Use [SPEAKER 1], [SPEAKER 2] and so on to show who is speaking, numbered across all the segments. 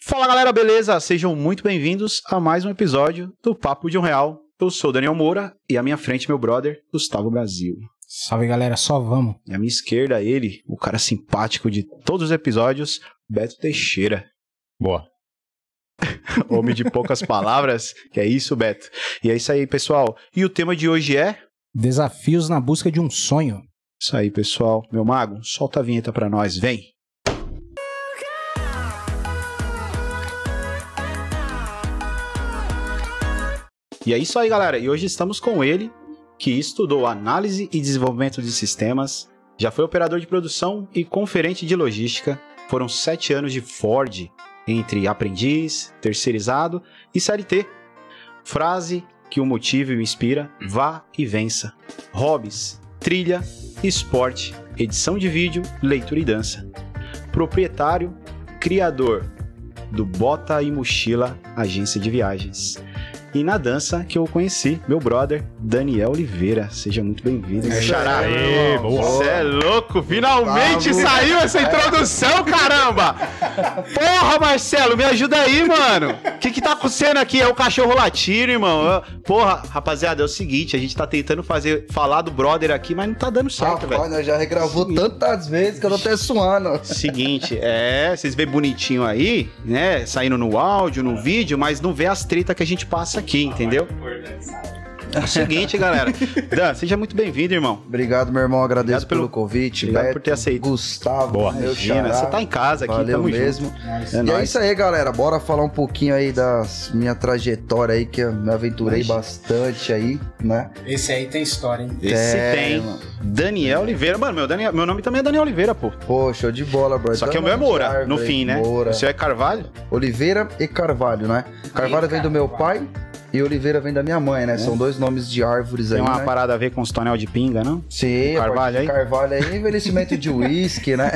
[SPEAKER 1] Fala galera, beleza? Sejam muito bem-vindos a mais um episódio do Papo de um Real. Eu sou o Daniel Moura e à minha frente meu brother, Gustavo Brasil.
[SPEAKER 2] Salve galera, só vamos.
[SPEAKER 1] E à minha esquerda ele, o cara simpático de todos os episódios, Beto Teixeira.
[SPEAKER 3] Boa.
[SPEAKER 1] Homem de poucas palavras, que é isso, Beto. E é isso aí, pessoal. E o tema de hoje é
[SPEAKER 2] Desafios na busca de um sonho.
[SPEAKER 1] Isso aí, pessoal. Meu mago, solta a vinheta pra nós, vem. E é isso aí, galera. E hoje estamos com ele, que estudou análise e desenvolvimento de sistemas, já foi operador de produção e conferente de logística. Foram sete anos de Ford, entre aprendiz, terceirizado e CLT. Frase que o motiva e o inspira: vá e vença. Hobbies, trilha, esporte, edição de vídeo, leitura e dança. Proprietário, criador do Bota e Mochila Agência de Viagens. E na dança que eu conheci, meu brother, Daniel Oliveira. Seja muito bem-vindo.
[SPEAKER 3] É isso
[SPEAKER 1] Xará.
[SPEAKER 3] aí, Aê, boa.
[SPEAKER 1] Cê é louco, finalmente
[SPEAKER 4] Vamos.
[SPEAKER 1] saiu essa introdução, caramba! Porra, Marcelo, me ajuda aí, mano. O que que tá acontecendo aqui? É o cachorro latindo, irmão. Eu- Porra, rapaziada, é o seguinte, a gente tá tentando fazer, falar do brother aqui, mas não tá dando certo, velho.
[SPEAKER 4] Rapaz, nós já regravou tantas vezes que eu tô até suando.
[SPEAKER 1] Seguinte, é, vocês vê bonitinho aí, né? Saindo no áudio, no vídeo, mas não vê as treta que a gente passa aqui, entendeu? É o seguinte, galera. Dan, seja muito bem-vindo, irmão.
[SPEAKER 4] Obrigado, meu irmão. Agradeço
[SPEAKER 1] Obrigado pelo-
[SPEAKER 4] pelo, convite.
[SPEAKER 1] obrigado
[SPEAKER 4] Beto,
[SPEAKER 1] por ter aceito.
[SPEAKER 4] Gustavo,
[SPEAKER 3] Boa.
[SPEAKER 4] meu
[SPEAKER 1] Imagina,
[SPEAKER 4] xará.
[SPEAKER 1] você tá em casa aqui,
[SPEAKER 4] Valeu
[SPEAKER 1] tamo junto.
[SPEAKER 4] mesmo.
[SPEAKER 1] É
[SPEAKER 4] e é
[SPEAKER 1] nóis.
[SPEAKER 4] isso aí, galera. Bora falar um pouquinho aí da minha trajetória aí, que eu me aventurei
[SPEAKER 1] Imagina.
[SPEAKER 4] bastante aí, né?
[SPEAKER 2] Esse aí tem história, hein?
[SPEAKER 1] Esse
[SPEAKER 4] É,
[SPEAKER 1] tem.
[SPEAKER 4] mano.
[SPEAKER 1] Daniel Oliveira. Mano, meu, Daniel- meu nome também é Daniel Oliveira, pô.
[SPEAKER 4] Pô, show de bola, brother.
[SPEAKER 1] Só que o meu é Moura, no fim, né?
[SPEAKER 4] Moura.
[SPEAKER 1] O seu é Carvalho?
[SPEAKER 4] Oliveira e Carvalho, né? Carvalho vem do meu pai e Oliveira vem da minha mãe, né? São dois nomes de árvores
[SPEAKER 1] É. Tem
[SPEAKER 4] aí,
[SPEAKER 1] uma
[SPEAKER 4] né?
[SPEAKER 1] parada a ver com os tonel de pinga, não?
[SPEAKER 4] Sim, a
[SPEAKER 1] Carvalho
[SPEAKER 4] partir de
[SPEAKER 1] aí?
[SPEAKER 4] Carvalho aí, envelhecimento de uísque, né?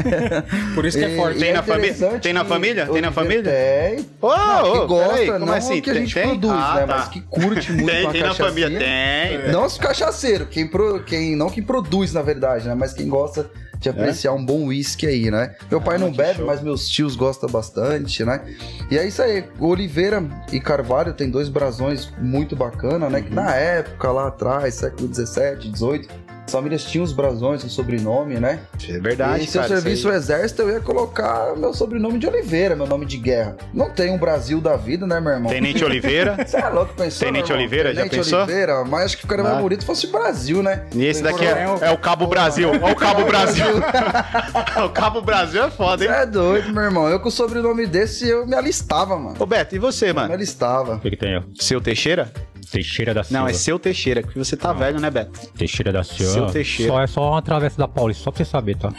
[SPEAKER 2] Por isso que é
[SPEAKER 4] E-
[SPEAKER 2] forte.
[SPEAKER 4] e
[SPEAKER 1] Tem na família?
[SPEAKER 4] interessante
[SPEAKER 1] Tem na
[SPEAKER 4] que
[SPEAKER 1] família? Tem na
[SPEAKER 4] Oliveira
[SPEAKER 1] família? Ah,
[SPEAKER 4] Tem. Ah,
[SPEAKER 1] Ô,
[SPEAKER 4] é que
[SPEAKER 1] ô,
[SPEAKER 4] gosta,
[SPEAKER 1] peraí, é assim?
[SPEAKER 4] não que a gente produz,
[SPEAKER 1] Ah,
[SPEAKER 4] né?
[SPEAKER 1] tá.
[SPEAKER 4] Mas que curte muito né?
[SPEAKER 1] Tem,
[SPEAKER 4] uma
[SPEAKER 1] tem na
[SPEAKER 4] cachaçinha.
[SPEAKER 1] família, tem.
[SPEAKER 4] Não os cachaceiros, quem pro, quem, não quem produz, na verdade, né? Mas quem gosta de apreciar um bom uísque aí, né? Meu pai
[SPEAKER 1] É? Ah,
[SPEAKER 4] não
[SPEAKER 1] que
[SPEAKER 4] bebe,
[SPEAKER 1] show.
[SPEAKER 4] mas meus tios gostam bastante, né? E é isso aí. Oliveira e Carvalho tem dois brasões muito bacana, né?
[SPEAKER 1] Uhum.
[SPEAKER 4] Que na época, lá atrás, século XVII, XVIII, as famílias tinham os brasões, o sobrenome, né?
[SPEAKER 1] É verdade,
[SPEAKER 4] e se eu
[SPEAKER 1] cara, isso
[SPEAKER 4] servisse o um exército, eu ia colocar meu sobrenome de Oliveira, meu nome de guerra. Não tem um Brasil da vida, né, meu
[SPEAKER 1] aí.
[SPEAKER 4] irmão?
[SPEAKER 1] Tenente Oliveira.
[SPEAKER 4] Você é louco, pensou,
[SPEAKER 1] Tenente
[SPEAKER 4] meu irmão?
[SPEAKER 1] Oliveira, já
[SPEAKER 4] Tenente
[SPEAKER 1] pensou?
[SPEAKER 4] Oliveira, mas acho que ficaria mais
[SPEAKER 1] Ah.
[SPEAKER 4] bonito se fosse Brasil, né?
[SPEAKER 1] E esse daqui é, é o Cabo Brasil. Olha o
[SPEAKER 4] é
[SPEAKER 1] Cabo Brasil. o Cabo Brasil é foda,
[SPEAKER 4] Você
[SPEAKER 1] hein?
[SPEAKER 4] é doido, meu irmão. Eu com o sobrenome desse, eu me alistava, mano.
[SPEAKER 1] Ô, Beto, e você,
[SPEAKER 4] Me
[SPEAKER 1] mano?
[SPEAKER 3] O
[SPEAKER 4] alistava.
[SPEAKER 3] que, que tem? ó?
[SPEAKER 1] Seu Teixeira?
[SPEAKER 3] Teixeira da Silva.
[SPEAKER 1] Não, é seu Teixeira, porque você tá velho, né, Beto?
[SPEAKER 3] Teixeira da Silva.
[SPEAKER 1] Seu Teixeira.
[SPEAKER 3] Só, é só uma travessa da Paulista, só pra você saber, tá?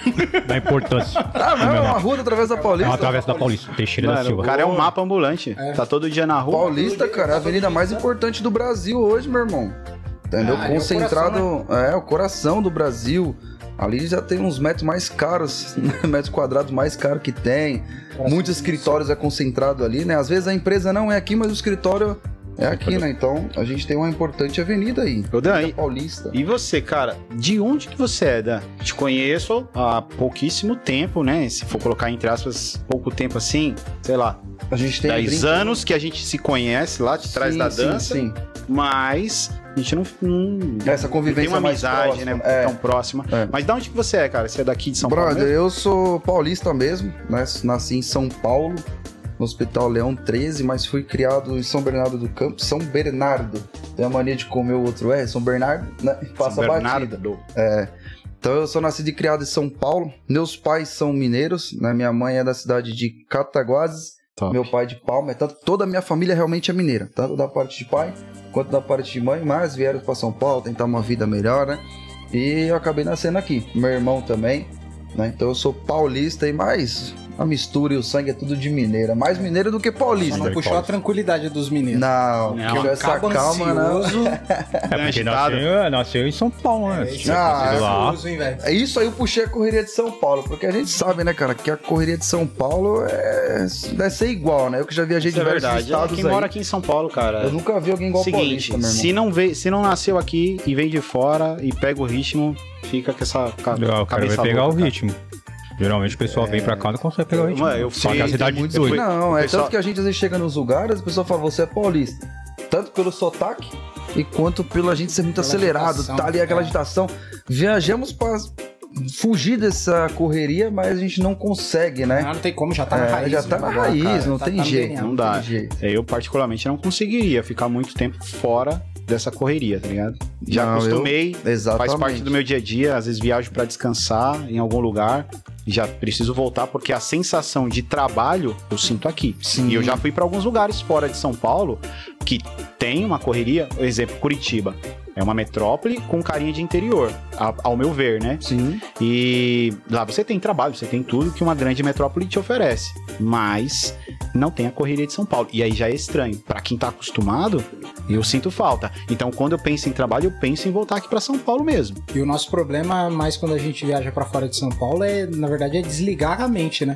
[SPEAKER 3] Da importância.
[SPEAKER 4] Ah, não, é
[SPEAKER 3] Não, não.
[SPEAKER 4] uma rua através da
[SPEAKER 3] É uma
[SPEAKER 4] Paulista.
[SPEAKER 3] travessa da Paulista. Teixeira da
[SPEAKER 1] Mano, o
[SPEAKER 3] Silva.
[SPEAKER 1] cara é um mapa ambulante. Tá todo dia na rua.
[SPEAKER 4] É. Paulista, cara, é a avenida mais importante do Brasil hoje, meu irmão. Entendeu?
[SPEAKER 2] Ah, ali é o
[SPEAKER 4] Concentrado, é o coração do Brasil. Ali já tem uns metros mais caros, metros quadrados mais caros que tem. Muitos escritórios é concentrado ali, né? Às vezes a empresa não é aqui, mas o escritório é aqui, né? Então a gente tem uma importante avenida aí.
[SPEAKER 1] Ô, Dan,
[SPEAKER 4] Avenida
[SPEAKER 1] e-
[SPEAKER 4] Paulista.
[SPEAKER 1] E você, cara, de onde que você é, Dan? Te conheço há pouquíssimo tempo, né? Se for colocar entre aspas, pouco tempo assim, sei lá,
[SPEAKER 4] A gente tem
[SPEAKER 1] 10
[SPEAKER 4] brinco-
[SPEAKER 1] anos que a gente se conhece lá de trás
[SPEAKER 4] Sim,
[SPEAKER 1] da
[SPEAKER 4] sim,
[SPEAKER 1] dança,
[SPEAKER 4] Sim,
[SPEAKER 1] mas a gente não, não
[SPEAKER 4] Essa
[SPEAKER 1] não tem
[SPEAKER 4] convivência
[SPEAKER 1] uma
[SPEAKER 4] mais
[SPEAKER 1] amizade,
[SPEAKER 4] próxima.
[SPEAKER 1] né?
[SPEAKER 4] É.
[SPEAKER 1] Tão próxima.
[SPEAKER 4] É.
[SPEAKER 1] Mas da onde que você é, cara? Você é daqui de São
[SPEAKER 4] Brother,
[SPEAKER 1] Paulo?
[SPEAKER 4] eu sou paulista mesmo, né? Nasci em São Paulo, no Hospital Leão 13, mas fui criado em São Bernardo do Campo, São Bernardo. Tem a mania de comer o outro R, São Bernardo, né? E passa
[SPEAKER 1] São
[SPEAKER 4] batida. Então eu sou nascido e criado em São Paulo. Meus pais são mineiros, né? Minha mãe é da cidade de Cataguases,
[SPEAKER 1] Top.
[SPEAKER 4] meu pai de Palma. Tanto, toda a minha família realmente é mineira, tanto da parte de pai quanto da parte de mãe, mas vieram para São Paulo tentar uma vida melhor, né? E eu acabei nascendo aqui. Meu irmão também, né? Então eu sou paulista e mais a mistura e o sangue é tudo de mineira, mais mineiro do que paulista.
[SPEAKER 2] Não puxou a tranquilidade dos mineiros.
[SPEAKER 4] Não,
[SPEAKER 1] Não,
[SPEAKER 4] puxou essa
[SPEAKER 2] Acaba
[SPEAKER 4] calma, né? não.
[SPEAKER 2] ansioso.
[SPEAKER 3] É porque
[SPEAKER 1] agitado.
[SPEAKER 3] nasceu, nasceu em São Paulo, né?
[SPEAKER 2] É,
[SPEAKER 3] Tinha
[SPEAKER 4] Ah,
[SPEAKER 3] nascido lá.
[SPEAKER 2] ansioso, hein, velho?
[SPEAKER 4] É Isso aí eu puxei a correria de São Paulo, porque a gente sabe, né, cara, que a correria de São Paulo é... deve ser igual, né? Eu que já viajei de
[SPEAKER 1] Isso é
[SPEAKER 4] diversos
[SPEAKER 1] verdade. É,
[SPEAKER 4] estados
[SPEAKER 1] Quem
[SPEAKER 4] aí,
[SPEAKER 1] mora aqui em São Paulo, cara.
[SPEAKER 4] eu nunca vi alguém igual
[SPEAKER 1] Seguinte,
[SPEAKER 4] paulista, meu irmão.
[SPEAKER 1] se não, veio, se não nasceu aqui e vem de fora e pega o ritmo, fica com essa ca-
[SPEAKER 3] Ah, O cara vai
[SPEAKER 1] cabeça
[SPEAKER 3] pegar o
[SPEAKER 1] louca, cara.
[SPEAKER 3] ritmo. Geralmente o pessoal vem pra cá e não consegue pegar o ritmo.
[SPEAKER 1] Mano, eu
[SPEAKER 3] Só
[SPEAKER 1] fui-
[SPEAKER 3] que a cidade
[SPEAKER 1] tem
[SPEAKER 3] de
[SPEAKER 1] muitos-
[SPEAKER 3] 18.
[SPEAKER 1] eu
[SPEAKER 4] Não, é
[SPEAKER 1] pessoal-
[SPEAKER 4] tanto que a gente às vezes chega nos lugares, o pessoal fala, você é paulista. Tanto pelo sotaque, e quanto pela gente ser muito
[SPEAKER 2] Pela
[SPEAKER 4] acelerado,
[SPEAKER 2] agitação,
[SPEAKER 4] tá ali aquela
[SPEAKER 2] é.
[SPEAKER 4] agitação. Viajamos pra fugir dessa correria, mas a gente não consegue, né?
[SPEAKER 2] Ah, não tem como, já tá
[SPEAKER 4] É,
[SPEAKER 2] na raiz.
[SPEAKER 4] já tá
[SPEAKER 2] né?
[SPEAKER 4] na raiz,
[SPEAKER 2] Cara,
[SPEAKER 4] não
[SPEAKER 2] tá-
[SPEAKER 4] tem
[SPEAKER 2] tá no
[SPEAKER 4] jeito.
[SPEAKER 2] DNA.
[SPEAKER 1] Não dá.
[SPEAKER 4] tem jeito.
[SPEAKER 1] É, Eu, particularmente, não conseguiria ficar muito tempo fora dessa correria, tá ligado? Já
[SPEAKER 4] Não, eu-
[SPEAKER 1] acostumei,
[SPEAKER 4] Exatamente.
[SPEAKER 1] faz parte do meu dia a dia. Às vezes viajo pra descansar em algum lugar e já preciso voltar porque a sensação de trabalho eu sinto aqui.
[SPEAKER 4] Sim.
[SPEAKER 1] E eu já fui pra alguns lugares fora de São Paulo que tem uma correria, por exemplo, Curitiba. É uma metrópole com carinha de interior, a- ao meu ver, né?
[SPEAKER 4] Sim.
[SPEAKER 1] E lá você tem trabalho, você tem tudo que uma grande metrópole te oferece, mas não tem a correria de São Paulo. E aí já é estranho. Pra quem tá acostumado, eu sinto falta. Então, quando eu penso em trabalho, eu penso em voltar aqui pra São Paulo mesmo.
[SPEAKER 2] E o nosso problema, mais quando a gente viaja pra fora de São Paulo, é, na verdade, é desligar a mente, né?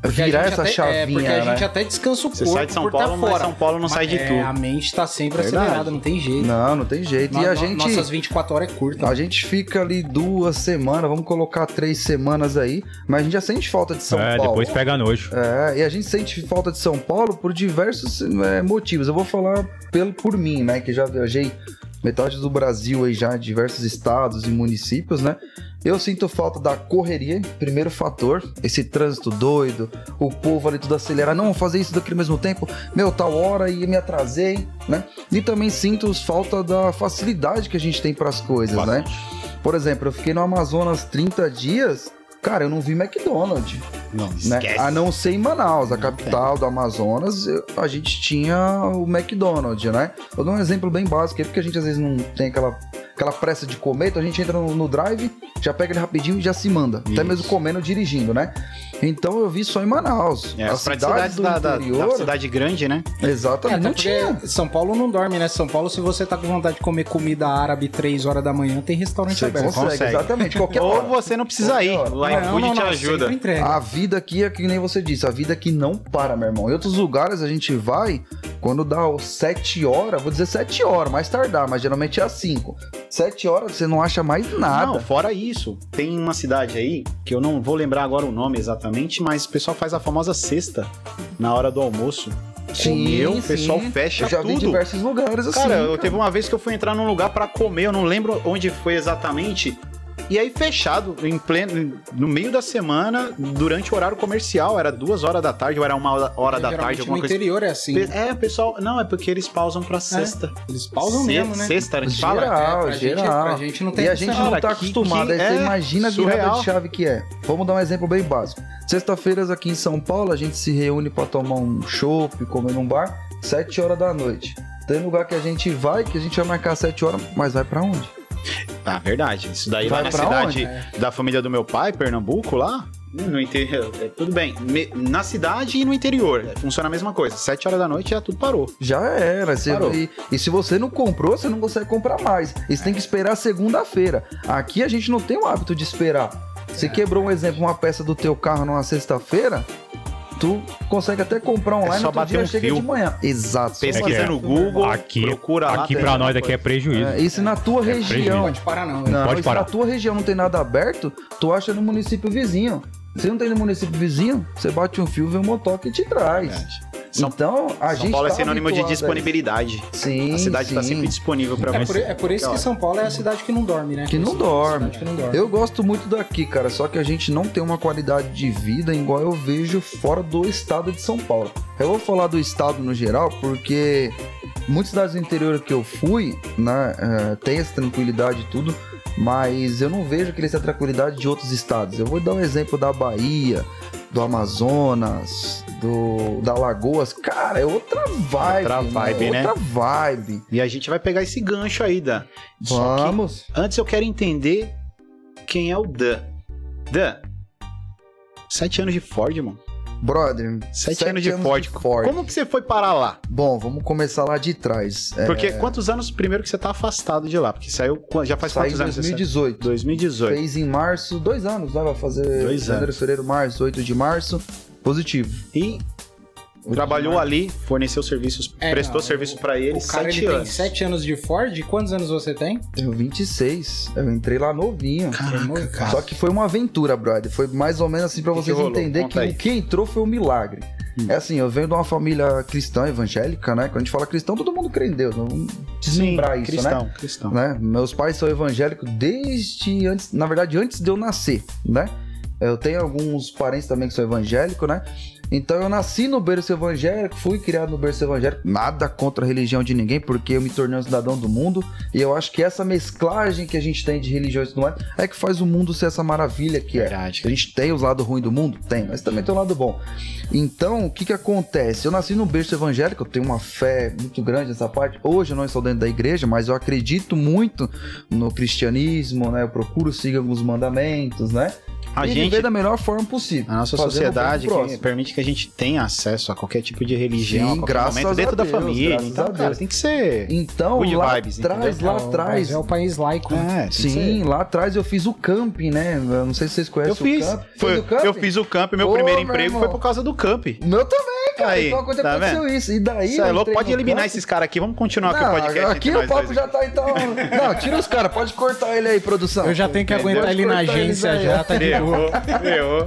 [SPEAKER 2] Porque a
[SPEAKER 4] Virar
[SPEAKER 2] gente
[SPEAKER 4] essa
[SPEAKER 2] até-
[SPEAKER 4] chavinha,
[SPEAKER 2] É, porque a
[SPEAKER 4] né?
[SPEAKER 2] gente até descansa o corpo
[SPEAKER 1] Você sai de São
[SPEAKER 2] por tá
[SPEAKER 1] Paulo, mas
[SPEAKER 2] fora.
[SPEAKER 1] São Paulo não sai de
[SPEAKER 2] é, A
[SPEAKER 1] tudo.
[SPEAKER 2] mente tá sempre
[SPEAKER 1] Verdade.
[SPEAKER 2] acelerada, não tem jeito.
[SPEAKER 4] Não, não tem jeito.
[SPEAKER 2] No-
[SPEAKER 4] e a
[SPEAKER 2] no-
[SPEAKER 4] gente.
[SPEAKER 2] Nossas 24 horas é curta.
[SPEAKER 4] A gente fica ali duas semanas, vamos colocar três semanas aí, mas a gente já sente falta de São
[SPEAKER 3] é,
[SPEAKER 4] Paulo.
[SPEAKER 3] depois pega a noite.
[SPEAKER 4] É, e a gente sente falta de São Paulo por diversos é, motivos. Eu vou falar pelo, por mim, né? Que já viajei metade do Brasil aí já, diversos estados e municípios, né? Eu sinto falta da correria, primeiro fator, esse trânsito doido, o povo ali tudo acelerado, não, vou fazer isso daqui ao mesmo tempo, meu, tal hora e me atrasei, né? E também sinto falta da facilidade que a gente tem para as coisas, né? Por exemplo, eu fiquei no Amazonas 30 dias, cara, eu não vi McDonald's
[SPEAKER 1] Não,
[SPEAKER 4] né?
[SPEAKER 1] esquece.
[SPEAKER 4] A não ser em Manaus, a
[SPEAKER 1] Não
[SPEAKER 4] capital do Amazonas, eu- a gente tinha o McDonald's, né? Vou dar um exemplo bem básico aí, porque a gente às vezes não tem aquela, aquela pressa de comer, então a gente entra no, no drive, já pega ele rapidinho e já se manda. Até
[SPEAKER 1] Isso.
[SPEAKER 4] mesmo comendo, dirigindo, né? Então eu vi só em Manaus.
[SPEAKER 1] É,
[SPEAKER 4] a
[SPEAKER 1] as
[SPEAKER 4] cidade
[SPEAKER 1] praticidades
[SPEAKER 4] do
[SPEAKER 1] da, da-
[SPEAKER 4] interior,
[SPEAKER 1] da cidade grande, né?
[SPEAKER 2] É,
[SPEAKER 4] exatamente,
[SPEAKER 2] até
[SPEAKER 4] não
[SPEAKER 2] porque
[SPEAKER 4] tinha.
[SPEAKER 2] São Paulo não dorme, né? São Paulo, se você tá com vontade de comer comida árabe 3 horas da manhã, tem restaurante
[SPEAKER 1] Você
[SPEAKER 2] aberto.
[SPEAKER 1] consegue.
[SPEAKER 4] exatamente, qualquer
[SPEAKER 1] Ou
[SPEAKER 4] hora.
[SPEAKER 1] você não precisa ir,
[SPEAKER 4] Qualquer
[SPEAKER 1] o iFood te ajuda.
[SPEAKER 2] sempre entrega.
[SPEAKER 4] A vida aqui é que nem você disse, a vida aqui não para, meu irmão. Em outros lugares a gente vai, quando dá os 7 horas, vou dizer 7 horas, mais tardar, mas geralmente é às 5. 7 horas você não acha mais
[SPEAKER 1] Não,
[SPEAKER 4] nada.
[SPEAKER 1] fora isso, tem uma cidade aí que eu não vou lembrar agora o nome exatamente, mas o pessoal faz a famosa cesta na hora do almoço.
[SPEAKER 4] Sim,
[SPEAKER 1] Comeu, o
[SPEAKER 4] sim.
[SPEAKER 1] pessoal fecha
[SPEAKER 4] Eu já vi em
[SPEAKER 1] tudo.
[SPEAKER 4] diversos lugares assim.
[SPEAKER 1] Cara, eu teve uma vez que eu fui entrar num lugar pra comer, eu não lembro onde foi exatamente. E aí fechado em pleno no meio da semana, durante o horário comercial, era duas horas da tarde ou era uma hora- hora
[SPEAKER 2] É,
[SPEAKER 1] da
[SPEAKER 2] geralmente
[SPEAKER 1] tarde, alguma
[SPEAKER 2] no
[SPEAKER 1] coisa.
[SPEAKER 2] interior é assim.
[SPEAKER 1] Pe- É, pessoal, não é porque eles pausam pra sexta.
[SPEAKER 2] Eles pausam
[SPEAKER 1] Se-
[SPEAKER 2] mesmo, né?
[SPEAKER 1] Sexta, a gente
[SPEAKER 4] Geral,
[SPEAKER 1] fala.
[SPEAKER 2] É, pra gente-
[SPEAKER 4] geral.
[SPEAKER 2] pra gente não tem
[SPEAKER 4] e a
[SPEAKER 2] essa-
[SPEAKER 4] gente
[SPEAKER 1] Cara,
[SPEAKER 4] não tá
[SPEAKER 1] que-
[SPEAKER 4] acostumado.
[SPEAKER 1] que-
[SPEAKER 4] aí você
[SPEAKER 1] é
[SPEAKER 4] imagina a virada
[SPEAKER 1] surreal.
[SPEAKER 4] de chave que é. Vamos dar um exemplo bem básico. Sexta-feiras aqui em São Paulo, a gente se reúne pra tomar um chopp, comer num bar, 7 horas da noite. Tem lugar que a gente vai, que a gente vai marcar 7 horas, mas vai pra onde?
[SPEAKER 1] Tá, verdade. Isso daí
[SPEAKER 2] né?
[SPEAKER 4] Vai
[SPEAKER 1] lá na
[SPEAKER 4] pra
[SPEAKER 1] cidade
[SPEAKER 2] onde?
[SPEAKER 1] da família do meu pai, Pernambuco, lá. No interior, é, tudo bem. Me- na cidade e no interior. é, Funciona a mesma coisa. Sete horas da noite já tudo parou.
[SPEAKER 4] Já era. Você,
[SPEAKER 1] Parou.
[SPEAKER 4] e, e se você não comprou, você não consegue comprar mais. E você tem que esperar segunda-feira. Aqui a gente não tem o hábito de esperar.
[SPEAKER 1] É.
[SPEAKER 4] Você quebrou, um exemplo, uma peça do teu carro numa sexta-feira, tu consegue até comprar online,
[SPEAKER 1] só
[SPEAKER 4] outro
[SPEAKER 1] bater
[SPEAKER 4] dia
[SPEAKER 1] um
[SPEAKER 4] chega
[SPEAKER 1] fio.
[SPEAKER 4] de manhã. Exato.
[SPEAKER 1] Pesquisa
[SPEAKER 3] que é.
[SPEAKER 1] no Google,
[SPEAKER 3] Aqui,
[SPEAKER 1] procura lá.
[SPEAKER 3] aqui
[SPEAKER 1] Tá, tem
[SPEAKER 3] pra
[SPEAKER 1] muita
[SPEAKER 3] nós aqui é
[SPEAKER 1] coisa.
[SPEAKER 3] prejuízo.
[SPEAKER 4] É, isso na tua
[SPEAKER 2] Não
[SPEAKER 4] região.
[SPEAKER 2] pode parar, não.
[SPEAKER 4] Não,
[SPEAKER 3] Pode
[SPEAKER 4] se
[SPEAKER 3] parar.
[SPEAKER 4] na tua região não tem nada aberto, tu acha no município vizinho. Se não tem no município vizinho, você bate um fio, vê um motoca e te traz.
[SPEAKER 1] Verdade. É. São,
[SPEAKER 4] então, a
[SPEAKER 1] São
[SPEAKER 4] gente
[SPEAKER 1] Paulo é
[SPEAKER 4] tá
[SPEAKER 1] sinônimo de
[SPEAKER 4] habituado a isso.
[SPEAKER 1] disponibilidade.
[SPEAKER 4] Sim,
[SPEAKER 1] a cidade tá
[SPEAKER 4] sim.
[SPEAKER 1] sempre disponível pra
[SPEAKER 2] É por,
[SPEAKER 1] você.
[SPEAKER 2] é por isso que São Paulo é a cidade que não dorme, né?
[SPEAKER 4] Que não
[SPEAKER 2] Cidade
[SPEAKER 4] dorme.
[SPEAKER 2] que não dorme.
[SPEAKER 4] Eu gosto muito daqui, cara, só que a gente não tem uma qualidade de vida igual eu vejo fora do estado de São Paulo. Eu vou falar do estado no geral porque muitas cidades do interior que eu fui, né, eh, tem essa tranquilidade e tudo, mas eu não vejo que essa tranquilidade de outros estados. Eu vou dar um exemplo da Bahia, do Amazonas, do da Lagoas. Cara, é outra vibe,
[SPEAKER 1] Outra vibe, né?
[SPEAKER 4] Outra vibe.
[SPEAKER 1] E a gente vai pegar esse gancho aí, Dan. Só que
[SPEAKER 4] Vamos.
[SPEAKER 1] Antes eu quero entender quem é o Dan. Dan. Sete anos de Ford, mano.
[SPEAKER 4] Brother,
[SPEAKER 1] Sete, anos de Ford.
[SPEAKER 4] Ford.
[SPEAKER 1] Como que você foi parar lá?
[SPEAKER 4] Bom, vamos começar lá de trás. É,
[SPEAKER 1] Porque quantos anos primeiro que você tá afastado de lá? Porque saiu. Já faz
[SPEAKER 4] saí em
[SPEAKER 1] quantos anos você saiu?
[SPEAKER 4] 2018.
[SPEAKER 1] 2018.
[SPEAKER 4] Fez em março, dois anos, né? Vai fazer
[SPEAKER 1] Dois
[SPEAKER 4] janeiro,
[SPEAKER 1] anos.
[SPEAKER 4] fevereiro, março, 8 de março. Positivo.
[SPEAKER 1] E Trabalhou ali, forneceu serviços,
[SPEAKER 2] É,
[SPEAKER 1] prestou
[SPEAKER 2] não,
[SPEAKER 1] serviço pra ele
[SPEAKER 2] O cara
[SPEAKER 1] sete
[SPEAKER 2] ele tem
[SPEAKER 1] anos.
[SPEAKER 2] 7 anos de Ford. Quantos anos você tem?
[SPEAKER 4] Tenho 26. Eu entrei lá novinho.
[SPEAKER 1] Caraca, cara.
[SPEAKER 4] Só que foi uma aventura, brother. Foi mais ou menos assim pra
[SPEAKER 1] Que que
[SPEAKER 4] vocês
[SPEAKER 1] rolou?
[SPEAKER 4] entenderem que
[SPEAKER 1] Conta aí.
[SPEAKER 4] o que entrou foi um milagre.
[SPEAKER 1] Hum.
[SPEAKER 4] É assim, eu venho de uma família cristã, evangélica, né? Quando a gente fala cristão, todo mundo crê em Deus. Vamos desmembrar isso, né?
[SPEAKER 1] cristão, cristão.
[SPEAKER 4] né? Meus pais são evangélicos desde antes, na verdade, antes de eu nascer, né? Eu tenho alguns parentes também que são evangélicos, né? Então eu nasci no berço evangélico, fui criado no berço evangélico, nada contra a religião de ninguém, porque eu me tornei um cidadão do mundo, e eu acho que essa mesclagem que a gente tem de religiões e tudo mais é que faz o mundo ser essa maravilha que é.
[SPEAKER 1] Verdade.
[SPEAKER 4] A gente tem os lados ruins do mundo? Tem, mas também tem o lado bom. Então, o que que acontece? Eu nasci num berço evangélico, eu tenho uma fé muito grande nessa parte. Hoje eu não estou dentro da igreja, mas eu acredito muito no cristianismo, né? Eu procuro seguir alguns mandamentos, né?
[SPEAKER 1] A
[SPEAKER 4] e
[SPEAKER 1] gente,
[SPEAKER 4] viver da melhor forma possível.
[SPEAKER 1] a nossa
[SPEAKER 4] fazendo
[SPEAKER 1] sociedade
[SPEAKER 4] bem pro
[SPEAKER 1] que
[SPEAKER 4] próximo.
[SPEAKER 1] permite que a gente tenha acesso a qualquer tipo de religião,
[SPEAKER 4] Sim,
[SPEAKER 1] a qualquer
[SPEAKER 4] graças
[SPEAKER 1] momento,
[SPEAKER 4] a
[SPEAKER 1] dentro da
[SPEAKER 4] Deus,
[SPEAKER 1] família.
[SPEAKER 4] graças a
[SPEAKER 1] Então, cara,
[SPEAKER 4] Deus.
[SPEAKER 1] tem que ser...
[SPEAKER 4] Então,
[SPEAKER 1] Good
[SPEAKER 4] lá
[SPEAKER 1] vibes,
[SPEAKER 4] atrás,
[SPEAKER 1] entendeu?
[SPEAKER 4] lá
[SPEAKER 2] É, o
[SPEAKER 4] atrás...
[SPEAKER 2] Brasil É o país laico. né?
[SPEAKER 1] É, tem que ser.
[SPEAKER 4] Sim, lá atrás eu fiz o camping, né? Eu não sei se vocês conhecem
[SPEAKER 1] Eu fiz.
[SPEAKER 4] o camping.
[SPEAKER 1] Foi-
[SPEAKER 4] Fez o camping?
[SPEAKER 1] eu fiz o camp, meu
[SPEAKER 4] Ô,
[SPEAKER 1] primeiro
[SPEAKER 4] meu
[SPEAKER 1] emprego
[SPEAKER 4] irmão.
[SPEAKER 1] foi por causa do camp.
[SPEAKER 4] Meu também, cara.
[SPEAKER 1] Aí,
[SPEAKER 4] então quando
[SPEAKER 1] tá
[SPEAKER 4] aconteceu isso. E daí.
[SPEAKER 1] Isso é
[SPEAKER 4] eu
[SPEAKER 1] louco,
[SPEAKER 4] entrei
[SPEAKER 1] pode
[SPEAKER 4] no
[SPEAKER 1] eliminar
[SPEAKER 4] camping.
[SPEAKER 1] esses caras aqui, vamos continuar com
[SPEAKER 4] Não,
[SPEAKER 1] o podcast.
[SPEAKER 4] Aqui
[SPEAKER 1] entre
[SPEAKER 4] o
[SPEAKER 1] nós
[SPEAKER 4] papo
[SPEAKER 1] dois
[SPEAKER 4] já tá então. Não, tira os caras, pode cortar ele aí, produção.
[SPEAKER 2] Eu já tenho que
[SPEAKER 1] Entendeu?
[SPEAKER 2] aguentar ele na
[SPEAKER 4] Cortar eles
[SPEAKER 2] agência
[SPEAKER 4] aí, ó.
[SPEAKER 2] já, tá de boa.
[SPEAKER 1] Errou, errou.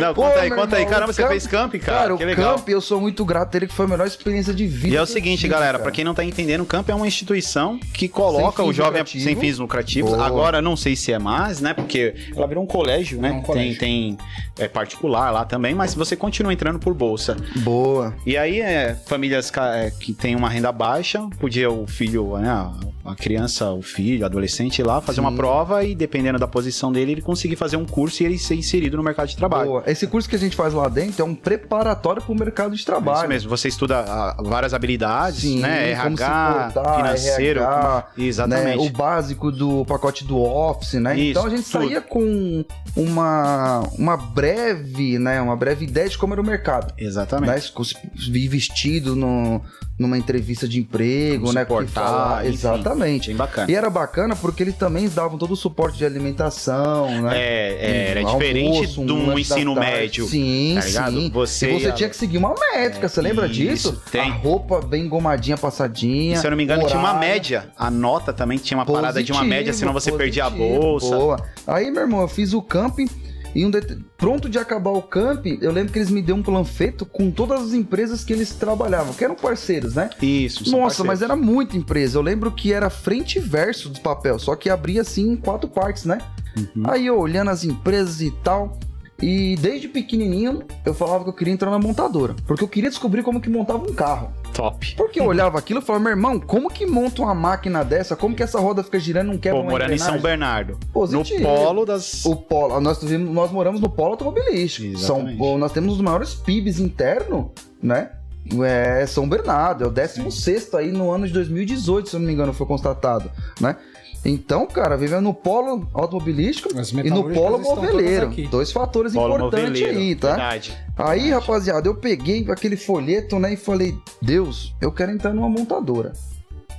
[SPEAKER 1] Não,
[SPEAKER 4] Pô,
[SPEAKER 1] conta aí,
[SPEAKER 4] meu
[SPEAKER 1] conta aí.
[SPEAKER 4] irmão,
[SPEAKER 1] Caramba,
[SPEAKER 4] o
[SPEAKER 1] você
[SPEAKER 4] camp-
[SPEAKER 1] fez camp, cara.
[SPEAKER 4] Cara,
[SPEAKER 1] que
[SPEAKER 4] o
[SPEAKER 1] legal.
[SPEAKER 4] Camp, eu sou muito grato a ele, que foi a melhor experiência de vida.
[SPEAKER 1] E é o
[SPEAKER 4] que eu
[SPEAKER 1] seguinte,
[SPEAKER 4] tive,
[SPEAKER 1] galera,
[SPEAKER 4] cara.
[SPEAKER 1] pra quem não tá entendendo, o Camp é uma instituição que coloca
[SPEAKER 4] fins
[SPEAKER 1] o jovem
[SPEAKER 4] lucrativos.
[SPEAKER 1] sem fins lucrativos.
[SPEAKER 4] Boa.
[SPEAKER 1] Agora, não sei se é mais, né? Porque ela virou um colégio, né?
[SPEAKER 2] É um colégio.
[SPEAKER 1] Tem, tem é, particular lá também, mas você continua entrando por bolsa.
[SPEAKER 4] Boa.
[SPEAKER 1] E aí, é, famílias ca- é, que têm uma renda baixa, podia o filho, né? a- A criança, o filho, o adolescente ir lá fazer uma
[SPEAKER 4] Sim.
[SPEAKER 1] prova e, dependendo da posição dele, ele conseguir fazer um curso e ele ser inserido no mercado de trabalho.
[SPEAKER 4] Boa. Esse curso que a gente faz lá dentro é um preparatório pro mercado de
[SPEAKER 1] É Isso
[SPEAKER 4] trabalho.
[SPEAKER 1] mesmo, você estuda ah, várias habilidades,
[SPEAKER 4] Sim,
[SPEAKER 1] né?
[SPEAKER 4] como se
[SPEAKER 1] RH,
[SPEAKER 4] portar,
[SPEAKER 1] financeiro.
[SPEAKER 4] RH,
[SPEAKER 1] como- Exatamente.
[SPEAKER 4] né, o básico do pacote do Office, né?
[SPEAKER 1] Isso,
[SPEAKER 4] então a gente
[SPEAKER 1] tudo.
[SPEAKER 4] saía com uma, uma breve, né? Uma breve ideia de como era o mercado.
[SPEAKER 1] Exatamente.
[SPEAKER 4] né, com- vi vestido no- numa entrevista de emprego,
[SPEAKER 1] Como se
[SPEAKER 4] né? que
[SPEAKER 1] portar,
[SPEAKER 4] fala-
[SPEAKER 1] Ah, enfim.
[SPEAKER 4] exatamente.
[SPEAKER 1] Bem bacana.
[SPEAKER 4] E era é bacana porque eles também davam todo o suporte de alimentação, né?
[SPEAKER 1] É, é, era
[SPEAKER 4] Um
[SPEAKER 1] diferente
[SPEAKER 4] almoço,
[SPEAKER 1] de um
[SPEAKER 4] lanche da
[SPEAKER 1] ensino
[SPEAKER 4] tarde.
[SPEAKER 1] médio.
[SPEAKER 4] Sim,
[SPEAKER 1] tá ligado?
[SPEAKER 4] sim.
[SPEAKER 1] Você,
[SPEAKER 4] e você
[SPEAKER 1] ia-
[SPEAKER 4] tinha que seguir uma métrica, você lembra
[SPEAKER 1] isso,
[SPEAKER 4] disso?
[SPEAKER 1] tem.
[SPEAKER 4] A roupa bem engomadinha, passadinha.
[SPEAKER 1] Se eu não me engano, tinha uma
[SPEAKER 4] horário.
[SPEAKER 1] média. A nota também tinha uma parada de uma
[SPEAKER 4] Positivo,
[SPEAKER 1] média, senão você perdia a
[SPEAKER 4] positivo,
[SPEAKER 1] bolsa.
[SPEAKER 4] Boa. Aí, meu irmão, eu fiz o camping e um det- pronto de acabar o camping, eu lembro que eles me deu um planfeto com todas as empresas que eles trabalhavam, que eram parceiros, né?
[SPEAKER 1] Isso. são
[SPEAKER 4] Nossa,
[SPEAKER 1] parceiros.
[SPEAKER 4] mas era muita empresa. Eu lembro que era frente e verso do papel, só que abria assim em quatro partes, né?
[SPEAKER 1] Uhum.
[SPEAKER 4] Aí eu olhando as empresas e tal. E desde pequenininho eu falava que eu queria entrar na montadora, porque eu queria descobrir como que montava um carro.
[SPEAKER 1] top.
[SPEAKER 4] Porque eu olhava aquilo e falava, meu irmão, como que monta uma máquina dessa? Como que essa roda fica girando e não quebra
[SPEAKER 1] Pô,
[SPEAKER 4] uma
[SPEAKER 1] morando em São
[SPEAKER 4] engrenagem?"
[SPEAKER 1] Bernardo.
[SPEAKER 4] Positivo.
[SPEAKER 1] No polo das.
[SPEAKER 4] O polo, nós, tivemos- nós moramos no polo automobilístico. São,
[SPEAKER 1] Exatamente.
[SPEAKER 4] Paulo- nós temos os maiores PIBs interno, né? É São Bernardo, é o 16 aí no ano de 2018, se eu não me engano, foi constatado, né? Então, cara, vivendo no polo automobilístico
[SPEAKER 2] As
[SPEAKER 4] e no
[SPEAKER 2] metalúrgicas
[SPEAKER 4] polo
[SPEAKER 2] estão todas
[SPEAKER 4] moveleiro.
[SPEAKER 2] aqui.
[SPEAKER 4] Dois fatores
[SPEAKER 1] polo
[SPEAKER 4] importantes
[SPEAKER 1] noveleiro.
[SPEAKER 4] aí, tá?
[SPEAKER 1] Verdade.
[SPEAKER 4] Aí,
[SPEAKER 1] Verdade.
[SPEAKER 4] rapaziada, eu peguei aquele folheto, né, e falei, Deus, eu quero entrar numa montadora.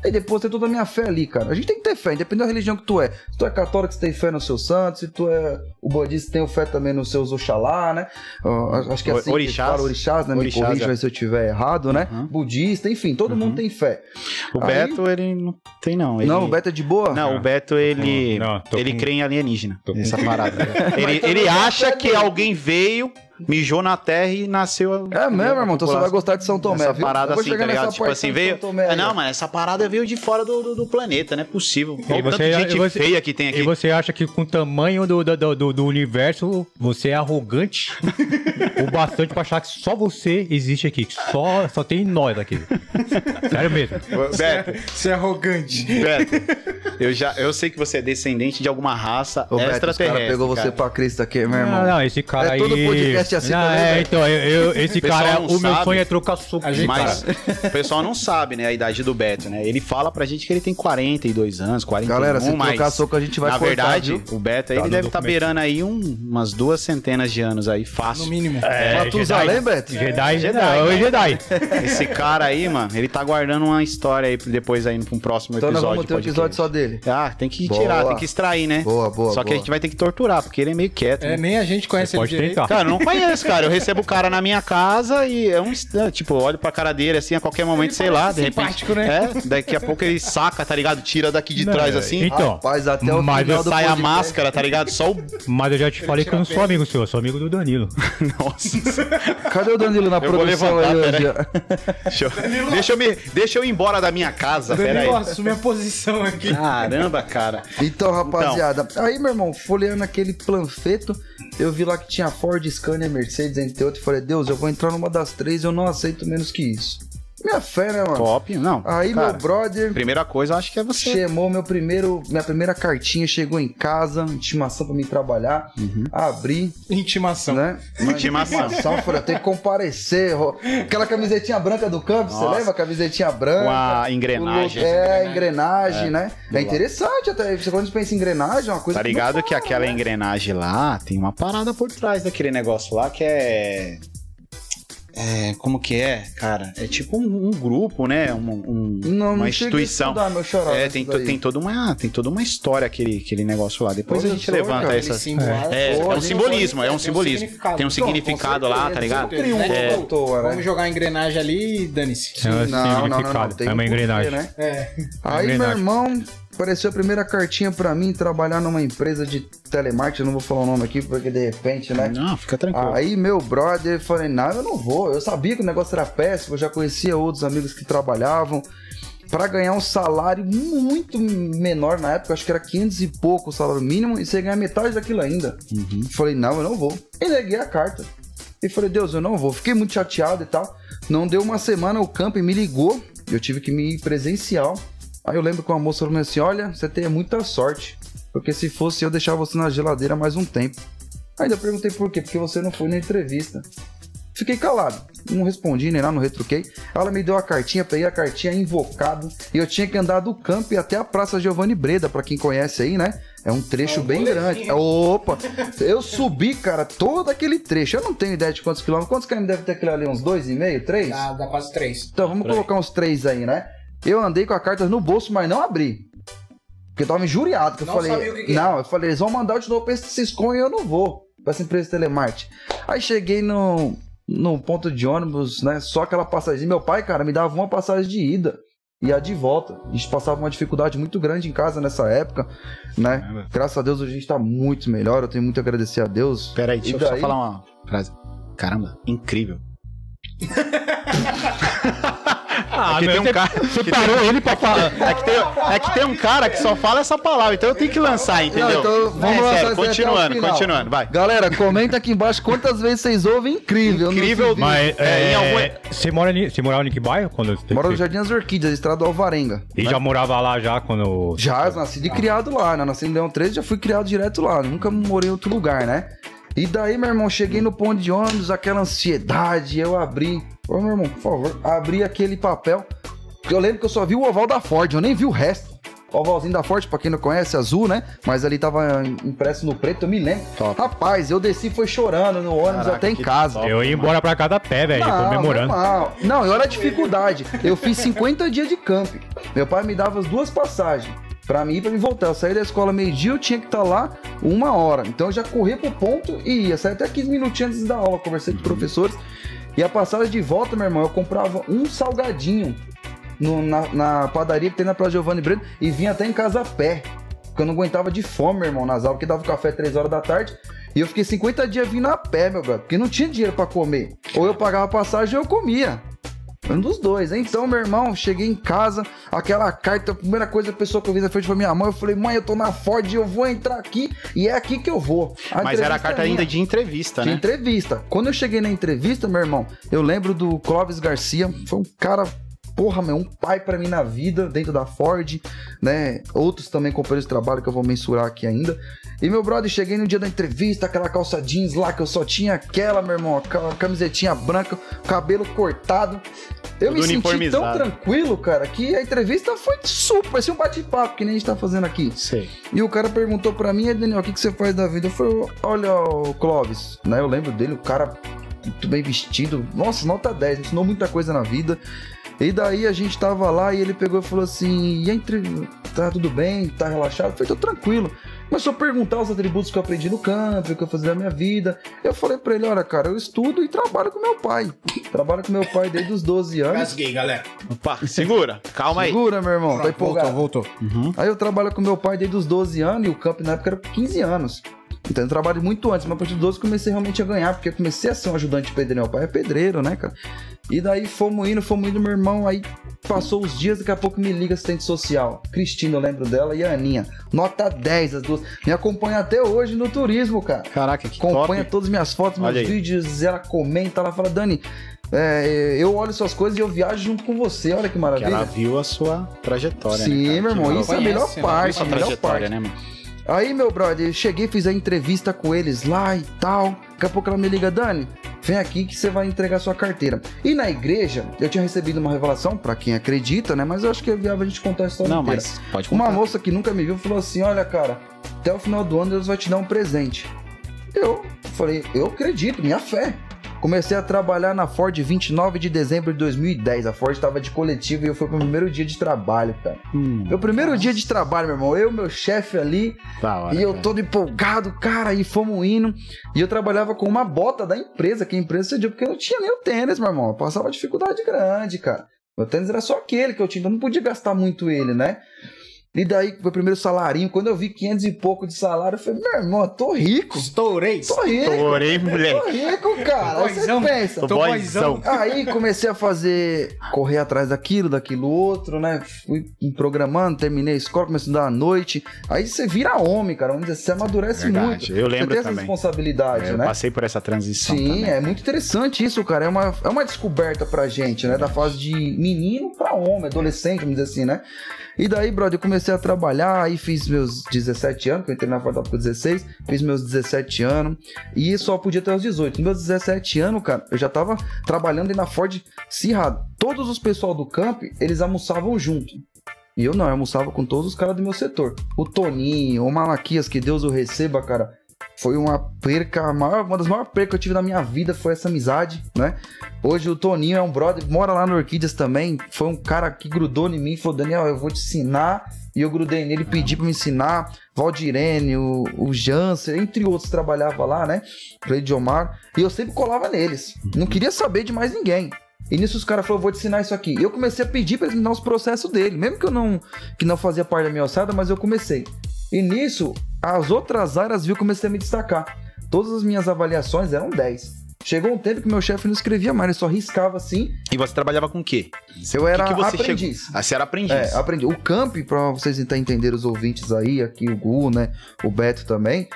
[SPEAKER 4] E depois ter toda a minha fé ali, cara. A gente tem que ter fé, independente da religião que tu é. Se tu é católico, você tem fé no seu santo. Se tu é o budista, tem fé também nos seus oxalá, né? Ah, acho que é
[SPEAKER 1] O-
[SPEAKER 4] assim
[SPEAKER 1] orixás.
[SPEAKER 4] que fala, orixás,
[SPEAKER 1] Orixás,
[SPEAKER 4] né? Me corrija
[SPEAKER 1] é.
[SPEAKER 4] aí se eu tiver errado, né?
[SPEAKER 1] Uhum.
[SPEAKER 4] Budista, enfim, todo
[SPEAKER 1] Uhum.
[SPEAKER 4] mundo tem fé.
[SPEAKER 1] O
[SPEAKER 4] Aí-
[SPEAKER 1] Beto, ele não tem, não. Ele...
[SPEAKER 4] Não, o Beto é de boa?
[SPEAKER 1] Não,
[SPEAKER 3] Ah.
[SPEAKER 1] o Beto, ele.
[SPEAKER 3] Não, tô
[SPEAKER 1] ele
[SPEAKER 3] com-
[SPEAKER 1] crê em alienígena.
[SPEAKER 3] tô com-
[SPEAKER 1] Essa parada. ele
[SPEAKER 4] também
[SPEAKER 1] ele
[SPEAKER 4] não
[SPEAKER 1] acha
[SPEAKER 4] é
[SPEAKER 1] que
[SPEAKER 4] dele.
[SPEAKER 1] alguém veio, mijou na terra e nasceu.
[SPEAKER 4] É mesmo, irmão. Então você vai gostar de São Tomé,
[SPEAKER 1] Essa
[SPEAKER 4] viu?
[SPEAKER 1] parada
[SPEAKER 4] Eu vou
[SPEAKER 1] assim,
[SPEAKER 4] chegar
[SPEAKER 1] tá
[SPEAKER 4] nessa
[SPEAKER 1] ligado? Tipo
[SPEAKER 4] parte
[SPEAKER 1] assim,
[SPEAKER 4] de São
[SPEAKER 1] veio.
[SPEAKER 4] Tomé,
[SPEAKER 1] Ah, não,
[SPEAKER 4] aí.
[SPEAKER 1] mas essa parada veio de fora do, do, do planeta, não é possível. Olha
[SPEAKER 3] E
[SPEAKER 1] o tanto
[SPEAKER 3] você,
[SPEAKER 1] de gente
[SPEAKER 3] e você-
[SPEAKER 1] feia que tem aqui.
[SPEAKER 3] E você acha que com o tamanho do, do, do, do universo, você é arrogante o bastante pra achar que só você existe aqui. que Só, só tem nós aqui. Sério mesmo.
[SPEAKER 1] Beto,
[SPEAKER 2] Você é arrogante.
[SPEAKER 1] Beto, eu, já, eu sei que você é descendente de alguma raça
[SPEAKER 4] Ô, Beto, os
[SPEAKER 1] extraterrestre.
[SPEAKER 4] caras pegou você
[SPEAKER 1] cara.
[SPEAKER 4] pra Cristo aqui, meu irmão.
[SPEAKER 3] Não, não, esse cara
[SPEAKER 4] É
[SPEAKER 3] aí...
[SPEAKER 4] todo podcast assim
[SPEAKER 3] não,
[SPEAKER 4] também,
[SPEAKER 3] é,
[SPEAKER 4] velho.
[SPEAKER 3] então, eu, eu- esse
[SPEAKER 1] O pessoal
[SPEAKER 3] cara,
[SPEAKER 1] não
[SPEAKER 3] o meu
[SPEAKER 1] sabe.
[SPEAKER 3] sonho é trocar suco.
[SPEAKER 2] A gente
[SPEAKER 1] Mas
[SPEAKER 3] cara.
[SPEAKER 1] o pessoal não sabe, né, a idade do Beto, né? Ele fala pra gente que ele tem 42 anos, 41,
[SPEAKER 4] Galera, se
[SPEAKER 1] mas...
[SPEAKER 4] trocar soco, a gente vai
[SPEAKER 1] Na
[SPEAKER 4] cortar,
[SPEAKER 1] verdade,
[SPEAKER 4] viu?
[SPEAKER 1] o Beto aí, ele
[SPEAKER 3] Tá no
[SPEAKER 1] deve estar
[SPEAKER 3] documento.
[SPEAKER 1] beirando aí um- umas duas centenas de anos aí,
[SPEAKER 2] No
[SPEAKER 1] fácil.
[SPEAKER 2] mínimo.
[SPEAKER 3] É,
[SPEAKER 4] Matusalém,
[SPEAKER 3] Jedi.
[SPEAKER 4] Beto?
[SPEAKER 3] Jedi,
[SPEAKER 1] Jedi,
[SPEAKER 3] não,
[SPEAKER 1] né?
[SPEAKER 3] é Jedi.
[SPEAKER 1] Esse cara aí, mano, ele tá guardando uma história aí pro- depois aí pra um próximo
[SPEAKER 4] Então nós
[SPEAKER 1] episódio.
[SPEAKER 4] vamos ter um
[SPEAKER 1] podcast.
[SPEAKER 4] episódio só dele.
[SPEAKER 1] Ah, tem que
[SPEAKER 4] Boa.
[SPEAKER 1] tirar, tem que extrair, né?
[SPEAKER 4] Boa, boa,
[SPEAKER 1] Só que
[SPEAKER 4] boa.
[SPEAKER 1] a gente vai ter que torturar, porque ele é meio quieto.
[SPEAKER 2] É,
[SPEAKER 1] né?
[SPEAKER 2] nem a gente conhece ele
[SPEAKER 3] Pode
[SPEAKER 2] direito.
[SPEAKER 3] tentar.
[SPEAKER 1] Cara, eu não
[SPEAKER 5] conheço, cara. Eu recebo o cara na minha casa e é um. instante, Tipo, eu olho pra cara dele assim a qualquer momento, sei lá, de repente.
[SPEAKER 2] simpático, né?
[SPEAKER 5] É, daqui a pouco ele saca, tá ligado? Tira daqui de
[SPEAKER 3] Não,
[SPEAKER 5] trás
[SPEAKER 3] é,
[SPEAKER 5] assim.
[SPEAKER 3] Então,
[SPEAKER 4] Rapaz, até o
[SPEAKER 3] mas
[SPEAKER 4] final
[SPEAKER 3] eu
[SPEAKER 4] do
[SPEAKER 5] Sai a
[SPEAKER 4] podcast-
[SPEAKER 5] máscara, tá ligado? Só o.
[SPEAKER 3] Mas eu já te falei que eu não sou amigo seu, eu sou amigo do Danilo.
[SPEAKER 5] Nossa.
[SPEAKER 4] Cadê o Danilo na
[SPEAKER 5] vou
[SPEAKER 4] produção
[SPEAKER 5] levantar,
[SPEAKER 4] aí
[SPEAKER 5] peraí.
[SPEAKER 4] hoje?
[SPEAKER 5] Deixa eu, deixa eu me, deixa eu ir embora da minha casa, peraí.
[SPEAKER 2] Danilo, assumi a posição aqui.
[SPEAKER 5] Caramba, cara.
[SPEAKER 4] Então, rapaziada, aí, meu irmão, folheando aquele planfeto, eu vi lá que tinha Ford, Scania, Mercedes, entre outros, e falei, Deus, eu vou entrar numa das três, eu não aceito menos que isso. Minha fé, né, mano?
[SPEAKER 5] Top, não.
[SPEAKER 4] Aí,
[SPEAKER 5] cara,
[SPEAKER 4] meu brother,
[SPEAKER 5] Primeira coisa, eu acho que é você.
[SPEAKER 4] Chamou meu primeiro, minha primeira cartinha, chegou em casa, intimação pra mim trabalhar, abri,
[SPEAKER 2] Intimação.
[SPEAKER 4] né?
[SPEAKER 5] Uhum. Intimação.
[SPEAKER 4] Intimação, falei, eu tenho que comparecer. ro- Aquela camisetinha branca do campo, você
[SPEAKER 5] Nossa.
[SPEAKER 4] lembra? A camisetinha branca.
[SPEAKER 5] Com a
[SPEAKER 4] o logo-
[SPEAKER 5] engrenagem.
[SPEAKER 4] É, engrenagem, né? É interessante até. Você quando pensa em engrenagem, é uma coisa.
[SPEAKER 5] Tá
[SPEAKER 4] que
[SPEAKER 5] ligado que aquela engrenagem lá tem uma parada por trás daquele negócio lá que é. É. Como que é, cara? É tipo um, um grupo, né? Um, um-
[SPEAKER 4] Não,
[SPEAKER 5] uma
[SPEAKER 4] não cheguei a
[SPEAKER 5] instituição.
[SPEAKER 4] estudar, meu xará,
[SPEAKER 5] É,
[SPEAKER 4] isso
[SPEAKER 5] tem, to-
[SPEAKER 4] daí.
[SPEAKER 5] tem, toda uma, tem toda uma história aquele, aquele negócio lá. Depois a
[SPEAKER 4] Olha
[SPEAKER 5] gente
[SPEAKER 4] só,
[SPEAKER 5] levanta
[SPEAKER 4] cara,
[SPEAKER 5] essa.
[SPEAKER 2] Simbola-
[SPEAKER 5] É, é um
[SPEAKER 2] Pode-
[SPEAKER 5] simbolismo, é um
[SPEAKER 2] tem
[SPEAKER 5] simbolismo.
[SPEAKER 2] significado.
[SPEAKER 5] Tem um
[SPEAKER 2] Então,
[SPEAKER 5] significado lá, tá ligado?
[SPEAKER 4] Sempre um
[SPEAKER 2] É.
[SPEAKER 4] não voltou, né?
[SPEAKER 2] Vamos jogar a engrenagem ali e dane-se.
[SPEAKER 3] É um
[SPEAKER 4] Não, não, não, não,
[SPEAKER 3] significado,
[SPEAKER 4] tem
[SPEAKER 3] é uma
[SPEAKER 4] um porquê,
[SPEAKER 3] engrenagem.
[SPEAKER 4] né?
[SPEAKER 2] É.
[SPEAKER 4] Aí, meu
[SPEAKER 3] Engrenagem.
[SPEAKER 4] irmão, apareceu a primeira cartinha pra mim trabalhar numa empresa de telemarketing. Eu não vou falar o nome aqui, porque de repente, né?
[SPEAKER 5] Não, fica tranquilo.
[SPEAKER 4] Aí, meu brother, eu falei, não, eu não vou. Eu sabia que o negócio era péssimo, eu já conhecia outros amigos que trabalhavam. Pra ganhar um salário muito menor na época, acho que era 500 e pouco o salário mínimo, e você ganhar metade daquilo ainda. Falei, não, eu não vou. E neguei a carta. E falei, Deus, eu não vou. Fiquei muito chateado e tal. Não deu uma semana, o camping me ligou. Eu tive que me ir presencial. Aí eu lembro que uma moça falou assim: Olha, você tem muita sorte. Porque se fosse eu deixar você na geladeira mais um tempo. Ainda perguntei por quê, porque você não foi na entrevista. Fiquei calado, não respondi nem lá, não retruquei. Ela me deu a cartinha, peguei a cartinha invocado e eu tinha que andar do campo até a Praça Giovanni Breda, pra quem conhece aí, né? É um trecho
[SPEAKER 2] É um
[SPEAKER 4] bem
[SPEAKER 2] rolezinho.
[SPEAKER 4] grande. É, Opa! Eu subi, cara, todo aquele trecho. Eu não tenho ideia de quantos quilômetros. Quantos quilômetros deve ter aquilo ali? Uns dois e meio, três?
[SPEAKER 2] Dá, dá quase três.
[SPEAKER 4] Então vamos
[SPEAKER 5] Por aí.
[SPEAKER 4] colocar uns três aí, né? Eu andei com a carta no bolso, mas não abri. Porque eu tava injuriado, que eu
[SPEAKER 2] Não
[SPEAKER 4] falei.
[SPEAKER 2] sabia o que que era.
[SPEAKER 4] não, eu falei, eles vão mandar eu de novo pra esse Ciscon e eu não vou. Pra essa empresa Telemarte. Aí cheguei no, no ponto de ônibus, né? Só aquela passagem. Meu pai, cara, me dava uma passagem de ida e a de volta. A gente passava uma dificuldade muito grande em casa nessa época, né?
[SPEAKER 5] Caramba.
[SPEAKER 4] Graças a Deus hoje a gente tá muito melhor. Eu tenho muito a agradecer a Deus.
[SPEAKER 5] Peraí, deixa
[SPEAKER 4] E
[SPEAKER 5] eu só
[SPEAKER 4] daí?
[SPEAKER 5] falar uma frase. Caramba, incrível.
[SPEAKER 3] Ah,
[SPEAKER 5] Porque
[SPEAKER 3] meu,
[SPEAKER 5] tem um
[SPEAKER 3] você,
[SPEAKER 5] cara-
[SPEAKER 3] você parou ele pra falar.
[SPEAKER 5] É que, tem, é que tem um cara que só fala essa palavra, então eu tenho que lançar, entendeu?
[SPEAKER 4] Não, então vamos
[SPEAKER 5] é,
[SPEAKER 4] lançar
[SPEAKER 5] sério,
[SPEAKER 4] isso aí até o
[SPEAKER 5] continuando,
[SPEAKER 4] final.
[SPEAKER 5] continuando, vai.
[SPEAKER 4] Galera, comenta aqui embaixo quantas vezes vocês ouvem incrível. no
[SPEAKER 5] Incrível,
[SPEAKER 4] vídeo.
[SPEAKER 3] Mas
[SPEAKER 5] É,
[SPEAKER 3] é,
[SPEAKER 5] em algum-
[SPEAKER 3] você, mora, ni- você morava em que bairro? Quando você-
[SPEAKER 4] Moro no Jardim das Orquídeas, Estrada do Alvarenga.
[SPEAKER 3] E já morava lá já quando.
[SPEAKER 4] Já nasci e criado lá, né? Nasci em Leão 13, já fui criado direto lá. né? Nunca morei em outro lugar, né? E daí, meu irmão, cheguei no ponto de ônibus, aquela ansiedade, eu abri. Ô, meu irmão, por favor, abri aquele papel. Eu lembro que eu só vi o oval da Ford, eu nem vi o resto. O ovalzinho da Ford, pra quem não conhece, azul, né? Mas ali tava impresso no preto, eu me lembro.
[SPEAKER 5] Top.
[SPEAKER 4] Rapaz, eu desci foi chorando no ônibus
[SPEAKER 5] Caraca,
[SPEAKER 4] até em
[SPEAKER 5] que
[SPEAKER 4] casa.
[SPEAKER 5] top.
[SPEAKER 3] Eu ia embora pra cada pé, velho, comemorando.
[SPEAKER 4] normal. Não, eu era dificuldade. Eu fiz 50 dias de camping. Meu pai me dava as duas passagens. Pra mim e pra me voltar. Eu saí da escola meio-dia, eu tinha que estar lá uma hora. Então eu já corria pro ponto e ia. Saí até 15 minutinhos antes da aula, conversei com os professores. E a passagem de volta, meu irmão, eu comprava um salgadinho no- na, na padaria que tem na Praça Giovanni Breno e vinha até em casa a pé. Porque eu não aguentava de fome, meu irmão, nas aulas, porque dava café 3 horas da tarde. E eu fiquei 50 dias vindo a pé, meu brother, porque não tinha dinheiro pra comer. Ou eu pagava passagem ou eu comia. Um dos dois, hein? Então, meu irmão, cheguei em casa, aquela carta, a primeira coisa, a pessoa que eu vi na frente foi minha mãe. Eu falei, mãe, eu tô na Ford, eu vou entrar aqui e é aqui que eu vou. é
[SPEAKER 5] Mas era a carta ainda
[SPEAKER 4] de
[SPEAKER 5] de entrevista,
[SPEAKER 4] de
[SPEAKER 5] né?
[SPEAKER 4] entrevista. Quando eu cheguei na entrevista, meu irmão, eu lembro do Clóvis Garcia, foi um cara, porra, meu, um pai pra mim na vida, dentro da Ford, né? Outros também companheiros de trabalho que eu vou mensurar aqui ainda. E meu brother, cheguei no dia da entrevista, aquela calça jeans lá que eu só tinha aquela, meu irmão, aquela camisetinha branca, cabelo cortado. Eu
[SPEAKER 5] Tudo
[SPEAKER 4] me senti tão
[SPEAKER 5] uniformizado.
[SPEAKER 4] tranquilo, cara, que a entrevista foi super, parecia um bate-papo que nem a gente tá fazendo aqui.
[SPEAKER 5] Sei.
[SPEAKER 4] E o cara perguntou pra mim, "E aí, Daniel, o que, que você faz da vida? Eu falei, olha o Clóvis, né? Eu lembro dele, o cara muito bem vestido. Nossa, nota 10, me ensinou muita coisa na vida. E daí a gente tava lá e ele pegou e falou assim, e entre... tá tudo bem? Tá relaxado? Eu falei, tô tranquilo. Começou a perguntar os atributos que eu aprendi no country, o que eu fazia na minha vida. Eu falei pra ele, olha, cara, eu estudo e trabalho com meu pai. Trabalho com meu pai desde os 12 anos.
[SPEAKER 1] Gasguei, galera.
[SPEAKER 5] Opa, segura, calma aí.
[SPEAKER 4] Segura, meu irmão, tá empolgado.
[SPEAKER 2] voltou, voltou.
[SPEAKER 5] Uhum.
[SPEAKER 4] Aí eu trabalho com meu pai desde os 12 anos e o camp na época era com 15 anos. Então eu trabalho muito antes, mas a partir dos 12 eu comecei realmente a ganhar, porque eu comecei a ser um ajudante de pedreiro. Meu pai é pedreiro, né, cara? E daí fomos indo, fomos indo, meu irmão. Aí passou os dias, daqui a pouco me liga assistente social. Cristina, eu lembro dela, e a Aninha. Nota 10, as duas. Me acompanha até hoje no turismo, cara
[SPEAKER 5] Caraca, que
[SPEAKER 4] acompanha
[SPEAKER 5] top.
[SPEAKER 4] todas as minhas fotos,
[SPEAKER 5] Olha
[SPEAKER 4] meus
[SPEAKER 5] aí.
[SPEAKER 4] vídeos, ela comenta, ela fala, Dani, é, eu olho suas coisas e eu viajo junto com você, olha que
[SPEAKER 5] Que ela
[SPEAKER 4] maravilha.
[SPEAKER 5] viu a sua trajetória. né,
[SPEAKER 4] Sim,
[SPEAKER 5] cara?
[SPEAKER 4] meu irmão,
[SPEAKER 5] Que
[SPEAKER 4] isso é a
[SPEAKER 1] conhece,
[SPEAKER 4] melhor
[SPEAKER 1] né?
[SPEAKER 4] parte,
[SPEAKER 1] Isso
[SPEAKER 5] Sua
[SPEAKER 4] a melhor
[SPEAKER 5] trajetória,
[SPEAKER 4] parte.
[SPEAKER 5] né, mano?
[SPEAKER 4] Aí, meu brother, eu cheguei, fiz a entrevista com eles lá e tal. Daqui a pouco ela me liga, Dani, vem aqui que você vai entregar sua carteira. E na igreja, eu tinha recebido uma revelação, pra quem acredita, né? Mas eu acho que é viável a gente contar a história
[SPEAKER 5] Não,
[SPEAKER 4] inteira.
[SPEAKER 5] mas pode
[SPEAKER 4] Uma
[SPEAKER 5] contar.
[SPEAKER 4] moça que nunca me viu falou assim: Olha, cara, até o final do ano Deus vai te dar um presente. Eu falei: Eu acredito, minha fé. Comecei a trabalhar na Ford 29 de dezembro de 2010. A Ford estava de coletivo e eu fui pro meu primeiro dia de trabalho, cara.
[SPEAKER 5] Hum,
[SPEAKER 4] Meu primeiro dia de trabalho, meu irmão. Eu, meu chefe ali,
[SPEAKER 5] da hora,
[SPEAKER 4] e eu
[SPEAKER 5] cara.
[SPEAKER 4] todo empolgado, cara, e fomos indo. E eu trabalhava com uma bota da empresa, que a empresa cediu, porque eu não tinha nem o tênis, meu irmão. Eu passava dificuldade grande, cara. Meu tênis era só aquele que eu tinha, então eu não podia gastar muito ele, né? E daí, meu primeiro salarinho, quando eu vi 500 e pouco de salário, eu falei, meu irmão, eu tô rico.
[SPEAKER 1] Estourei.
[SPEAKER 4] Tô rico,
[SPEAKER 5] Torei,
[SPEAKER 4] tô
[SPEAKER 5] moleque.
[SPEAKER 4] rico, cara. Aí você
[SPEAKER 1] Boizão.
[SPEAKER 4] pensa.
[SPEAKER 5] Tô boizão.
[SPEAKER 4] Aí comecei a fazer, correr atrás daquilo, daquilo outro, né? Fui me programando, terminei a escola, comecei a estudar à noite. Aí você vira homem, cara, vamos dizer, você amadurece assim, muito.
[SPEAKER 5] Verdade, eu
[SPEAKER 4] Você
[SPEAKER 5] lembro
[SPEAKER 4] tem essa
[SPEAKER 5] também. É,
[SPEAKER 4] responsabilidade,
[SPEAKER 5] Eu
[SPEAKER 4] né?
[SPEAKER 5] passei por essa transição
[SPEAKER 4] Sim,
[SPEAKER 5] também.
[SPEAKER 4] é muito interessante isso, cara. É uma, é uma descoberta pra gente, né? Da fase de menino pra homem, adolescente, vamos dizer assim, né? E daí, brother, eu comecei a trabalhar, aí fiz meus 17 anos, que eu entrei na faculdade com 16, fiz meus 17 anos, e só podia ter os 18. Nos meus 17 anos, cara, eu já tava trabalhando aí na Ford Cirrado. Todos os pessoal do camp, eles almoçavam junto. E eu não, eu almoçava com todos os caras do meu setor. O Toninho, o Malaquias, que Deus o receba, cara. Foi uma perca, a maior, uma das maiores percas que eu tive na minha vida foi essa amizade, né? Hoje o Toninho é um brother, mora lá no Orquídeas também. Foi um cara que grudou em mim e falou: Daniel, eu vou te ensinar. E eu grudei nele, pedi pra me ensinar. Valdirene, o, o Jansen, entre outros, trabalhava lá, né? Cleidiomar. E eu sempre colava neles. Não queria saber de mais ninguém. E nisso os caras falaram, vou te ensinar isso aqui. E eu comecei a pedir pra eles me dar os processos dele. Mesmo que eu não, que não fazia parte da minha alçada, mas eu comecei. E nisso, as outras áreas viu que eu comecei a me destacar. Todas as minhas avaliações eram 10. Chegou um tempo que meu chefe não escrevia mais, ele só riscava assim.
[SPEAKER 5] E você trabalhava com o quê?
[SPEAKER 4] Eu era
[SPEAKER 5] que você
[SPEAKER 4] aprendiz.
[SPEAKER 5] Ah, você era aprendiz.
[SPEAKER 4] É, aprendi. O camp, pra vocês tentar entender os ouvintes aí, aqui o Gu, né? O Beto também.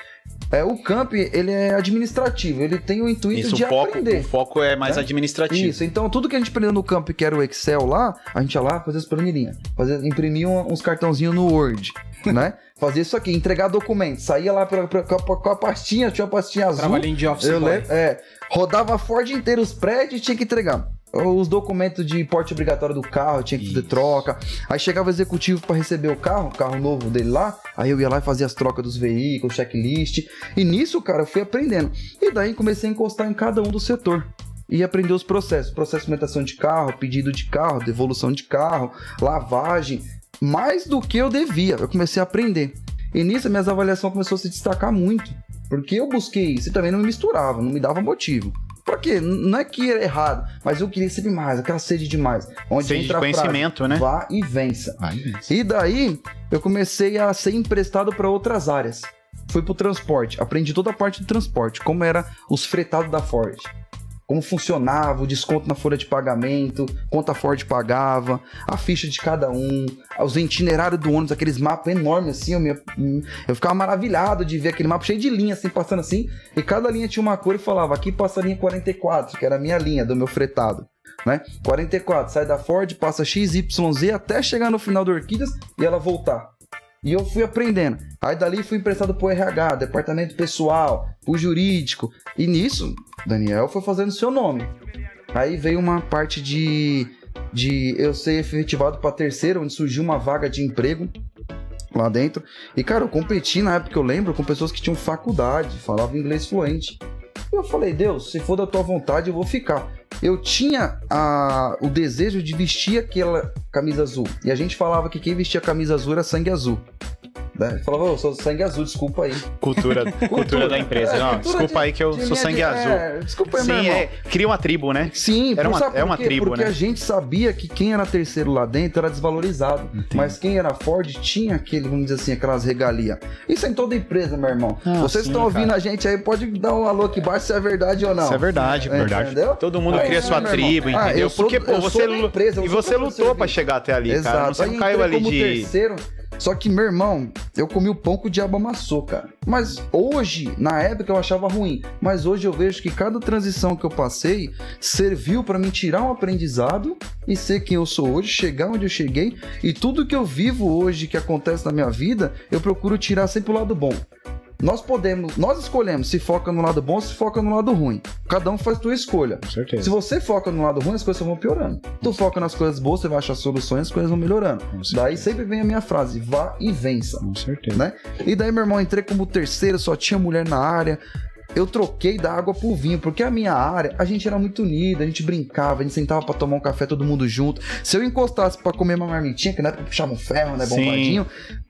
[SPEAKER 4] É, o camp, ele é administrativo, ele tem o intuito
[SPEAKER 5] Isso, o
[SPEAKER 4] de
[SPEAKER 5] foco,
[SPEAKER 4] aprender.
[SPEAKER 5] o foco é mais
[SPEAKER 4] né?
[SPEAKER 5] administrativo.
[SPEAKER 4] Isso, então tudo que a gente aprendeu no camp, que era o Excel lá, a gente ia lá fazer as planilhinhas, fazer, imprimir um- uns cartãozinhos no Word, né? Fazer isso aqui, entregar documento, saía lá pela, pela- com, a, com a pastinha, tinha uma pastinha azul.
[SPEAKER 2] Trabalhinho de office
[SPEAKER 4] Eu
[SPEAKER 2] boy.
[SPEAKER 4] lembro, é, rodava a Ford inteira os prédios e tinha que entregar. Os documentos de porte obrigatório do carro, tinha que fazer
[SPEAKER 5] Isso.
[SPEAKER 4] troca. Aí chegava o executivo para receber o carro, o carro novo dele lá. Aí eu ia lá e fazia as trocas dos veículos, checklist. E nisso, cara, eu fui aprendendo. E daí comecei a encostar em cada um do setor. E aprender os processos. Processo de implementação de carro, pedido de carro, devolução de carro, lavagem. Mais do que eu devia. Eu comecei a aprender. E nisso, minhas avaliações começou a se destacar muito. Porque eu busquei isso e também não me misturava, não me dava motivo. Pra quê? N- Não é que era errado, mas eu queria sempre mais, aquela sede demais. Onde
[SPEAKER 5] Sede de
[SPEAKER 4] entra a frase,
[SPEAKER 5] conhecimento, né?
[SPEAKER 4] Vá e vença.
[SPEAKER 5] Vai, isso.
[SPEAKER 4] E daí, eu comecei a ser emprestado para outras áreas. Fui pro transporte, aprendi toda a parte do transporte, como era os fretados da Ford. Como funcionava o desconto na folha de pagamento, quanto a Ford pagava, a ficha de cada um, os itinerários do ônibus, aqueles mapas enormes assim, eu, me- eu ficava maravilhado de ver aquele mapa cheio de linhas assim, passando assim, e cada linha tinha uma cor e falava, aqui passa a linha 44, que era a minha linha do meu fretado né? 44, sai da Ford, passa XYZ até chegar no final do Orquídeas e ela voltar. E eu fui aprendendo. Aí dali fui emprestado pro RH, departamento pessoal, pro jurídico. E nisso, Daniel foi fazendo seu nome. Aí veio uma parte de, de eu ser efetivado para terceiro, onde surgiu uma vaga de emprego lá dentro. E cara, eu competi na época, eu lembro, com pessoas que tinham faculdade, falavam inglês fluente. E eu falei, Deus, se for da tua vontade, eu vou ficar eu tinha a- o desejo de vestir aquela camisa azul. E a gente falava que quem vestia a camisa azul era sangue azul. Né? Eu falava, "Ô, eu sou sangue azul, desculpa aí.
[SPEAKER 5] Cultura, cultura da empresa.
[SPEAKER 4] É,
[SPEAKER 5] Não,
[SPEAKER 4] cultura
[SPEAKER 5] desculpa
[SPEAKER 4] de-
[SPEAKER 5] aí que eu
[SPEAKER 4] de
[SPEAKER 5] sou
[SPEAKER 4] linha de-
[SPEAKER 5] sangue azul.
[SPEAKER 4] É, desculpa aí, meu
[SPEAKER 5] Sim,
[SPEAKER 4] irmão.
[SPEAKER 5] é, cria uma tribo, né?
[SPEAKER 4] Sim,
[SPEAKER 5] Era
[SPEAKER 4] por-
[SPEAKER 5] uma-
[SPEAKER 4] sabe
[SPEAKER 5] é
[SPEAKER 4] por
[SPEAKER 5] uma
[SPEAKER 4] quê?
[SPEAKER 5] tribo,
[SPEAKER 4] Porque
[SPEAKER 5] né?
[SPEAKER 4] a gente sabia que quem era terceiro lá dentro era desvalorizado. Mas quem era Ford tinha aquele, vamos dizer assim, aquelas regalias. Isso é em toda empresa, meu irmão.
[SPEAKER 5] Ah,
[SPEAKER 4] Vocês
[SPEAKER 5] sim,
[SPEAKER 4] estão ouvindo a gente aí, pode dar um alô aqui embaixo se é verdade ou não.
[SPEAKER 5] Isso é verdade,
[SPEAKER 4] É,
[SPEAKER 5] pô.
[SPEAKER 4] Entendeu?
[SPEAKER 5] Todo mundo
[SPEAKER 4] Aí,
[SPEAKER 5] cria
[SPEAKER 4] né,
[SPEAKER 5] sua
[SPEAKER 4] meu irmão?
[SPEAKER 5] tribo,
[SPEAKER 4] Ah,
[SPEAKER 5] entendeu?
[SPEAKER 4] eu sou-
[SPEAKER 5] Porque, pô,
[SPEAKER 4] eu sou
[SPEAKER 5] você,
[SPEAKER 4] da
[SPEAKER 5] lu-
[SPEAKER 4] empresa, eu
[SPEAKER 5] e
[SPEAKER 4] sou
[SPEAKER 5] você
[SPEAKER 4] do
[SPEAKER 5] lutou pra
[SPEAKER 4] serviço.
[SPEAKER 5] chegar até ali, cara. Você
[SPEAKER 4] Aí
[SPEAKER 5] não caiu
[SPEAKER 4] entrei
[SPEAKER 5] ali
[SPEAKER 4] como
[SPEAKER 5] de.
[SPEAKER 4] terceiro. Só que, meu irmão, eu comi o pão que o diabo amassou, cara. Mas hoje, na época, eu achava ruim. Mas hoje eu vejo que cada transição que eu passei serviu pra me tirar um aprendizado e ser quem eu sou hoje, chegar onde eu cheguei. E tudo que eu vivo hoje, que acontece na minha vida, eu procuro tirar sempre o lado bom. Nós podemos, nós escolhemos se foca no lado bom ou se foca no lado ruim. Cada um faz sua escolha.
[SPEAKER 5] Com
[SPEAKER 4] Se
[SPEAKER 5] certeza.
[SPEAKER 4] você foca no lado ruim, as coisas vão piorando. Tu foca nas coisas boas, você vai achar soluções, as coisas vão melhorando.
[SPEAKER 5] Com certeza.
[SPEAKER 4] Daí sempre vem a minha frase, vá e vença.
[SPEAKER 5] Com certeza.
[SPEAKER 4] né? E daí, meu irmão, entrei como terceiro, só tinha mulher na área. Eu troquei da água pro vinho, porque a minha área, a gente era muito unida, a gente brincava, a gente sentava pra tomar um café todo mundo junto. Se eu encostasse pra comer uma marmitinha, que na época puxava um ferro, né,
[SPEAKER 5] Sim.
[SPEAKER 4] bombadinho,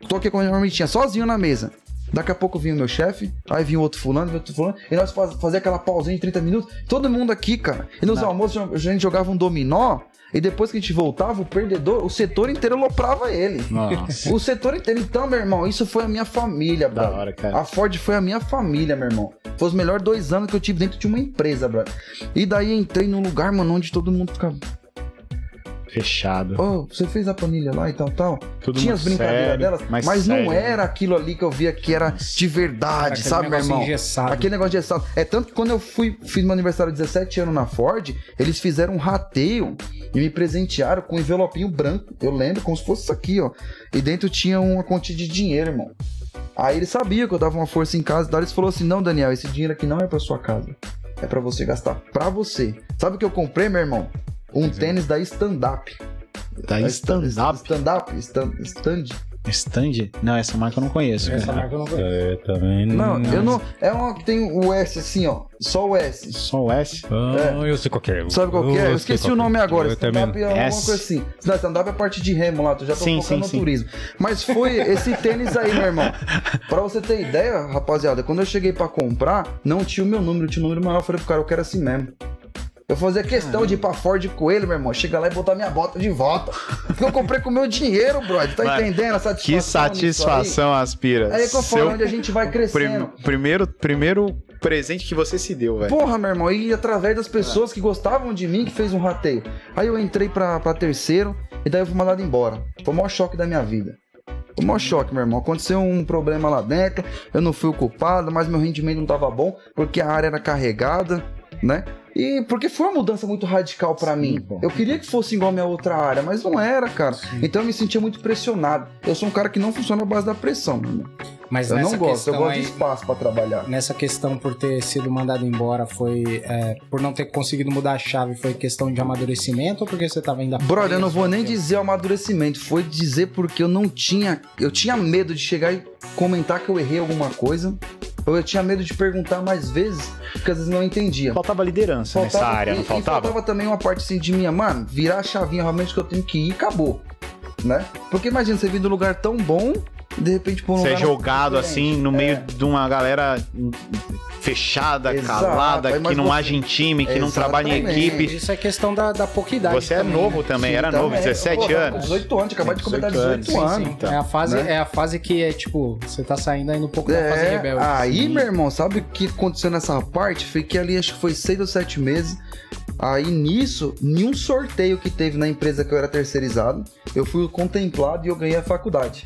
[SPEAKER 4] tô aqui comendo uma marmitinha sozinho na mesa. Daqui a pouco vinha o meu chefe, aí vinha outro fulano, vinha outro fulano, e nós faz- fazia aquela pausinha de 30 minutos, todo mundo aqui, cara. E nos almoços a gente jogava um dominó, e depois que a gente voltava, o perdedor, o setor inteiro loprava ele.
[SPEAKER 5] Nossa.
[SPEAKER 4] O setor inteiro. Então, meu irmão, isso foi a minha família,
[SPEAKER 5] da
[SPEAKER 4] brother.
[SPEAKER 5] hora, cara.
[SPEAKER 4] A Ford foi a minha família, meu irmão. Foi os melhores dois anos que eu tive dentro de uma empresa, brother. E daí entrei num lugar, mano, onde todo mundo ficava.
[SPEAKER 5] Fechado.
[SPEAKER 4] Ô, você fez a planilha lá e tal, tal.
[SPEAKER 5] Todo
[SPEAKER 4] Tinha
[SPEAKER 5] mundo
[SPEAKER 4] as brincadeiras
[SPEAKER 5] sério,
[SPEAKER 4] delas,
[SPEAKER 5] mais
[SPEAKER 4] mas, não
[SPEAKER 5] sério.
[SPEAKER 4] era aquilo ali que eu via que era Ah, de verdade,
[SPEAKER 2] Aquele
[SPEAKER 4] sabe, meu
[SPEAKER 2] negócio
[SPEAKER 4] irmão?
[SPEAKER 2] engessado.
[SPEAKER 4] Aquele negócio de extrato. É tanto que quando eu fui, fiz meu aniversário de 17 anos na Ford, eles fizeram um rateio e me presentearam com um envelopinho branco. Eu lembro, como se fosse isso aqui, ó. E dentro tinha uma quantia de dinheiro, irmão. Aí ele sabia que eu dava uma força em casa, daí eles falou assim: "Não, Daniel, esse dinheiro aqui não é pra sua casa. É pra você gastar pra você". Sabe o que eu comprei, meu irmão? Um tênis da Stand Up.
[SPEAKER 5] Da
[SPEAKER 4] Da
[SPEAKER 5] stand-up.
[SPEAKER 4] Stand Up, stand, stand.
[SPEAKER 5] Stand? Não, essa marca eu não conheço.
[SPEAKER 2] Essa
[SPEAKER 5] cara.
[SPEAKER 2] marca eu não conheço.
[SPEAKER 3] É, também
[SPEAKER 4] Não, eu não, é uma que tem o S assim, ó, só o S.
[SPEAKER 5] Só o S.
[SPEAKER 3] Ah, Eu sei qual que é.
[SPEAKER 4] Sabe qual que é? Eu
[SPEAKER 3] sei
[SPEAKER 4] esqueci
[SPEAKER 3] qual
[SPEAKER 4] o
[SPEAKER 3] que é.
[SPEAKER 4] nome agora.
[SPEAKER 3] Eu também.
[SPEAKER 4] Stand-up é alguma
[SPEAKER 5] S.
[SPEAKER 4] coisa assim. Não, stand-up é a parte de remo lá, tu já tá
[SPEAKER 5] Sim,
[SPEAKER 4] focando
[SPEAKER 5] sim,
[SPEAKER 4] no
[SPEAKER 5] sim.
[SPEAKER 4] turismo. Mas foi esse tênis aí, meu irmão. Pra você ter ideia, rapaziada, quando eu cheguei pra comprar, não tinha o meu número, tinha o número maior. Eu falei pro cara, eu quero assim mesmo. Eu fazia questão de ir pra Ford com ele, meu irmão. Chegar lá e botar minha bota de volta. Porque eu comprei com o meu dinheiro, brother. Tá
[SPEAKER 5] Mano,
[SPEAKER 4] entendendo a satisfação?
[SPEAKER 5] Que
[SPEAKER 4] nisso
[SPEAKER 5] satisfação, Aspira.
[SPEAKER 4] Aí, aí conforme
[SPEAKER 5] Seu
[SPEAKER 4] onde a gente vai crescendo.
[SPEAKER 5] prim- primeiro, primeiro presente que você se deu, velho.
[SPEAKER 4] Porra, meu irmão, e através das pessoas que gostavam de mim que fez um rateio. Aí eu entrei pra, pra terceiro e daí eu fui mandado embora. Foi o maior choque da minha vida. Foi o maior choque, meu irmão. Aconteceu um problema lá dentro, eu não fui o culpado, mas meu rendimento não tava bom, porque a área era carregada, né? E porque foi uma mudança muito radical pra mim.
[SPEAKER 5] pô.
[SPEAKER 4] Eu queria que fosse igual a minha outra área, mas não era, cara. Então eu me sentia muito pressionado. Eu sou um cara que não funciona à base da pressão, meu irmão.
[SPEAKER 2] Mas
[SPEAKER 4] Eu
[SPEAKER 2] nessa
[SPEAKER 4] não gosto, eu
[SPEAKER 2] questão
[SPEAKER 4] gosto
[SPEAKER 2] aí,
[SPEAKER 4] de espaço pra trabalhar.
[SPEAKER 2] nessa questão por ter sido mandado embora foi é, por não ter conseguido mudar a chave foi questão de amadurecimento ou porque você tava ainda
[SPEAKER 4] Brother, eu não
[SPEAKER 2] preso?
[SPEAKER 4] vou nem dizer o amadurecimento, foi dizer porque eu não tinha. Eu tinha medo de chegar e comentar que eu errei alguma coisa. Ou eu tinha medo de perguntar mais vezes, porque às vezes não entendia.
[SPEAKER 5] Faltava liderança nessa área,
[SPEAKER 4] e-
[SPEAKER 5] não
[SPEAKER 4] e
[SPEAKER 5] faltava?
[SPEAKER 4] também uma parte assim de minha, mano, virar a chavinha realmente que eu tenho que ir e acabou. Né? Porque imagina, você vir de um lugar tão bom, de repente por um
[SPEAKER 5] Ser
[SPEAKER 4] lugar.
[SPEAKER 5] é jogado
[SPEAKER 4] diferente.
[SPEAKER 5] assim no meio
[SPEAKER 4] É.
[SPEAKER 5] de uma galera fechada,
[SPEAKER 4] Exato,
[SPEAKER 5] calada,
[SPEAKER 4] aí,
[SPEAKER 5] que
[SPEAKER 4] mas
[SPEAKER 5] não
[SPEAKER 4] você-
[SPEAKER 5] age em time, que não
[SPEAKER 4] Exatamente.
[SPEAKER 5] trabalha em equipe.
[SPEAKER 2] isso é questão da, da pouca idade
[SPEAKER 5] Você é
[SPEAKER 2] também,
[SPEAKER 5] novo
[SPEAKER 2] né?
[SPEAKER 5] também,
[SPEAKER 4] Sim, então é.
[SPEAKER 5] era
[SPEAKER 4] também.
[SPEAKER 5] novo, 17
[SPEAKER 4] Pô, tava com
[SPEAKER 5] anos.
[SPEAKER 4] 18 anos, acabei de completar
[SPEAKER 5] 18
[SPEAKER 4] 18
[SPEAKER 5] anos,
[SPEAKER 4] anos.
[SPEAKER 5] sim, então.
[SPEAKER 2] é a fase
[SPEAKER 4] né?
[SPEAKER 2] é a fase que é tipo você tá saindo ainda um pouco da fase
[SPEAKER 4] É,
[SPEAKER 2] rebelde
[SPEAKER 4] aí,
[SPEAKER 2] Sim.
[SPEAKER 4] meu irmão, sabe o que aconteceu nessa parte? Fiquei ali, acho que foi seis ou sete meses. Aí, nisso, nenhum sorteio que teve na empresa que eu era terceirizado, eu fui contemplado e eu ganhei a faculdade.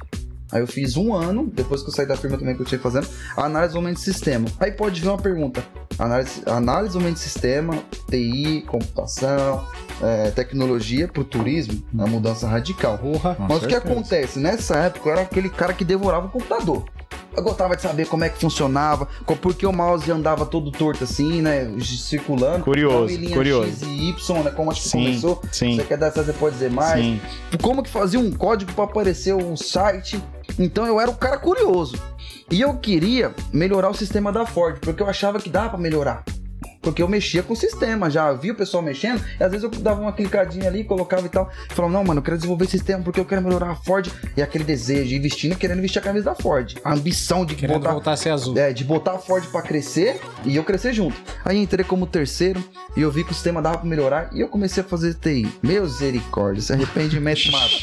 [SPEAKER 4] Aí eu fiz um ano, depois que eu saí da firma também que eu tinha fazendo, análise do aumento de sistema. Aí pode vir uma pergunta, análise, análise do aumento de sistema, TI, computação, é, tecnologia para o turismo, uma mudança radical.
[SPEAKER 2] Porra.
[SPEAKER 4] Mas o que acontece? Nessa época eu era aquele cara que devorava o computador. Eu gostava de saber como é que funcionava, co- porque o mouse andava todo torto assim, né? Circulando.
[SPEAKER 5] Curioso,
[SPEAKER 4] Então, em linha
[SPEAKER 5] curioso.
[SPEAKER 4] X e Y, né? Como acho que
[SPEAKER 5] Sim,
[SPEAKER 4] começou.
[SPEAKER 5] sim.
[SPEAKER 4] Você quer dar essa, você pode dizer mais.
[SPEAKER 5] Sim,
[SPEAKER 4] Como que fazia um código para aparecer um site. Então eu era o cara curioso. E eu queria melhorar o sistema da Ford, porque eu achava que dava para melhorar. Porque eu mexia com o sistema já, eu via o pessoal mexendo, e às vezes eu dava uma clicadinha ali, colocava e tal. Falava, não, mano, eu quero desenvolver esse sistema porque eu quero melhorar a Ford. E aquele desejo, investindo, querendo vestir a camisa da Ford. A ambição de
[SPEAKER 2] Querendo
[SPEAKER 4] botar
[SPEAKER 2] voltar a ser azul.
[SPEAKER 4] é, de botar a Ford pra crescer e eu crescer junto. Aí entrei como terceiro e eu vi que o sistema dava pra melhorar e eu comecei a fazer TI. Meus misericórdia, se arrependimento matasse.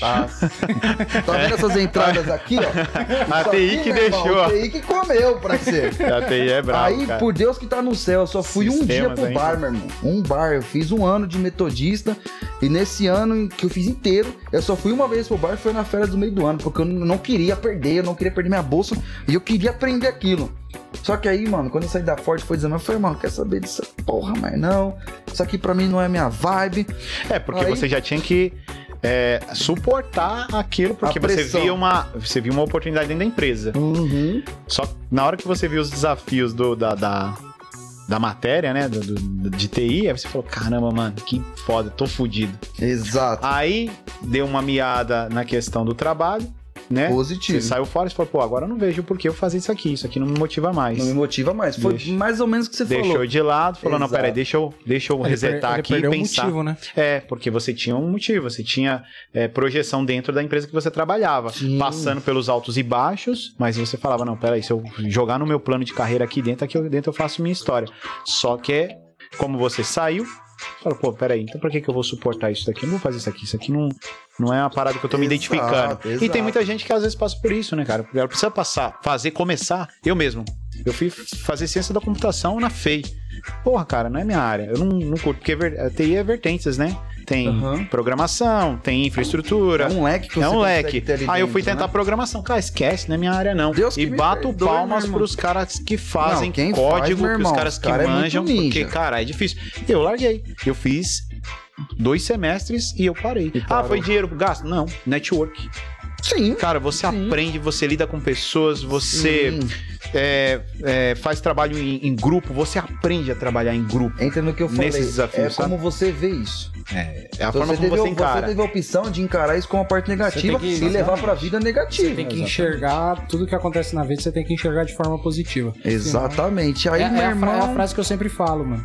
[SPEAKER 4] tá vendo essas entradas aqui, ó?
[SPEAKER 1] A
[SPEAKER 4] Isso
[SPEAKER 1] TI que
[SPEAKER 4] meu irmão,
[SPEAKER 1] deixou.
[SPEAKER 4] A TI que comeu pra ser.
[SPEAKER 1] A TI é brava.
[SPEAKER 4] Aí,
[SPEAKER 1] cara.
[SPEAKER 4] por Deus que tá no céu, eu só fui um dia
[SPEAKER 1] Sistemas
[SPEAKER 4] pro
[SPEAKER 1] ainda.
[SPEAKER 4] bar, meu irmão. Um bar. Eu fiz um ano de metodista e nesse ano que eu fiz inteiro, eu só fui uma vez pro bar, foi na férias do meio do ano, porque eu não não queria perder, eu não queria perder minha bolsa e eu queria aprender aquilo. Só que aí, mano, quando eu saí da Ford, foi dizendo, eu falei, mano, quer saber dessa porra, mas não. Isso aqui pra mim não é minha vibe.
[SPEAKER 1] É, porque
[SPEAKER 4] Aí-
[SPEAKER 1] você já tinha que é, suportar aquilo, porque
[SPEAKER 4] A
[SPEAKER 1] você
[SPEAKER 4] pressão.
[SPEAKER 1] via, uma, você via uma oportunidade dentro da empresa.
[SPEAKER 4] Uhum.
[SPEAKER 1] Só que na hora que você viu os desafios do, da, da, da matéria, né, do, do- de TI, aí você falou, caramba, mano, que foda, tô fudido.
[SPEAKER 4] Exato.
[SPEAKER 1] Aí, deu uma miada na questão do trabalho, né? Você
[SPEAKER 4] Positivo.
[SPEAKER 1] saiu fora e falou, pô, agora eu não vejo por que eu fazer isso aqui, isso aqui não me motiva mais.
[SPEAKER 4] Não me motiva mais. Foi
[SPEAKER 1] Deixa.
[SPEAKER 4] mais ou menos o que você
[SPEAKER 1] Deixou
[SPEAKER 4] falou.
[SPEAKER 1] de lado, falou, não,
[SPEAKER 4] Exato.
[SPEAKER 1] peraí, deixa eu, deixa eu
[SPEAKER 2] Ele per-
[SPEAKER 1] resetar
[SPEAKER 2] ele
[SPEAKER 1] aqui e
[SPEAKER 2] perdeu o
[SPEAKER 1] pensar.
[SPEAKER 2] motivo, né?
[SPEAKER 1] É, porque você tinha um motivo, você tinha é, projeção dentro da empresa que você trabalhava,
[SPEAKER 4] Sim.
[SPEAKER 1] passando pelos altos e baixos, mas você falava, não, peraí, se eu jogar no meu plano de carreira aqui dentro, aqui eu- dentro eu faço minha história. Só que, como você saiu, você falou, pô, peraí, então pra que, que eu vou suportar isso daqui? Eu não vou fazer isso aqui, isso aqui não, não é uma parada que eu tô me
[SPEAKER 4] Exato,
[SPEAKER 1] identificando. E
[SPEAKER 4] exato.
[SPEAKER 1] tem muita gente que às vezes passa por isso, né, cara? Ela precisa passar, fazer, começar, eu mesmo. Eu fui fazer ciência da computação na FEI. Porra, cara, não é minha área. Eu não, não curto, porque ver- a TI é vertentes, né? Tem
[SPEAKER 4] Aham.
[SPEAKER 1] programação, tem infraestrutura.
[SPEAKER 4] É um leque que
[SPEAKER 1] É
[SPEAKER 4] você
[SPEAKER 1] um
[SPEAKER 4] consegue
[SPEAKER 1] leque.
[SPEAKER 4] ter ali
[SPEAKER 1] Aí eu fui
[SPEAKER 4] dentro, né?
[SPEAKER 1] tentar programação. Cara, esquece, não é minha área, não.
[SPEAKER 4] Deus que
[SPEAKER 1] e
[SPEAKER 4] me
[SPEAKER 1] bato
[SPEAKER 4] perdoe,
[SPEAKER 1] palmas
[SPEAKER 4] meu irmão.
[SPEAKER 1] pros caras que fazem
[SPEAKER 4] Não, quem faz,
[SPEAKER 1] código,
[SPEAKER 4] meu irmão,
[SPEAKER 1] pros caras
[SPEAKER 4] os
[SPEAKER 1] que
[SPEAKER 4] cara é muito
[SPEAKER 1] manjam, porque,
[SPEAKER 4] ninja.
[SPEAKER 1] cara, é difícil. Eu larguei. Eu fiz dois semestres e eu parei.
[SPEAKER 4] E
[SPEAKER 1] ah,
[SPEAKER 4] parou.
[SPEAKER 1] foi dinheiro gasto? Não, network.
[SPEAKER 4] né? Sim.
[SPEAKER 1] Cara, você
[SPEAKER 4] Sim.
[SPEAKER 1] aprende, você lida com pessoas, você
[SPEAKER 4] Sim.
[SPEAKER 1] é, é, faz trabalho em, em grupo, você aprende a trabalhar em grupo.
[SPEAKER 4] Entra no que eu falei.
[SPEAKER 1] Nesses desafios,
[SPEAKER 4] é
[SPEAKER 1] sabe?
[SPEAKER 4] como você vê isso. Então,
[SPEAKER 1] É a forma como
[SPEAKER 4] teve,
[SPEAKER 1] você encara.
[SPEAKER 4] teve a opção de encarar isso como a parte negativa
[SPEAKER 2] tem que-
[SPEAKER 4] e levar pra vida
[SPEAKER 2] Você
[SPEAKER 4] negativa.
[SPEAKER 2] tem que
[SPEAKER 4] Exato.
[SPEAKER 2] enxergar tudo que acontece na vida, você tem que enxergar de forma positiva.
[SPEAKER 4] Exatamente. Aí,
[SPEAKER 2] é,
[SPEAKER 4] meu
[SPEAKER 2] é a fra- é a
[SPEAKER 4] irmão.
[SPEAKER 2] frase que eu sempre falo, mano.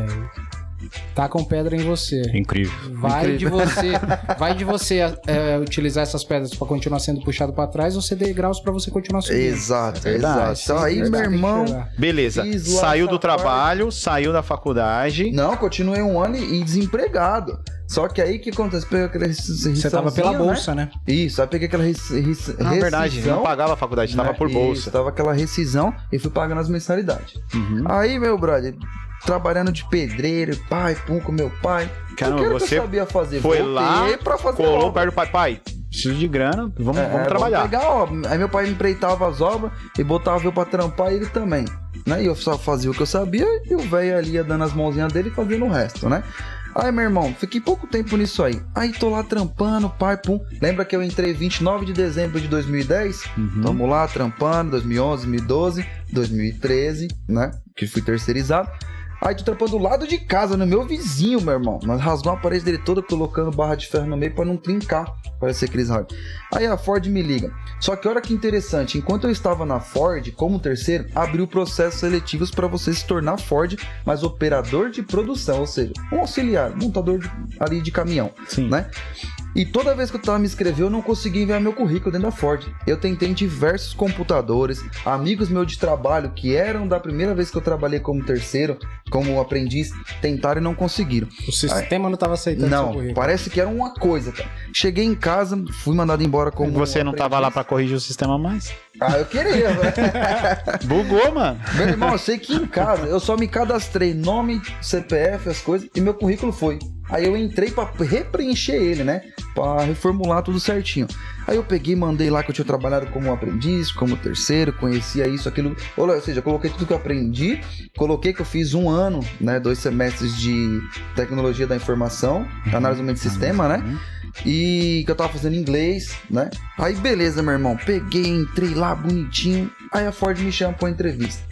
[SPEAKER 2] É, tacam pedra em você.
[SPEAKER 3] Incrível.
[SPEAKER 2] Vai de você, vai de você é, utilizar essas pedras pra continuar sendo puxado pra trás ou ser degraus pra você continuar subindo. É
[SPEAKER 4] Exato,
[SPEAKER 1] verdade.
[SPEAKER 4] exato. Então aí,
[SPEAKER 2] Você
[SPEAKER 4] meu
[SPEAKER 2] tem que
[SPEAKER 4] irmão.
[SPEAKER 2] enxergar.
[SPEAKER 1] Beleza.
[SPEAKER 4] Fiz lá
[SPEAKER 1] Saiu
[SPEAKER 4] essa
[SPEAKER 1] do trabalho, saiu da faculdade.
[SPEAKER 4] Não, continuei um ano e e desempregado. Só que aí o que acontece? Pega aquela rescisão.
[SPEAKER 2] Você tava pela bolsa, né?
[SPEAKER 4] Isso, aí peguei aquela res- res- rescisão.
[SPEAKER 1] Na verdade, não pagava a faculdade, estava
[SPEAKER 4] né?
[SPEAKER 1] por
[SPEAKER 4] Isso,
[SPEAKER 1] bolsa.
[SPEAKER 4] tava aquela rescisão e fui pagando as mensalidades.
[SPEAKER 1] Uhum.
[SPEAKER 4] Aí, meu brother, trabalhando de pedreiro, pai, pum com meu pai.
[SPEAKER 1] Caramba,
[SPEAKER 4] o que era que
[SPEAKER 1] você
[SPEAKER 4] eu sabia fazer?
[SPEAKER 1] foi
[SPEAKER 4] Voltei
[SPEAKER 1] lá,
[SPEAKER 4] pra fazer
[SPEAKER 1] Colou
[SPEAKER 4] obra.
[SPEAKER 1] perto do pai. Pai, preciso de grana, vamos,
[SPEAKER 4] É,
[SPEAKER 1] vamos trabalhar.
[SPEAKER 4] pegar obra. Aí meu pai me empreitava as obras e botava eu pra trampar e ele também. Né? E eu só fazia o que eu sabia e o velho ali ia dando as mãozinhas dele e fazendo o resto, né? Aí, meu irmão, fiquei pouco tempo nisso aí. Aí tô lá trampando, pai, pum. Lembra que eu entrei 29 de dezembro de 2010?
[SPEAKER 1] Uhum.
[SPEAKER 4] Tamo lá trampando, 2011, 2012, 2013, né? Que fui terceirizado. Aí tô trampando do lado de casa, no meu vizinho, meu irmão. Nós rasgamos a parede dele toda, colocando barra de ferro no meio pra não trincar. Parece ser Chris Harding. Aí a Ford me liga. Só que olha que interessante, enquanto eu estava na Ford, como terceiro, abriu processos seletivos para você se tornar Ford, mas operador de produção, ou seja, um auxiliar, montador de- ali de caminhão.
[SPEAKER 1] Sim.
[SPEAKER 4] né? E toda vez que eu tava me inscrever, eu não conseguia enviar meu currículo dentro da Ford. Eu tentei em diversos computadores, amigos meus de trabalho que eram da primeira vez que eu trabalhei como terceiro, como aprendiz, tentaram e não conseguiram.
[SPEAKER 2] O sistema não tava aceitando seu
[SPEAKER 4] não,
[SPEAKER 2] currículo.
[SPEAKER 4] parece que era uma coisa, cara. Cheguei em casa, fui mandado embora como
[SPEAKER 1] Você não tava lá
[SPEAKER 4] aprendiz.
[SPEAKER 1] pra corrigir o sistema mais?
[SPEAKER 4] Ah, eu queria, velho.
[SPEAKER 1] Bugou, mano.
[SPEAKER 4] Meu irmão, eu sei que em casa eu só me cadastrei nome, CPF, as coisas, e meu currículo foi. Aí eu entrei pra repreencher ele, né? Pra reformular tudo certinho. Aí eu peguei, mandei lá que eu tinha trabalhado como aprendiz, como terceiro, conhecia isso, aquilo. Ou ou seja, eu coloquei tudo que eu aprendi, coloquei que eu fiz um ano, né? Dois semestres de tecnologia da informação, análise do meio de sistema, né? E que eu tava fazendo inglês, né? Aí beleza, meu irmão. Peguei, entrei lá bonitinho. Aí a Ford me chama pra uma entrevista.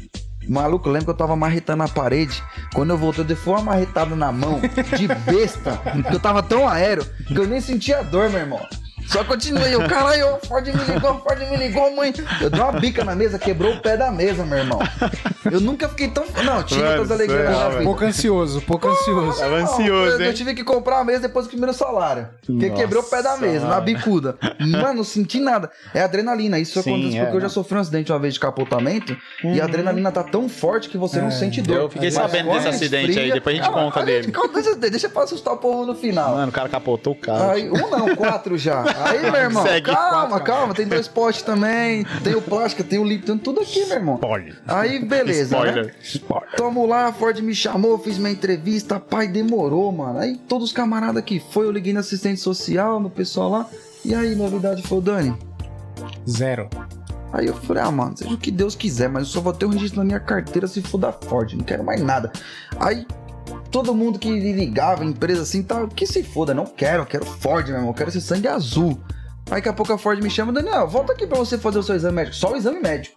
[SPEAKER 4] Maluco, eu lembro que eu tava marretando a parede. Quando eu voltei, eu dei foi uma marretada na mão, de besta. que eu tava tão aéreo que eu nem sentia dor, meu irmão. Só continua aí, eu, caralho, o Ford me ligou, o Ford me ligou, mãe. Eu dei uma bica na mesa, quebrou o pé da mesa, meu irmão. Eu nunca fiquei tão. Não, tinha
[SPEAKER 5] Mano,
[SPEAKER 4] outras alegrias
[SPEAKER 5] surreal,
[SPEAKER 4] na
[SPEAKER 5] velho.
[SPEAKER 4] vida.
[SPEAKER 2] Pouco ansioso, pouco ansioso.
[SPEAKER 5] Tava
[SPEAKER 4] Não,
[SPEAKER 5] Tá ansioso,
[SPEAKER 4] eu, eu
[SPEAKER 5] hein?
[SPEAKER 4] tive que comprar a mesa depois do primeiro salário. Porque
[SPEAKER 5] Nossa,
[SPEAKER 4] quebrou o pé da mesa, na
[SPEAKER 5] mano.
[SPEAKER 4] bicuda. Mano, não senti nada. É adrenalina. Isso
[SPEAKER 5] Sim,
[SPEAKER 4] acontece
[SPEAKER 5] é,
[SPEAKER 4] porque eu já
[SPEAKER 5] não.
[SPEAKER 4] sofri um acidente uma vez de capotamento. E a adrenalina tá tão forte que
[SPEAKER 5] É.
[SPEAKER 4] você não sente dor.
[SPEAKER 1] Eu fiquei
[SPEAKER 4] Mas
[SPEAKER 1] sabendo
[SPEAKER 4] quando
[SPEAKER 1] desse acidente
[SPEAKER 4] esfria-
[SPEAKER 1] aí, depois a gente
[SPEAKER 4] Ah,
[SPEAKER 1] conta
[SPEAKER 4] a gente
[SPEAKER 1] dele.
[SPEAKER 4] conta desse acidente, Deixa pra assustar o povo no final.
[SPEAKER 1] Mano, o cara capotou o carro.
[SPEAKER 4] Aí, um não, quatro já. Aí, meu irmão,
[SPEAKER 1] Segue.
[SPEAKER 4] calma, calma. Tem dois postes também. Tem o plástico, tem o líquido, tem tudo aqui, meu irmão.
[SPEAKER 3] Olha.
[SPEAKER 4] Aí, beleza. né?
[SPEAKER 1] Spoiler. Spoiler.
[SPEAKER 4] Tamo lá, a Ford me chamou, fiz minha entrevista, pai, demorou, mano. Aí todos os camaradas que foi, eu liguei na assistente social, no pessoal lá. E aí, novidade foi o Dani.
[SPEAKER 2] Zero.
[SPEAKER 4] Aí eu falei, ah, mano, seja o que Deus quiser, mas eu só vou ter o registro na minha carteira se for da Ford, não quero mais nada. Aí todo mundo que ligava, empresa assim, tá, que se foda, não quero, quero Ford, meu irmão, eu quero esse sangue azul. Aí daqui a pouco a Ford me chama, Daniel, volta aqui pra você fazer o seu exame médico, só o exame médico.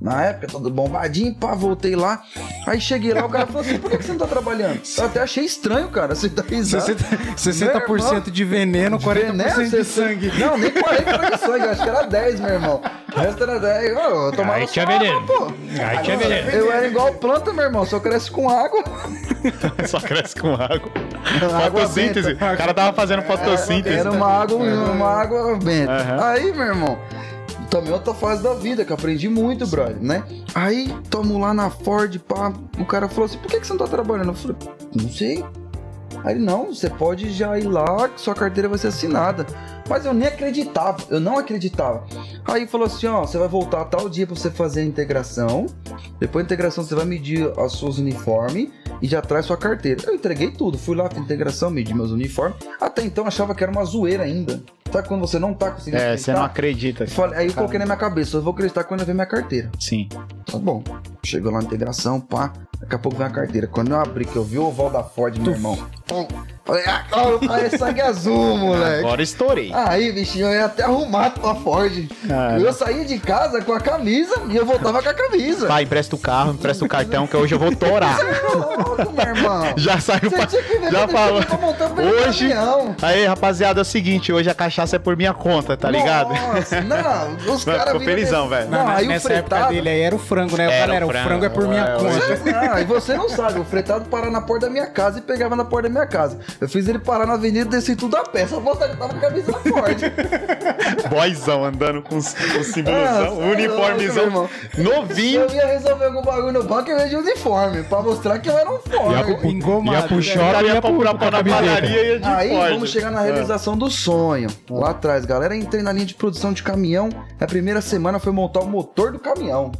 [SPEAKER 4] Na época, todo bombadinho, pá, voltei lá. Aí cheguei lá, o cara falou assim: por que que você não tá trabalhando? Eu até achei estranho, cara. Você tá risado.
[SPEAKER 2] 60%, 60% de veneno, 40% de sangue.
[SPEAKER 4] Não, nem 40 de sangue, acho que era 10, meu irmão. O resto era 10. Ô, eu tomava
[SPEAKER 3] Aí tinha
[SPEAKER 4] só água,
[SPEAKER 3] veneno.
[SPEAKER 4] pô.
[SPEAKER 3] Aí tinha veneno.
[SPEAKER 4] Eu era igual planta, meu irmão, só cresce com água.
[SPEAKER 1] Só cresce com água.
[SPEAKER 4] água
[SPEAKER 1] fotossíntese.
[SPEAKER 4] benta. É,
[SPEAKER 1] O cara tava fazendo fotossíntese.
[SPEAKER 4] Era uma água, uma água benta.
[SPEAKER 1] Aham.
[SPEAKER 4] Aí, meu irmão, também outra fase da vida, que eu aprendi muito, brother, né? Aí, tamo lá na Ford, pá, o cara falou assim, por que, que você não tá trabalhando? Eu falei, não sei. Aí ele, não, você pode já ir lá, que sua carteira vai ser assinada. Mas eu nem acreditava, eu não acreditava. Aí falou assim, ó, você vai voltar tal dia pra você fazer a integração. Depois da integração você vai medir os seus uniformes e já traz sua carteira. Eu entreguei tudo, fui lá pra integração, medi meus uniformes. Até então eu achava que era uma zoeira ainda. Sabe quando você não tá conseguindo
[SPEAKER 5] É, você não acredita.
[SPEAKER 4] acreditar? Eu falei- aí eu coloquei na minha cabeça, eu vou acreditar quando eu ver minha carteira.
[SPEAKER 5] Sim.
[SPEAKER 4] Tá bom. Chegou lá na integração, pá. Daqui a pouco vem a carteira. Quando eu abri, que eu vi o oval da Ford, meu irmão. Pum. Falei, ah, eu falei, sangue azul, moleque.
[SPEAKER 5] Agora estourei.
[SPEAKER 4] Aí, bichinho, eu ia até arrumar a Ford.
[SPEAKER 5] Cara.
[SPEAKER 4] Eu saía de casa com a camisa e eu voltava com a camisa. é
[SPEAKER 1] Vai, empresta o carro, empresta o cartão, que hoje eu vou torar.
[SPEAKER 4] Louco, meu irmão.
[SPEAKER 1] Já saiu
[SPEAKER 4] Você
[SPEAKER 1] pra...
[SPEAKER 4] tinha que ver
[SPEAKER 1] Já
[SPEAKER 4] quando
[SPEAKER 1] falou.
[SPEAKER 4] eu tava montando pelo
[SPEAKER 1] Hoje-
[SPEAKER 4] caminhão.
[SPEAKER 1] Aí, rapaziada, é o seguinte, hoje a cachaça é por minha conta, tá ligado?
[SPEAKER 4] Nossa, não, os caras.
[SPEAKER 5] ficou
[SPEAKER 4] viram-
[SPEAKER 5] felizão, velho.
[SPEAKER 4] Não, aí o
[SPEAKER 2] Nessa época
[SPEAKER 4] fretado.
[SPEAKER 2] dele aí era o frango, né?
[SPEAKER 1] Era o
[SPEAKER 2] Galera, o frango, é por minha
[SPEAKER 1] é,
[SPEAKER 2] conta.
[SPEAKER 4] Você- Ah, e você não sabe, o fretado parava na porta da minha casa e pegava na porta da minha casa. Eu fiz ele parar na avenida e desci tudo a pé. Só voltar que eu tava com a camisa forte.
[SPEAKER 1] Boyzão andando com, s- com
[SPEAKER 4] Ah,
[SPEAKER 1] simbolozão,
[SPEAKER 4] você é
[SPEAKER 1] uniformezão,
[SPEAKER 4] louco,
[SPEAKER 1] novinho.
[SPEAKER 4] Eu ia resolver algum bagulho no banco e eu ia de uniforme, pra mostrar que eu era um forte.
[SPEAKER 3] Ia pro
[SPEAKER 1] O
[SPEAKER 3] shopping,
[SPEAKER 1] cara
[SPEAKER 3] ia
[SPEAKER 1] ia pra
[SPEAKER 3] pro,
[SPEAKER 1] pra-
[SPEAKER 3] pra
[SPEAKER 1] pra- na
[SPEAKER 3] camiseta.
[SPEAKER 1] padaria e ia de
[SPEAKER 4] Aí
[SPEAKER 1] Ford.
[SPEAKER 4] vamos chegar na realização do sonho. Lá atrás, galera, entrei na linha de produção de caminhão. A primeira semana foi montar o motor do caminhão.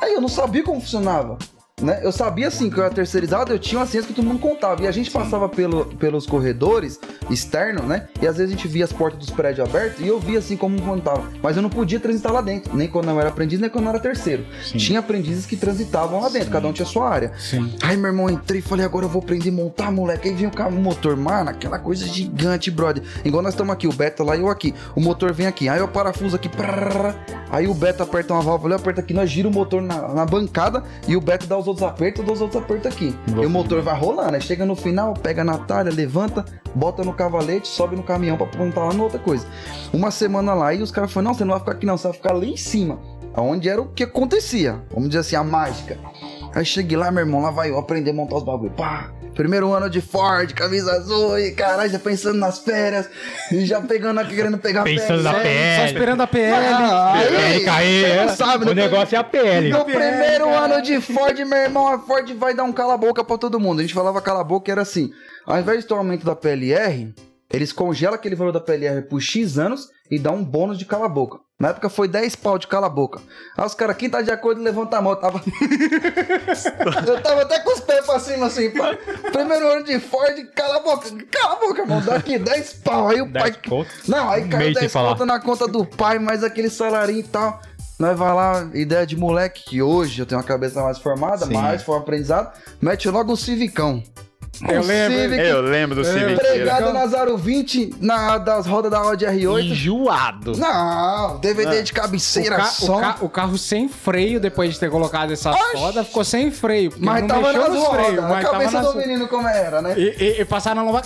[SPEAKER 4] Aí eu não sabia como funcionava. Né? Eu sabia assim que eu era terceirizado, eu tinha uma ciência que todo mundo contava. E a gente passava pelo- pelos corredores externos, né? E às vezes a gente via as portas dos prédios abertas e eu via assim como contava. Mas eu não podia transitar lá dentro, nem quando eu era aprendiz, nem quando eu era terceiro. Tinha aprendizes que transitavam lá dentro, cada um tinha sua área.
[SPEAKER 2] Sim.
[SPEAKER 4] Aí, meu irmão, eu entrei e falei, agora eu vou aprender a montar, moleque. Aí vem o carro, o motor, mano, aquela coisa gigante, brother. Igual nós estamos aqui, o Beta lá e eu aqui. O motor vem aqui, aí o parafuso aqui. prrr. aí o Beta aperta uma válvula, eu aperto aqui, nós gira o motor na, na bancada e o Beta dá os outros apertos, eu dou os outros apertos aqui. E o motor vai rolando, aí chega no final, pega na talha, levanta, bota no cavalete, sobe no caminhão pra apontar lá na outra coisa. Uma semana lá, e os caras falaram, não, você não vai ficar aqui não, você vai ficar lá em cima. Onde era o que acontecia, vamos dizer assim, a mágica. Aí cheguei lá, meu irmão, lá vai eu aprender a montar os bagulho. Pá! Primeiro ano de Ford, camisa azul e caralho, já pensando nas férias, e já pegando aqui, querendo pegar a
[SPEAKER 3] Pensando na
[SPEAKER 4] férias.
[SPEAKER 2] Só
[SPEAKER 3] PL.
[SPEAKER 2] esperando a PL.
[SPEAKER 4] Ah, aí,
[SPEAKER 3] PL cair.
[SPEAKER 4] você
[SPEAKER 3] é.
[SPEAKER 4] não sabe, né? não
[SPEAKER 3] O
[SPEAKER 4] tem-
[SPEAKER 3] negócio é a PL.
[SPEAKER 4] no primeiro ano de Ford, meu irmão, a Ford vai dar um cala-boca pra todo mundo. A gente falava cala-boca era assim: ao invés de ter um aumento da PLR, eles congelam aquele valor da PLR por X anos e dá um bônus de cala-boca. Na época foi 10 pau de cala-boca. Aí os caras, quem tá de acordo, levanta a mão. Eu tava. Eu tava até com os pés pra cima assim, pá. Primeiro ano de Ford, cala a boca, cala a boca, irmão, dá aqui 10 pau. Aí o pai.
[SPEAKER 3] Dez conto.
[SPEAKER 4] Não, aí
[SPEAKER 3] Um
[SPEAKER 4] caiu
[SPEAKER 3] mês sem
[SPEAKER 4] 10
[SPEAKER 3] falar.
[SPEAKER 4] conto na conta do pai, mais aquele salarinho e tal. Nós vai lá, ideia de moleque, que hoje eu tenho uma cabeça mais formada,
[SPEAKER 5] Sim.
[SPEAKER 4] mais foi um aprendizado, mete logo um civicão.
[SPEAKER 2] Eu lembro.
[SPEAKER 5] Eu lembro do Civic.
[SPEAKER 4] Pregado na 020, na, das rodas da Audi R8.
[SPEAKER 1] Enjoado.
[SPEAKER 4] Não, DVD de
[SPEAKER 2] O,
[SPEAKER 4] cabeceira,
[SPEAKER 2] ca-
[SPEAKER 4] som.
[SPEAKER 2] o, ca- o carro sem freio, depois de ter colocado essa roda, ficou sem freio. porque
[SPEAKER 4] Mas
[SPEAKER 2] não
[SPEAKER 4] tava
[SPEAKER 2] mexeu
[SPEAKER 4] nas
[SPEAKER 2] nos
[SPEAKER 4] rodas,
[SPEAKER 2] freios,
[SPEAKER 4] a
[SPEAKER 2] mas tava
[SPEAKER 4] cabeça
[SPEAKER 2] nas-
[SPEAKER 4] do menino como era, né?
[SPEAKER 2] E, e, e passaram na lomba.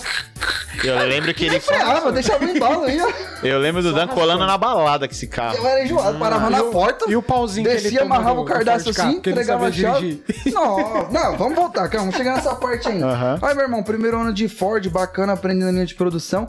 [SPEAKER 1] Eu lembro que ele.
[SPEAKER 4] Freava, deixava em bala aí, ó.
[SPEAKER 1] Eu lembro do Dan colando na balada com esse carro.
[SPEAKER 4] Eu era enjoado, parava Ah, na porta.
[SPEAKER 2] E o pauzinho que ele
[SPEAKER 4] Descia,
[SPEAKER 2] toma
[SPEAKER 4] amarrava
[SPEAKER 2] do-
[SPEAKER 4] o
[SPEAKER 2] do
[SPEAKER 4] cardápio
[SPEAKER 2] Ford Ka,
[SPEAKER 4] assim,
[SPEAKER 2] porque ele
[SPEAKER 4] entregava a
[SPEAKER 2] sabia
[SPEAKER 4] chave. Não, não, vamos voltar, calma, vamos chegar nessa parte ainda.
[SPEAKER 1] Aham.
[SPEAKER 4] Aí, meu irmão, primeiro ano de Ford, bacana, aprendendo a linha de produção.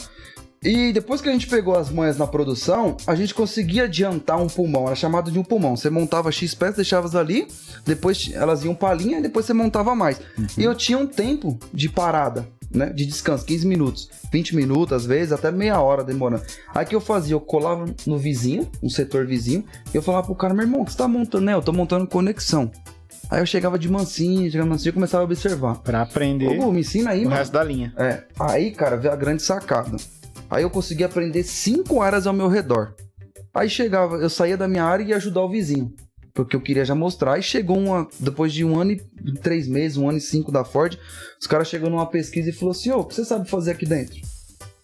[SPEAKER 4] E depois que a gente pegou as manhas na produção, a gente conseguia adiantar um pulmão, era chamado de um pulmão. Você montava X peças, deixava ali, depois elas iam pra linha e depois você montava mais. E eu tinha um tempo de parada, né? De descanso, 15 minutos, 20 minutos, às vezes, até meia hora demorando. Aí o que eu fazia? Eu colava no vizinho, no setor vizinho, e eu falava pro cara, meu irmão, o que você tá montando? Né? Eu tô montando conexão. Aí eu chegava de mansinho, chegava mansinho e começava a observar.
[SPEAKER 5] Pra
[SPEAKER 4] Ô,
[SPEAKER 5] aprender
[SPEAKER 4] Gu, me ensina aí,
[SPEAKER 1] O
[SPEAKER 4] mano.
[SPEAKER 1] resto da linha.
[SPEAKER 4] É, aí, cara, veio a grande sacada. Aí eu consegui aprender cinco áreas ao meu redor. Aí chegava, eu saía da minha área e ia ajudar o vizinho. Porque eu queria já mostrar. Aí chegou uma. Depois de um ano e três meses, um ano e cinco da Ford, os caras chegou numa pesquisa e falou assim: Ô, o que você sabe fazer aqui dentro?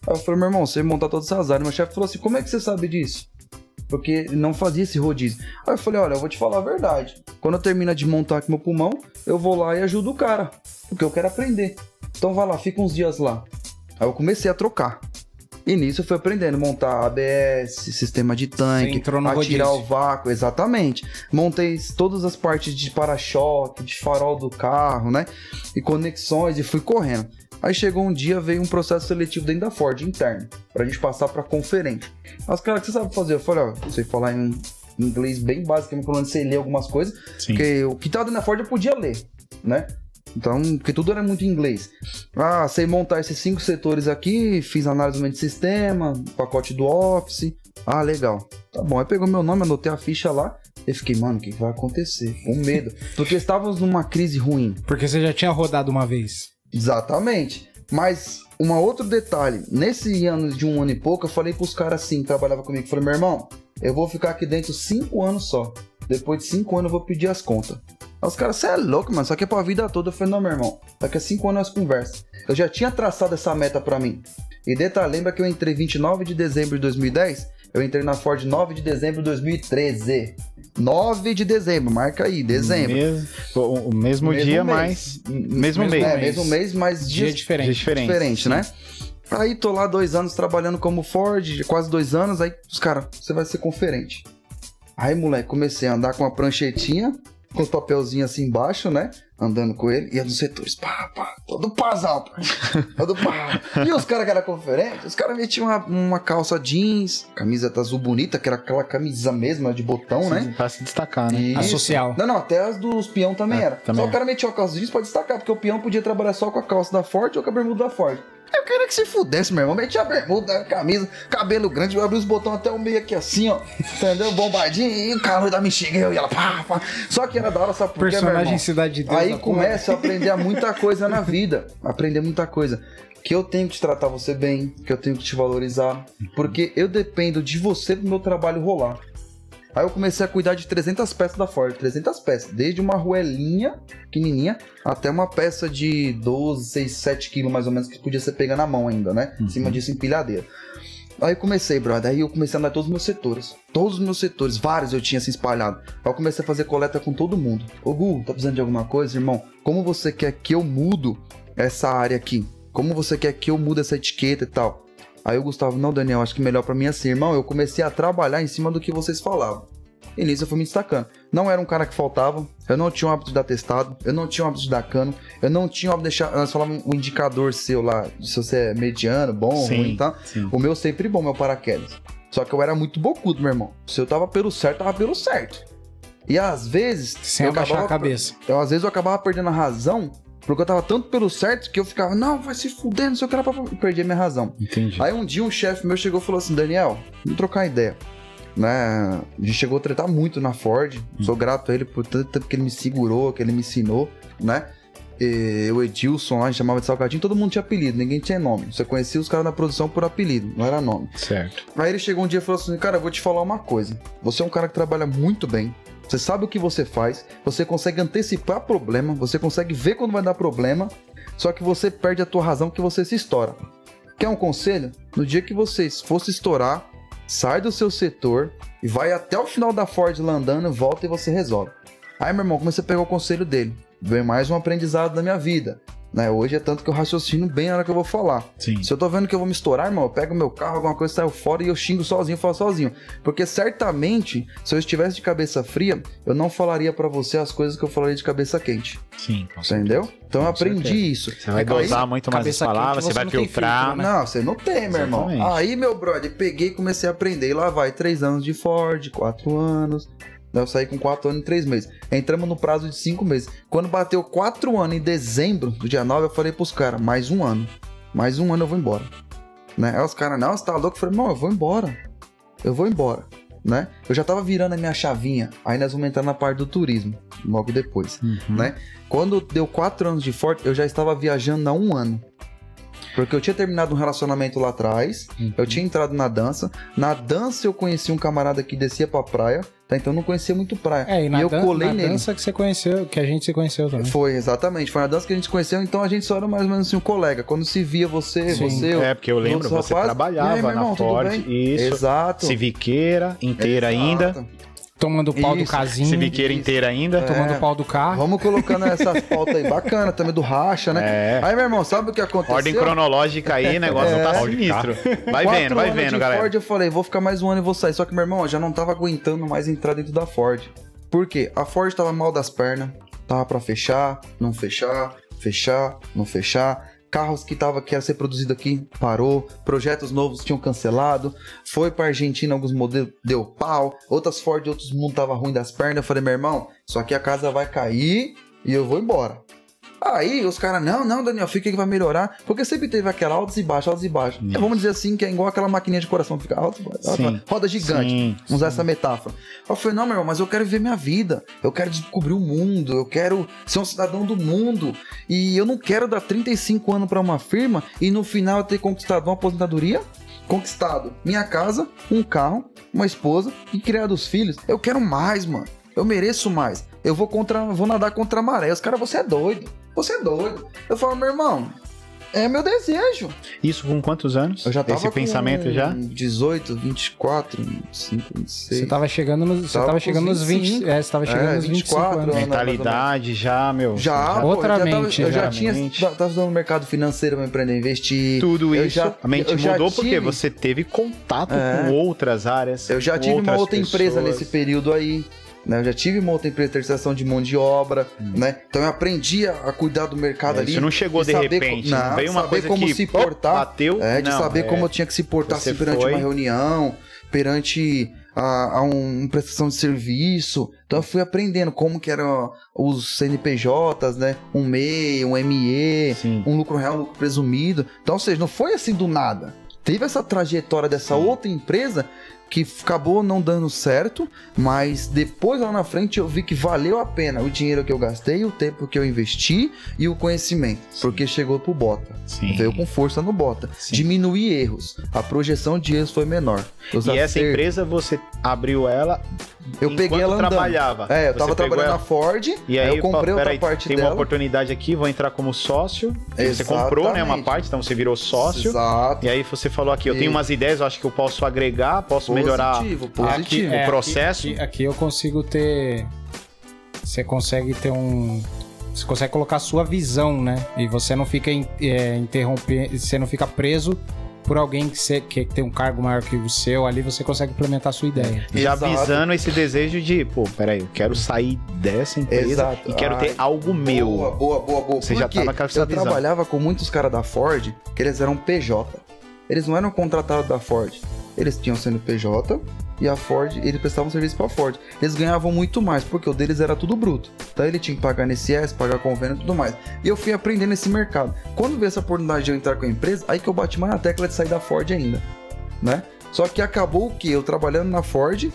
[SPEAKER 4] Aí eu falei, meu irmão, você montar todas essas áreas. Meu chefe falou assim: como é que você sabe disso? Porque não fazia esse rodízio. Aí eu falei, olha, eu vou te falar a verdade. Quando eu terminar de montar aqui meu pulmão, eu vou lá e ajudo o cara. Porque eu quero aprender. Então vai lá, fica uns dias lá. Aí eu comecei a trocar. E nisso eu fui aprendendo, montar ABS, sistema de tanque,
[SPEAKER 2] entrou no
[SPEAKER 4] atirar
[SPEAKER 2] rodízio.
[SPEAKER 4] o vácuo, exatamente. Montei todas as partes de para-choque, de farol do carro, né? E conexões, e fui correndo. Aí chegou um dia, veio um processo seletivo dentro da Ford, interno, pra gente passar pra conferente. Aí os caras, o que você sabe fazer? Eu falei, ó, sei falar em inglês bem básico, é me falando, sei ler algumas coisas,
[SPEAKER 5] Sim.
[SPEAKER 4] porque o que tava dentro da Ford eu podia ler, né? Então, porque tudo era muito em inglês. Ah, sei montar esses cinco setores aqui, fiz análise do de sistema, pacote do Office. Ah, legal. Tá bom, aí pegou meu nome, anotei a ficha lá. E fiquei, mano, o que vai acontecer? Com medo. Porque estávamos numa crise ruim.
[SPEAKER 2] Porque você já tinha rodado uma vez.
[SPEAKER 4] Exatamente. Mas um outro detalhe, nesse ano de um ano e pouco, eu falei pros caras assim, que trabalhava comigo, eu falei, meu irmão, eu vou ficar aqui dentro cinco anos só. Depois de cinco anos eu vou pedir as contas. Aí os caras, você é louco, mano, só que é pra vida toda. Eu falei, não, meu irmão, daqui a cinco anos nós conversa. Eu já tinha traçado essa meta pra mim. E detalhe, lembra que eu entrei 29 de dezembro de 2010? Eu entrei na Ford 9 de dezembro de 2013. 9 de dezembro, marca aí, dezembro.
[SPEAKER 1] Mesmo, o o mesmo,
[SPEAKER 4] Mesmo
[SPEAKER 1] dia,
[SPEAKER 4] mês.
[SPEAKER 1] mas
[SPEAKER 4] Mesmo
[SPEAKER 1] mesmo mês.
[SPEAKER 4] É, mesmo mês, mas
[SPEAKER 2] Dia
[SPEAKER 4] dias
[SPEAKER 2] diferente.
[SPEAKER 1] Dia diferente.
[SPEAKER 4] diferente, né? Aí tô lá dois anos trabalhando como Ford, quase dois anos, aí os caras, você vai ser conferente. Aí, moleque, comecei a andar com uma pranchetinha, com os papelzinhos assim embaixo, né? Andando com ele, ia nos setores, pá, pá, todo pasal, pá, todo pá. E os caras que eram conferentes, os caras metiam uma, uma calça jeans, camisa azul bonita, que era aquela camisa mesmo, de botão, né?
[SPEAKER 1] Pra se destacar, né?
[SPEAKER 4] E-
[SPEAKER 2] A social.
[SPEAKER 4] não, não, até as dos peão também
[SPEAKER 1] É,
[SPEAKER 4] era.
[SPEAKER 1] também
[SPEAKER 4] só o
[SPEAKER 1] é.
[SPEAKER 4] cara metia a calça jeans pra destacar, porque o peão podia trabalhar só com a calça da Ford ou com a bermuda da Ford. Eu queria que se fudesse, meu irmão. Metia a bermuda, a camisa, cabelo grande, eu abri os botões até o meio aqui assim, ó. Entendeu? Bombadinho e o calor da bexiga eu ia lá, pá, pá. Só que era da hora, sabe por quê, meu
[SPEAKER 2] Personagem
[SPEAKER 4] irmão?
[SPEAKER 2] Cidade de Deus.
[SPEAKER 4] Aí
[SPEAKER 2] da porra.
[SPEAKER 4] começa a aprender a muita coisa na vida. Aprender muita coisa. Que eu tenho que tratar você bem, que eu tenho que te valorizar. Porque eu dependo de você pro meu trabalho rolar. Aí eu comecei a cuidar de 300 peças da Ford. 300 peças. Desde uma ruelinha, pequenininha, até uma peça de 12, 6, 7 quilos mais ou menos, que podia ser pegar na mão ainda, né? Em
[SPEAKER 2] Uhum.
[SPEAKER 4] cima disso, empilhadeira. Aí eu comecei, brother. Aí eu comecei a andar em todos os meus setores. Todos os meus setores. Vários eu tinha assim espalhado. Aí eu comecei a fazer coleta com todo mundo. Ô Gu, tá precisando de alguma coisa, irmão? Como você quer que eu mudo essa área aqui? Como você quer que eu mude essa etiqueta e tal? Aí o Gustavo, não, Daniel, acho que melhor pra mim é assim, irmão. Eu comecei a trabalhar em cima do que vocês falavam. E nisso eu fui me destacando. Não era um cara que faltava, eu não tinha o hábito de dar testado, eu não tinha o hábito de dar cano, eu não tinha o hábito de deixar. Nós falávamos o um, indicador seu lá, se você é mediano, bom, então.
[SPEAKER 1] Sim,
[SPEAKER 4] ruim e tal.
[SPEAKER 1] sim.
[SPEAKER 4] O meu sempre bom, meu paraquedas. Só que eu era muito bocudo, meu irmão. Se eu tava pelo certo, tava pelo certo. E às vezes.
[SPEAKER 2] Sem
[SPEAKER 4] eu
[SPEAKER 2] abaixar a
[SPEAKER 4] acabava-
[SPEAKER 2] cabeça.
[SPEAKER 4] então, às vezes eu acabava perdendo a razão, porque eu tava tanto pelo certo que eu ficava, não, vai se fuder, não sei o que lá, pra perder a minha razão.
[SPEAKER 1] Entendi.
[SPEAKER 4] Aí um dia um chefe meu chegou e falou assim, Daniel, vamos trocar ideia. Né? A gente chegou a tretar muito na Ford, sou grato a ele por tanto tempo que ele me segurou, que ele me ensinou, né? E o Edilson lá, a gente chamava de Salgadinho, todo mundo tinha apelido, ninguém tinha nome. Você conhecia os caras da produção por apelido, não era nome.
[SPEAKER 1] Certo.
[SPEAKER 4] Aí ele chegou um dia e falou assim: Cara, eu vou te falar uma coisa. Você é um cara que trabalha muito bem. Você sabe o que você faz. Você consegue antecipar problema. Você consegue ver quando vai dar problema. Só que você perde a tua razão que você se estoura. Quer um conselho? No dia que você fosse estourar, sai do seu setor e vai até o final da Ford lá andando, volta e você resolve. Aí, meu irmão, comecei a pegar o conselho dele. Veio mais um aprendizado da minha vida. Né? Hoje é tanto que eu raciocino bem na hora que eu vou falar.
[SPEAKER 1] Sim.
[SPEAKER 4] Se eu tô vendo que eu vou me estourar, irmão, eu pego meu carro, alguma coisa, saio fora e eu xingo sozinho, falo sozinho. Porque certamente, se eu estivesse de cabeça fria, eu não falaria pra você as coisas que eu falaria de cabeça quente.
[SPEAKER 1] Sim.
[SPEAKER 4] Entendeu? Então eu aprendi isso.
[SPEAKER 6] Você vai
[SPEAKER 4] É Aí-
[SPEAKER 6] dosar muito mais as
[SPEAKER 2] cabeça quente,
[SPEAKER 6] palavras, você
[SPEAKER 2] você
[SPEAKER 6] vai
[SPEAKER 2] não tem
[SPEAKER 6] filtrar.
[SPEAKER 2] filtro, né?
[SPEAKER 4] Não, você não tem, meu irmão.
[SPEAKER 1] Exatamente.
[SPEAKER 4] Aí, meu brother, peguei e comecei a aprender. E lá vai, três anos de Ford, quatro anos. Eu saí com quatro anos e três meses. Entramos no prazo de cinco meses. Quando bateu quatro anos em dezembro, do dia 9, eu falei pros caras, mais um ano. Mais um ano eu vou embora. Né? Aí os caras, não, você tá louco? Eu falei, irmão, eu vou embora. Eu vou embora. Né? Eu já tava virando a minha chavinha. Aí nós vamos entrar na parte do turismo, logo depois.
[SPEAKER 2] Uhum.
[SPEAKER 4] Né? Quando deu quatro anos de Ford, eu já estava viajando há um ano. Porque eu tinha terminado um relacionamento lá atrás,
[SPEAKER 2] Uhum.
[SPEAKER 4] eu tinha entrado na dança. Na dança eu conheci um camarada que descia pra praia, tá? Então eu não conhecia muito praia.
[SPEAKER 2] É, e na,
[SPEAKER 4] eu
[SPEAKER 2] dan-
[SPEAKER 4] colei
[SPEAKER 2] na
[SPEAKER 4] nele.
[SPEAKER 2] dança que você conheceu, que a gente se conheceu também.
[SPEAKER 4] Foi, exatamente. Foi na dança que a gente se conheceu, então a gente só era mais ou menos assim um colega. Quando se via você,
[SPEAKER 2] Sim.
[SPEAKER 4] você, eu.
[SPEAKER 1] É, porque eu lembro,
[SPEAKER 4] Nosso
[SPEAKER 1] você
[SPEAKER 4] rapaz- E
[SPEAKER 1] trabalhava
[SPEAKER 4] aí, É, meu irmão,
[SPEAKER 1] na
[SPEAKER 4] tudo
[SPEAKER 1] Ford,
[SPEAKER 4] bem?
[SPEAKER 1] isso,
[SPEAKER 4] Exato.
[SPEAKER 1] civiqueira inteira
[SPEAKER 4] Exato.
[SPEAKER 1] ainda,
[SPEAKER 2] Tomando pau do
[SPEAKER 4] Isso,
[SPEAKER 2] casinho,
[SPEAKER 1] civiqueira
[SPEAKER 4] Isso.
[SPEAKER 1] inteira ainda.
[SPEAKER 2] tomando
[SPEAKER 4] É.
[SPEAKER 2] pau do carro.
[SPEAKER 4] Vamos colocando essas pautas aí bacana também do racha, né?
[SPEAKER 1] É.
[SPEAKER 4] Aí, meu irmão, sabe o que aconteceu?
[SPEAKER 1] Ordem cronológica aí, negócio
[SPEAKER 4] É.
[SPEAKER 1] tá sinistro. Vai
[SPEAKER 4] Quatro
[SPEAKER 1] vendo, vai
[SPEAKER 4] anos
[SPEAKER 1] vendo,
[SPEAKER 4] de
[SPEAKER 1] galera.
[SPEAKER 4] Ford, eu falei, vou ficar mais um ano e vou sair. Só que meu irmão, eu já não tava aguentando mais entrar dentro da Ford. Por quê? A Ford tava mal das pernas, tava pra fechar, não fechar, fechar, não fechar. Carros que tava que era ser produzido aqui parou, projetos novos tinham cancelado, foi pra Argentina alguns modelos deu pau, outras Ford, outros mundo tava ruim das pernas. Eu falei, meu irmão, só que a casa vai cair e eu vou embora. Aí os caras, não, não, Daniel, fica que vai melhorar. Porque sempre teve aquela altos e baixos, altos e baixos.
[SPEAKER 1] Isso.
[SPEAKER 4] Vamos dizer assim, que é igual aquela maquininha de coração, fica alto, e baixo, alto, e
[SPEAKER 1] Sim.
[SPEAKER 4] baixo. roda gigante.
[SPEAKER 1] Sim.
[SPEAKER 4] Vamos usar essa metáfora. Aí eu falei, não, meu irmão, mas eu quero viver minha vida. Eu quero descobrir o mundo. Eu quero ser um cidadão do mundo. E eu não quero dar 35 anos pra uma firma e no final eu ter conquistado uma aposentadoria, conquistado minha casa, um carro, uma esposa e criado os filhos. Eu quero mais, mano. Eu mereço mais. Eu vou contra, vou nadar contra a maré. Os caras, você é doido. Você é doido. Eu falo, meu irmão, é meu desejo.
[SPEAKER 1] Isso com quantos anos?
[SPEAKER 4] Eu já tava
[SPEAKER 1] Esse
[SPEAKER 4] com
[SPEAKER 1] pensamento já?
[SPEAKER 4] 18, 24, 25, 26.
[SPEAKER 2] Você tava chegando nos, você
[SPEAKER 4] Tava
[SPEAKER 2] tava
[SPEAKER 4] com
[SPEAKER 2] chegando nos 20,
[SPEAKER 4] 25.
[SPEAKER 2] é, você tava chegando
[SPEAKER 4] É,
[SPEAKER 2] nos 25
[SPEAKER 4] 24
[SPEAKER 2] anos.
[SPEAKER 4] anos.
[SPEAKER 1] Mentalidade já, meu.
[SPEAKER 4] Já, pô,
[SPEAKER 2] Outra
[SPEAKER 4] eu já tava-
[SPEAKER 2] mente,
[SPEAKER 4] eu já
[SPEAKER 2] outra
[SPEAKER 4] tinha
[SPEAKER 1] mente.
[SPEAKER 4] já tava estudando no mercado financeiro pra me aprender a investir.
[SPEAKER 1] Tudo
[SPEAKER 4] Eu
[SPEAKER 1] isso.
[SPEAKER 4] já-
[SPEAKER 1] a mente
[SPEAKER 4] eu já
[SPEAKER 1] mudou
[SPEAKER 4] tive-
[SPEAKER 1] porque você teve contato
[SPEAKER 4] É.
[SPEAKER 1] com outras áreas.
[SPEAKER 4] Eu já
[SPEAKER 1] com
[SPEAKER 4] tive uma
[SPEAKER 1] outras
[SPEAKER 4] outra empresa
[SPEAKER 1] pessoas.
[SPEAKER 4] nesse período aí. Né? Eu já tive uma outra empresa de terceirização de mão de obra, né? Então eu aprendi a, a cuidar do mercado
[SPEAKER 1] Hum. É,
[SPEAKER 4] ali.
[SPEAKER 1] Isso não chegou
[SPEAKER 4] e
[SPEAKER 1] de
[SPEAKER 4] saber co-
[SPEAKER 1] repente.
[SPEAKER 4] não,
[SPEAKER 1] Veio uma
[SPEAKER 4] saber
[SPEAKER 1] coisa
[SPEAKER 4] como
[SPEAKER 1] que
[SPEAKER 4] se
[SPEAKER 1] pô,
[SPEAKER 4] portar.
[SPEAKER 1] bateu.
[SPEAKER 4] É, de
[SPEAKER 1] Não,
[SPEAKER 4] saber
[SPEAKER 1] é.
[SPEAKER 4] como eu tinha que se portar
[SPEAKER 1] Você
[SPEAKER 4] assim, perante
[SPEAKER 1] foi-
[SPEAKER 4] uma reunião, perante a, a um, uma prestação de serviço. Então eu fui aprendendo como que eram os CNPJs, né? Um MEI, um ME,
[SPEAKER 1] Sim.
[SPEAKER 4] um lucro real, um lucro presumido. Então, ou seja, não foi assim do nada. Teve essa trajetória dessa outra empresa que f- acabou não dando certo, mas depois lá na frente eu vi que valeu a pena o dinheiro que eu gastei, o tempo que eu investi e o conhecimento, porque chegou pro Bota.
[SPEAKER 1] Sim.
[SPEAKER 4] Veio com força no Bota.
[SPEAKER 1] Sim.
[SPEAKER 4] Diminuí erros. A projeção de erros foi menor. Os
[SPEAKER 1] E essa
[SPEAKER 4] acertos-
[SPEAKER 1] empresa você abriu ela.
[SPEAKER 4] eu peguei
[SPEAKER 1] enquanto
[SPEAKER 4] ela andando.
[SPEAKER 1] trabalhava.
[SPEAKER 4] É, eu
[SPEAKER 1] Você
[SPEAKER 4] tava
[SPEAKER 1] pegou
[SPEAKER 4] trabalhando
[SPEAKER 1] ela-
[SPEAKER 4] na Ford,
[SPEAKER 1] E aí,
[SPEAKER 4] eu comprei
[SPEAKER 1] pô,
[SPEAKER 4] outra
[SPEAKER 1] peraí,
[SPEAKER 4] parte
[SPEAKER 1] tem uma
[SPEAKER 4] dela.
[SPEAKER 1] oportunidade aqui, vou entrar como sócio. E Você comprou, né, uma
[SPEAKER 4] Exatamente.
[SPEAKER 1] parte, então você virou sócio.
[SPEAKER 4] Exato.
[SPEAKER 1] E aí você falou aqui, eu tenho
[SPEAKER 4] E-
[SPEAKER 1] umas ideias, eu acho que eu posso agregar, posso melhorar
[SPEAKER 4] Positivo,
[SPEAKER 1] aqui,
[SPEAKER 4] positivo.
[SPEAKER 1] o
[SPEAKER 2] É,
[SPEAKER 1] processo.
[SPEAKER 2] Aqui, aqui eu consigo ter. Você consegue ter um. Você consegue colocar a sua visão, né? E você não fica in- é, interromper, você não fica preso por alguém que, você, que tem um cargo maior que o seu. Ali você consegue implementar a sua ideia.
[SPEAKER 1] já
[SPEAKER 4] Exato.
[SPEAKER 1] visando esse desejo de, pô, peraí, eu quero sair dessa empresa
[SPEAKER 4] Exato.
[SPEAKER 1] e quero
[SPEAKER 4] Ah,
[SPEAKER 1] ter algo
[SPEAKER 4] Boa,
[SPEAKER 1] meu.
[SPEAKER 4] boa, boa, boa.
[SPEAKER 1] Você
[SPEAKER 4] Por
[SPEAKER 1] já
[SPEAKER 4] quê?
[SPEAKER 1] tava com essa
[SPEAKER 4] Eu
[SPEAKER 1] visão.
[SPEAKER 4] trabalhava com muitos caras da Ford que eles eram PJ. Eles não eram contratados da Ford. Eles tinham CNPJ e a Ford, eles prestavam serviço pra Ford. Eles ganhavam muito mais, porque o deles era tudo bruto. Então ele tinha que pagar NSS, pagar convênio e tudo mais. E eu fui aprendendo esse mercado. Quando veio essa oportunidade de eu entrar com a empresa, aí que eu bati mais na tecla de sair da Ford ainda, né? Só que acabou o que? Eu trabalhando na Ford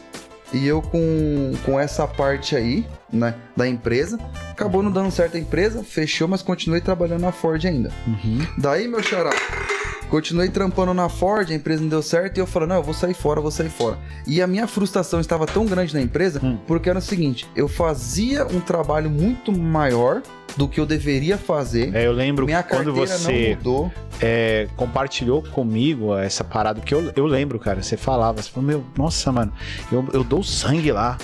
[SPEAKER 4] e eu com, com essa parte aí, né, da empresa. Acabou não dando certo a empresa, fechou, mas continuei trabalhando na Ford ainda.
[SPEAKER 1] Uhum.
[SPEAKER 4] Daí, meu xará, continuei trampando na Ford, a empresa não deu certo, e eu falei, não, eu vou sair fora, eu vou sair fora. E a minha frustração estava tão grande na empresa,
[SPEAKER 1] Hum.
[SPEAKER 4] porque era o seguinte, eu fazia um trabalho muito maior do que eu deveria fazer.
[SPEAKER 1] É, eu lembro
[SPEAKER 4] Minha
[SPEAKER 1] quando
[SPEAKER 4] carteira não
[SPEAKER 1] você
[SPEAKER 4] mudou.
[SPEAKER 1] é, compartilhou comigo essa parada, que eu, eu lembro, cara, você falava, você falou, meu, nossa, mano, eu, eu dou sangue lá.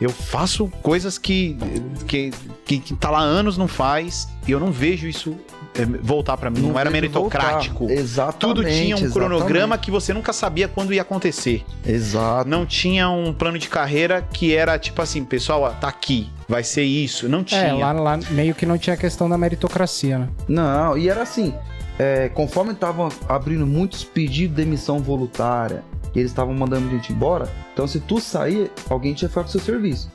[SPEAKER 1] Eu faço coisas que, que, que, que tá lá há anos não faz, e eu não vejo isso eh, voltar pra mim. Não, era
[SPEAKER 4] teve
[SPEAKER 1] meritocrático.
[SPEAKER 4] voltar. Exatamente.
[SPEAKER 1] Tudo tinha um
[SPEAKER 4] exatamente.
[SPEAKER 1] cronograma que você nunca sabia quando ia acontecer.
[SPEAKER 4] Exato.
[SPEAKER 1] Não tinha um plano de carreira que era tipo assim, pessoal, ó, tá aqui, vai ser isso. Não tinha.
[SPEAKER 2] É, lá, lá meio que não tinha a questão da meritocracia, né?
[SPEAKER 4] Não, e era assim, é, conforme estavam abrindo muitos pedidos de demissão voluntária, e eles estavam mandando gente embora, então se tu sair, alguém tinha ficado com seu serviço.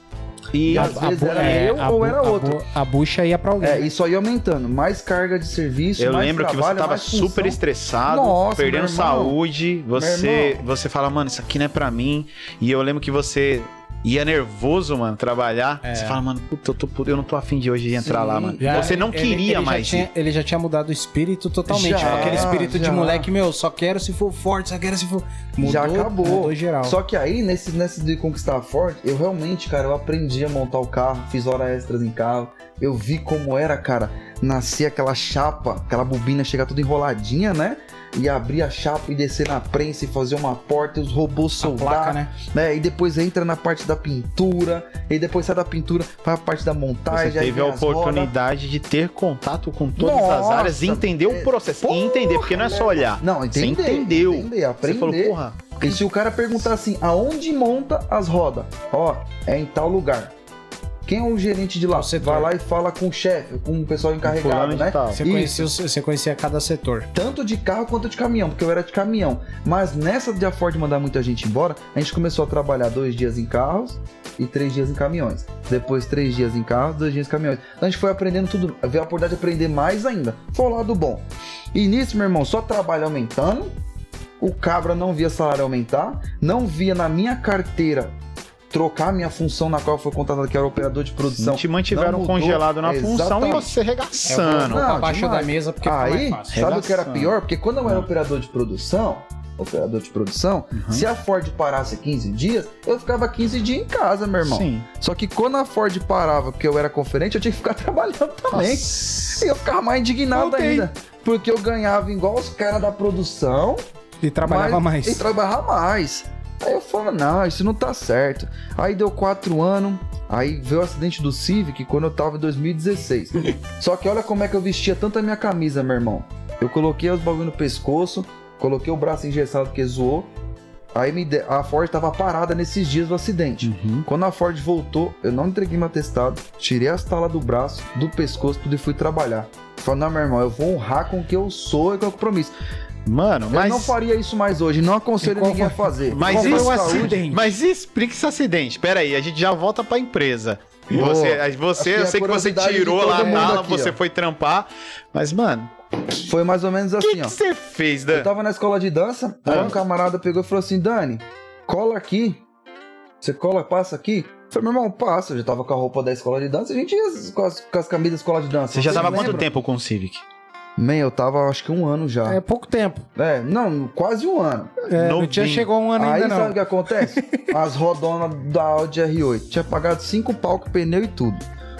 [SPEAKER 1] E
[SPEAKER 4] E
[SPEAKER 1] a-
[SPEAKER 4] às vezes
[SPEAKER 2] bu-
[SPEAKER 4] era
[SPEAKER 2] é,
[SPEAKER 4] eu
[SPEAKER 2] a
[SPEAKER 4] ou
[SPEAKER 2] bu-
[SPEAKER 4] era
[SPEAKER 2] a bu-
[SPEAKER 4] outro.
[SPEAKER 2] A bucha ia pra alguém.
[SPEAKER 4] É, isso aí aumentando, mais carga de serviço,
[SPEAKER 1] Uhum. eu
[SPEAKER 4] mais
[SPEAKER 1] lembro que você
[SPEAKER 4] trabalho,
[SPEAKER 1] tava
[SPEAKER 4] mais função.
[SPEAKER 1] super estressado,
[SPEAKER 4] Nossa,
[SPEAKER 1] perdendo
[SPEAKER 4] meu irmão.
[SPEAKER 1] saúde. Você,
[SPEAKER 4] irmão.
[SPEAKER 1] você fala, mano, isso aqui não é pra mim. E eu lembro que você ia nervoso, mano, trabalhar. Você fala, mano, puta, eu, tô pu- eu não tô afim de hoje de entrar
[SPEAKER 4] É. Sim.
[SPEAKER 1] lá, mano.
[SPEAKER 2] Já-
[SPEAKER 1] você não
[SPEAKER 2] ele-
[SPEAKER 1] queria
[SPEAKER 2] ele
[SPEAKER 1] mais.
[SPEAKER 2] Já tinha, ele já tinha mudado o espírito totalmente.
[SPEAKER 4] Já,
[SPEAKER 2] Tipo, aquele espírito de
[SPEAKER 4] já.
[SPEAKER 2] moleque, meu, só quero se for forte, só quero se for. Mudou,
[SPEAKER 4] Já acabou.
[SPEAKER 2] Mudou geral.
[SPEAKER 4] Só que aí, nesse, nesse de conquistar a Ford, eu realmente, cara, eu aprendi a montar o carro, fiz hora extras em carro, eu vi como era, cara, nascer aquela chapa, aquela bobina chegar toda enroladinha, né? E abrir a chapa e descer na prensa e fazer uma porta, e os robôs
[SPEAKER 2] a
[SPEAKER 4] soldar,
[SPEAKER 2] placa, né?
[SPEAKER 4] né? E depois entra na parte da pintura, e depois sai da pintura, vai a parte da
[SPEAKER 1] Você
[SPEAKER 4] montagem, aí
[SPEAKER 1] teve a
[SPEAKER 4] vem as rodas.
[SPEAKER 1] oportunidade de ter contato com todas as
[SPEAKER 4] Nossa,
[SPEAKER 1] áreas e entender o
[SPEAKER 4] é-
[SPEAKER 1] processo.
[SPEAKER 4] Porra,
[SPEAKER 1] e entender, porque não é só olhar.
[SPEAKER 4] Não,
[SPEAKER 1] Você
[SPEAKER 4] entendeu?
[SPEAKER 1] entendeu.
[SPEAKER 4] Entender,
[SPEAKER 1] Você
[SPEAKER 4] aprender.
[SPEAKER 1] falou, porra,
[SPEAKER 4] E se o cara perguntar assim, aonde monta as rodas? Ó, é em tal lugar. Quem é o gerente de lá?
[SPEAKER 2] O setor.
[SPEAKER 4] Vai lá e fala com o chefe, com o pessoal encarregado,
[SPEAKER 1] fulano de
[SPEAKER 4] né?
[SPEAKER 1] tal.
[SPEAKER 2] Você
[SPEAKER 4] Isso.
[SPEAKER 2] conhecia, os- você conhecia cada setor.
[SPEAKER 4] Tanto de carro quanto de caminhão, porque eu era de caminhão. Mas nessa de a Ford mandar muita gente embora, a gente começou a trabalhar dois dias em carros e três dias em caminhões. Depois três dias em carros, dois dias em caminhões. Então a gente foi aprendendo tudo, veio a oportunidade de aprender mais ainda. Foi o lado bom. E nisso, meu irmão, só trabalho aumentando. O cabra não via salário aumentar, não via na minha carteira trocar a minha função na qual foi contratado, que era operador de produção.
[SPEAKER 1] te mantiveram
[SPEAKER 4] não mudou.
[SPEAKER 1] funcionado na função e
[SPEAKER 4] Exatamente.
[SPEAKER 1] você
[SPEAKER 2] É, eu vou
[SPEAKER 1] regaçando.
[SPEAKER 2] colocar
[SPEAKER 4] Não,
[SPEAKER 2] abaixo
[SPEAKER 4] demais.
[SPEAKER 2] da mesa porque fica mais
[SPEAKER 4] Aí,
[SPEAKER 2] fácil.
[SPEAKER 4] sabe o que era
[SPEAKER 1] Relação.
[SPEAKER 4] pior? Porque quando eu era
[SPEAKER 1] Ah.
[SPEAKER 4] operador de produção, operador de produção,
[SPEAKER 1] Uhum.
[SPEAKER 4] se a Ford parasse 15 dias, eu ficava 15 dias em casa, meu irmão.
[SPEAKER 1] Sim.
[SPEAKER 4] Só que quando a Ford parava, porque eu era conferente, eu tinha que ficar trabalhando também. E eu ficava mais indignado
[SPEAKER 1] Voltei.
[SPEAKER 4] ainda. Porque eu ganhava igual os caras da produção,
[SPEAKER 2] E trabalhava
[SPEAKER 4] mas-
[SPEAKER 2] mais.
[SPEAKER 4] E trabalhava mais. Aí eu falo, não, isso não tá certo. Aí deu quatro anos, aí veio o acidente do Civic quando eu tava em 2016. Só que olha como é que eu vestia tanto a minha camisa, meu irmão. Eu coloquei os bagulho no pescoço, coloquei o braço engessado que zoou. Aí me de- a Ford tava parada nesses dias do acidente.
[SPEAKER 2] Uhum.
[SPEAKER 4] Quando a Ford voltou, eu não entreguei meu atestado, tirei as talas do braço, do pescoço, tudo e fui trabalhar. Falei, não, meu irmão, eu vou honrar com o que eu sou e com o compromisso.
[SPEAKER 1] Mano,
[SPEAKER 4] Eu
[SPEAKER 1] mas.
[SPEAKER 4] não faria isso mais hoje, não aconselho
[SPEAKER 2] E qual
[SPEAKER 4] ninguém a
[SPEAKER 2] foi-
[SPEAKER 4] fazer.
[SPEAKER 1] Mas
[SPEAKER 4] Qual foi
[SPEAKER 1] isso- assim,
[SPEAKER 4] a saúde?
[SPEAKER 1] Mas explica esse acidente. Pera aí, a gente já volta pra empresa. E
[SPEAKER 4] Boa.
[SPEAKER 1] Você, aí
[SPEAKER 4] Acho que
[SPEAKER 1] você
[SPEAKER 4] é
[SPEAKER 1] eu sei
[SPEAKER 4] a
[SPEAKER 1] que você
[SPEAKER 4] curiosidade de
[SPEAKER 1] tirou
[SPEAKER 4] todo
[SPEAKER 1] lá a
[SPEAKER 4] mundo
[SPEAKER 1] mala,
[SPEAKER 4] aqui,
[SPEAKER 1] você
[SPEAKER 4] ó.
[SPEAKER 1] foi trampar. Mas, mano,
[SPEAKER 4] Foi mais ou menos
[SPEAKER 1] o que
[SPEAKER 4] assim,
[SPEAKER 1] que
[SPEAKER 4] ó.
[SPEAKER 1] você fez,
[SPEAKER 4] Eu
[SPEAKER 1] Dan?
[SPEAKER 4] tava na escola de dança, aí
[SPEAKER 1] Ah.
[SPEAKER 4] um camarada pegou e falou assim: Dani, cola aqui. Você cola, passa aqui. Eu Falei, meu irmão, passa. Eu já tava com a roupa da escola de dança, a gente ia com as, com as camisas da escola de dança.
[SPEAKER 1] Você já
[SPEAKER 4] Vocês
[SPEAKER 1] tava há
[SPEAKER 4] lembram?
[SPEAKER 1] quanto tempo com o Civic?
[SPEAKER 4] Man, eu tava acho que um ano já.
[SPEAKER 2] É
[SPEAKER 4] É,
[SPEAKER 2] pouco tempo.
[SPEAKER 4] não, quase um ano.
[SPEAKER 2] É, não
[SPEAKER 1] Novinho.
[SPEAKER 2] tinha chegou um ano
[SPEAKER 4] Aí
[SPEAKER 2] ainda,
[SPEAKER 4] sabe
[SPEAKER 2] não.
[SPEAKER 4] o que acontece? As rodonas da Audi R8. Tinha pagado cinco pau com pneu e tudo.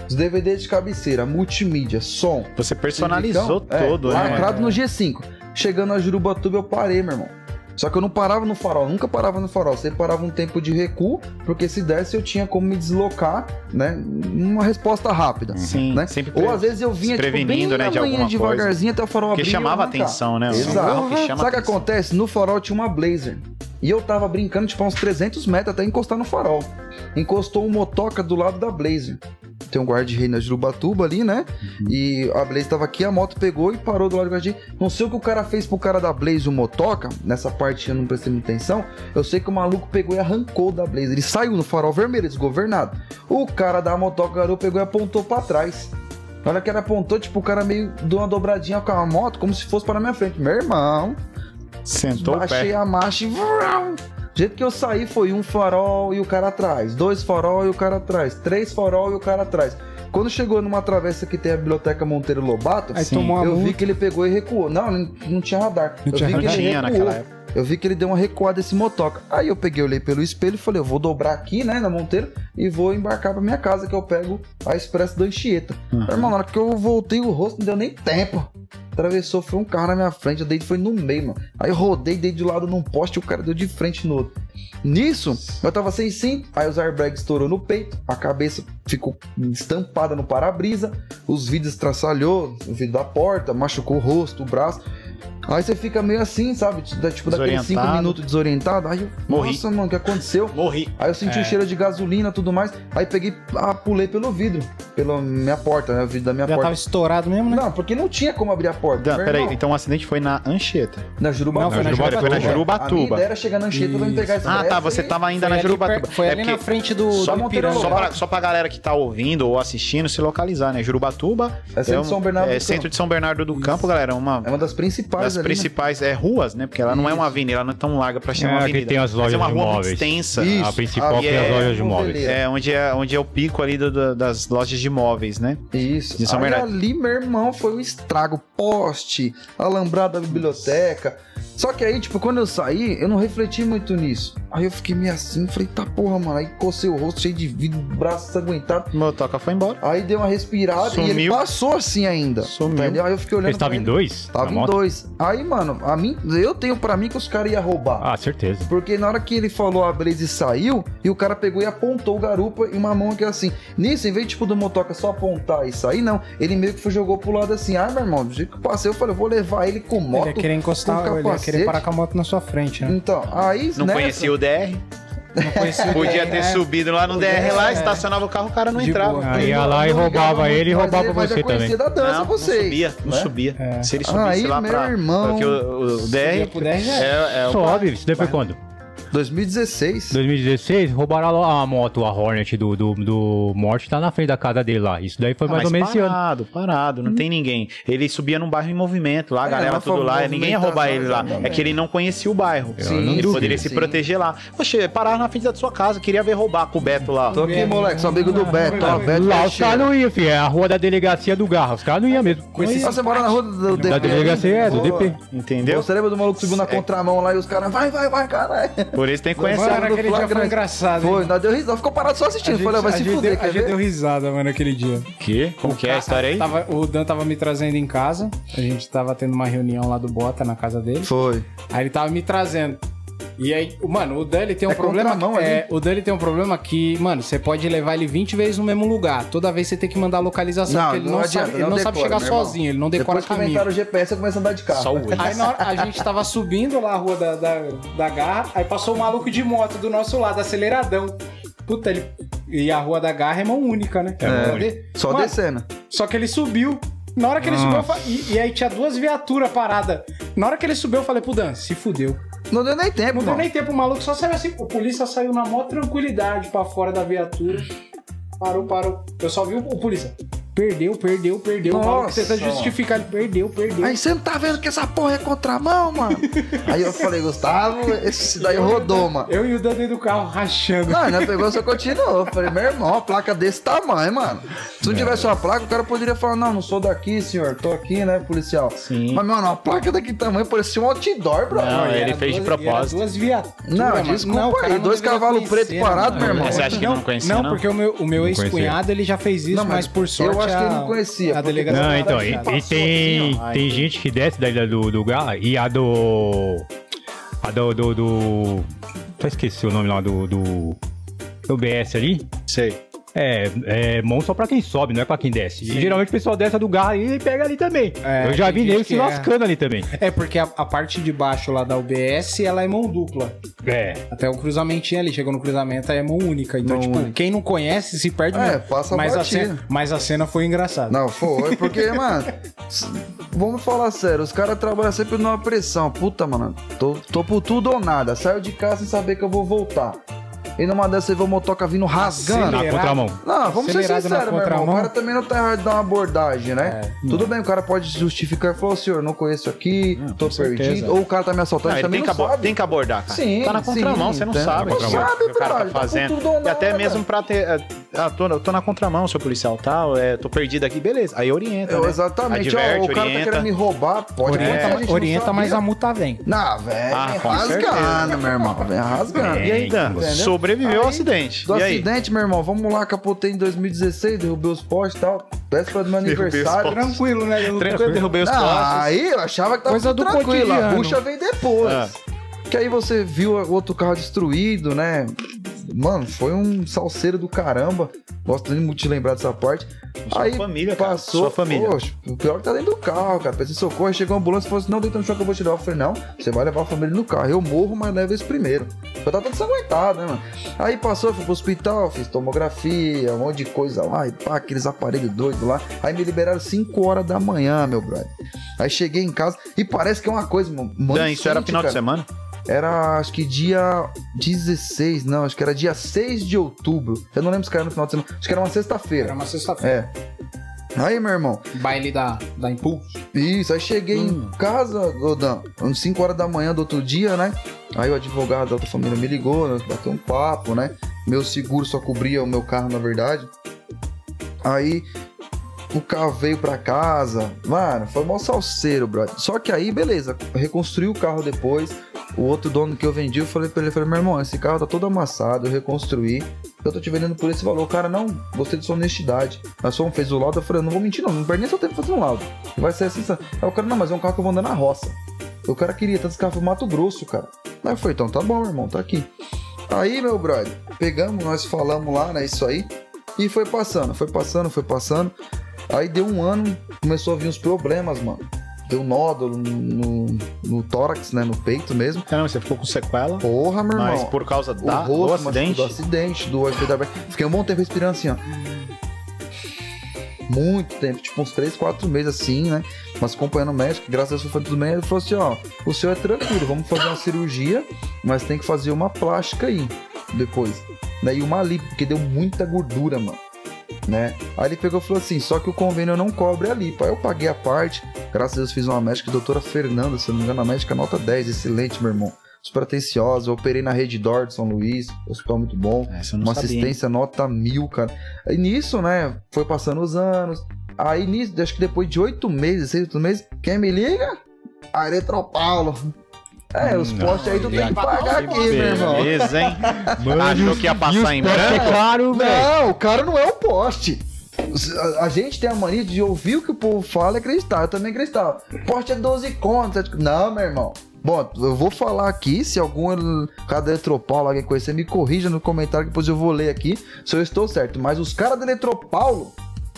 [SPEAKER 4] Os DVDs de cabeceira, multimídia, som,
[SPEAKER 1] Você personalizou
[SPEAKER 4] Então, é,
[SPEAKER 1] todo, né, mano?
[SPEAKER 4] Lacrado no G5. Chegando a Jurubatuba, eu parei, meu irmão. Só que eu não parava no farol, nunca parava no farol. Sempre parava um tempo de recuo, porque se desse eu tinha como me deslocar, né? Uma resposta rápida.
[SPEAKER 1] Uhum. Sim,
[SPEAKER 4] né?
[SPEAKER 1] sempre
[SPEAKER 4] Ou às vezes eu vinha
[SPEAKER 1] se
[SPEAKER 4] tipo, bem
[SPEAKER 1] prevenindo, né,
[SPEAKER 4] na
[SPEAKER 1] de
[SPEAKER 4] manhã,
[SPEAKER 1] alguma
[SPEAKER 4] devagarzinho até o farol
[SPEAKER 1] Porque
[SPEAKER 4] abrir. e eu
[SPEAKER 1] chamava
[SPEAKER 4] arrancar.
[SPEAKER 1] atenção, né?
[SPEAKER 4] Exato.
[SPEAKER 1] Um carro que chama
[SPEAKER 4] Sabe o que
[SPEAKER 1] atenção.
[SPEAKER 4] acontece? No farol tinha uma Blazer. E eu tava brincando, tipo, a uns 300 metros até encostar no farol. Encostou um motoca do lado da Blazer. Tem um guarda-rei na Jurubatuba ali, né?
[SPEAKER 1] Uhum.
[SPEAKER 4] E a Blazer tava aqui, a moto pegou e parou do lado do guarda-rei. Não sei o que o cara fez pro cara da Blazer, o motoca. Nessa parte eu não prestei muita atenção. Eu sei que o maluco pegou e arrancou da Blazer. Ele saiu no farol vermelho, desgovernado. O cara da motoca, garoto, pegou e apontou pra trás. Na hora que ele apontou, tipo, o cara meio deu uma dobradinha com a moto, como se fosse para minha frente. Meu irmão,
[SPEAKER 1] Sentou o
[SPEAKER 4] baixei
[SPEAKER 1] pé.
[SPEAKER 4] a marcha e. vrau! O jeito que eu saí foi um farol e o cara atrás, dois farol e o cara atrás, três farol e o cara atrás. Quando chegou numa travessa que tem a biblioteca Monteiro Lobato,
[SPEAKER 2] Aí
[SPEAKER 1] Sim.
[SPEAKER 2] tomou a
[SPEAKER 4] eu vi
[SPEAKER 2] multa.
[SPEAKER 4] que ele pegou e recuou. Não, não não tinha radar.
[SPEAKER 2] Não
[SPEAKER 4] eu
[SPEAKER 2] tinha
[SPEAKER 4] vi
[SPEAKER 1] Não
[SPEAKER 4] que ele
[SPEAKER 1] tinha
[SPEAKER 4] recuou.
[SPEAKER 1] naquela época.
[SPEAKER 4] Eu vi que ele deu uma recuada esse motoca. Aí eu peguei, olhei pelo espelho e falei, eu vou dobrar aqui, né, na Monteiro, e vou embarcar pra minha casa, que eu pego a Expresso da Anchieta.
[SPEAKER 1] Uhum.
[SPEAKER 4] Irmão, na hora que eu voltei o rosto, não deu nem tempo. Atravessou, foi um carro na minha frente, eu dei, foi no meio, mano. Aí eu rodei, dei de lado num poste, o cara deu de frente no outro. Nisso, eu tava sem cinto, aí os airbags estourou no peito, a cabeça ficou estampada no para-brisa, os vidros traçalhou, o vidro da porta, machucou o rosto, o braço. Aí você fica meio assim, sabe? Da- Tipo, daqueles cinco
[SPEAKER 1] Desorientado.
[SPEAKER 4] minutos desorientado. Aí eu,
[SPEAKER 5] Morri.
[SPEAKER 4] nossa, mano, o que aconteceu?
[SPEAKER 5] Morri.
[SPEAKER 4] Aí eu senti o cheiro de gasolina e tudo mais. Aí peguei, ah, pulei pelo vidro, pela minha porta, né? O vidro da minha
[SPEAKER 2] Já
[SPEAKER 4] porta.
[SPEAKER 2] tava estourado mesmo, né?
[SPEAKER 4] Não, porque não tinha como abrir a porta.
[SPEAKER 1] Dan,
[SPEAKER 4] Meu
[SPEAKER 1] peraí,
[SPEAKER 4] irmão,
[SPEAKER 1] então o acidente foi na Anchieta.
[SPEAKER 4] Na Jurubatuba.
[SPEAKER 2] Não, foi na
[SPEAKER 1] Jurubatuba, foi na
[SPEAKER 4] A minha
[SPEAKER 1] Jurubatuba.
[SPEAKER 4] ideia é era chegar na Anchieta pra me pegar esse
[SPEAKER 1] Ah, tá,
[SPEAKER 4] ingresso
[SPEAKER 1] você
[SPEAKER 4] e-
[SPEAKER 1] tava ainda
[SPEAKER 2] Foi
[SPEAKER 1] na
[SPEAKER 2] ali
[SPEAKER 1] Jurubatuba.
[SPEAKER 2] per- Foi
[SPEAKER 1] É
[SPEAKER 2] ali na
[SPEAKER 1] porque-
[SPEAKER 2] frente do,
[SPEAKER 4] Só
[SPEAKER 2] do
[SPEAKER 4] Monteiro
[SPEAKER 2] Ipiranga.
[SPEAKER 5] Só
[SPEAKER 4] Lobato.
[SPEAKER 5] pra, só pra galera que tá ouvindo ou assistindo se localizar, né? Jurubatuba
[SPEAKER 4] É centro
[SPEAKER 5] um-
[SPEAKER 4] de São Bernardo
[SPEAKER 5] é
[SPEAKER 4] do
[SPEAKER 5] centro
[SPEAKER 4] Campo.
[SPEAKER 5] de São Bernardo do Campo, galera. Uma
[SPEAKER 4] É uma das principais
[SPEAKER 5] das
[SPEAKER 4] ali, né?
[SPEAKER 5] principais é, ruas, né? Porque ela não é uma avenida, ela não é tão larga pra chamar
[SPEAKER 3] É,
[SPEAKER 5] uma
[SPEAKER 3] aqui
[SPEAKER 5] avenida.
[SPEAKER 3] tem as
[SPEAKER 5] mas é
[SPEAKER 3] lojas
[SPEAKER 5] uma
[SPEAKER 3] de
[SPEAKER 5] rua muito
[SPEAKER 3] móveis.
[SPEAKER 5] extensa.
[SPEAKER 4] Isso.
[SPEAKER 3] A principal
[SPEAKER 4] Ah,
[SPEAKER 3] que é as
[SPEAKER 5] é,
[SPEAKER 3] lojas de
[SPEAKER 4] vamos
[SPEAKER 3] móveis.
[SPEAKER 4] ver.
[SPEAKER 5] É, onde é, onde é o pico ali do- do- das lojas de imóveis, né?
[SPEAKER 4] Isso.
[SPEAKER 5] De São
[SPEAKER 4] Aí
[SPEAKER 5] Bernardo.
[SPEAKER 4] ali, meu irmão, foi um estrago. Poste, alambrado da biblioteca. Só que aí, tipo, quando eu saí, eu não refleti muito nisso. Aí eu fiquei meio assim, falei, tá porra, mano. Aí cocei o rosto cheio de vidro, braço sanguentado.
[SPEAKER 5] Motoca foi embora.
[SPEAKER 4] Aí dei uma respirada e ele
[SPEAKER 5] Sumiu.
[SPEAKER 4] passou assim ainda.
[SPEAKER 5] Sumiu.
[SPEAKER 4] Entendeu? Aí eu fiquei olhando
[SPEAKER 3] Eles estavam
[SPEAKER 4] pra
[SPEAKER 3] em
[SPEAKER 4] ele.
[SPEAKER 3] dois? na
[SPEAKER 4] Tava em
[SPEAKER 3] moto?
[SPEAKER 4] dois. Aí, mano, a mim, eu tenho pra mim que os caras iam roubar.
[SPEAKER 3] Ah, certeza.
[SPEAKER 4] Porque na hora que ele falou a Blaze saiu, e o cara pegou e apontou o garupa em uma mão aqui assim. Nisso, em vez tipo do motoca só apontar e sair, não. Ele meio que foi- jogou pro lado assim. Ah, meu irmão, do jeito que eu passei, eu falei, eu vou levar ele com moto.
[SPEAKER 2] Ele ia querer encostar, ele
[SPEAKER 4] com
[SPEAKER 2] ia querer
[SPEAKER 4] capacete.
[SPEAKER 2] parar com a moto na sua frente, né?
[SPEAKER 4] Então, aí.
[SPEAKER 5] Não
[SPEAKER 4] nessa-
[SPEAKER 5] conhecia o DR.
[SPEAKER 2] Não conhecia o
[SPEAKER 5] Podia
[SPEAKER 2] cara,
[SPEAKER 4] é.
[SPEAKER 5] ter
[SPEAKER 2] né?
[SPEAKER 5] subido lá no
[SPEAKER 2] Podia,
[SPEAKER 5] DR lá,
[SPEAKER 2] é.
[SPEAKER 5] estacionava o carro, o cara não
[SPEAKER 2] De
[SPEAKER 5] entrava.
[SPEAKER 2] boa.
[SPEAKER 5] Não,
[SPEAKER 3] Aí
[SPEAKER 4] Ele
[SPEAKER 3] ia
[SPEAKER 4] não-
[SPEAKER 3] lá e
[SPEAKER 4] não ligava
[SPEAKER 3] roubava
[SPEAKER 4] muito,
[SPEAKER 3] ele e
[SPEAKER 4] mas
[SPEAKER 3] roubava
[SPEAKER 4] mas
[SPEAKER 3] você
[SPEAKER 4] já conhecia
[SPEAKER 3] também.
[SPEAKER 4] da dança
[SPEAKER 5] não
[SPEAKER 4] Então, vocês.
[SPEAKER 5] subia, não
[SPEAKER 4] né?
[SPEAKER 5] subia.
[SPEAKER 2] É.
[SPEAKER 5] Se ele subisse
[SPEAKER 4] Aí,
[SPEAKER 5] lá
[SPEAKER 4] meu
[SPEAKER 5] pra.
[SPEAKER 4] irmão.
[SPEAKER 5] Porque o, o
[SPEAKER 2] Podia
[SPEAKER 5] DR
[SPEAKER 2] pro DR já era.
[SPEAKER 5] é, é o
[SPEAKER 3] Sobe, isso daí foi quando?
[SPEAKER 4] 2016.
[SPEAKER 3] 2016, roubaram a a moto, a Hornet do, do, do Morte, tá na frente da casa dele lá. Isso daí foi
[SPEAKER 5] Ah,
[SPEAKER 3] mais ou
[SPEAKER 5] mas
[SPEAKER 3] menos esse ano.
[SPEAKER 5] parado, parado, não tem ninguém. Ele subia num bairro em movimento lá, a
[SPEAKER 4] Uhum. É,
[SPEAKER 5] galera
[SPEAKER 4] uma
[SPEAKER 5] tudo lá,
[SPEAKER 4] movimentação,
[SPEAKER 5] ninguém ia roubar ele lá. É
[SPEAKER 4] exatamente.
[SPEAKER 5] que ele não conhecia o bairro.
[SPEAKER 4] Sim,
[SPEAKER 5] ele
[SPEAKER 4] sim,
[SPEAKER 5] poderia se
[SPEAKER 4] sim.
[SPEAKER 5] proteger lá. Poxa, parar na frente da sua casa, queria ver roubar com o Beto lá.
[SPEAKER 4] Tô aqui, moleque, sou amigo do Beto.
[SPEAKER 5] Tá,
[SPEAKER 4] Ó, Beto
[SPEAKER 3] Lá os
[SPEAKER 4] Teixeira.
[SPEAKER 3] caras não iam, filho. É a rua da delegacia do Garra. Os caras não iam mesmo.
[SPEAKER 4] Ah, você mora na rua do DP?
[SPEAKER 3] Da delegacia é, do
[SPEAKER 5] né?
[SPEAKER 4] Boa.
[SPEAKER 3] DP.
[SPEAKER 5] Entendeu?
[SPEAKER 4] Você lembra do maluco subiu na contramão lá e os caras, vai, vai, vai, caralho.
[SPEAKER 5] Por isso tem que
[SPEAKER 2] Mano,
[SPEAKER 5] conhecer.
[SPEAKER 4] É, Mano,
[SPEAKER 2] aquele dia foi
[SPEAKER 4] flagrante.
[SPEAKER 2] engraçado. hein?
[SPEAKER 4] Foi, nós deu risada, ficou parado só
[SPEAKER 2] A
[SPEAKER 4] assistindo.
[SPEAKER 2] gente-
[SPEAKER 4] Falei, "Ah, vai
[SPEAKER 2] a
[SPEAKER 4] se
[SPEAKER 2] gente
[SPEAKER 4] fuder,
[SPEAKER 2] deu- A
[SPEAKER 4] quer
[SPEAKER 2] gente
[SPEAKER 4] ver?
[SPEAKER 2] deu risada, mano, aquele dia.
[SPEAKER 5] Que? Como
[SPEAKER 4] Tá-
[SPEAKER 5] que é a história aí?
[SPEAKER 2] Tava- o Dan tava me trazendo em casa. A gente tava tendo uma reunião lá do Bota na casa dele.
[SPEAKER 4] Foi.
[SPEAKER 2] Aí ele tava me trazendo. E aí, mano, o Dan ele tem um
[SPEAKER 4] É
[SPEAKER 2] problema.
[SPEAKER 4] contramão ali.
[SPEAKER 2] é, o Dan ele tem um problema que, mano, você pode levar ele 20 vezes no mesmo lugar. Toda vez você tem que mandar a localização,
[SPEAKER 4] Não,
[SPEAKER 2] porque ele
[SPEAKER 4] não
[SPEAKER 2] não,
[SPEAKER 4] adianta,
[SPEAKER 2] sabe, ele
[SPEAKER 4] não
[SPEAKER 2] não
[SPEAKER 4] decora,
[SPEAKER 2] sabe chegar
[SPEAKER 4] meu irmão.
[SPEAKER 2] sozinho, ele não decora
[SPEAKER 4] Depois que
[SPEAKER 2] caminho.
[SPEAKER 4] inventaram o GPS, eu começo a andar de carro.
[SPEAKER 5] Só o
[SPEAKER 2] Aí na hora, a gente tava subindo lá a rua da, da, da garra, aí passou um maluco de moto do nosso lado, aceleradão. Puta, ele. E a rua da garra é mão única, né?
[SPEAKER 3] É, mão
[SPEAKER 2] Cadê?
[SPEAKER 4] Só
[SPEAKER 2] Mano,
[SPEAKER 4] descendo.
[SPEAKER 2] Só que ele subiu. Na hora que ele subiu, eu fa- e, e aí tinha duas viaturas paradas. Na hora que ele subiu, eu falei pro Dan, se fudeu.
[SPEAKER 4] Não deu nem tempo,
[SPEAKER 2] Não deu
[SPEAKER 4] mano.
[SPEAKER 2] nem tempo, o maluco só saiu assim. O polícia saiu na maior tranquilidade pra fora da viatura. Parou, parou. Eu só vi o, o polícia. Perdeu, perdeu, perdeu. O maluco
[SPEAKER 4] Nossa.
[SPEAKER 2] tentando justificar. Ele perdeu, perdeu.
[SPEAKER 4] Aí você não tá vendo que essa porra é contramão, mano? Aí eu falei, Gustavo, esse daí rodou, mano.
[SPEAKER 2] Eu e o Dan dentro do carro rachando.
[SPEAKER 4] Não, não pegou, só continuou. Eu Falei, meu irmão, a placa desse tamanho, mano. Se
[SPEAKER 5] É.
[SPEAKER 4] não tivesse uma placa, o cara poderia falar, não, não sou daqui, senhor, tô aqui, né, policial.
[SPEAKER 5] Sim.
[SPEAKER 4] Mas, mano, uma placa daquele tamanho parecia um outdoor, bro.
[SPEAKER 5] Não,
[SPEAKER 2] E
[SPEAKER 5] ele
[SPEAKER 2] era
[SPEAKER 5] fez de
[SPEAKER 2] duas-
[SPEAKER 5] propósito.
[SPEAKER 2] e era Duas viaturas.
[SPEAKER 4] Não,
[SPEAKER 2] mano.
[SPEAKER 4] desculpa
[SPEAKER 2] o cara
[SPEAKER 4] aí,
[SPEAKER 2] não
[SPEAKER 4] dois
[SPEAKER 2] deveria
[SPEAKER 4] cavalos
[SPEAKER 2] conhecer,
[SPEAKER 4] preto
[SPEAKER 2] né,
[SPEAKER 4] parado,
[SPEAKER 2] mano?
[SPEAKER 4] meu irmão.
[SPEAKER 5] Você acha que ele não conhecia,
[SPEAKER 2] Não,
[SPEAKER 5] não?
[SPEAKER 2] porque o meu, o meu
[SPEAKER 3] conhecia.
[SPEAKER 2] ex-cunhado ele já fez isso,
[SPEAKER 4] Não,
[SPEAKER 2] mas,
[SPEAKER 4] mas
[SPEAKER 2] por sorte.
[SPEAKER 4] eu acho que ele não
[SPEAKER 2] a-
[SPEAKER 4] conhecia,
[SPEAKER 2] A
[SPEAKER 4] porque-
[SPEAKER 2] delegacia
[SPEAKER 3] Não,
[SPEAKER 2] era
[SPEAKER 3] então,
[SPEAKER 2] fechada.
[SPEAKER 3] e, e tem,
[SPEAKER 5] ó.
[SPEAKER 3] tem
[SPEAKER 5] Ai,
[SPEAKER 3] gente que desce da ilha do, do Garra e a do. A do. do. do só esqueci o nome lá do. do, do BS ali.
[SPEAKER 5] Sei.
[SPEAKER 3] É, é mão só pra quem sobe, não é pra quem desce. E geralmente o pessoal desce a do Garra e pega ali também.
[SPEAKER 2] É,
[SPEAKER 3] Eu já
[SPEAKER 2] tem gente
[SPEAKER 3] vi nego se
[SPEAKER 2] que é.
[SPEAKER 3] lascando ali também.
[SPEAKER 2] É, porque a, a parte de baixo lá da UBS, ela é mão dupla.
[SPEAKER 3] É.
[SPEAKER 2] Até o cruzamentinho ali, chegou no cruzamento, aí é mão única. Então,
[SPEAKER 4] Mão
[SPEAKER 2] tipo, quem não conhece se perde
[SPEAKER 4] É,
[SPEAKER 2] mesmo.
[SPEAKER 4] passa a
[SPEAKER 2] mas a,
[SPEAKER 4] batida.
[SPEAKER 2] cena, mas a cena foi engraçada.
[SPEAKER 4] Não, foi, porque, mano. s- Vamos falar sério, os caras trabalham sempre numa pressão. Puta, mano, tô, tô por tudo ou nada. Saio de casa sem saber que eu vou voltar. E numa dessas eu vou motoca vindo rasgando.
[SPEAKER 3] Na
[SPEAKER 2] Acelerado.
[SPEAKER 3] contramão.
[SPEAKER 4] Não, vamos ser
[SPEAKER 2] Acelerado na
[SPEAKER 4] sinceros, meu irmão.
[SPEAKER 2] contramão. É,
[SPEAKER 4] O cara também não tá errado de dar uma abordagem, né? Tudo bem, o cara pode justificar e falar, "Ô, senhor, não conheço aqui, tô perdido. Ou o cara tá me assaltando,
[SPEAKER 5] Não,
[SPEAKER 4] ele
[SPEAKER 5] ele
[SPEAKER 4] também
[SPEAKER 5] tem que,
[SPEAKER 4] não
[SPEAKER 5] abor-
[SPEAKER 4] sabe.
[SPEAKER 5] tem que abordar, cara.
[SPEAKER 4] Sim,
[SPEAKER 5] tá na contramão,
[SPEAKER 4] sim,
[SPEAKER 5] você não
[SPEAKER 4] tem.
[SPEAKER 5] sabe.
[SPEAKER 4] Não
[SPEAKER 5] o que
[SPEAKER 4] sabe,
[SPEAKER 5] o cara tá
[SPEAKER 4] brother, tá
[SPEAKER 5] fazendo.
[SPEAKER 4] com tudo ou
[SPEAKER 5] e até
[SPEAKER 4] nada.
[SPEAKER 5] mesmo pra ter. é, Ah, tô, eu tô na contramão, seu policial tal, é, tô perdido aqui, beleza. Aí orienta.
[SPEAKER 4] Eu-
[SPEAKER 5] né?
[SPEAKER 4] Exatamente,
[SPEAKER 5] Adverte,
[SPEAKER 4] ó, o cara tá
[SPEAKER 5] orienta.
[SPEAKER 4] querendo me roubar, pode
[SPEAKER 2] orienta,
[SPEAKER 4] acontecer, a gente é. não
[SPEAKER 2] orienta mas a
[SPEAKER 4] sabia.
[SPEAKER 2] multa vem.
[SPEAKER 4] Não, velho,
[SPEAKER 5] Ah,
[SPEAKER 4] vem
[SPEAKER 5] com
[SPEAKER 4] rasgando,
[SPEAKER 5] certeza.
[SPEAKER 4] meu irmão, vem rasgando.
[SPEAKER 5] E aí, Dan,
[SPEAKER 4] Entendeu?
[SPEAKER 1] sobreviveu ao
[SPEAKER 4] Aí,
[SPEAKER 1] acidente.
[SPEAKER 4] Do
[SPEAKER 1] e aí?
[SPEAKER 4] Tipo, acidente, meu irmão, vamos lá, capotei em 2016, derrubei os postes e tal. Véspera do meu
[SPEAKER 1] Derrubei os
[SPEAKER 4] aniversário.
[SPEAKER 1] postes.
[SPEAKER 2] Tranquilo, né? Eu-
[SPEAKER 1] Tranquilo, derrubei os
[SPEAKER 4] Ah,
[SPEAKER 1] postes.
[SPEAKER 4] aí eu achava que tava
[SPEAKER 2] Coisa do
[SPEAKER 4] tranquilo, a
[SPEAKER 2] cotidiano.
[SPEAKER 4] bucha vem depois.
[SPEAKER 1] Ah.
[SPEAKER 4] Que aí você viu o outro carro destruído, né? Mano, foi um salseiro do caramba. Gosto muito de lembrar dessa parte.
[SPEAKER 5] Sua
[SPEAKER 4] aí
[SPEAKER 5] família, cara.
[SPEAKER 4] passou.
[SPEAKER 5] Sua família.
[SPEAKER 4] Poxa, o pior que tá dentro do carro, cara. Pensei, socorro, aí chegou a ambulância e falou assim: não, deita no chão que eu vou tirar. Eu falei, não, você vai levar a família no carro. Eu morro, mas leva eles primeiro. Eu tava todo desaguentado, né, mano? Aí passou, eu fui pro hospital, fiz tomografia, um monte de coisa lá, e pá, aqueles aparelhos doidos lá. Aí me liberaram 5 horas da manhã, meu brother. Aí cheguei em casa e parece que é uma coisa, mano.
[SPEAKER 1] Dan, isso era
[SPEAKER 4] mansante,
[SPEAKER 1] final de
[SPEAKER 4] cara.
[SPEAKER 1] semana?
[SPEAKER 4] Era acho que dia 16, não, acho que era dia 6 de outubro. Eu não lembro se era no final de semana, acho que era uma
[SPEAKER 2] Era
[SPEAKER 4] sexta-feira.
[SPEAKER 2] uma sexta-feira.
[SPEAKER 4] É. Aí, meu irmão,
[SPEAKER 2] Baile da, da Impulso.
[SPEAKER 4] isso, aí cheguei
[SPEAKER 2] Hum.
[SPEAKER 4] em casa, ô Dan, uns 5 horas da manhã do outro dia, né? Aí o advogado da outra família me ligou, nós bateu um papo, né? Meu seguro só cobria o meu carro, na verdade. Aí o carro veio pra casa. Mano, foi mó salseiro, brother. Só que aí, beleza, reconstruí o carro depois. O outro dono que eu vendi, eu falei pra ele, eu falei, meu irmão, esse carro tá todo amassado, eu reconstruí. Eu tô te vendendo por esse valor. Cara, não, gostei da sua honestidade. Nós fomos, fez o laudo, eu falei, eu não vou mentir não, não perdi nem seu tempo fazendo laudo. Vai ser assim, sabe? Aí o cara, não, mas é um carro que eu vou andar na roça. O cara queria, tanto esse carro foi Mato Grosso, cara. Aí eu falei, então tá bom, meu irmão, tá aqui. Aí, meu brother, pegamos, nós falamos lá, né, isso aí. E foi passando, foi passando, foi passando. Aí deu um ano, começou a vir uns problemas, mano. Deu nódulo no, no, no tórax, né, no peito mesmo.
[SPEAKER 5] Caramba, você ficou com sequela,
[SPEAKER 4] Porra, meu
[SPEAKER 5] mas
[SPEAKER 4] irmão.
[SPEAKER 5] por causa
[SPEAKER 4] O
[SPEAKER 5] da,
[SPEAKER 4] rosto,
[SPEAKER 5] do
[SPEAKER 4] machucou
[SPEAKER 5] acidente.
[SPEAKER 4] do acidente, do efeito da- Fiquei um bom tempo respirando assim, ó. Muito tempo, tipo uns 3, 4 meses assim, né? Mas acompanhando o médico, graças a Deus foi tudo bem. Ele falou assim: ó, o seu é tranquilo, vamos fazer uma cirurgia, mas tem que fazer uma plástica aí depois. Né? E uma lipo, porque deu muita gordura, mano. Né? Aí ele pegou e falou assim: só que o convênio não cobre a lipo. Aí eu paguei a parte, graças a Deus fiz uma médica, doutora Fernanda, se eu não me engano, a médica nota 10, excelente, meu irmão super atenciosa. Eu operei na Rede Dor de São Luís, hospital muito bom.
[SPEAKER 1] É,
[SPEAKER 5] Essa eu não
[SPEAKER 4] Uma
[SPEAKER 5] sabia, hein?
[SPEAKER 4] assistência nota mil, cara. E nisso, né? Foi passando os anos. Aí nisso, acho que depois de oito meses, seis, oito meses, quem me liga? Aretropaulo. É, os postes aí tu tem que pagar aqui, meu irmão.
[SPEAKER 1] Beleza, hein? Achou que ia passar em
[SPEAKER 3] É
[SPEAKER 1] branco?
[SPEAKER 3] claro, velho.
[SPEAKER 4] Não, o cara não é um poste. A- A gente tem a mania de ouvir o que o povo fala e acreditar. Eu também acreditava. Poste é 12 contas. Não, meu irmão. Bom, eu vou falar aqui. Se algum cara da Eletropaulo, alguém conhecer, me corrija no comentário que depois eu vou ler aqui se eu estou certo. Mas os caras da Eletropaulo,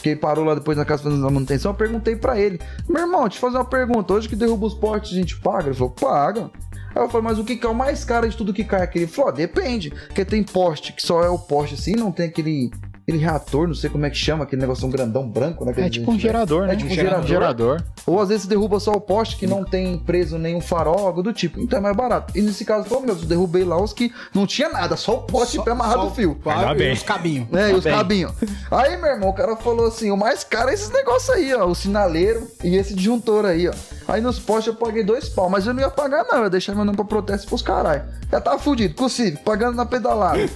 [SPEAKER 4] que parou lá depois na casa fazendo a manutenção, eu perguntei pra ele: Meu irmão, deixa eu fazer uma pergunta. Hoje que derruba os postes, a gente paga? Ele falou: Paga. Aí eu falei, mas o que que é o mais caro de tudo que cai aqui? Ele falou, ó, depende. Porque tem poste, que só é o poste assim, não tem aquele, aquele reator, não sei como é que chama, aquele negócio grandão branco, né? que a
[SPEAKER 5] É
[SPEAKER 4] gente
[SPEAKER 5] tipo um
[SPEAKER 4] vê.
[SPEAKER 5] gerador, né?
[SPEAKER 4] É tipo um gerador.
[SPEAKER 5] gerador.
[SPEAKER 4] Ou às vezes você derruba só o poste que não tem preso nenhum farol, algo do tipo. Então é mais barato. E nesse caso foi o mesmo, eu derrubei lá os que não tinha nada, só o poste
[SPEAKER 2] Só-
[SPEAKER 4] pra amarrar
[SPEAKER 2] só
[SPEAKER 4] do fio.
[SPEAKER 2] Claro,
[SPEAKER 3] bem.
[SPEAKER 2] e os cabinhos.
[SPEAKER 4] É, e os
[SPEAKER 1] Tá bem.
[SPEAKER 4] cabinhos. Aí, meu irmão, o cara falou assim: o mais caro é esses negócios aí, ó. O sinaleiro e esse disjuntor aí, ó. Aí nos postes eu paguei dois pau, mas eu não ia pagar, não. Eu ia deixar meu nome pra protesto pros caralho. Já tava fudido, com o Civic, pagando na pedalada.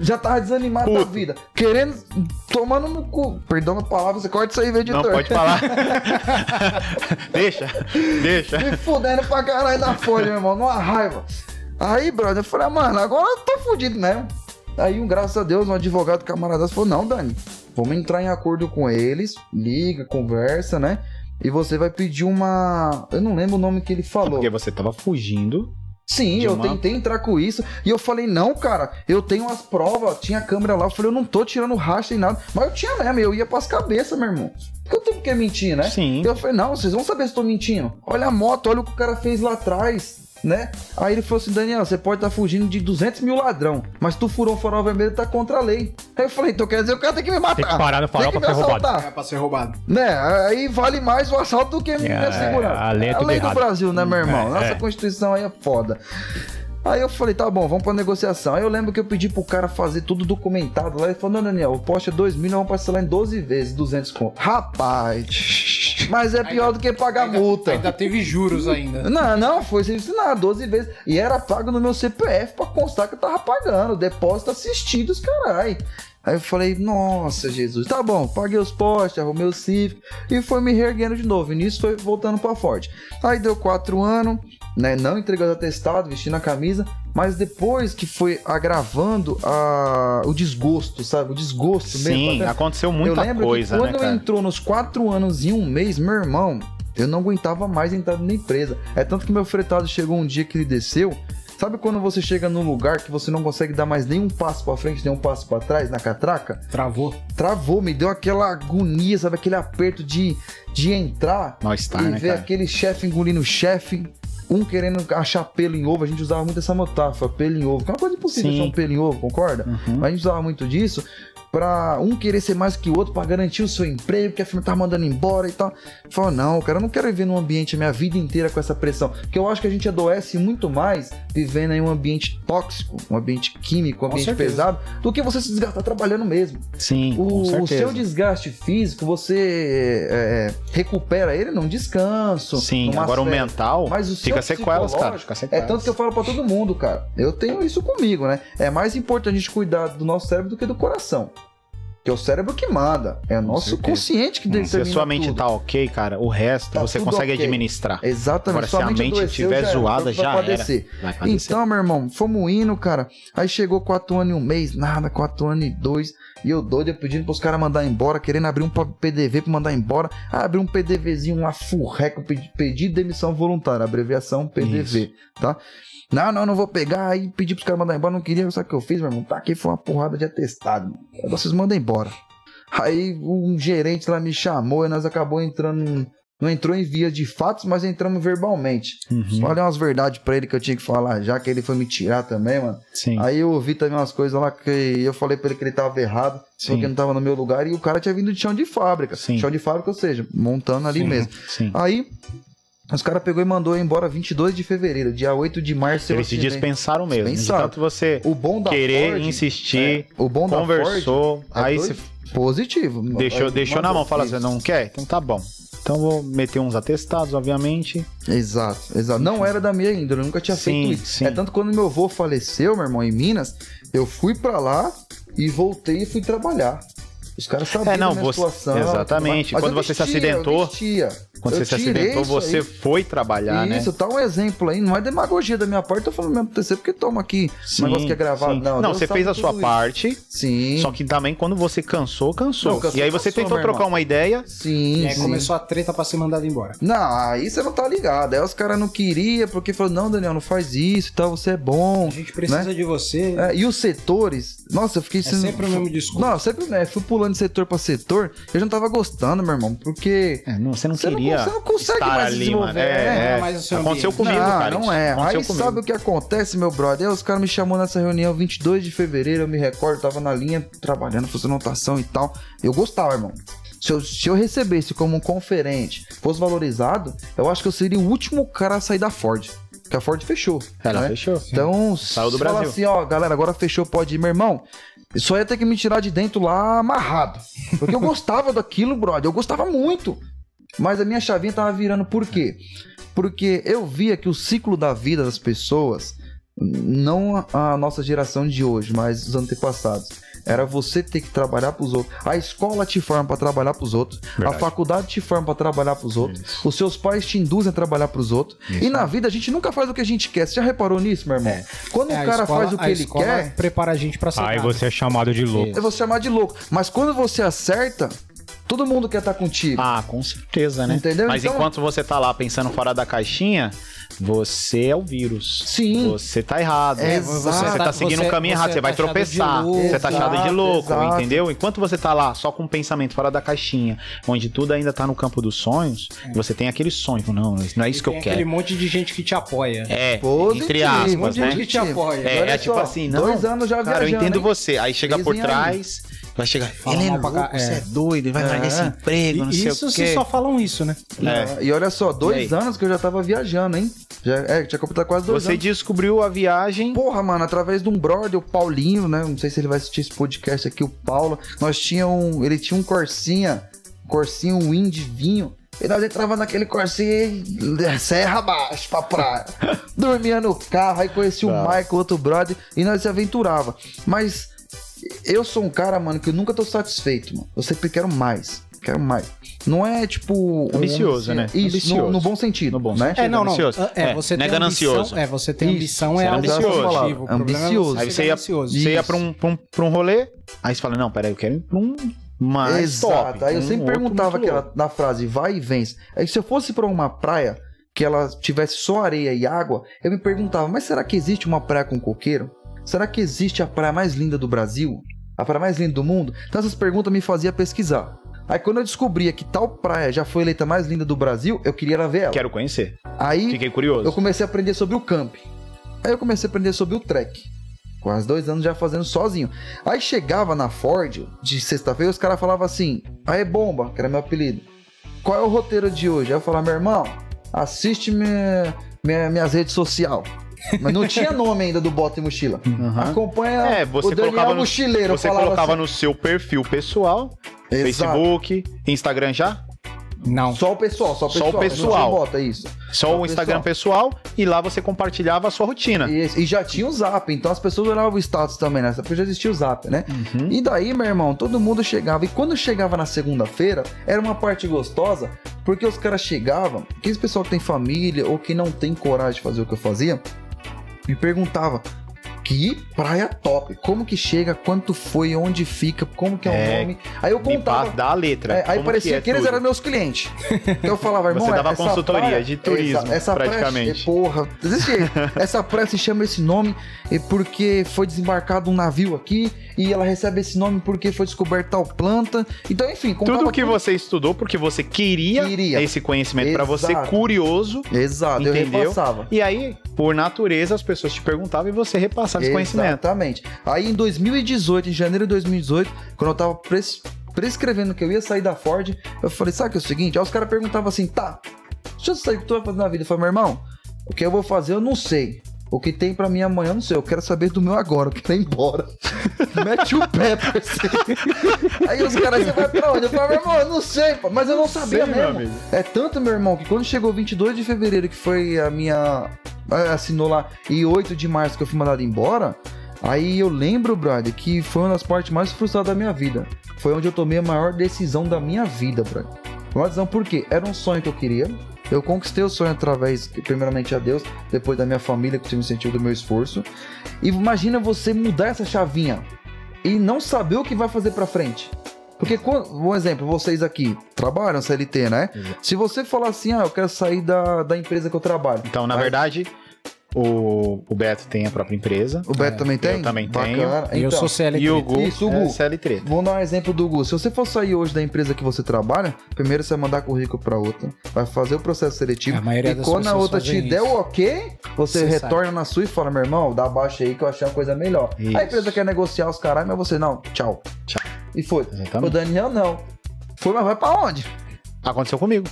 [SPEAKER 4] Já tava desanimado da vida. Querendo. tomando no cu. Perdão a palavra, você corta isso aí, vê, editor.
[SPEAKER 1] Não, pode falar. deixa, deixa.
[SPEAKER 4] Me fudendo pra caralho da folha, meu irmão. Numa raiva. Aí, brother, eu falei, ah, mano, agora eu tô fudido mesmo. Aí, um, graças a Deus, um advogado camarada falou, não, Dani, vamos entrar em acordo com eles, liga, conversa, né? E você vai pedir uma. Eu não lembro o nome que ele falou.
[SPEAKER 5] Porque você tava fugindo.
[SPEAKER 4] Sim,
[SPEAKER 5] de
[SPEAKER 4] eu
[SPEAKER 5] uma-
[SPEAKER 4] tentei entrar com isso. E eu falei, não, cara, eu tenho as provas, tinha câmera lá. Eu falei, eu não tô tirando racha e nada. Mas eu tinha mesmo, eu ia pras cabeças, meu irmão. Porque eu tenho que mentir, né?
[SPEAKER 1] Sim.
[SPEAKER 4] Eu falei, não, vocês vão saber se eu tô mentindo. Olha a moto, olha o que o cara fez lá atrás, né? Aí ele falou assim, Daniel, você pode estar fugindo de 200 mil ladrão, mas tu furou o farol vermelho, tá contra a lei. Aí eu falei, então quer dizer, o cara tem que me matar.
[SPEAKER 3] Tem que parar no farol
[SPEAKER 4] tem que me
[SPEAKER 3] pra ser roubado.
[SPEAKER 4] assaltar.
[SPEAKER 2] É pra ser roubado.
[SPEAKER 4] Né? Aí vale mais o assalto do que a minha
[SPEAKER 3] É,
[SPEAKER 4] segurança.
[SPEAKER 3] a lei é
[SPEAKER 4] a
[SPEAKER 3] tudo
[SPEAKER 4] lei do
[SPEAKER 3] errado.
[SPEAKER 4] Brasil, né, meu irmão?
[SPEAKER 3] é,
[SPEAKER 4] Nossa
[SPEAKER 3] é.
[SPEAKER 4] Constituição aí é foda. Aí eu falei, tá bom, vamos pra negociação. Aí eu lembro que eu pedi pro cara fazer tudo documentado lá. Ele falou, não, Daniel, o poste é 2 mil, nós vamos parcelar em 12 vezes, 200 conto. Rapaz, mas é pior do que pagar
[SPEAKER 2] ainda,
[SPEAKER 4] multa.
[SPEAKER 2] Ainda teve juros ainda.
[SPEAKER 4] Não, não, foi sem ensinar 12 vezes. E era pago no meu CPF pra constar que eu tava pagando. Depósito assistido, os carai. Aí eu falei, nossa, Jesus, tá bom, paguei os postes, arrumei o Civic e foi me reerguendo de novo. E nisso foi voltando pra Ford. Aí deu quatro anos, né? Não entregando atestado, vestindo a camisa, mas depois que foi agravando a... o desgosto, sabe? O desgosto
[SPEAKER 1] Sim,
[SPEAKER 4] mesmo. até-
[SPEAKER 1] aconteceu
[SPEAKER 4] eu
[SPEAKER 1] muita
[SPEAKER 4] lembro
[SPEAKER 1] coisa,
[SPEAKER 4] que
[SPEAKER 1] né,
[SPEAKER 4] quando
[SPEAKER 1] cara?
[SPEAKER 4] entrou nos quatro anos e um mês, meu irmão, eu não aguentava mais entrar na empresa. É tanto que meu fretado chegou um dia que ele desceu. Sabe quando você chega num lugar que você não consegue dar mais nenhum passo pra frente, nenhum passo pra trás na catraca?
[SPEAKER 2] Travou.
[SPEAKER 4] Travou, me deu aquela agonia, sabe? Aquele aperto de, de entrar
[SPEAKER 5] Nós tá,
[SPEAKER 4] e
[SPEAKER 5] né,
[SPEAKER 4] ver
[SPEAKER 5] cara?
[SPEAKER 4] aquele chefe engolindo o chefe, um querendo achar pelo em ovo. A gente usava muito essa metáfora, pelo em ovo. Que é uma coisa impossível
[SPEAKER 1] Sim.
[SPEAKER 4] achar um pelo em ovo, concorda?
[SPEAKER 1] Uhum.
[SPEAKER 4] Mas a gente usava muito disso pra um querer ser mais que o outro pra garantir o seu emprego, que a firma tava mandando embora e tal. Falou, não, cara, eu não quero viver num ambiente a minha vida inteira com essa pressão. Porque eu acho que a gente adoece muito mais vivendo em um ambiente tóxico, um ambiente químico, um
[SPEAKER 2] Com
[SPEAKER 4] ambiente
[SPEAKER 2] certeza.
[SPEAKER 4] pesado, do que você se desgastar trabalhando mesmo.
[SPEAKER 1] Sim,
[SPEAKER 4] O,
[SPEAKER 1] com
[SPEAKER 4] o
[SPEAKER 1] certeza.
[SPEAKER 4] seu desgaste físico, você é, é, recupera ele num descanso.
[SPEAKER 1] Sim,
[SPEAKER 4] numa
[SPEAKER 1] agora o
[SPEAKER 4] série.
[SPEAKER 1] mental
[SPEAKER 4] Mas o seu
[SPEAKER 1] fica sequelas, cara.
[SPEAKER 4] psicológico-
[SPEAKER 1] Fica
[SPEAKER 4] É
[SPEAKER 1] sequelas.
[SPEAKER 4] tanto que eu falo pra todo mundo, cara. Eu tenho isso comigo, né? É mais importante a gente cuidar do nosso cérebro do que do coração. Que é o cérebro que manda. É o nosso
[SPEAKER 5] certeza.
[SPEAKER 4] consciente que
[SPEAKER 1] Hum,
[SPEAKER 4] determina
[SPEAKER 1] se a sua mente
[SPEAKER 4] tudo.
[SPEAKER 1] tá ok, cara, o resto
[SPEAKER 4] Tá
[SPEAKER 1] você
[SPEAKER 4] tudo
[SPEAKER 1] consegue
[SPEAKER 4] ok. É.
[SPEAKER 1] administrar.
[SPEAKER 4] Exatamente.
[SPEAKER 1] Agora, se a mente
[SPEAKER 4] adoeceu,
[SPEAKER 1] tiver
[SPEAKER 4] já era.
[SPEAKER 1] zoada,
[SPEAKER 4] Vai
[SPEAKER 1] já era.
[SPEAKER 4] padecer.
[SPEAKER 5] Vai acontecer.
[SPEAKER 4] Então, meu irmão, fomos indo, cara. Aí chegou 4 anos e um mês, nada, 4 anos e dois. E eu doido eu pedindo pros caras mandar embora, querendo abrir um pa- PDV pra mandar embora. Ah, abri um PDVzinho, uma furreca, pedi, pedido de demissão voluntária, abreviação PDV, tá? Não, não, não vou pegar. Aí pedi pros caras mandar embora, não queria, sabe o que eu fiz, meu irmão? Tá aqui, foi uma porrada de atestado, mano. Aí Vocês mandam embora. Aí um gerente lá me chamou e nós acabou entrando. em- Não entrou em via de fatos, mas entramos verbalmente.
[SPEAKER 5] Uhum.
[SPEAKER 4] Falei umas verdades pra ele que eu tinha que falar, já que ele foi me tirar também, mano.
[SPEAKER 5] Sim.
[SPEAKER 4] Aí eu ouvi também umas coisas lá que eu falei pra ele que ele tava errado,
[SPEAKER 5] Sim.
[SPEAKER 4] porque não tava no meu lugar, e o cara tinha vindo de chão de fábrica.
[SPEAKER 5] Sim.
[SPEAKER 4] Chão de fábrica, ou seja, montando ali mesmo.
[SPEAKER 5] Sim.
[SPEAKER 4] Aí, os caras pegou e mandou eu embora 22 de fevereiro, dia 8 de março. eu
[SPEAKER 1] Eles se
[SPEAKER 4] assinei.
[SPEAKER 1] dispensaram mesmo. De
[SPEAKER 4] Dispensaram.
[SPEAKER 1] tanto você
[SPEAKER 4] O bom da
[SPEAKER 1] querer,
[SPEAKER 4] Ford, é,
[SPEAKER 1] insistir,
[SPEAKER 4] o bom da Ford,
[SPEAKER 1] conversou,
[SPEAKER 4] é
[SPEAKER 1] aí
[SPEAKER 4] doido.
[SPEAKER 1] você
[SPEAKER 4] positivo.
[SPEAKER 1] deixou,
[SPEAKER 4] Aí
[SPEAKER 1] deixou na
[SPEAKER 4] mandou
[SPEAKER 1] mão, fala
[SPEAKER 4] isso.
[SPEAKER 1] assim, não quer? Então tá bom. Então vou meter uns atestados, obviamente.
[SPEAKER 4] Exato, exato. Não era da minha índole, eu nunca tinha
[SPEAKER 1] Sim,
[SPEAKER 4] feito isso.
[SPEAKER 1] sim.
[SPEAKER 4] É tanto que quando meu avô faleceu, meu irmão, em Minas, eu fui pra lá e voltei e fui trabalhar. Os caras sabiam
[SPEAKER 1] É, não,
[SPEAKER 4] da minha
[SPEAKER 1] você-
[SPEAKER 4] situação.
[SPEAKER 1] exatamente.
[SPEAKER 4] Mas
[SPEAKER 1] Quando
[SPEAKER 4] eu
[SPEAKER 1] você se
[SPEAKER 4] vestia, eu
[SPEAKER 1] acidentou,
[SPEAKER 4] vestia.
[SPEAKER 1] Quando você
[SPEAKER 4] Eu
[SPEAKER 1] se
[SPEAKER 4] tirei
[SPEAKER 1] acidentou,
[SPEAKER 4] isso
[SPEAKER 1] você
[SPEAKER 4] aí.
[SPEAKER 1] foi trabalhar, né?
[SPEAKER 4] Isso, tá um exemplo aí. Não é demagogia da minha parte, eu tô falando mesmo pra você, porque toma aqui.
[SPEAKER 1] Sim,
[SPEAKER 4] um negócio que é gravado.
[SPEAKER 1] sim.
[SPEAKER 4] Não,
[SPEAKER 1] não
[SPEAKER 4] Deus
[SPEAKER 1] você
[SPEAKER 4] sabe
[SPEAKER 1] fez a
[SPEAKER 4] tudo
[SPEAKER 1] sua
[SPEAKER 4] isso.
[SPEAKER 1] parte,
[SPEAKER 4] Sim.
[SPEAKER 1] só que também quando você cansou, cansou.
[SPEAKER 4] Não, cansou,
[SPEAKER 1] e aí você
[SPEAKER 4] cansou,
[SPEAKER 1] tentou
[SPEAKER 4] meu
[SPEAKER 1] trocar
[SPEAKER 4] irmão.
[SPEAKER 1] uma ideia,
[SPEAKER 4] Sim,
[SPEAKER 1] É,
[SPEAKER 2] E aí
[SPEAKER 4] sim.
[SPEAKER 2] começou a treta pra ser mandado embora.
[SPEAKER 4] Não, aí você não tá ligado. Aí os caras não queriam, porque falou, não, Daniel, não faz isso e tal, você é bom.
[SPEAKER 2] A gente precisa de você.
[SPEAKER 4] É, e os setores, nossa, eu fiquei
[SPEAKER 2] É sempre o mesmo discurso.
[SPEAKER 4] Não, sempre né, fui pulando de setor pra setor, eu já não tava gostando, meu irmão, porque.
[SPEAKER 1] É, não, você não
[SPEAKER 4] Você não
[SPEAKER 1] queria.
[SPEAKER 4] con- você não consegue
[SPEAKER 1] estar
[SPEAKER 4] mais
[SPEAKER 1] ali,
[SPEAKER 4] desenvolver,
[SPEAKER 1] mano.
[SPEAKER 4] né?
[SPEAKER 1] É, é.
[SPEAKER 2] Não é mais o seu
[SPEAKER 1] Aconteceu
[SPEAKER 2] ambiente.
[SPEAKER 1] comigo,
[SPEAKER 4] não,
[SPEAKER 1] cara.
[SPEAKER 4] não
[SPEAKER 1] isso.
[SPEAKER 4] é.
[SPEAKER 1] Aconteceu
[SPEAKER 4] Aí
[SPEAKER 1] comigo.
[SPEAKER 4] sabe o que acontece, meu brother? Aí os caras me chamou nessa reunião 22 de fevereiro, eu me recordo, tava na linha trabalhando, fazendo anotação e tal. Eu gostava, irmão. Se eu, se eu recebesse como um conferente, fosse valorizado, eu acho que eu seria o último cara a sair da Ford. Porque a Ford fechou.
[SPEAKER 1] Ela
[SPEAKER 4] né?
[SPEAKER 1] fechou.
[SPEAKER 4] Então,
[SPEAKER 1] Saiu do
[SPEAKER 4] fala
[SPEAKER 1] Brasil.
[SPEAKER 4] assim, ó, galera, agora fechou, pode ir, meu irmão. Só ia ter que me tirar de dentro lá amarrado. Porque eu gostava daquilo, brother. Eu gostava muito. Mas a minha chavinha tava virando. Por quê? Porque eu via que o ciclo da vida das pessoas, não a- a nossa geração de hoje, mas os antepassados, era você ter que trabalhar pros outros. A escola te forma pra trabalhar pros outros. A faculdade te forma pra trabalhar pros outros. Os seus pais te induzem a trabalhar pros outros. E na vida a gente nunca faz o que a gente quer. Você já reparou nisso, meu irmão? Quando
[SPEAKER 2] É,
[SPEAKER 4] o
[SPEAKER 2] a
[SPEAKER 4] cara
[SPEAKER 2] escola-
[SPEAKER 4] faz o que
[SPEAKER 2] a
[SPEAKER 4] ele
[SPEAKER 2] escola
[SPEAKER 1] é
[SPEAKER 4] quer,
[SPEAKER 2] prepara a gente pra ser
[SPEAKER 3] Aí
[SPEAKER 2] nada.
[SPEAKER 3] você é chamado de louco.
[SPEAKER 4] eu vou te chamar de louco. Mas quando você acerta, todo mundo quer estar contigo.
[SPEAKER 1] Ah, com certeza, né?
[SPEAKER 4] Entendeu?
[SPEAKER 1] Mas
[SPEAKER 4] Então-
[SPEAKER 1] enquanto você tá lá pensando fora da caixinha, você é o vírus.
[SPEAKER 4] Sim.
[SPEAKER 1] Você tá errado.
[SPEAKER 4] É,
[SPEAKER 1] você,
[SPEAKER 4] exato. tá
[SPEAKER 1] tá seguindo
[SPEAKER 2] Você-
[SPEAKER 1] um caminho
[SPEAKER 2] você
[SPEAKER 1] errado,
[SPEAKER 2] é
[SPEAKER 1] você vai
[SPEAKER 2] taxado de
[SPEAKER 1] tropeçar.
[SPEAKER 2] louco.
[SPEAKER 1] Você tá achado de
[SPEAKER 4] Exato,
[SPEAKER 1] louco,
[SPEAKER 4] exato.
[SPEAKER 1] entendeu? Enquanto você tá lá só com um pensamento fora da caixinha, onde tudo ainda tá no campo dos sonhos,
[SPEAKER 4] É.
[SPEAKER 1] você tem aquele sonho. Não, não é isso
[SPEAKER 2] E
[SPEAKER 1] que
[SPEAKER 2] tem
[SPEAKER 1] eu quero.
[SPEAKER 2] aquele monte de gente que te apoia.
[SPEAKER 1] É,
[SPEAKER 4] Positivo,
[SPEAKER 1] entre aspas,
[SPEAKER 4] onde
[SPEAKER 1] né?
[SPEAKER 4] a um gente
[SPEAKER 2] que te apoia.
[SPEAKER 1] É,
[SPEAKER 4] Olha
[SPEAKER 1] é tipo
[SPEAKER 4] só,
[SPEAKER 1] assim, não.
[SPEAKER 4] Dois anos já
[SPEAKER 1] Cara, eu
[SPEAKER 4] viajando,
[SPEAKER 1] entendo
[SPEAKER 4] hein?
[SPEAKER 1] você. Aí chega por
[SPEAKER 4] Dizem aí.
[SPEAKER 1] trás, vai chegar.
[SPEAKER 2] Fala
[SPEAKER 1] ele é
[SPEAKER 2] mal pra
[SPEAKER 1] louco,
[SPEAKER 2] cá-
[SPEAKER 1] você
[SPEAKER 2] é.
[SPEAKER 1] é doido, ele vai
[SPEAKER 4] É.
[SPEAKER 1] largar esse emprego, não sei
[SPEAKER 2] isso
[SPEAKER 1] o
[SPEAKER 2] se
[SPEAKER 1] quê.
[SPEAKER 2] só falam isso, né?
[SPEAKER 1] É.
[SPEAKER 4] E olha só, dois
[SPEAKER 1] E
[SPEAKER 4] anos que eu já tava viajando, hein? Já, é, tinha completado quase dois
[SPEAKER 1] Você
[SPEAKER 4] anos.
[SPEAKER 1] descobriu a viagem.
[SPEAKER 4] Porra, mano, através de um brother, o Paulinho, né? Não sei se ele vai assistir esse podcast aqui, o Paulo. Nós tinha um. Ele tinha um Corsinha, Corsinha, um Wind vinho. E nós entrava naquele Corsinha e serra abaixo pra praia. Dormia no carro, aí conheci o Michael, outro brother, e nós se aventurava. Mas eu sou um cara, mano, que eu nunca tô satisfeito, mano. Eu sempre quero mais. quero mais. Não é tipo.
[SPEAKER 1] Ambicioso, né?
[SPEAKER 4] Isso, no-
[SPEAKER 1] Ambicioso.
[SPEAKER 4] No, bom sentido.
[SPEAKER 1] No bom
[SPEAKER 4] né?
[SPEAKER 1] sentido. ambicioso.
[SPEAKER 2] É,
[SPEAKER 1] É,
[SPEAKER 2] você
[SPEAKER 1] não é
[SPEAKER 2] tem
[SPEAKER 1] ganancioso.
[SPEAKER 2] Ambição, é, você tem
[SPEAKER 4] Isso,
[SPEAKER 2] ambição, é
[SPEAKER 4] você
[SPEAKER 1] é ambicioso.
[SPEAKER 2] autodestrativo. O problema é
[SPEAKER 4] Ambicioso.
[SPEAKER 1] Aí você ia-
[SPEAKER 2] ganancioso.
[SPEAKER 1] Você ia
[SPEAKER 4] Isso.
[SPEAKER 1] pra um, pra, um, pra um rolê, aí você fala, não, peraí, eu quero ir pra um mais
[SPEAKER 4] Exato.
[SPEAKER 1] top.
[SPEAKER 4] Aí eu
[SPEAKER 1] um
[SPEAKER 4] sempre
[SPEAKER 1] outro
[SPEAKER 4] perguntava
[SPEAKER 1] muito
[SPEAKER 4] aquela, na frase vai e vence. Aí se eu fosse pra uma praia que ela tivesse só areia e água, eu me perguntava, mas será que existe uma praia com coqueiro? Será que existe a praia mais linda do Brasil? A praia mais linda do mundo? Então essas perguntas me fazia pesquisar. Aí quando eu descobria que tal praia já foi eleita mais linda do Brasil, eu queria ir lá ver ela.
[SPEAKER 1] Quero conhecer.
[SPEAKER 4] Aí
[SPEAKER 1] Fiquei curioso.
[SPEAKER 4] eu comecei a aprender sobre o camp. Aí eu comecei a aprender sobre o trek. Quase dois anos já fazendo sozinho. Aí chegava na Ford de sexta-feira, os caras falavam assim: Aê, bomba, que era meu apelido. Qual é o roteiro de hoje? Aí eu falava, meu irmão, assiste minha, minha- minhas redes sociais. Mas não tinha nome ainda do Bota e Mochila.
[SPEAKER 1] Aham.
[SPEAKER 4] Acompanha
[SPEAKER 1] É,
[SPEAKER 4] o
[SPEAKER 1] você
[SPEAKER 4] Daniel
[SPEAKER 1] colocava no-
[SPEAKER 4] Mochileiro.
[SPEAKER 1] Você
[SPEAKER 4] falava
[SPEAKER 1] colocava
[SPEAKER 4] assim,
[SPEAKER 1] no seu perfil pessoal,
[SPEAKER 4] Exato.
[SPEAKER 1] Facebook, Instagram já?
[SPEAKER 2] Não.
[SPEAKER 4] Só o pessoal, só o
[SPEAKER 1] Só
[SPEAKER 4] pessoal.
[SPEAKER 1] o pessoal.
[SPEAKER 4] Não tinha Bota, isso.
[SPEAKER 1] Só
[SPEAKER 4] Só
[SPEAKER 1] o Instagram pessoal. e lá você compartilhava a sua rotina.
[SPEAKER 4] Isso, E, já tinha o Zap, então as pessoas olhavam o status também nessa, porque já existia o Zap, né?
[SPEAKER 1] Uhum.
[SPEAKER 4] E daí, meu irmão, todo mundo chegava. E quando chegava na segunda-feira, era uma parte gostosa, porque os caras chegavam, aqueles pessoal que tem família ou que não tem coragem de fazer o que eu fazia, me perguntava. Que praia top! Como que chega? Quanto foi? Onde fica? Como que é o
[SPEAKER 1] É,
[SPEAKER 4] nome? Aí eu
[SPEAKER 1] Me
[SPEAKER 4] contava.
[SPEAKER 1] passa da letra.
[SPEAKER 4] É, aí
[SPEAKER 1] como
[SPEAKER 4] parecia que,
[SPEAKER 1] é
[SPEAKER 4] eles
[SPEAKER 1] tudo.
[SPEAKER 4] eram meus clientes. Então eu falava, irmão.
[SPEAKER 1] Você dava
[SPEAKER 4] essa
[SPEAKER 1] consultoria
[SPEAKER 4] praia-
[SPEAKER 1] de turismo,
[SPEAKER 4] essa, essa praia-
[SPEAKER 1] praticamente.
[SPEAKER 4] é, porra, desse jeito. essa praia se chama esse nome é, porque foi desembarcado um navio aqui e ela recebe esse nome porque foi descoberta tal planta. Então, enfim, contava
[SPEAKER 1] Tudo que você estudou porque você queria,
[SPEAKER 4] Queria.
[SPEAKER 1] esse conhecimento pra você,
[SPEAKER 4] Exato.
[SPEAKER 1] curioso.
[SPEAKER 4] Exato, eu
[SPEAKER 1] Entendeu?
[SPEAKER 4] repassava.
[SPEAKER 1] E aí, por natureza, as pessoas te perguntavam e você repassava esse conhecimento.
[SPEAKER 4] Exatamente. Aí em 2018, em janeiro de 2018, quando eu tava pres- prescrevendo que eu ia sair da Ford, eu falei, sabe o que é o seguinte? Aí os caras perguntavam assim, tá, deixa eu sair o que tu vai fazer na vida. Eu falei, meu irmão, o que eu vou fazer eu não sei. O que tem pra mim amanhã, eu não sei. Eu quero saber do meu agora. Eu quero ir embora. Mete o pé, parceiro. Aí os caras, você vai pra onde? Eu falei, meu irmão, eu não sei, pá." mas eu não sabia
[SPEAKER 1] Sei, meu
[SPEAKER 4] mesmo.
[SPEAKER 1] amigo.
[SPEAKER 4] É tanto, meu irmão, que quando chegou 22 de fevereiro, que foi a minha. ah, assinou lá, e 8 de março que eu fui mandado embora. Aí eu lembro, brother, que foi uma das partes mais frustradas da minha vida. Foi onde eu tomei a maior decisão da minha vida, brother. Foi Uma decisão por quê? Era um sonho que eu queria. Eu conquistei o sonho através, primeiramente, a Deus, depois da minha família, que tinha me sentido do meu esforço. E imagina você mudar essa chavinha e não saber o que vai fazer pra frente. Porque, quando- um exemplo, vocês aqui trabalham CLT, né? Se você falar assim, ah, eu quero sair da, da empresa que eu trabalho.
[SPEAKER 1] Então, na
[SPEAKER 4] Aí-
[SPEAKER 1] verdade, o, o Beto tem a própria empresa.
[SPEAKER 4] O Beto também tem?
[SPEAKER 1] É, também tenho.
[SPEAKER 4] Bacana.
[SPEAKER 2] eu
[SPEAKER 4] Então,
[SPEAKER 2] sou CLT.
[SPEAKER 1] E o Gu
[SPEAKER 4] Isso, o
[SPEAKER 1] é
[SPEAKER 4] Gu.
[SPEAKER 1] CLT.
[SPEAKER 4] Vamos dar um exemplo do Gu. Se você for sair hoje da empresa que você trabalha, primeiro você vai mandar currículo pra outra, vai fazer o processo seletivo.
[SPEAKER 2] É, A maioria
[SPEAKER 4] e
[SPEAKER 2] das
[SPEAKER 4] quando a
[SPEAKER 2] pessoas
[SPEAKER 4] outra te
[SPEAKER 2] fazem
[SPEAKER 4] der
[SPEAKER 2] isso.
[SPEAKER 4] o ok, você,
[SPEAKER 2] Você
[SPEAKER 4] retorna na sua e fala, meu irmão, dá baixa aí que eu achei uma coisa melhor.
[SPEAKER 1] Isso.
[SPEAKER 4] A empresa quer negociar os caras, mas você não, tchau.
[SPEAKER 1] Tchau.
[SPEAKER 4] E foi. O
[SPEAKER 1] Exatamente.
[SPEAKER 4] Daniel não. Foi, mas vai pra onde?
[SPEAKER 1] Aconteceu comigo.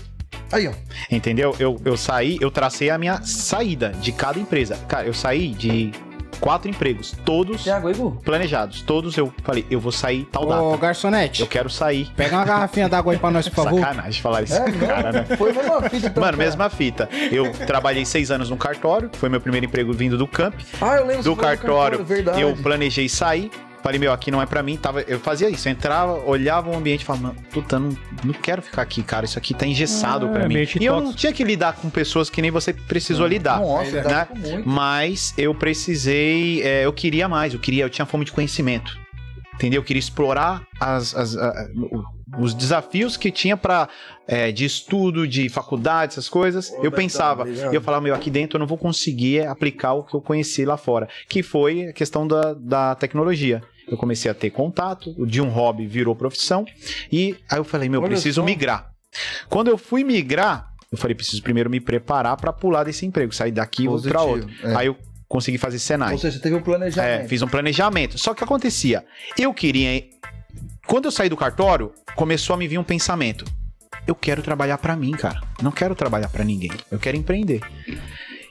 [SPEAKER 4] Aí, ó.
[SPEAKER 1] Entendeu? Eu, eu saí, eu tracei a minha saída de cada empresa. Cara, eu saí de quatro empregos, todos
[SPEAKER 4] Tem água aí, Gu?
[SPEAKER 1] planejados. Todos eu falei, eu vou sair tal data.
[SPEAKER 2] Ô, garçonete,
[SPEAKER 1] Eu quero sair.
[SPEAKER 2] pega uma garrafinha d'água aí pra nós, por favor.
[SPEAKER 1] Sacanagem falar isso.
[SPEAKER 4] É, não.
[SPEAKER 1] cara, né?
[SPEAKER 4] Foi a mesma fita. então,
[SPEAKER 1] Mano,
[SPEAKER 4] cara.
[SPEAKER 1] mesma fita. Eu trabalhei seis anos num cartório, foi meu primeiro emprego vindo do camp.
[SPEAKER 4] Ah, eu
[SPEAKER 1] Do
[SPEAKER 4] lembro você falou
[SPEAKER 1] cartório,
[SPEAKER 4] é verdade.
[SPEAKER 1] Eu planejei sair. Falei, meu, aqui não é pra mim. Tava, eu fazia isso, eu entrava, olhava o ambiente e falava, "Mano, puta, não, não quero ficar aqui, cara. Isso aqui tá engessado
[SPEAKER 3] Ah,
[SPEAKER 1] pra mim.
[SPEAKER 3] ambiente
[SPEAKER 1] E eu
[SPEAKER 3] tóxico.
[SPEAKER 1] não tinha que lidar com pessoas que nem você precisou lidar.
[SPEAKER 4] Nossa,
[SPEAKER 1] né?
[SPEAKER 4] dá muito.
[SPEAKER 1] Mas eu precisei, é, eu queria mais, eu queria, eu tinha fome de conhecimento. Entendeu? Eu queria explorar as- as- a- o- os desafios que tinha para de estudo, de faculdade, essas coisas. eu pensava, eu
[SPEAKER 4] É.
[SPEAKER 1] falava, meu, aqui dentro eu não vou conseguir aplicar o que eu conheci lá fora, que foi a questão da, da tecnologia. Eu comecei a ter contato, o de um hobby virou profissão, e aí eu falei, meu,
[SPEAKER 4] Olha
[SPEAKER 1] preciso
[SPEAKER 4] só.
[SPEAKER 1] migrar. Quando eu fui migrar, eu falei, preciso primeiro me preparar para pular desse emprego, sair daqui e vou para outro.
[SPEAKER 4] Positivo, é.
[SPEAKER 1] Aí eu consegui fazer Senai.
[SPEAKER 4] Ou seja, teve um
[SPEAKER 1] É,
[SPEAKER 4] planejamento.
[SPEAKER 1] fiz um planejamento. Só que acontecia, eu queria. Quando eu saí do cartório, começou a me vir um pensamento. Eu quero trabalhar pra mim, cara. Não quero trabalhar pra ninguém. Eu quero empreender.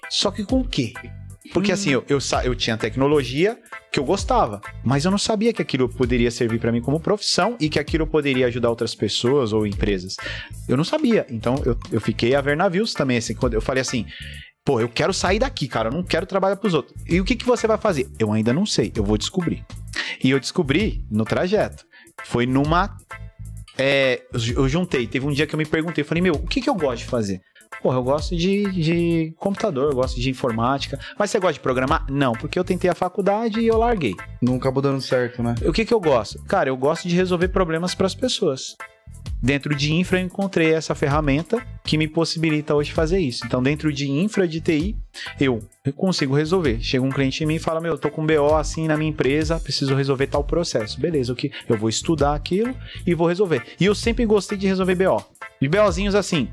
[SPEAKER 1] Só que com o quê? Porque assim, eu, eu, sa- eu tinha tecnologia que eu gostava, mas eu não sabia que aquilo poderia servir pra mim como profissão e que aquilo poderia ajudar outras pessoas ou empresas. Eu não sabia. Então eu, eu fiquei a ver navios também. Assim, quando eu falei assim, Pô, eu quero sair daqui, cara. Eu não quero trabalhar pros outros. E o que, que você vai fazer? Eu ainda não sei. Eu vou descobrir. E eu descobri no trajeto. Foi numa é, eu ju- eu juntei. Teve um dia que eu me perguntei, eu falei, meu, o que, que eu gosto de fazer? Porra, eu gosto de, de computador, eu gosto de informática. Mas você gosta de programar? Não, porque eu tentei a faculdade e eu larguei.
[SPEAKER 4] Não acabou dando certo, né?
[SPEAKER 1] O que, que eu gosto? Cara, eu gosto de resolver problemas para as pessoas. Dentro de infra, eu encontrei essa ferramenta que me possibilita hoje fazer isso. Então, dentro de infra de TI, eu consigo resolver. Chega um cliente em mim e fala: Meu, eu tô com BO assim na minha empresa, preciso resolver tal processo. Beleza, o que eu vou estudar aquilo e vou resolver. E eu sempre gostei de resolver BO. E BOzinhos assim.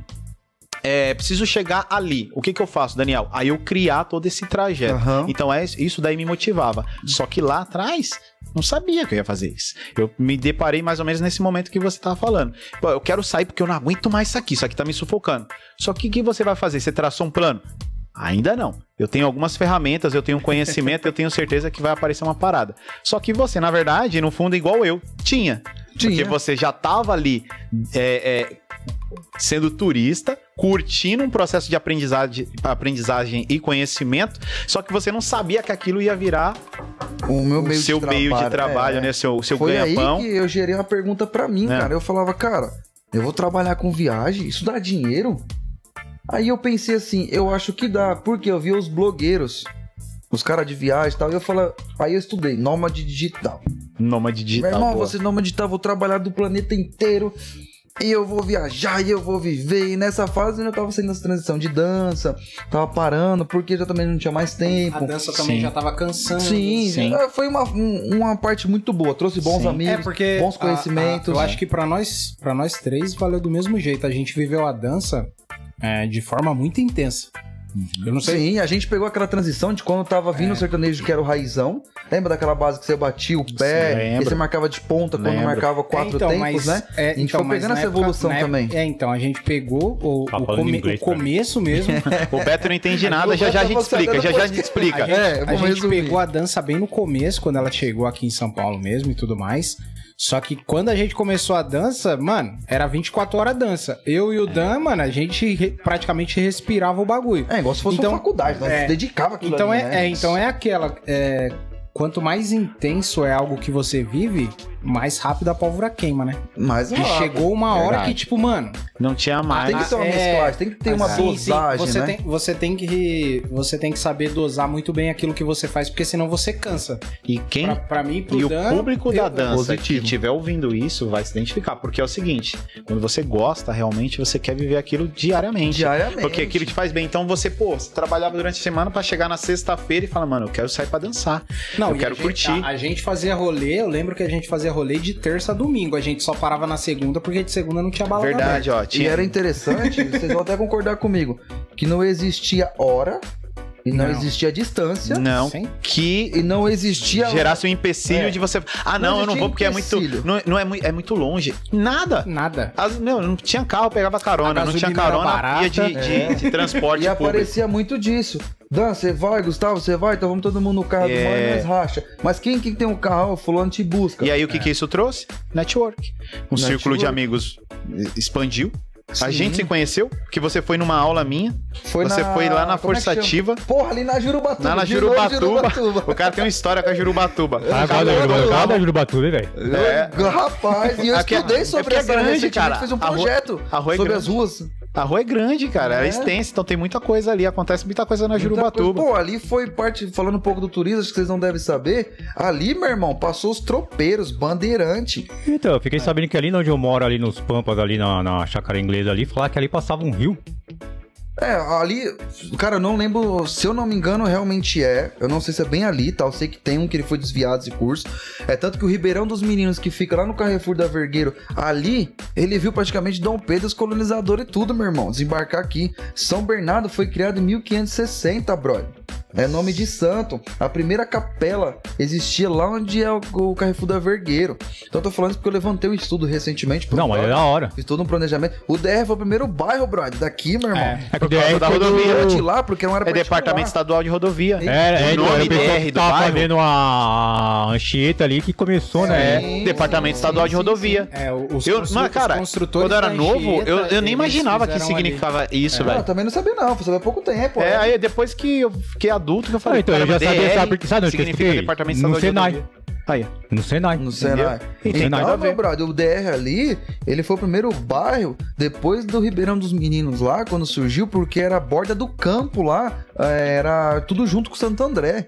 [SPEAKER 1] É, preciso chegar ali. O que, que eu faço, Daniel? Aí eu criar todo esse trajeto.
[SPEAKER 4] Aham.
[SPEAKER 1] Então é isso- isso daí me motivava. Só que lá atrás não sabia que eu ia fazer isso. Eu me deparei mais ou menos nesse momento que você tava falando. Pô, eu quero sair porque eu não aguento mais isso aqui. Isso aqui tá me sufocando. Só que o que você vai fazer? Você traçou um plano? Ainda não. Eu tenho algumas ferramentas, eu tenho um conhecimento, eu tenho certeza que vai aparecer uma parada. Só que você, na verdade, no fundo, igual eu, tinha. Porque
[SPEAKER 4] Tinha.
[SPEAKER 1] você já tava ali é, é, sendo turista, curtindo um processo de aprendizagem, aprendizagem e conhecimento, só que você não sabia que aquilo ia virar
[SPEAKER 4] O meu
[SPEAKER 1] o
[SPEAKER 4] meio
[SPEAKER 1] seu
[SPEAKER 4] de trabalho.
[SPEAKER 1] meio de trabalho,
[SPEAKER 4] é.
[SPEAKER 1] né? Seu, seu
[SPEAKER 4] Foi aí
[SPEAKER 1] ganha-pão.
[SPEAKER 4] que eu gerei uma pergunta pra mim,
[SPEAKER 1] É.
[SPEAKER 4] cara. Eu falava, cara, eu vou trabalhar com viagem? Isso dá dinheiro? Aí eu pensei assim, eu acho que dá, porque eu vi os blogueiros, os caras de viagem e tal, e eu falava, aí eu estudei, nômade digital.
[SPEAKER 1] Nômade digital.
[SPEAKER 4] Meu irmão,
[SPEAKER 1] boa.
[SPEAKER 4] você nômade digital, vou trabalhar do planeta inteiro, e eu vou viajar, e eu vou viver, e nessa fase né, eu tava saindo essa transição de dança, tava parando, porque já também não tinha mais tempo.
[SPEAKER 2] A dança né? também
[SPEAKER 1] Sim.
[SPEAKER 2] já tava cansando.
[SPEAKER 4] Sim,
[SPEAKER 1] Sim.
[SPEAKER 4] é, foi uma, um- uma parte muito boa. Trouxe bons
[SPEAKER 1] Sim.
[SPEAKER 4] amigos,
[SPEAKER 2] É porque
[SPEAKER 4] bons
[SPEAKER 2] a-
[SPEAKER 4] conhecimentos.
[SPEAKER 2] a- eu acho que pra nós, para nós três valeu do mesmo jeito. A gente viveu a dança é, de forma muito intensa. Eu não sei. É.
[SPEAKER 4] Sim, a gente pegou aquela transição de quando tava vindo o sertanejo que era o raizão. Lembra daquela base que você batia o pé
[SPEAKER 1] lembro.
[SPEAKER 4] e você marcava de ponta quando
[SPEAKER 1] Lembro.
[SPEAKER 4] marcava
[SPEAKER 2] É,
[SPEAKER 4] quatro tempos, né?
[SPEAKER 2] É,
[SPEAKER 4] A gente foi
[SPEAKER 2] mas
[SPEAKER 4] pegando
[SPEAKER 2] na
[SPEAKER 4] essa evolução
[SPEAKER 2] na época-
[SPEAKER 4] também.
[SPEAKER 2] É, então a gente pegou o,
[SPEAKER 3] Tá
[SPEAKER 2] o
[SPEAKER 3] falando
[SPEAKER 2] come-
[SPEAKER 3] inglês,
[SPEAKER 2] o
[SPEAKER 3] né?
[SPEAKER 2] começo mesmo.
[SPEAKER 1] O Beto não entende nada, já já a gente
[SPEAKER 4] Você
[SPEAKER 1] explica, já já a gente
[SPEAKER 2] A
[SPEAKER 1] explica.
[SPEAKER 2] gente,
[SPEAKER 4] É,
[SPEAKER 2] a
[SPEAKER 4] vamos
[SPEAKER 2] gente
[SPEAKER 4] resumir.
[SPEAKER 2] pegou a dança bem no começo, quando ela chegou aqui em São Paulo mesmo e tudo mais. Só que quando a gente começou a dança, mano, era 24 horas dança. Eu e o Dan, mano, a gente re- praticamente respirava o bagulho.
[SPEAKER 4] É, igual se fosse
[SPEAKER 2] Então,
[SPEAKER 4] uma faculdade, nós
[SPEAKER 2] é.
[SPEAKER 4] se dedicava àquilo
[SPEAKER 2] Então
[SPEAKER 4] ali,
[SPEAKER 2] é,
[SPEAKER 4] né?
[SPEAKER 2] é, então é aquela. é, quanto mais intenso é algo que você vive, mais rápido a pólvora queima, né?
[SPEAKER 4] Mas
[SPEAKER 2] E
[SPEAKER 4] ó,
[SPEAKER 2] chegou uma hora
[SPEAKER 1] Verdade.
[SPEAKER 2] que, tipo, mano,
[SPEAKER 1] Não tinha mais.
[SPEAKER 4] tem que ter uma
[SPEAKER 2] é, assim,
[SPEAKER 4] mesclagem, tem que ter uma
[SPEAKER 2] Sim, sim.
[SPEAKER 4] dosagem,
[SPEAKER 2] você
[SPEAKER 4] né?
[SPEAKER 2] Tem, você, tem que, você tem que saber dosar muito bem aquilo que você faz, porque senão você cansa.
[SPEAKER 1] E quem
[SPEAKER 2] Pra, pra mim, pro
[SPEAKER 1] E o
[SPEAKER 2] Dan,
[SPEAKER 1] público da
[SPEAKER 2] eu-
[SPEAKER 1] dança
[SPEAKER 4] é Positivo.
[SPEAKER 1] que estiver ouvindo isso vai se identificar, porque é o seguinte: quando você gosta realmente, você quer viver aquilo diariamente.
[SPEAKER 4] Diariamente.
[SPEAKER 1] Porque aquilo te faz bem. Então você, pô, você trabalhava durante a semana pra chegar na sexta-feira e falar, mano, eu quero sair pra dançar.
[SPEAKER 2] Não,
[SPEAKER 1] Eu
[SPEAKER 2] e
[SPEAKER 1] quero
[SPEAKER 2] a gente-
[SPEAKER 1] curtir.
[SPEAKER 2] A, a gente fazia rolê, eu lembro que a gente fazia rolê de terça a domingo. A gente só parava na segunda, porque de segunda não tinha balada. aberta.
[SPEAKER 1] Verdade, ó.
[SPEAKER 4] E
[SPEAKER 1] Tinha...
[SPEAKER 4] era interessante, vocês vão até concordar comigo, que não existia hora e não,
[SPEAKER 2] Não.
[SPEAKER 4] existia distância
[SPEAKER 1] Não,
[SPEAKER 2] Sim.
[SPEAKER 1] que
[SPEAKER 4] e não existia
[SPEAKER 1] gerasse um empecilho
[SPEAKER 4] É.
[SPEAKER 1] de você. Ah, não,
[SPEAKER 4] Não
[SPEAKER 1] eu não
[SPEAKER 4] existia
[SPEAKER 1] vou porque é muito.
[SPEAKER 4] empecilho.
[SPEAKER 1] Não, não é, mui- é muito longe. Nada.
[SPEAKER 2] Nada.
[SPEAKER 1] As, não, não tinha carro, pegava carona.
[SPEAKER 2] A
[SPEAKER 1] Não tinha
[SPEAKER 2] gasolina era
[SPEAKER 1] carona, ia de,
[SPEAKER 2] barata.
[SPEAKER 1] de- de transporte
[SPEAKER 4] é. E
[SPEAKER 1] público.
[SPEAKER 4] aparecia muito disso. Dan, você vai, Gustavo, você vai, então vamos todo mundo no carro,
[SPEAKER 1] É.
[SPEAKER 4] é... nós racha. Mas quem, quem tem um carro, fulano te busca.
[SPEAKER 1] E aí o que, que isso trouxe? Network. Um
[SPEAKER 4] É. Network.
[SPEAKER 1] círculo de amigos eh, expandiu. A
[SPEAKER 4] Sim.
[SPEAKER 1] gente se conheceu, que você foi numa aula minha,
[SPEAKER 4] Foi
[SPEAKER 1] você
[SPEAKER 4] na-
[SPEAKER 1] foi lá na
[SPEAKER 4] como é que
[SPEAKER 1] Força
[SPEAKER 4] chama?
[SPEAKER 1] Ativa.
[SPEAKER 4] Porra, ali na Jurubatuba.
[SPEAKER 1] Lá na
[SPEAKER 4] de novo,
[SPEAKER 1] Jurubatuba. O cara tem uma história com a Jurubatuba.
[SPEAKER 3] Ah,
[SPEAKER 4] Cada
[SPEAKER 3] guarda,
[SPEAKER 4] um
[SPEAKER 3] guarda,
[SPEAKER 4] do lado.
[SPEAKER 3] guarda, Jurubatuba, hein, velho.
[SPEAKER 1] É.
[SPEAKER 4] Eu- Rapaz, e eu
[SPEAKER 1] Aqui é-
[SPEAKER 4] estudei
[SPEAKER 1] é
[SPEAKER 4] sobre
[SPEAKER 1] porque é
[SPEAKER 4] essa
[SPEAKER 1] grande,
[SPEAKER 4] recentemente,
[SPEAKER 1] cara.
[SPEAKER 4] fiz um
[SPEAKER 1] A rua-
[SPEAKER 4] projeto
[SPEAKER 1] a rua é
[SPEAKER 4] sobre
[SPEAKER 1] grande.
[SPEAKER 4] as ruas.
[SPEAKER 1] A rua é grande, cara. Ela é
[SPEAKER 4] É.
[SPEAKER 1] extensa, então tem muita coisa ali. Acontece muita coisa na Jurubatuba.
[SPEAKER 4] Pô, ali foi parte, falando um pouco do turismo, acho que vocês não devem saber. Ali, meu irmão, passou os tropeiros, bandeirante.
[SPEAKER 3] Então, eu fiquei sabendo que ali onde eu moro, ali nos Pampas, ali na, na chácara inglesa ali, falar que ali passava um rio.
[SPEAKER 4] É, ali, cara, eu não lembro, se eu não me engano, realmente é. Eu não sei se é bem ali, tá? Eu sei que tem um que ele foi desviado esse curso. É tanto que o Ribeirão dos Meninos, que fica lá no Carrefour da Vergueiro, ali, ele viu praticamente Dom Pedro, os colonizadores e tudo, meu irmão, desembarcar aqui. São Bernardo foi criado em 1560, brother. É nome de santo. A primeira capela existia lá onde é o, o Carrefour da Vergueiro. Então eu tô falando isso porque eu levantei um estudo recentemente. pro
[SPEAKER 3] Não, mas é da hora.
[SPEAKER 4] Fiz todo um planejamento. O DR foi o primeiro bairro, brother, daqui, meu irmão.
[SPEAKER 3] É que o
[SPEAKER 1] causa
[SPEAKER 3] DR
[SPEAKER 1] da
[SPEAKER 3] foi do-
[SPEAKER 1] rodovia.
[SPEAKER 4] Eu te lá porque não era
[SPEAKER 1] É departamento estadual de rodovia. né?
[SPEAKER 4] Sim.
[SPEAKER 3] É, é,
[SPEAKER 1] O
[SPEAKER 3] então,
[SPEAKER 1] nome
[SPEAKER 3] era o pessoal
[SPEAKER 1] DR
[SPEAKER 3] que
[SPEAKER 1] do
[SPEAKER 3] tava
[SPEAKER 1] bairro?
[SPEAKER 3] fazendo a Anchieta ali que começou, né?
[SPEAKER 1] É, departamento estadual de rodovia.
[SPEAKER 2] É, o- os,
[SPEAKER 1] Eu-
[SPEAKER 2] constru-
[SPEAKER 1] mas,
[SPEAKER 2] os
[SPEAKER 1] cara,
[SPEAKER 2] construtores
[SPEAKER 1] Quando eu era
[SPEAKER 2] da
[SPEAKER 1] novo,
[SPEAKER 2] Anchieta,
[SPEAKER 1] eu, eu nem
[SPEAKER 2] eles
[SPEAKER 1] imaginava que
[SPEAKER 2] fizeram ali.
[SPEAKER 1] significava isso,
[SPEAKER 4] Não,
[SPEAKER 1] velho.
[SPEAKER 4] eu também não sabia, não. Foi saber há pouco tempo.
[SPEAKER 1] É,
[SPEAKER 4] né?
[SPEAKER 1] aí depois que eu fiquei adulto que eu falei,
[SPEAKER 3] Ah, então, eu
[SPEAKER 1] caramba,
[SPEAKER 3] já sabia,
[SPEAKER 1] DR
[SPEAKER 3] sabe, porque- sabe onde que eu
[SPEAKER 1] significa
[SPEAKER 3] fiquei?
[SPEAKER 1] departamento
[SPEAKER 3] No
[SPEAKER 1] estadual de
[SPEAKER 3] Senai.
[SPEAKER 1] rodovia.
[SPEAKER 5] Aí.
[SPEAKER 3] No Senai.
[SPEAKER 4] No Senai.
[SPEAKER 3] Entendeu? Tem nada a
[SPEAKER 4] Então,
[SPEAKER 3] ver.
[SPEAKER 4] meu brother, o DR ali, ele foi o primeiro bairro, depois do Ribeirão dos Meninos lá, quando surgiu, porque era a borda do campo lá, eh, era tudo junto com Santo André.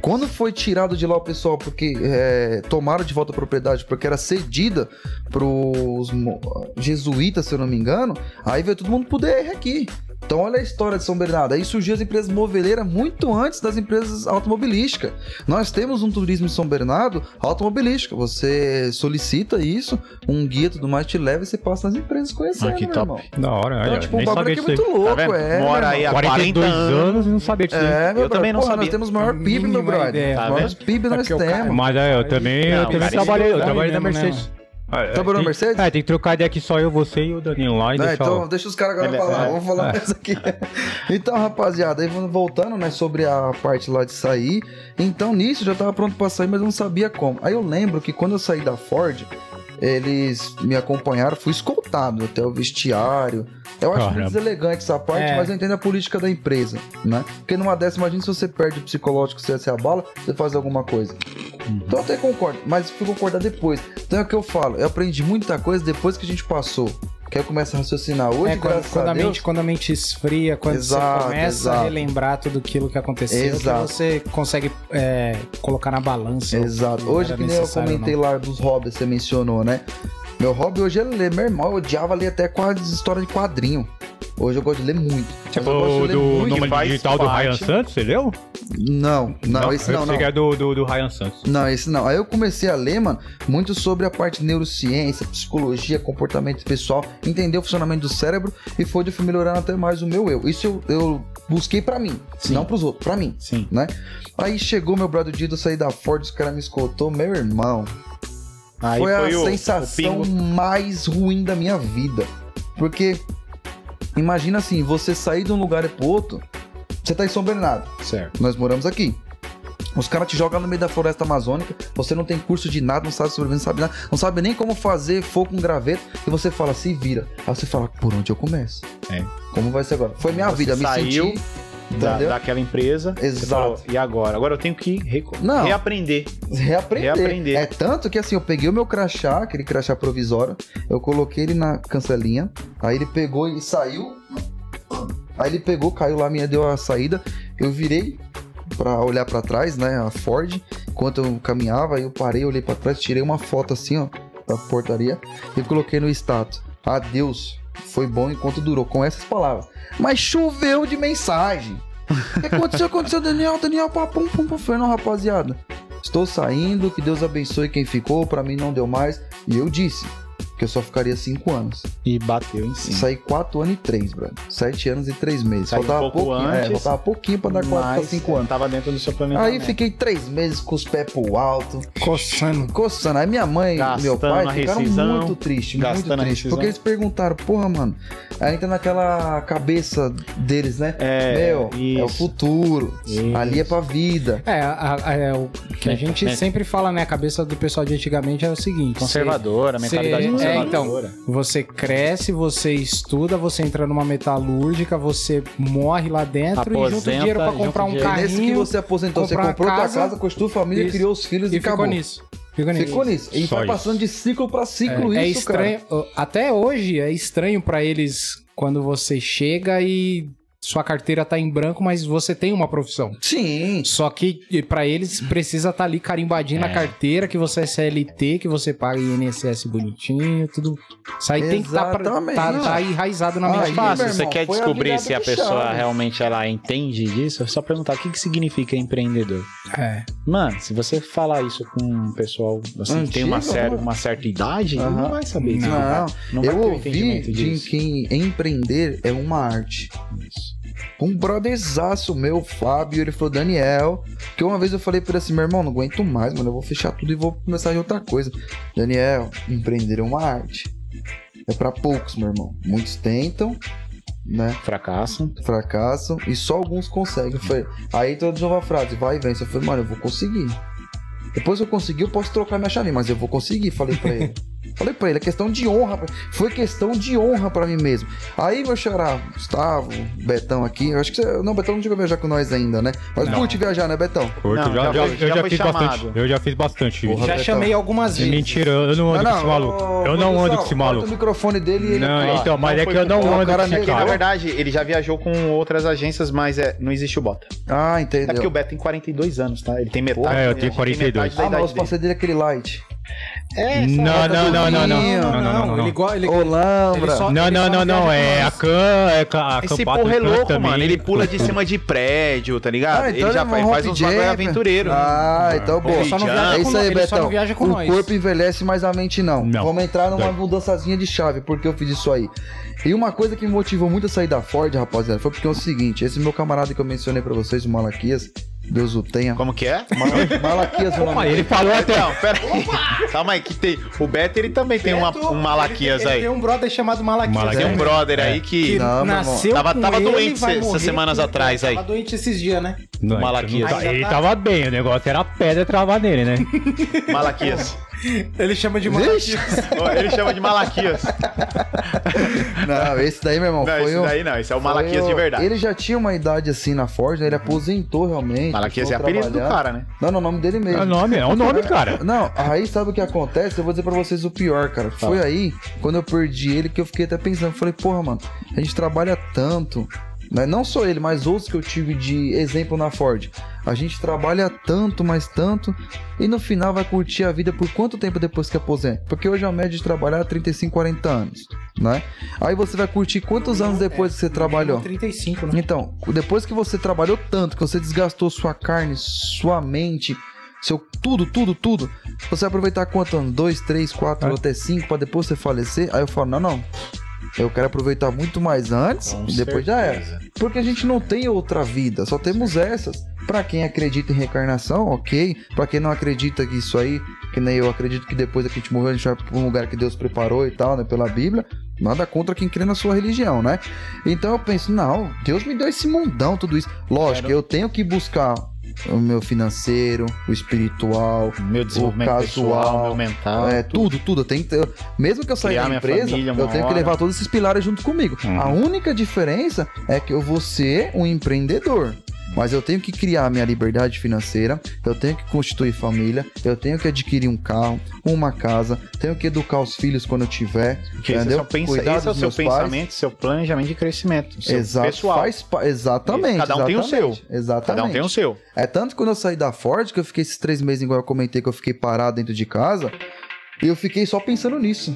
[SPEAKER 4] Quando foi tirado de lá o pessoal, porque eh, tomaram de volta a propriedade, porque era cedida pros mo- jesuítas, se eu não me engano, aí veio todo mundo pro DR aqui. Então olha a história de São Bernardo. Aí surgiu as empresas moveleiras muito antes das empresas automobilísticas. Nós temos um turismo em São Bernardo automobilístico. Você solicita isso, um guia e tudo mais te leva e você passa nas empresas conhecendo,
[SPEAKER 1] Ah, que
[SPEAKER 4] meu
[SPEAKER 1] top.
[SPEAKER 4] irmão.
[SPEAKER 3] Da hora.
[SPEAKER 4] Então,
[SPEAKER 3] aí, ó,
[SPEAKER 4] tipo, um
[SPEAKER 3] nem
[SPEAKER 4] bagulho
[SPEAKER 3] sabia
[SPEAKER 4] aqui
[SPEAKER 3] disso aí.
[SPEAKER 4] muito louco,
[SPEAKER 1] Tá vendo?
[SPEAKER 4] é.
[SPEAKER 1] Mora
[SPEAKER 4] meu
[SPEAKER 1] aí
[SPEAKER 4] irmão.
[SPEAKER 1] há
[SPEAKER 3] 42
[SPEAKER 1] 40 anos.
[SPEAKER 3] anos e não sabia disso. aí.
[SPEAKER 4] É, meu
[SPEAKER 1] Eu também não
[SPEAKER 4] Porra,
[SPEAKER 1] sabia.
[SPEAKER 4] Nós temos o maior PIB, meu
[SPEAKER 2] Mínima
[SPEAKER 4] brother.
[SPEAKER 2] ideia.
[SPEAKER 1] Tá
[SPEAKER 4] O maior PIB
[SPEAKER 2] É
[SPEAKER 4] nós
[SPEAKER 2] porque o cara-
[SPEAKER 4] temos.
[SPEAKER 3] Mas aí, eu também, eu
[SPEAKER 1] Não,
[SPEAKER 3] também
[SPEAKER 1] cara, isso
[SPEAKER 3] trabalhei, eu
[SPEAKER 2] tá
[SPEAKER 3] trabalhei na
[SPEAKER 2] mesmo, né,
[SPEAKER 3] Mercedes. Ah, é,
[SPEAKER 4] Trabalhou na
[SPEAKER 3] tem-
[SPEAKER 4] Mercedes?
[SPEAKER 3] É, tem que trocar ideia aqui só eu, você e o Danilo lá e
[SPEAKER 4] Né,
[SPEAKER 3] deixar.
[SPEAKER 4] então
[SPEAKER 3] o-
[SPEAKER 4] deixa os caras agora
[SPEAKER 1] É,
[SPEAKER 4] falar,
[SPEAKER 1] é,
[SPEAKER 4] vamos falar mais aqui. então, rapaziada, aí vamos voltando, né, sobre a parte lá de sair. Então, nisso, eu já tava pronto pra sair, mas eu não sabia como. Aí eu lembro que quando eu saí da Ford, eles me acompanharam, fui escoltado até o vestiário. Eu acho
[SPEAKER 3] Caramba.
[SPEAKER 4] muito deselegante essa parte,
[SPEAKER 2] É.
[SPEAKER 4] mas eu entendo a política da empresa, né? Porque numa dessa, imagina se você perde o psicológico, você se abala, você faz alguma coisa. Então eu até concordo, mas fui concordar depois. Então é o que eu falo, eu aprendi muita coisa depois que a gente passou. Que aí começa a raciocinar hoje,
[SPEAKER 2] É, quando,
[SPEAKER 4] graças
[SPEAKER 2] quando
[SPEAKER 4] a
[SPEAKER 2] a
[SPEAKER 4] Deus.
[SPEAKER 2] mente, quando a mente esfria, quando
[SPEAKER 4] Exato,
[SPEAKER 2] você começa
[SPEAKER 4] exato.
[SPEAKER 2] a relembrar tudo aquilo que aconteceu,
[SPEAKER 4] Exato.
[SPEAKER 2] que você consegue é, colocar na balança.
[SPEAKER 4] Exato. Hoje,
[SPEAKER 2] era
[SPEAKER 4] que nem eu
[SPEAKER 2] necessário,
[SPEAKER 4] comentei lá dos hobbies, você mencionou, né? Meu hobby hoje é ler. Meu irmão, eu odiava ler até quase história de quadrinho. Hoje eu gosto de ler muito. Mas
[SPEAKER 3] Tipo,
[SPEAKER 4] eu gosto
[SPEAKER 3] o
[SPEAKER 4] de ler
[SPEAKER 3] do
[SPEAKER 4] é um muito.
[SPEAKER 1] nome-
[SPEAKER 3] Nômade
[SPEAKER 1] faz
[SPEAKER 3] Digital do
[SPEAKER 1] parte.
[SPEAKER 3] Ryan Santos, você leu?
[SPEAKER 4] Não, não, esse
[SPEAKER 3] eu
[SPEAKER 4] não,
[SPEAKER 3] pensei
[SPEAKER 4] não.
[SPEAKER 3] que é era do, do, do Ryan Santos.
[SPEAKER 4] Não, esse não. Aí eu comecei a ler, mano, muito sobre a parte de neurociência, psicologia, comportamento pessoal, entender o funcionamento do cérebro e foi de fui melhorando até mais o meu eu. Isso eu, eu busquei pra mim, não pros outros, pra mim,
[SPEAKER 5] Sim.
[SPEAKER 4] né? Aí chegou meu brother Dido, eu saí da Ford, os caras me escoltou, meu irmão.
[SPEAKER 5] Aí
[SPEAKER 4] foi,
[SPEAKER 1] foi
[SPEAKER 4] a
[SPEAKER 1] o-
[SPEAKER 4] sensação
[SPEAKER 1] o
[SPEAKER 4] mais ruim da minha vida. Porque imagina assim, você sair de um lugar e pro outro, você tá em São Bernardo.
[SPEAKER 5] Certo.
[SPEAKER 4] Nós moramos aqui. Os caras te jogam no meio da floresta amazônica, você não tem curso de nada, não sabe sobreviver, não sabe nada, não sabe nem como fazer fogo com graveto, e você fala, se vira. Aí você fala, por onde eu começo?
[SPEAKER 5] É.
[SPEAKER 4] Como vai ser agora? Foi minha
[SPEAKER 1] Você
[SPEAKER 4] vida, me
[SPEAKER 1] saiu
[SPEAKER 4] senti.
[SPEAKER 5] Da,
[SPEAKER 4] entendeu?
[SPEAKER 5] daquela empresa. você
[SPEAKER 4] Exato.
[SPEAKER 5] e agora? Agora eu tenho que reco-
[SPEAKER 4] Não.
[SPEAKER 1] Reaprender.
[SPEAKER 4] Reaprender.
[SPEAKER 1] Reaprender.
[SPEAKER 4] É tanto que assim, eu peguei o meu crachá, aquele crachá provisório, eu coloquei ele na cancelinha, aí ele pegou e saiu. Aí ele pegou, caiu lá, minha deu a saída. Eu virei pra olhar pra trás, né, a Ford, enquanto eu caminhava, eu parei, olhei pra trás, tirei uma foto assim, ó, da portaria e coloquei no status. Adeus. Foi bom enquanto durou, com essas palavras. Mas choveu de mensagem. O que aconteceu? Aconteceu, Daniel, Daniel, pá, pum, pum, pum. Falei, não, rapaziada. Estou saindo, que Deus abençoe quem ficou, pra mim não deu mais. E eu disse que eu só ficaria cinco anos.
[SPEAKER 5] E bateu em cima.
[SPEAKER 4] Saí quatro anos e três, brother. Sete anos e três meses.
[SPEAKER 5] Saiu um
[SPEAKER 4] faltava
[SPEAKER 5] pouco
[SPEAKER 4] pouquinho, é,
[SPEAKER 5] antes,
[SPEAKER 4] faltava pouquinho pra dar quatro
[SPEAKER 1] tá
[SPEAKER 4] pra
[SPEAKER 5] Mas, é
[SPEAKER 4] cinco anos.
[SPEAKER 5] Tava dentro do seu planejamento.
[SPEAKER 4] Aí fiquei três meses com os pés pro alto,
[SPEAKER 2] Coçando.
[SPEAKER 4] coçando. Aí minha mãe e
[SPEAKER 5] Gastando
[SPEAKER 4] meu pai
[SPEAKER 5] a
[SPEAKER 4] ficaram
[SPEAKER 5] rescisão,
[SPEAKER 4] muito tristes,
[SPEAKER 5] gastando
[SPEAKER 4] muito
[SPEAKER 5] a
[SPEAKER 4] tristes.
[SPEAKER 5] rescisão.
[SPEAKER 4] Porque eles perguntaram, porra, mano, aí entra naquela cabeça deles, né?
[SPEAKER 5] É,
[SPEAKER 4] Meu, é o
[SPEAKER 5] isso.
[SPEAKER 4] futuro.
[SPEAKER 5] Isso.
[SPEAKER 4] Ali é pra vida.
[SPEAKER 2] É, a- a- é o que a gente sempre fala, né? A cabeça do pessoal de antigamente é o seguinte:
[SPEAKER 1] Conservadora,
[SPEAKER 2] cê-
[SPEAKER 1] mentalidade
[SPEAKER 2] é,
[SPEAKER 1] conservadora.
[SPEAKER 2] você, você cresce, você estuda, você entra numa metalúrgica, você morre lá dentro e junta
[SPEAKER 1] Aposenta,
[SPEAKER 2] o dinheiro pra
[SPEAKER 1] junta
[SPEAKER 2] comprar
[SPEAKER 1] o
[SPEAKER 2] um
[SPEAKER 1] dinheiro.
[SPEAKER 4] E nesse que
[SPEAKER 2] carrinho
[SPEAKER 4] você aposentou, você
[SPEAKER 2] comprar uma
[SPEAKER 4] comprou tua
[SPEAKER 2] casa,
[SPEAKER 4] casa, construiu família,
[SPEAKER 2] isso,
[SPEAKER 4] criou os filhos e,
[SPEAKER 2] e
[SPEAKER 4] acabou.
[SPEAKER 2] ficou nisso. Ficou nisso.
[SPEAKER 4] Ficou nisso. E
[SPEAKER 3] Só
[SPEAKER 4] vai
[SPEAKER 3] isso.
[SPEAKER 4] passando de ciclo pra ciclo
[SPEAKER 2] É,
[SPEAKER 4] isso,
[SPEAKER 2] é
[SPEAKER 4] cara.
[SPEAKER 2] estranho. Até hoje é estranho pra eles quando você chega e sua carteira tá em branco, mas você tem uma profissão.
[SPEAKER 4] Sim.
[SPEAKER 2] Só que pra eles precisa estar ali carimbadinho na carteira que você é CLT, que você paga INSS bonitinho, tudo. Isso aí tem que estar
[SPEAKER 4] Exatamente.
[SPEAKER 2] tá, tá enraizado na
[SPEAKER 4] Ah,
[SPEAKER 2] mente.
[SPEAKER 4] isso
[SPEAKER 2] deles.
[SPEAKER 4] meu
[SPEAKER 1] Fácil, você
[SPEAKER 4] irmão,
[SPEAKER 1] quer
[SPEAKER 4] foi a
[SPEAKER 1] descobrir
[SPEAKER 4] virada
[SPEAKER 1] se a
[SPEAKER 4] do
[SPEAKER 1] pessoa
[SPEAKER 4] chave.
[SPEAKER 1] realmente ela entende disso? É só perguntar o que, que significa empreendedor.
[SPEAKER 2] É.
[SPEAKER 1] Mano, se você falar isso com um pessoal assim, que tem
[SPEAKER 4] Antigo,
[SPEAKER 1] uma, série,
[SPEAKER 4] né?
[SPEAKER 1] uma certa idade, ele
[SPEAKER 4] Aham.
[SPEAKER 1] não vai saber. disso,
[SPEAKER 4] Não,
[SPEAKER 1] vai- não vai
[SPEAKER 4] eu
[SPEAKER 1] ter o
[SPEAKER 4] ouvi
[SPEAKER 1] entendimento
[SPEAKER 4] de
[SPEAKER 1] disso.
[SPEAKER 4] quem empreender é uma arte. Um brotherzaço meu, Fábio, ele falou, Daniel, que uma vez eu falei pra ele assim, meu irmão, não aguento mais, mano, eu vou fechar tudo e vou começar de outra coisa. Daniel, empreender é uma arte. É pra poucos, meu irmão. Muitos tentam, né?
[SPEAKER 1] Fracasso.
[SPEAKER 4] fracassam e só alguns conseguem. Foi. Aí entrou de novo a frase, vai e vence. Eu falei, mano, eu vou conseguir. Depois que eu conseguir, eu posso trocar minha chave, mas eu vou conseguir, falei pra ele. Falei pra ele, é questão de honra. pra- Foi questão de honra pra mim mesmo. Aí, meu xará, Gustavo, Betão aqui. Eu acho que você. Não, Betão não chegou a viajar com nós ainda, né? Mas
[SPEAKER 2] Não.
[SPEAKER 4] curte viajar, né, Betão?
[SPEAKER 3] Porto,
[SPEAKER 1] Não,
[SPEAKER 3] já,
[SPEAKER 1] já
[SPEAKER 3] já-
[SPEAKER 1] foi-
[SPEAKER 3] eu
[SPEAKER 1] já
[SPEAKER 3] já
[SPEAKER 1] foi
[SPEAKER 3] fiz
[SPEAKER 1] chamado.
[SPEAKER 3] bastante. Eu já fiz bastante.
[SPEAKER 4] Porra,
[SPEAKER 2] Já
[SPEAKER 4] Betão.
[SPEAKER 2] chamei algumas
[SPEAKER 3] É
[SPEAKER 2] vezes.
[SPEAKER 3] mentira, eu não ando com esse
[SPEAKER 4] ô,
[SPEAKER 3] maluco. Eu não ando com
[SPEAKER 4] produção,
[SPEAKER 3] esse
[SPEAKER 4] corta
[SPEAKER 3] maluco.
[SPEAKER 4] O microfone dele e ele
[SPEAKER 3] Não,
[SPEAKER 4] fala.
[SPEAKER 3] então, mas
[SPEAKER 1] Não
[SPEAKER 3] é
[SPEAKER 1] foi
[SPEAKER 3] que eu
[SPEAKER 1] com-
[SPEAKER 3] não
[SPEAKER 4] não, o
[SPEAKER 3] ando
[SPEAKER 4] cara
[SPEAKER 3] com esse
[SPEAKER 4] negou,
[SPEAKER 1] Na
[SPEAKER 4] Claro.
[SPEAKER 3] cara.
[SPEAKER 1] verdade, ele já viajou com outras agências, mas é, não existe o Bota.
[SPEAKER 4] Ah,
[SPEAKER 1] É porque o
[SPEAKER 4] entendeu.
[SPEAKER 1] Beto tem 42 anos, tá? Ele tem metade.
[SPEAKER 3] É, eu
[SPEAKER 1] da
[SPEAKER 3] tenho
[SPEAKER 1] idade-
[SPEAKER 3] 42.
[SPEAKER 1] tem
[SPEAKER 4] Ah, mas
[SPEAKER 1] metade
[SPEAKER 4] os
[SPEAKER 1] da idade dele.
[SPEAKER 4] parceiros dele é aquele light.
[SPEAKER 1] É, essa-
[SPEAKER 3] Não, não, não, não, não.
[SPEAKER 4] dormindo.
[SPEAKER 3] Não, não, não, não,
[SPEAKER 2] Ele
[SPEAKER 3] não.
[SPEAKER 2] gosta. Ele...
[SPEAKER 4] Ô, Lambra.
[SPEAKER 2] ele só-
[SPEAKER 3] Não, não,
[SPEAKER 2] viaja
[SPEAKER 3] não, não.
[SPEAKER 2] com
[SPEAKER 3] É
[SPEAKER 2] nós.
[SPEAKER 3] a Khan, é a a
[SPEAKER 1] Esse
[SPEAKER 3] Campato
[SPEAKER 1] porra é
[SPEAKER 3] Khan
[SPEAKER 1] louco,
[SPEAKER 3] também.
[SPEAKER 1] mano. Ele pula de cima de prédio, tá ligado?
[SPEAKER 4] Ah, então
[SPEAKER 1] ele já
[SPEAKER 4] é um
[SPEAKER 1] faz, faz uns
[SPEAKER 4] hobby
[SPEAKER 1] bagulho
[SPEAKER 4] jam,
[SPEAKER 1] aventureiro. né?
[SPEAKER 4] Ah, então, boa.
[SPEAKER 2] Ele só não
[SPEAKER 1] Ele
[SPEAKER 2] viaja
[SPEAKER 4] É
[SPEAKER 2] com
[SPEAKER 4] isso
[SPEAKER 2] nós,
[SPEAKER 4] aí,
[SPEAKER 2] ele só não
[SPEAKER 4] Betão.
[SPEAKER 2] viaja com
[SPEAKER 4] o
[SPEAKER 2] nós.
[SPEAKER 4] corpo envelhece, mas a mente não.
[SPEAKER 3] Não.
[SPEAKER 4] Vamos entrar numa
[SPEAKER 3] Dói.
[SPEAKER 4] mudançazinha de chave, porque eu fiz isso aí. E uma coisa que me motivou muito a sair da Ford, rapaziada, foi porque é o seguinte: esse meu camarada que eu mencionei pra vocês, o Malaquias, Deus o tenha.
[SPEAKER 1] Como que é?
[SPEAKER 4] Mala- Malaquias, o
[SPEAKER 3] Opa,
[SPEAKER 4] nome
[SPEAKER 3] ele falou até.
[SPEAKER 1] Não, pera aí. Calma aí, que tem. O Beto, ele também tem uma,
[SPEAKER 2] Beto,
[SPEAKER 1] um
[SPEAKER 2] ele
[SPEAKER 1] Malaquias
[SPEAKER 2] tem-
[SPEAKER 1] aí.
[SPEAKER 2] Ele tem um brother chamado Malaquias.
[SPEAKER 3] Malaquias.
[SPEAKER 1] Tem um
[SPEAKER 2] né?
[SPEAKER 1] brother
[SPEAKER 3] É.
[SPEAKER 1] aí
[SPEAKER 2] Que
[SPEAKER 1] que.
[SPEAKER 4] Não, meu irmão.
[SPEAKER 2] nasceu
[SPEAKER 1] Tava-
[SPEAKER 2] com
[SPEAKER 1] tava
[SPEAKER 2] ele,
[SPEAKER 1] doente
[SPEAKER 2] vai
[SPEAKER 1] cê- essas
[SPEAKER 2] morrer
[SPEAKER 1] semanas
[SPEAKER 2] com-
[SPEAKER 1] atrás aí.
[SPEAKER 2] Tava doente esses dias, né?
[SPEAKER 3] Não,
[SPEAKER 1] Malaquias.
[SPEAKER 3] Ele, ele tava bem, o negócio era a pedra travar nele, né?
[SPEAKER 1] Malaquias.
[SPEAKER 2] Ele chama de
[SPEAKER 4] Vixe!
[SPEAKER 2] Malaquias.
[SPEAKER 1] Ó, ele chama de Malaquias.
[SPEAKER 4] Não, esse daí, meu irmão,
[SPEAKER 1] Não,
[SPEAKER 4] foi
[SPEAKER 1] esse
[SPEAKER 4] o.
[SPEAKER 1] daí não. Esse é o
[SPEAKER 4] foi
[SPEAKER 1] Malaquias
[SPEAKER 4] o-
[SPEAKER 1] de verdade.
[SPEAKER 4] Ele já tinha uma idade assim na Ford, né? ele aposentou realmente.
[SPEAKER 1] Malaquias é
[SPEAKER 4] continuou
[SPEAKER 1] apelido do
[SPEAKER 4] trabalhando.
[SPEAKER 1] cara, né?
[SPEAKER 4] Não, não, o nome dele
[SPEAKER 3] É
[SPEAKER 2] Ah,
[SPEAKER 4] mesmo.
[SPEAKER 3] o nome, é o nome, cara.
[SPEAKER 4] Não, aí sabe o que acontece? Eu vou dizer pra vocês o pior, cara. Foi aí, quando eu perdi ele, que eu fiquei até pensando. Falei, porra, mano, a gente trabalha tanto. Né? Não só ele, mas outros que eu tive de exemplo na Ford. A gente trabalha tanto, mas tanto. E no final vai curtir a vida por quanto tempo depois que aposenta? Porque hoje a média de trabalhar é 35, 40 anos, né? Aí você vai curtir quantos anos depois que você trabalhou?
[SPEAKER 2] 35, né?
[SPEAKER 4] Então, depois que você trabalhou tanto, que você desgastou sua carne, sua mente, seu tudo, tudo, tudo, você vai aproveitar quanto anos? Dois, três, quatro, ou até cinco, pra depois você falecer? Aí eu falo, não, não. Eu quero aproveitar muito mais antes,
[SPEAKER 1] Com
[SPEAKER 4] e depois já era.
[SPEAKER 1] certeza.
[SPEAKER 4] Porque a gente não tem outra vida, só temos essas. Pra quem acredita em reencarnação, ok. Pra quem não acredita que isso aí, que nem eu acredito que depois que a gente morrer, a gente vai pra um lugar que Deus preparou e tal, né? Pela Bíblia. Nada contra quem crê na sua religião, né? Então eu penso, não, Deus me deu esse mundão, tudo isso. Lógico, eu tenho que buscar o meu financeiro, o espiritual,
[SPEAKER 1] Meu desenvolvimento
[SPEAKER 4] casual,
[SPEAKER 1] pessoal, meu mental.
[SPEAKER 4] é, tudo, tudo. Eu tenho que ter- Mesmo que eu saia
[SPEAKER 1] Ah. Criar
[SPEAKER 4] da
[SPEAKER 1] minha
[SPEAKER 4] empresa,
[SPEAKER 1] família uma
[SPEAKER 4] eu tenho que
[SPEAKER 1] hora.
[SPEAKER 4] levar todos esses pilares junto comigo.
[SPEAKER 1] Uhum.
[SPEAKER 4] A única diferença é que eu vou ser um empreendedor. Mas eu tenho que criar minha liberdade financeira, eu tenho que constituir família, eu tenho que adquirir um carro, uma casa, tenho que educar os filhos quando eu tiver.
[SPEAKER 1] Porque esse é,
[SPEAKER 4] entendeu?
[SPEAKER 1] o seu pensa-
[SPEAKER 4] Cuidar
[SPEAKER 1] esse é o
[SPEAKER 4] dos
[SPEAKER 1] seu
[SPEAKER 4] meus pais.
[SPEAKER 1] pensamento, seu planejamento de crescimento. Seu
[SPEAKER 4] Exato,
[SPEAKER 1] pessoal.
[SPEAKER 4] faz pa- exatamente.
[SPEAKER 1] Cada um tem o
[SPEAKER 4] exatamente, Exatamente.
[SPEAKER 1] Cada um tem o seu.
[SPEAKER 4] É tanto que quando eu saí da Ford, que eu fiquei esses três meses, igual eu comentei, que eu fiquei parado dentro de casa, e eu fiquei só pensando nisso.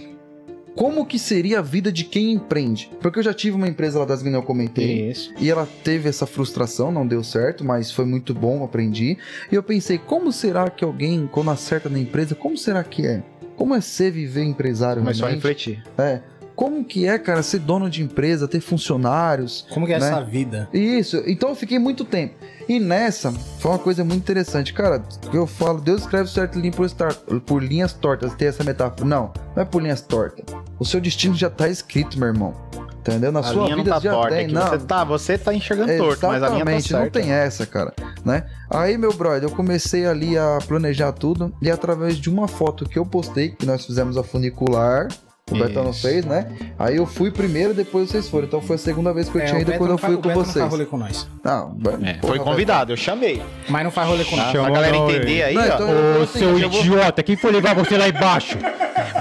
[SPEAKER 4] Como que seria a vida de quem empreende? Porque eu já tive uma empresa lá das minas, eu comentei,
[SPEAKER 1] Isso.
[SPEAKER 4] e ela teve essa frustração, não deu certo, mas foi muito bom, aprendi. E eu pensei, como será que alguém, quando acerta na empresa, como será que é? Como é ser viver empresário?
[SPEAKER 1] Começou a
[SPEAKER 4] realmente?
[SPEAKER 1] refletir.
[SPEAKER 4] É. Como que é, cara, ser dono de empresa, ter funcionários,
[SPEAKER 2] Como que é
[SPEAKER 4] né?
[SPEAKER 2] essa vida?
[SPEAKER 4] isso, então eu fiquei muito tempo. E nessa, foi uma coisa muito interessante. Cara, eu falo, Deus escreve certo limpo por, star- por linhas tortas. Tem essa metáfora. Não, não é por linhas tortas. O seu destino já tá escrito, meu irmão. Entendeu? Na
[SPEAKER 1] A
[SPEAKER 4] sua
[SPEAKER 1] linha não
[SPEAKER 4] vida
[SPEAKER 1] tá
[SPEAKER 4] já
[SPEAKER 1] torta.
[SPEAKER 4] tem,
[SPEAKER 1] aqui.
[SPEAKER 4] não.
[SPEAKER 1] Você, tá, você tá enxergando torto, mas a linha tá
[SPEAKER 4] É, Exatamente,
[SPEAKER 1] certa.
[SPEAKER 4] não tem essa, cara, né? Aí, meu brother, eu comecei ali a planejar tudo e através de uma foto que eu postei, que nós fizemos a funicular, o
[SPEAKER 1] Isso.
[SPEAKER 4] Betão não fez, né? Aí eu fui primeiro, depois vocês foram. Então foi a segunda vez que eu
[SPEAKER 2] É,
[SPEAKER 4] tinha
[SPEAKER 2] o
[SPEAKER 4] ido
[SPEAKER 2] Beto
[SPEAKER 4] quando
[SPEAKER 2] não
[SPEAKER 4] eu
[SPEAKER 2] faz-
[SPEAKER 4] fui
[SPEAKER 2] o
[SPEAKER 4] com
[SPEAKER 2] Beto Não
[SPEAKER 4] vocês.
[SPEAKER 2] faz rolê com nós.
[SPEAKER 4] Não,
[SPEAKER 1] É, foi convidado, eu chamei.
[SPEAKER 2] Mas não faz rolê com
[SPEAKER 1] Tá?
[SPEAKER 2] nós.
[SPEAKER 3] Chamou,
[SPEAKER 1] Pra galera
[SPEAKER 3] não,
[SPEAKER 1] entender
[SPEAKER 3] eu-
[SPEAKER 1] aí,
[SPEAKER 4] Não,
[SPEAKER 1] ó.
[SPEAKER 4] então-
[SPEAKER 3] Ô,
[SPEAKER 4] assim,
[SPEAKER 3] seu
[SPEAKER 1] eu vou-
[SPEAKER 3] idiota, quem foi levar você lá embaixo?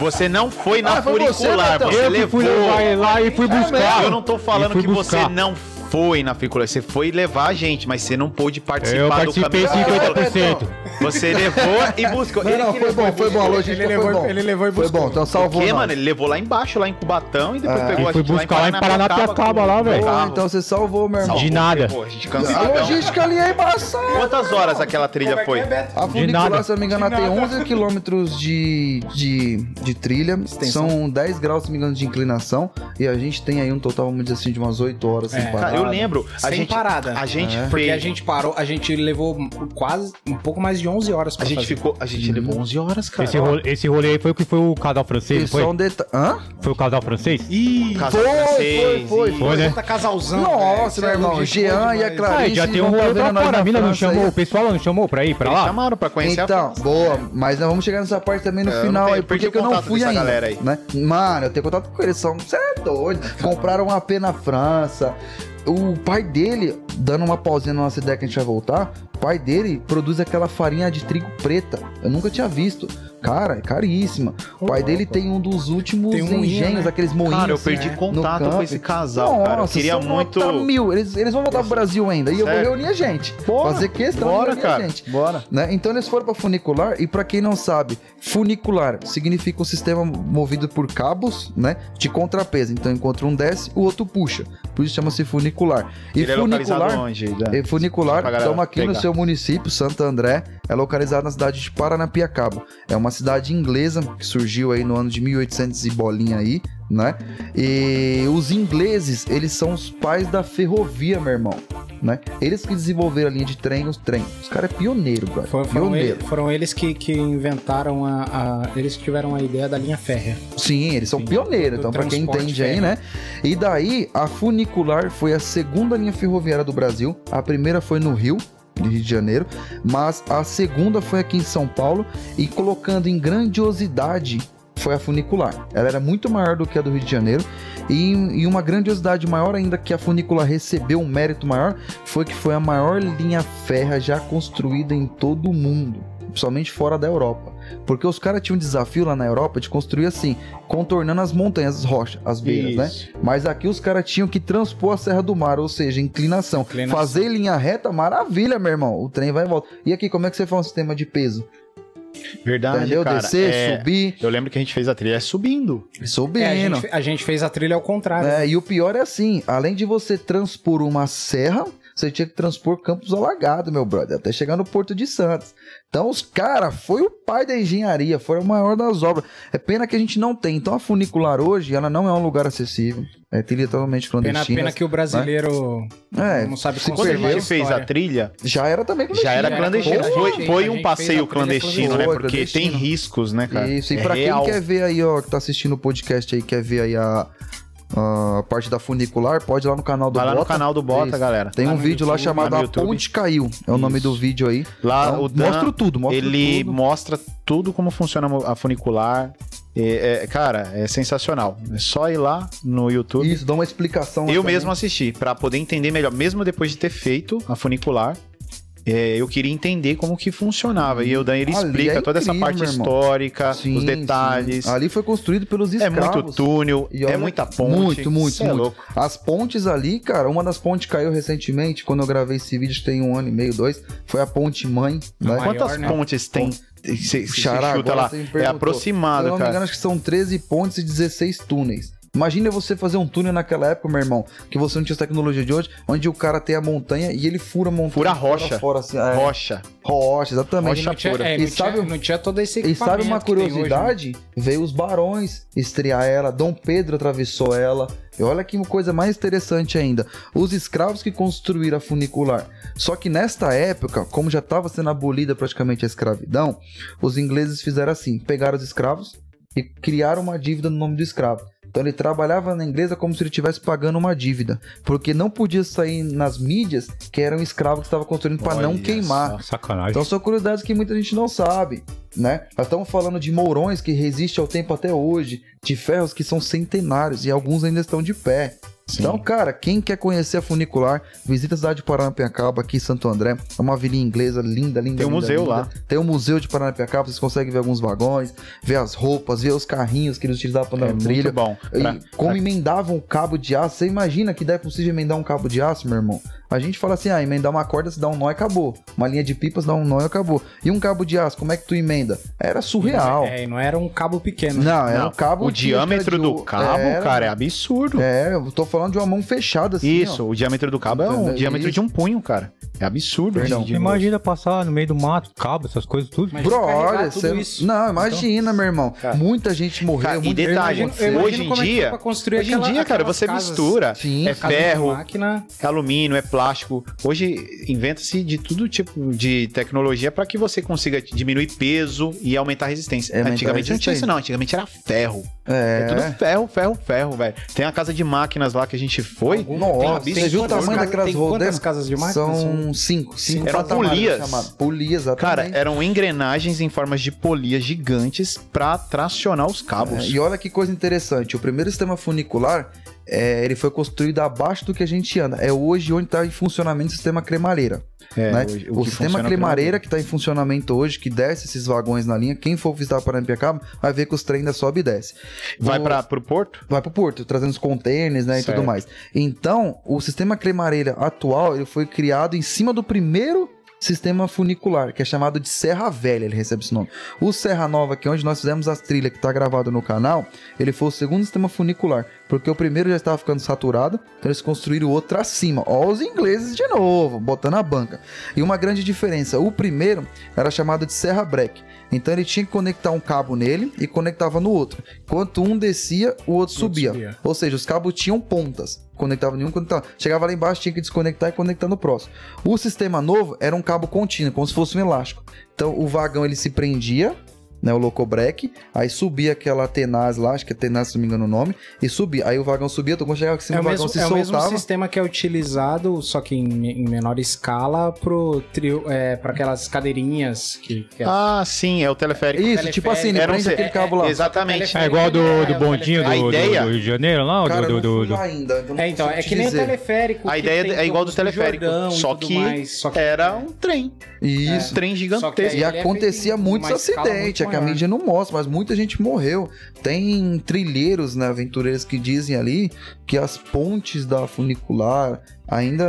[SPEAKER 1] Você não foi na
[SPEAKER 4] Ah, foi você,
[SPEAKER 1] furicular,
[SPEAKER 4] Betão.
[SPEAKER 1] você,
[SPEAKER 3] Eu que
[SPEAKER 1] levou.
[SPEAKER 3] fui levar ele lá e fui buscar.
[SPEAKER 1] eu não tô falando
[SPEAKER 3] Eu fui
[SPEAKER 1] que você
[SPEAKER 3] buscar.
[SPEAKER 1] não foi na furicular. Você foi levar a gente, mas você não pôde participar
[SPEAKER 3] É, Eu
[SPEAKER 1] do
[SPEAKER 3] participei
[SPEAKER 1] caminho.
[SPEAKER 4] Furicular.
[SPEAKER 3] 50%.
[SPEAKER 1] Você levou e buscou.
[SPEAKER 4] Não, não,
[SPEAKER 1] que
[SPEAKER 4] foi
[SPEAKER 1] levou e
[SPEAKER 4] bom, foi
[SPEAKER 1] buscou.
[SPEAKER 4] bom, a logística
[SPEAKER 2] Ele levou-
[SPEAKER 4] foi bom.
[SPEAKER 2] ele levou e
[SPEAKER 4] Foi
[SPEAKER 2] buscou.
[SPEAKER 4] bom, então salvou
[SPEAKER 1] Porque,
[SPEAKER 4] nós.
[SPEAKER 1] mano, ele levou lá embaixo, lá em Cubatão, e depois pegou
[SPEAKER 3] É, E
[SPEAKER 1] a
[SPEAKER 3] fui
[SPEAKER 1] gente lá
[SPEAKER 3] buscar lá em Paranapiacaba, lá, velho.
[SPEAKER 4] Pô,
[SPEAKER 1] Carro.
[SPEAKER 4] então você salvou, meu irmão.
[SPEAKER 3] De nada.
[SPEAKER 1] Pô, a gente
[SPEAKER 4] A
[SPEAKER 1] cansadão.
[SPEAKER 4] logística ali é embaçada.
[SPEAKER 1] Quantas horas aquela trilha foi?
[SPEAKER 4] A
[SPEAKER 3] nada.
[SPEAKER 4] funicular, se eu não me engano,
[SPEAKER 2] De
[SPEAKER 4] tem
[SPEAKER 2] nada.
[SPEAKER 4] 11 quilômetros de, de, de trilha.
[SPEAKER 2] Extensão.
[SPEAKER 4] São 10 graus, se não me engano, de inclinação. E a gente tem aí um total, vamos dizer assim, de umas 8 horas
[SPEAKER 2] É.
[SPEAKER 4] sem
[SPEAKER 1] Cara,
[SPEAKER 4] parar.
[SPEAKER 1] Eu lembro. A
[SPEAKER 2] sem
[SPEAKER 1] gente,
[SPEAKER 2] parada.
[SPEAKER 1] a gente
[SPEAKER 2] É.
[SPEAKER 1] fez.
[SPEAKER 2] Porque a gente parou, a gente levou quase um pouco mais de 11 horas pra
[SPEAKER 1] a gente
[SPEAKER 2] fazer.
[SPEAKER 1] ficou. A gente levou 11 horas, cara.
[SPEAKER 3] Uhum. Esse rolê, esse rolê aí foi o que foi o casal
[SPEAKER 4] E
[SPEAKER 3] francês, não foi?
[SPEAKER 4] só um detalhe. Hã?
[SPEAKER 3] Foi o casal francês?
[SPEAKER 1] Casal francês, e-
[SPEAKER 3] Foi, né?
[SPEAKER 2] Puta casalzão.
[SPEAKER 4] Nossa, meu
[SPEAKER 2] velho.
[SPEAKER 4] irmão.
[SPEAKER 2] Gente boa
[SPEAKER 4] Jean e a
[SPEAKER 2] demais.
[SPEAKER 4] Clarice.
[SPEAKER 3] Ah, já tem um
[SPEAKER 4] vão tá
[SPEAKER 3] rolê pra
[SPEAKER 4] vendo nós
[SPEAKER 3] fora.
[SPEAKER 4] na
[SPEAKER 3] A mina não
[SPEAKER 4] França
[SPEAKER 3] chamou,
[SPEAKER 4] aí.
[SPEAKER 3] o pessoal não chamou pra ir pra
[SPEAKER 1] Eles
[SPEAKER 3] lá?
[SPEAKER 1] chamaram pra conhecer
[SPEAKER 4] Então,
[SPEAKER 1] a
[SPEAKER 4] boa, mas nós vamos chegar nessa parte também no
[SPEAKER 1] É, eu não
[SPEAKER 4] final
[SPEAKER 1] tenho-
[SPEAKER 4] aí.
[SPEAKER 1] perdi
[SPEAKER 4] Porque
[SPEAKER 1] o
[SPEAKER 4] que eu não
[SPEAKER 1] contato
[SPEAKER 4] fui
[SPEAKER 1] dessa
[SPEAKER 4] ainda.
[SPEAKER 1] galera aí.
[SPEAKER 4] Né? Mano, eu tenho contato com eles, são. Você é doido. Compraram um AP na França. O pai dele, dando uma pausinha na nossa ideia que a gente vai voltar, o pai dele produz aquela farinha de trigo preta. Eu nunca tinha visto. Cara, é caríssima. O pai dele tem um dos últimos
[SPEAKER 2] Tem um moinho,
[SPEAKER 4] engenhos,
[SPEAKER 2] né?
[SPEAKER 4] aqueles moinhos.
[SPEAKER 1] Cara, eu
[SPEAKER 4] assim,
[SPEAKER 1] perdi
[SPEAKER 4] né?
[SPEAKER 1] contato
[SPEAKER 4] No
[SPEAKER 1] com
[SPEAKER 4] campo. é
[SPEAKER 1] esse casal, cara. Eu queria
[SPEAKER 4] são
[SPEAKER 1] muito.
[SPEAKER 4] nota mil. Eles, eles vão voltar pro Brasil ainda. E eu vou
[SPEAKER 1] Sério?
[SPEAKER 4] reunir a gente.
[SPEAKER 1] Bora,
[SPEAKER 4] Fazer questão
[SPEAKER 1] Bora,
[SPEAKER 4] de reunir
[SPEAKER 1] cara.
[SPEAKER 4] a gente.
[SPEAKER 1] Bora.
[SPEAKER 4] Né? Então eles foram para funicular e para quem não sabe, funicular significa um sistema movido por cabos, né, de contrapeso. Então enquanto um desce, o outro puxa. Por isso chama-se funicular. E
[SPEAKER 1] Ele é localizado
[SPEAKER 4] funicular
[SPEAKER 1] onde? Dan?
[SPEAKER 2] é.
[SPEAKER 4] e funicular,
[SPEAKER 1] Pra galera
[SPEAKER 4] estamos aqui no
[SPEAKER 1] pegar.
[SPEAKER 4] seu município, Santo André, é localizado na cidade de Paranapiacaba. É uma cidade inglesa que surgiu aí no ano de 1800 e bolinha aí, né? E os ingleses, eles são os pais da ferrovia, meu irmão, né? Eles que desenvolveram a linha de trem, os trem. Os caras é pioneiro, brother.
[SPEAKER 2] Foi- um foram, ele-
[SPEAKER 4] pioneiro.
[SPEAKER 2] foram eles que, que inventaram a, a- Eles que tiveram a ideia da linha férrea.
[SPEAKER 4] Sim, eles são
[SPEAKER 2] Sim,
[SPEAKER 4] pioneiros,
[SPEAKER 2] do
[SPEAKER 4] então pra quem
[SPEAKER 2] transporte
[SPEAKER 4] entende aí,
[SPEAKER 2] férreo.
[SPEAKER 4] né? E daí, a funicular foi a segunda linha ferroviária do Brasil. A primeira foi no Rio, de Rio de Janeiro, mas a segunda foi aqui em São Paulo e colocando em grandiosidade foi a funicular. Ela era muito maior do que a do Rio de Janeiro e, e uma grandiosidade maior ainda que a funicular recebeu um mérito maior foi que foi a maior linha férrea já construída em todo o mundo, principalmente fora da Europa. Porque os caras tinham um desafio lá na Europa de construir assim, contornando as montanhas, as rochas, as beiras, né? Mas aqui os caras tinham que transpor a Serra do Mar, ou seja, inclinação.
[SPEAKER 2] Inclinação.
[SPEAKER 4] Fazer em linha reta, maravilha, meu irmão. O trem vai e volta. E aqui, como é que você faz um sistema de peso?
[SPEAKER 2] Ah,
[SPEAKER 1] Verdade,
[SPEAKER 4] Entendeu?
[SPEAKER 1] cara.
[SPEAKER 4] Descer,
[SPEAKER 1] É,
[SPEAKER 4] subir,
[SPEAKER 1] Eu lembro que a gente fez a trilha é subindo.
[SPEAKER 4] subindo.
[SPEAKER 2] É, a, gente, a gente fez a trilha ao contrário.
[SPEAKER 4] É, e o pior é assim, além de você transpor uma serra, você tinha que transpor campos alagados, meu brother, até chegar no Porto de Santos. Então os caras foi o pai da engenharia, foi o maior das obras. É pena que a gente não tem. Então a funicular hoje, ela não é um lugar acessível. É trilha totalmente
[SPEAKER 2] Pena,
[SPEAKER 4] clandestina.
[SPEAKER 2] pena que o brasileiro
[SPEAKER 4] É,
[SPEAKER 2] não sabe
[SPEAKER 4] se
[SPEAKER 1] né? Quando a
[SPEAKER 2] conservar
[SPEAKER 1] gente
[SPEAKER 2] a
[SPEAKER 1] fez a
[SPEAKER 2] história.
[SPEAKER 1] trilha,
[SPEAKER 4] já era também
[SPEAKER 1] já era
[SPEAKER 2] Era
[SPEAKER 1] clandestino.
[SPEAKER 2] clandestino.
[SPEAKER 1] Foi, foi
[SPEAKER 2] A gente
[SPEAKER 1] um
[SPEAKER 2] fez
[SPEAKER 1] passeio
[SPEAKER 2] a trilha
[SPEAKER 1] clandestino, né?
[SPEAKER 4] clandestina.
[SPEAKER 1] Porque tem
[SPEAKER 4] Clandestino.
[SPEAKER 1] riscos, né, cara?
[SPEAKER 4] Isso, e
[SPEAKER 1] É
[SPEAKER 4] pra
[SPEAKER 1] real.
[SPEAKER 4] quem quer ver aí, ó, que tá assistindo o podcast aí, quer ver aí a, a parte da funicular, pode ir lá no canal do
[SPEAKER 1] Vai lá no
[SPEAKER 4] Bota.
[SPEAKER 1] canal do Bota,
[SPEAKER 4] Isso.
[SPEAKER 1] galera.
[SPEAKER 4] Tem
[SPEAKER 2] Lá
[SPEAKER 4] um
[SPEAKER 2] no
[SPEAKER 4] vídeo lá
[SPEAKER 2] YouTube,
[SPEAKER 4] chamado
[SPEAKER 1] lá no
[SPEAKER 4] A
[SPEAKER 1] YouTube.
[SPEAKER 4] Ponte Caiu, é o nome
[SPEAKER 1] Isso.
[SPEAKER 4] do vídeo aí.
[SPEAKER 1] Lá
[SPEAKER 4] Então,
[SPEAKER 1] Ah, o Dan,
[SPEAKER 4] mostra tudo, mostra
[SPEAKER 1] ele
[SPEAKER 4] tudo.
[SPEAKER 1] mostra tudo como funciona a funicular. É, é, cara, é sensacional. É só ir lá no YouTube.
[SPEAKER 4] Isso, dá uma explicação. né? lá
[SPEAKER 1] eu
[SPEAKER 4] também.
[SPEAKER 1] mesmo assisti, pra poder entender melhor. Mesmo depois de ter feito a funicular, é, eu queria entender como que funcionava. E o Dan, ele
[SPEAKER 4] Ali é
[SPEAKER 1] explica toda essa
[SPEAKER 4] incrível,
[SPEAKER 1] parte
[SPEAKER 4] meu irmão.
[SPEAKER 1] histórica,
[SPEAKER 4] Sim,
[SPEAKER 1] os detalhes.
[SPEAKER 4] sim. Ali foi construído pelos
[SPEAKER 1] É
[SPEAKER 4] escravos.
[SPEAKER 1] muito túnel,
[SPEAKER 4] E
[SPEAKER 1] é
[SPEAKER 4] olha-
[SPEAKER 1] muita ponte.
[SPEAKER 4] Muito, muito,
[SPEAKER 1] Cê É
[SPEAKER 4] muito.
[SPEAKER 1] louco.
[SPEAKER 4] As pontes ali, cara, uma das pontes caiu recentemente, quando eu gravei esse vídeo, acho que tem um ano e meio, dois, foi a ponte mãe, né?
[SPEAKER 2] Maior,
[SPEAKER 1] Quantas
[SPEAKER 2] né?
[SPEAKER 1] pontes tem? Você
[SPEAKER 4] Xará,
[SPEAKER 1] chuta
[SPEAKER 4] agora
[SPEAKER 1] lá.
[SPEAKER 4] você me
[SPEAKER 1] É
[SPEAKER 4] perguntou. Se eu
[SPEAKER 1] aproximado,
[SPEAKER 4] não me engano,
[SPEAKER 1] cara.
[SPEAKER 4] acho que são 13 pontes e 16 túneis. Imagina você fazer um túnel naquela época, meu irmão, que você não tinha essa tecnologia de hoje, onde o cara tem a montanha e ele fura a montanha.
[SPEAKER 1] Fura a
[SPEAKER 4] fora,
[SPEAKER 1] rocha.
[SPEAKER 4] Fora, assim, é,
[SPEAKER 1] Rocha.
[SPEAKER 4] rocha,
[SPEAKER 2] E
[SPEAKER 4] exatamente.
[SPEAKER 2] não tinha,
[SPEAKER 1] pura.
[SPEAKER 2] é,
[SPEAKER 4] E
[SPEAKER 2] não,
[SPEAKER 4] sabe-
[SPEAKER 2] tinha, não tinha todo esse
[SPEAKER 4] E
[SPEAKER 2] equipamento
[SPEAKER 4] sabe uma
[SPEAKER 2] que tem hoje, né?
[SPEAKER 4] curiosidade? Veio os barões estrear ela, Dom Pedro atravessou ela. E olha que coisa mais interessante ainda. Os escravos que construíram a funicular. Só que nesta época, como já estava sendo abolida praticamente a escravidão, os ingleses fizeram assim: pegaram os escravos e criaram uma dívida no nome do escravo. Então ele trabalhava na inglesa como se ele estivesse pagando uma dívida, porque não podia sair nas mídias que era um escravo que estava construindo para não
[SPEAKER 1] Olha
[SPEAKER 4] queimar.
[SPEAKER 3] Ah, sacanagem.
[SPEAKER 4] Então são curiosidades que muita gente não sabe, né? Nós estamos falando de mourões que resistem ao tempo até hoje, de ferros que são centenários e alguns ainda estão de pé. Então, cara, quem quer conhecer a funicular, visita a cidade de Paranapiacaba, aqui em Santo André. É uma vilinha inglesa linda, linda.
[SPEAKER 1] Tem um
[SPEAKER 4] linda,
[SPEAKER 1] museu
[SPEAKER 4] linda.
[SPEAKER 1] lá.
[SPEAKER 4] Tem um museu de Paranapiacaba, vocês conseguem ver alguns vagões, ver as roupas, ver os carrinhos que eles utilizavam para
[SPEAKER 1] É
[SPEAKER 4] andar na trilha.
[SPEAKER 1] muito bom. Pra-
[SPEAKER 4] é E como emendavam o um cabo de aço, você imagina que dá possível emendar um cabo de aço, meu irmão? A gente fala assim, ah, emendar uma corda, se dá um nó e acabou. Uma linha de pipas dá um nó e acabou. E um cabo de aço, como é que tu emenda? Era surreal.
[SPEAKER 2] É, e não era um cabo pequeno.
[SPEAKER 4] Não, era
[SPEAKER 1] Não,
[SPEAKER 4] um cabo.
[SPEAKER 1] o
[SPEAKER 4] que era
[SPEAKER 1] diâmetro
[SPEAKER 4] de né?
[SPEAKER 1] do
[SPEAKER 4] o-
[SPEAKER 1] cabo,
[SPEAKER 4] era- um
[SPEAKER 1] cara, é absurdo.
[SPEAKER 4] É, eu tô falando de uma mão fechada assim.
[SPEAKER 1] Isso, o diâmetro do cabo é um
[SPEAKER 4] Entendeu?
[SPEAKER 1] diâmetro
[SPEAKER 4] Isso.
[SPEAKER 1] de um punho, cara. É absurdo.
[SPEAKER 4] Perdão.
[SPEAKER 1] de- de-
[SPEAKER 3] Imagina passar no meio do mato, cabo, essas coisas, tudo.
[SPEAKER 4] Ó.
[SPEAKER 2] Mas
[SPEAKER 4] Bro,
[SPEAKER 2] carregar
[SPEAKER 4] olha,
[SPEAKER 2] tudo
[SPEAKER 4] cê-
[SPEAKER 2] isso. Então,
[SPEAKER 4] não, imagina, meu irmão.
[SPEAKER 1] Cara.
[SPEAKER 4] muita gente morreu.
[SPEAKER 1] Cara, e
[SPEAKER 4] muita...
[SPEAKER 1] detalhe,
[SPEAKER 2] Eu imagino- eu
[SPEAKER 1] hoje
[SPEAKER 2] imagino
[SPEAKER 1] em
[SPEAKER 2] como é que foi
[SPEAKER 1] dia,
[SPEAKER 2] pra construir
[SPEAKER 1] hoje em
[SPEAKER 2] aquela-
[SPEAKER 1] dia, cara,
[SPEAKER 2] aquelas
[SPEAKER 1] você
[SPEAKER 2] casas-
[SPEAKER 1] mistura,
[SPEAKER 4] Sim,
[SPEAKER 1] é
[SPEAKER 2] casas de
[SPEAKER 1] ferro,
[SPEAKER 2] máquina.
[SPEAKER 1] é alumínio, é plástico. Hoje inventa-se de tudo tipo de tecnologia para que você consiga diminuir peso e aumentar a resistência.
[SPEAKER 4] É, aumentar a
[SPEAKER 1] antigamente não tinha isso
[SPEAKER 4] resistência.
[SPEAKER 1] não, antigamente era ferro. É,
[SPEAKER 4] É,
[SPEAKER 1] tudo ferro, ferro, ferro, velho. Tem a casa de máquinas lá que a gente foi,
[SPEAKER 4] Nossa,
[SPEAKER 1] tem
[SPEAKER 4] você viu o
[SPEAKER 2] quantas
[SPEAKER 4] tamanho
[SPEAKER 2] casas-
[SPEAKER 4] daquelas
[SPEAKER 2] tem quantas
[SPEAKER 4] rodas?
[SPEAKER 2] casas de máquina?
[SPEAKER 4] São cinco. cinco
[SPEAKER 1] Eram
[SPEAKER 4] patamares,
[SPEAKER 1] polias.
[SPEAKER 4] chamado. Polias,
[SPEAKER 1] Cara,
[SPEAKER 4] exatamente.
[SPEAKER 1] eram engrenagens em formas de polias gigantes pra tracionar os
[SPEAKER 4] É,
[SPEAKER 1] cabos.
[SPEAKER 4] E olha que coisa interessante, o primeiro sistema funicular, é, ele foi construído abaixo do que a gente anda. É hoje onde está em funcionamento o sistema cremareira.
[SPEAKER 1] É,
[SPEAKER 4] né?
[SPEAKER 1] hoje-
[SPEAKER 4] O,
[SPEAKER 1] que
[SPEAKER 4] sistema
[SPEAKER 1] funciona
[SPEAKER 4] cremareira que está em funcionamento hoje, que desce esses vagões na linha, quem for visitar Paranapiacaba vai ver que os trens ainda sobe e desce.
[SPEAKER 1] pela- Vai
[SPEAKER 4] O-
[SPEAKER 1] para pro porto?
[SPEAKER 4] vai é pro porto, trazendo os containers, né, e
[SPEAKER 1] Certo.
[SPEAKER 4] tudo mais. Então, o sistema cremareira atual, ele foi criado em cima do primeiro sistema funicular, que é chamado de Serra Velha, ele recebe esse nome. O Serra Nova, que é onde nós fizemos as trilhas, que tá gravado no canal, ele foi o segundo sistema funicular, porque o primeiro já estava ficando saturado, então eles construíram o outro acima. Ó os ingleses de novo, botando a banca. E uma grande diferença, o primeiro era chamado de Serra Breck, então ele tinha que conectar um cabo nele e conectava no outro. Enquanto um descia, o outro subia.
[SPEAKER 2] subia.
[SPEAKER 4] Ou seja, os cabos tinham pontas. Conectava nenhum, conectava. Chegava lá embaixo, tinha que desconectar e conectar no próximo. O sistema novo era um cabo contínuo, como se fosse um elástico. Então o vagão ele se prendia, né? O locobreque, aí subia aquela tenaz lá, acho que é tenaz, se não me engano o nome, e subia. Aí o vagão subia, então quando chegava aqui em cima,
[SPEAKER 2] É o,
[SPEAKER 4] o vagão
[SPEAKER 2] mesmo,
[SPEAKER 4] se
[SPEAKER 2] é o mesmo
[SPEAKER 4] soltava.
[SPEAKER 2] sistema que é utilizado, só que em, em menor escala, pro trio, é, para aquelas cadeirinhas que, que é-
[SPEAKER 1] Ah, sim, é o teleférico.
[SPEAKER 4] Isso, tipo assim, ele
[SPEAKER 2] né?
[SPEAKER 1] Era um
[SPEAKER 4] prende
[SPEAKER 1] se-
[SPEAKER 4] aquele cabo lá.
[SPEAKER 1] Exatamente.
[SPEAKER 2] É,
[SPEAKER 3] É igual do, do bondinho
[SPEAKER 1] A
[SPEAKER 3] do, do-
[SPEAKER 1] ideia-
[SPEAKER 3] do Rio de Janeiro lá, o
[SPEAKER 4] Cara,
[SPEAKER 3] do,
[SPEAKER 4] eu
[SPEAKER 3] do,
[SPEAKER 4] não
[SPEAKER 3] do-
[SPEAKER 4] fui lá ainda. então não
[SPEAKER 2] É, então,
[SPEAKER 4] consigo
[SPEAKER 2] é
[SPEAKER 4] te
[SPEAKER 2] que nem o
[SPEAKER 4] dizer.
[SPEAKER 2] teleférico.
[SPEAKER 1] A
[SPEAKER 2] que
[SPEAKER 1] ideia
[SPEAKER 2] tem
[SPEAKER 1] é igual
[SPEAKER 2] todos
[SPEAKER 1] do teleférico,
[SPEAKER 2] Jordão e
[SPEAKER 1] só
[SPEAKER 2] tudo
[SPEAKER 1] que
[SPEAKER 2] mais, só que
[SPEAKER 1] Era um trem.
[SPEAKER 4] Isso.
[SPEAKER 1] Um trem
[SPEAKER 2] Só
[SPEAKER 1] gigantesco.
[SPEAKER 2] que aí
[SPEAKER 4] E
[SPEAKER 2] ele é
[SPEAKER 4] acontecia
[SPEAKER 2] feito em
[SPEAKER 4] muitos
[SPEAKER 2] uma escala
[SPEAKER 4] acidentes,
[SPEAKER 2] muito
[SPEAKER 4] é que a
[SPEAKER 2] maior.
[SPEAKER 4] mídia não mostra, mas muita gente morreu. Tem trilheiros, né, aventureiros que dizem ali que as pontes da funicular ainda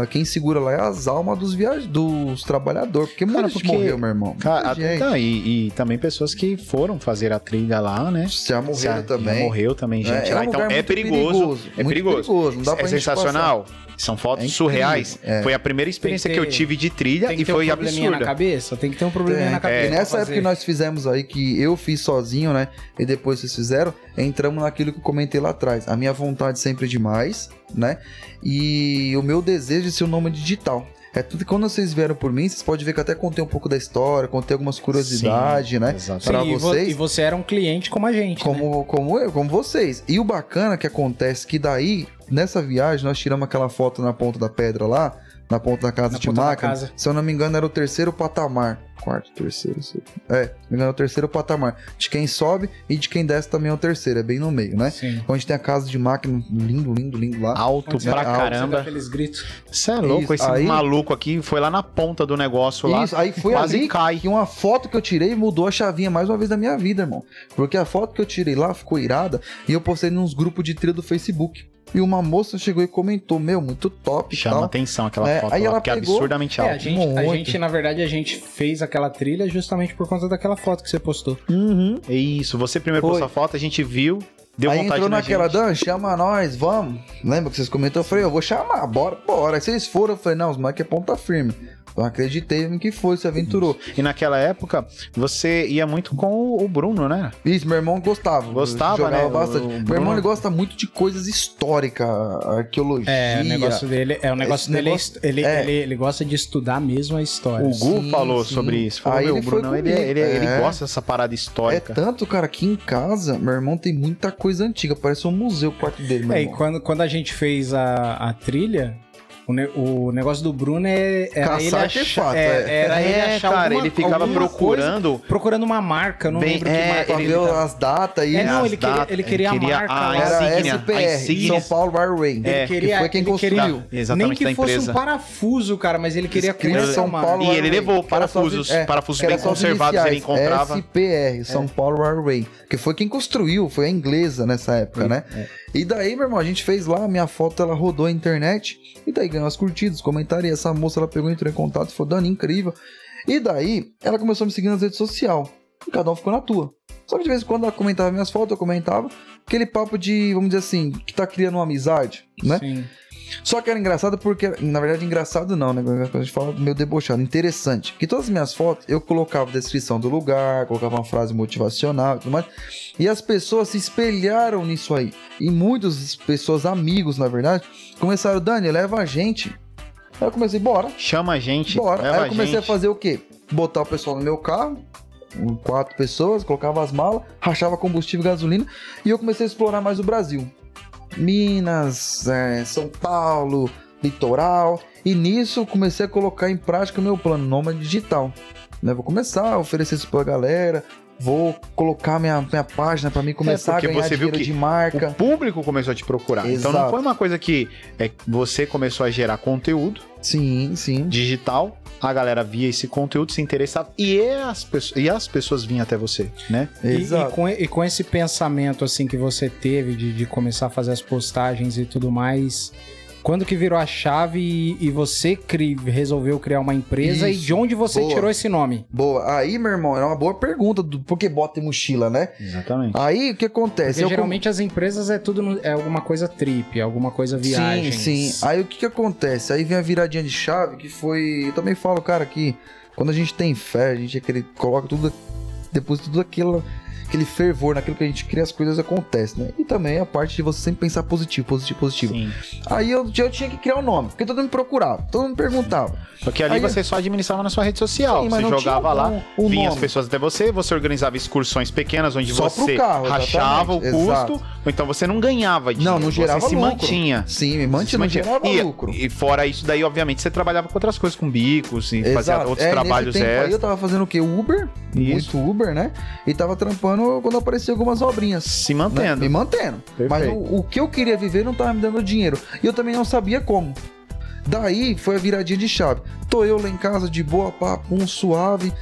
[SPEAKER 4] ah, quem segura lá é as almas dos viaj dos trabalhadores, porque muita
[SPEAKER 1] Cara,
[SPEAKER 4] gente
[SPEAKER 1] porque-
[SPEAKER 4] morreu, meu irmão. Muita
[SPEAKER 1] Cara,
[SPEAKER 4] gente.
[SPEAKER 1] tá, e, e também pessoas que foram fazer a trilha lá, né?
[SPEAKER 4] Já morreram
[SPEAKER 1] Já- já
[SPEAKER 4] também.
[SPEAKER 1] Morreu também,
[SPEAKER 4] É,
[SPEAKER 1] gente.
[SPEAKER 4] é um
[SPEAKER 1] lá. Então
[SPEAKER 4] lugar
[SPEAKER 1] é
[SPEAKER 4] muito
[SPEAKER 1] perigoso. É
[SPEAKER 4] muito
[SPEAKER 1] perigoso.
[SPEAKER 4] não dá pra
[SPEAKER 1] É
[SPEAKER 4] gente
[SPEAKER 1] sensacional. São
[SPEAKER 4] É
[SPEAKER 1] fotos
[SPEAKER 4] incrível,
[SPEAKER 1] surreais.
[SPEAKER 4] é.
[SPEAKER 1] Foi a primeira experiência
[SPEAKER 2] Tem
[SPEAKER 1] que,
[SPEAKER 2] que
[SPEAKER 1] eu
[SPEAKER 2] ter-
[SPEAKER 1] tive de trilha
[SPEAKER 2] Tem que
[SPEAKER 1] e
[SPEAKER 2] ter
[SPEAKER 1] foi
[SPEAKER 2] um probleminha na
[SPEAKER 1] absurda.
[SPEAKER 2] cabeça, tem que ter um probleminha
[SPEAKER 4] É,
[SPEAKER 2] na cabeça.
[SPEAKER 4] E nessa
[SPEAKER 2] pra
[SPEAKER 4] época que
[SPEAKER 2] fazer.
[SPEAKER 4] nós fizemos aí, que eu fiz sozinho, né? E depois vocês fizeram, entramos naquilo que eu comentei lá atrás. A minha vontade sempre é demais, né? E o meu desejo de ser um nome digital. É tudo que quando vocês vieram por mim, vocês podem ver que eu até contei um pouco da história, contei algumas curiosidades, né?
[SPEAKER 1] Exatamente.
[SPEAKER 4] pra
[SPEAKER 2] Sim, e vo-
[SPEAKER 4] vocês.
[SPEAKER 2] E você era um cliente como a gente. né?
[SPEAKER 4] Como, como eu, como vocês. E o bacana que acontece que daí, nessa viagem, nós tiramos aquela foto na ponta da pedra lá, na ponta da casa
[SPEAKER 2] Na
[SPEAKER 4] de
[SPEAKER 2] ponta da
[SPEAKER 4] máquina.
[SPEAKER 2] casa.
[SPEAKER 4] Se eu não me engano, era o terceiro patamar. Quarto, terceiro, sei. É, se não me engano, é o terceiro patamar. De quem sobe e de quem desce também é o terceiro, é bem no meio, né?
[SPEAKER 2] Sim.
[SPEAKER 4] Onde tem a casa de máquina, lindo, lindo, lindo lá.
[SPEAKER 1] Alto
[SPEAKER 2] Quando você
[SPEAKER 1] pra
[SPEAKER 4] dá-
[SPEAKER 2] dá
[SPEAKER 1] caramba.
[SPEAKER 2] Aqueles gritos.
[SPEAKER 1] Você é louco,
[SPEAKER 4] Isso,
[SPEAKER 1] esse
[SPEAKER 4] aí-
[SPEAKER 1] maluco aqui foi lá na ponta do negócio lá.
[SPEAKER 4] Isso, aí foi
[SPEAKER 1] quase
[SPEAKER 4] ali
[SPEAKER 1] cai.
[SPEAKER 4] que uma foto que eu tirei mudou a chavinha mais uma vez da minha vida, irmão. Porque a foto que eu tirei lá ficou irada e eu postei nos grupos de trilha do Facebook. E uma moça chegou e comentou, meu, muito top e
[SPEAKER 1] Chama
[SPEAKER 4] tal.
[SPEAKER 1] atenção aquela
[SPEAKER 4] É,
[SPEAKER 1] foto
[SPEAKER 4] aí
[SPEAKER 1] lá,
[SPEAKER 4] ela
[SPEAKER 1] que é
[SPEAKER 4] pegou-
[SPEAKER 1] absurdamente
[SPEAKER 2] É, a
[SPEAKER 1] alta.
[SPEAKER 2] gente, a
[SPEAKER 4] Muito.
[SPEAKER 2] gente, na verdade, a gente fez aquela trilha justamente por conta daquela foto que você postou.
[SPEAKER 4] Uhum.
[SPEAKER 1] É Isso, você primeiro
[SPEAKER 4] Foi.
[SPEAKER 1] postou a foto, a gente viu, deu
[SPEAKER 4] aí
[SPEAKER 1] vontade
[SPEAKER 4] entrou
[SPEAKER 1] na
[SPEAKER 4] naquela,
[SPEAKER 1] gente.
[SPEAKER 4] Dan, chama nós, vamos. Lembra que vocês comentaram? Eu falei, eu vou chamar, bora, bora. Aí vocês foram, eu falei, não, os moleques é ponta firme. Eu acreditei no que foi, se aventurou.
[SPEAKER 1] E naquela época, você ia muito com o Bruno, né?
[SPEAKER 4] Isso, meu irmão gostava.
[SPEAKER 1] Gostava,
[SPEAKER 4] jogava
[SPEAKER 1] né?
[SPEAKER 4] Bastante.
[SPEAKER 1] O
[SPEAKER 4] Meu
[SPEAKER 1] Bruno-
[SPEAKER 4] irmão ele gosta muito de coisas históricas, arqueologia.
[SPEAKER 2] É, o negócio dele é o
[SPEAKER 4] Esse
[SPEAKER 2] negócio dele. é
[SPEAKER 4] negócio-
[SPEAKER 2] hist- ele,
[SPEAKER 4] é.
[SPEAKER 2] Ele, ele gosta de estudar mesmo a história.
[SPEAKER 1] O Gu
[SPEAKER 4] Sim,
[SPEAKER 1] falou
[SPEAKER 4] sim.
[SPEAKER 1] sobre isso. Falou,
[SPEAKER 4] Aí
[SPEAKER 1] meu, o
[SPEAKER 4] ele foi
[SPEAKER 1] Bruno, ele,
[SPEAKER 4] comigo,
[SPEAKER 1] ele, ele
[SPEAKER 4] é.
[SPEAKER 1] gosta dessa parada
[SPEAKER 4] É
[SPEAKER 1] histórica.
[SPEAKER 4] tanto, cara, que em casa, meu irmão tem muita coisa antiga. Parece um museu o quarto dele, meu
[SPEAKER 2] É, e
[SPEAKER 4] irmão.
[SPEAKER 2] quando, quando a gente fez a, a trilha, o, ne- o negócio do Bruno é. Era
[SPEAKER 4] Caçar
[SPEAKER 2] ele achar-
[SPEAKER 4] artefato,
[SPEAKER 2] é,
[SPEAKER 4] é.
[SPEAKER 2] Era ele
[SPEAKER 1] É,
[SPEAKER 2] achar
[SPEAKER 1] cara,
[SPEAKER 2] alguma-
[SPEAKER 1] ele ficava
[SPEAKER 2] alguma coisa-
[SPEAKER 1] procurando.
[SPEAKER 2] procurando uma marca, eu não
[SPEAKER 1] Bem,
[SPEAKER 2] lembro que
[SPEAKER 1] é,
[SPEAKER 2] marca.
[SPEAKER 4] Pra
[SPEAKER 1] ele
[SPEAKER 4] ver
[SPEAKER 1] tá-
[SPEAKER 4] as datas aí.
[SPEAKER 2] É, não,
[SPEAKER 1] as
[SPEAKER 2] ele queria-
[SPEAKER 1] datas,
[SPEAKER 2] ele queria a marca né? lá.
[SPEAKER 1] a
[SPEAKER 4] Era
[SPEAKER 1] insígnia, a
[SPEAKER 4] SPR,
[SPEAKER 1] insígnia.
[SPEAKER 4] São Paulo Bar Rain.
[SPEAKER 2] Ele
[SPEAKER 4] que
[SPEAKER 2] queria-
[SPEAKER 4] foi quem
[SPEAKER 2] É. ele queria-
[SPEAKER 4] construiu.
[SPEAKER 1] Da- exatamente
[SPEAKER 2] Nem que
[SPEAKER 1] da
[SPEAKER 2] fosse
[SPEAKER 1] empresa.
[SPEAKER 2] um parafuso, cara, mas ele queria
[SPEAKER 4] Escrito
[SPEAKER 2] conhecer
[SPEAKER 4] São
[SPEAKER 2] uma-
[SPEAKER 4] Paulo
[SPEAKER 1] E ele
[SPEAKER 4] Railway,
[SPEAKER 1] levou
[SPEAKER 4] que era só
[SPEAKER 1] parafusos,
[SPEAKER 4] de- é,
[SPEAKER 1] parafusos
[SPEAKER 4] Era
[SPEAKER 1] bem
[SPEAKER 4] só os
[SPEAKER 1] conservados, ele
[SPEAKER 4] iniciais,
[SPEAKER 1] encontrava. É.
[SPEAKER 4] SPR, São Paulo Railway, que foi quem construiu, foi a
[SPEAKER 1] é.
[SPEAKER 4] inglesa nessa época, né? E daí, meu irmão, a gente fez lá, a minha foto ela rodou a internet, e daí dei umas curtidas, comentariei. Essa moça, ela pegou, entrou em contato e falou, Dani, incrível. E daí, ela começou a me seguir nas redes sociais. E cada um ficou na tua. Só que de vez em quando ela comentava minhas fotos, eu comentava. Aquele papo de, vamos dizer assim, que tá criando uma amizade, né?
[SPEAKER 2] Sim.
[SPEAKER 4] Só que era engraçado porque, na verdade, engraçado não, né? Quando a gente fala meio debochado, interessante. Que todas as minhas fotos eu colocava descrição do lugar, colocava uma frase motivacional e tudo mais. E as pessoas se espelharam nisso aí. E muitas pessoas, amigos, na verdade, começaram, Dani, leva a gente. Aí eu comecei, bora.
[SPEAKER 1] Chama a gente.
[SPEAKER 4] Bora.
[SPEAKER 1] leva
[SPEAKER 4] Aí eu comecei
[SPEAKER 1] É, gente.
[SPEAKER 4] a fazer o quê? Botar o pessoal no meu carro, um, quatro pessoas, colocava as malas, rachava combustível e gasolina, e eu comecei a explorar mais o Brasil. Minas, eh, São Paulo, litoral. E nisso eu comecei a colocar em prática o meu plano Nômade Digital. né? Vou começar a oferecer isso pra galera. Vou colocar minha, minha página pra mim começar a
[SPEAKER 1] É, porque
[SPEAKER 4] ganhar
[SPEAKER 1] você viu
[SPEAKER 4] dinheiro
[SPEAKER 1] que
[SPEAKER 4] de marca.
[SPEAKER 1] O público começou a te procurar. Então não
[SPEAKER 4] Exato.
[SPEAKER 1] foi uma coisa que é, você começou a gerar conteúdo
[SPEAKER 4] Sim, sim.
[SPEAKER 1] digital, a galera via esse conteúdo, se interessava e é as, pesso- e as pessoas vinham até você, né?
[SPEAKER 2] E- E,
[SPEAKER 4] Exato.
[SPEAKER 2] com, e com esse pensamento assim que você teve de, de começar a fazer as postagens e tudo mais, quando que virou a chave e, e você cri- resolveu criar uma empresa e
[SPEAKER 4] Isso.
[SPEAKER 2] de onde você
[SPEAKER 4] Boa.
[SPEAKER 2] tirou esse nome?
[SPEAKER 4] Boa. Aí, meu irmão, era uma boa pergunta do por que bota e mochila, né?
[SPEAKER 1] Exatamente.
[SPEAKER 4] Aí é o
[SPEAKER 2] Porque
[SPEAKER 4] que acontece? Eu com-
[SPEAKER 2] geralmente as empresas é tudo no- é alguma coisa trip, alguma coisa viagem.
[SPEAKER 4] Sim, sim. Aí o que que acontece? Aí vem a viradinha de chave que foi. Eu também falo, cara, que quando a gente tem fé, a gente acre- coloca tudo. Depois tudo aquilo. Aquele fervor naquilo que a gente cria, as coisas acontecem, né? E também a parte de você sempre pensar positivo, positivo, positivo.
[SPEAKER 1] Sim.
[SPEAKER 4] Aí eu, eu tinha que criar um nome, porque todo mundo me procurava, todo mundo me perguntava.
[SPEAKER 1] Porque ali
[SPEAKER 4] Aí-
[SPEAKER 1] você só administrava na sua rede social.
[SPEAKER 4] Sim, mas
[SPEAKER 1] você
[SPEAKER 4] não tinha
[SPEAKER 1] jogava lá,
[SPEAKER 4] um- um
[SPEAKER 1] vinha as
[SPEAKER 4] nome.
[SPEAKER 1] pessoas até você, você organizava excursões pequenas onde
[SPEAKER 4] Só pro
[SPEAKER 1] você
[SPEAKER 4] carro,
[SPEAKER 1] rachava o
[SPEAKER 4] exatamente,
[SPEAKER 1] custo, ou então você não ganhava dinheiro.
[SPEAKER 4] não gerava
[SPEAKER 1] você se
[SPEAKER 4] lucro.
[SPEAKER 1] mantinha.
[SPEAKER 4] Sim, me
[SPEAKER 1] Você se
[SPEAKER 4] mantinha, não
[SPEAKER 1] mantinha.
[SPEAKER 4] gerava
[SPEAKER 1] e,
[SPEAKER 4] lucro.
[SPEAKER 1] E fora isso daí, obviamente, você trabalhava com outras coisas, com bicos, e fazia
[SPEAKER 4] Exato.
[SPEAKER 1] outros
[SPEAKER 4] É, nesse
[SPEAKER 1] trabalhos
[SPEAKER 4] tempo aí eu
[SPEAKER 1] extras.
[SPEAKER 4] tava fazendo o quê? Uber,
[SPEAKER 1] Isso.
[SPEAKER 4] muito Uber, né? E tava trampando quando apareciam algumas obrinhas.
[SPEAKER 1] Se
[SPEAKER 4] né?
[SPEAKER 1] mantendo.
[SPEAKER 4] Me mantendo. Mas
[SPEAKER 1] Perfeito.
[SPEAKER 4] o, o que eu queria viver não tava me dando dinheiro. E eu também não sabia como. Daí foi a viradinha de chave. Tô eu lá em casa de boa, papo, um suave.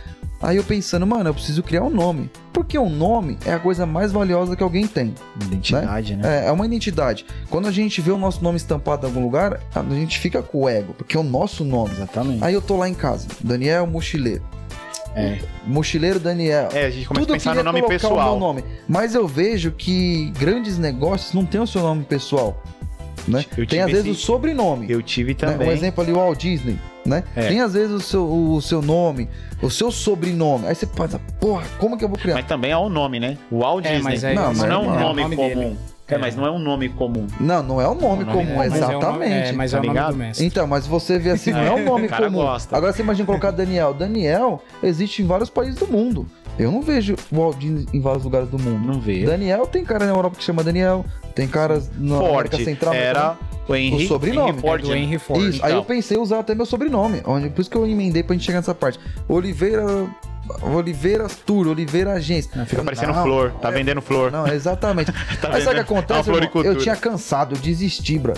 [SPEAKER 4] Aí eu pensando, mano, eu preciso criar um nome. Porque um nome é a coisa mais valiosa que alguém tem.
[SPEAKER 1] Identidade, né?
[SPEAKER 4] É, é uma identidade. Quando a gente vê o nosso nome estampado em algum lugar, a gente fica com o ego, porque é o nosso nome.
[SPEAKER 1] Exatamente.
[SPEAKER 4] Aí eu tô lá em casa, Daniel Mochileiro.
[SPEAKER 1] É.
[SPEAKER 4] Mochileiro Daniel.
[SPEAKER 1] É, a gente começa
[SPEAKER 4] Tudo
[SPEAKER 1] a pensar no
[SPEAKER 4] queria
[SPEAKER 1] nome
[SPEAKER 4] colocar o meu
[SPEAKER 1] pessoal.
[SPEAKER 4] nome. Mas eu vejo que grandes negócios não tem o seu nome pessoal. Né?
[SPEAKER 1] Eu
[SPEAKER 4] Tem
[SPEAKER 1] tive
[SPEAKER 4] às vezes
[SPEAKER 1] esse-
[SPEAKER 4] o sobrenome.
[SPEAKER 1] Eu tive
[SPEAKER 4] né?
[SPEAKER 1] também.
[SPEAKER 4] Um exemplo ali, o Walt Disney, né?
[SPEAKER 1] É.
[SPEAKER 4] Tem às vezes o seu, o seu nome, o seu sobrenome. Aí você pensa, porra, como que eu vou criar?
[SPEAKER 1] Mas também é o nome, né? O Walt
[SPEAKER 2] É,
[SPEAKER 1] Disney.
[SPEAKER 2] mas é-
[SPEAKER 4] Não,
[SPEAKER 1] não,
[SPEAKER 4] mas
[SPEAKER 1] é
[SPEAKER 4] não
[SPEAKER 1] um
[SPEAKER 4] é o
[SPEAKER 1] nome,
[SPEAKER 2] nome
[SPEAKER 1] comum. É,
[SPEAKER 2] É.
[SPEAKER 1] mas não é um nome comum.
[SPEAKER 4] Não, não é um nome
[SPEAKER 1] Não, não é
[SPEAKER 4] comum,
[SPEAKER 1] nome.
[SPEAKER 2] Mas é o nome-
[SPEAKER 4] exatamente.
[SPEAKER 2] É, mas
[SPEAKER 1] tá
[SPEAKER 2] é o nome
[SPEAKER 1] ligado?
[SPEAKER 2] do mestre.
[SPEAKER 4] Então, mas você vê assim, não é um nome
[SPEAKER 1] O cara
[SPEAKER 4] comum.
[SPEAKER 1] gosta.
[SPEAKER 4] Agora você imagina colocar Daniel. Daniel existe em vários países do mundo. Eu não vejo o Walt Disney em vários lugares do mundo.
[SPEAKER 1] Não vê.
[SPEAKER 4] Daniel tem cara na Europa que chama Daniel, tem caras na América
[SPEAKER 1] Forte.
[SPEAKER 4] Central. né?
[SPEAKER 1] Era o Henry.
[SPEAKER 4] O sobrenome. né?
[SPEAKER 1] Henry
[SPEAKER 2] É
[SPEAKER 1] Ford.
[SPEAKER 2] do Henry Ford.
[SPEAKER 4] Isso, aí
[SPEAKER 1] então.
[SPEAKER 4] eu pensei em usar até meu sobrenome, onde, por isso que eu emendei pra gente chegar nessa parte. Oliveira. Oliveira Tour, Oliveira Agência.
[SPEAKER 1] Fica parecendo
[SPEAKER 4] Não, é,
[SPEAKER 1] flor. Tá vendendo flor.
[SPEAKER 4] Não, exatamente.
[SPEAKER 1] Tá
[SPEAKER 4] Aí sabe o
[SPEAKER 1] vendendo
[SPEAKER 4] que acontece? irmão?
[SPEAKER 1] floricultura.
[SPEAKER 4] Eu tinha cansado, eu desisti, bro.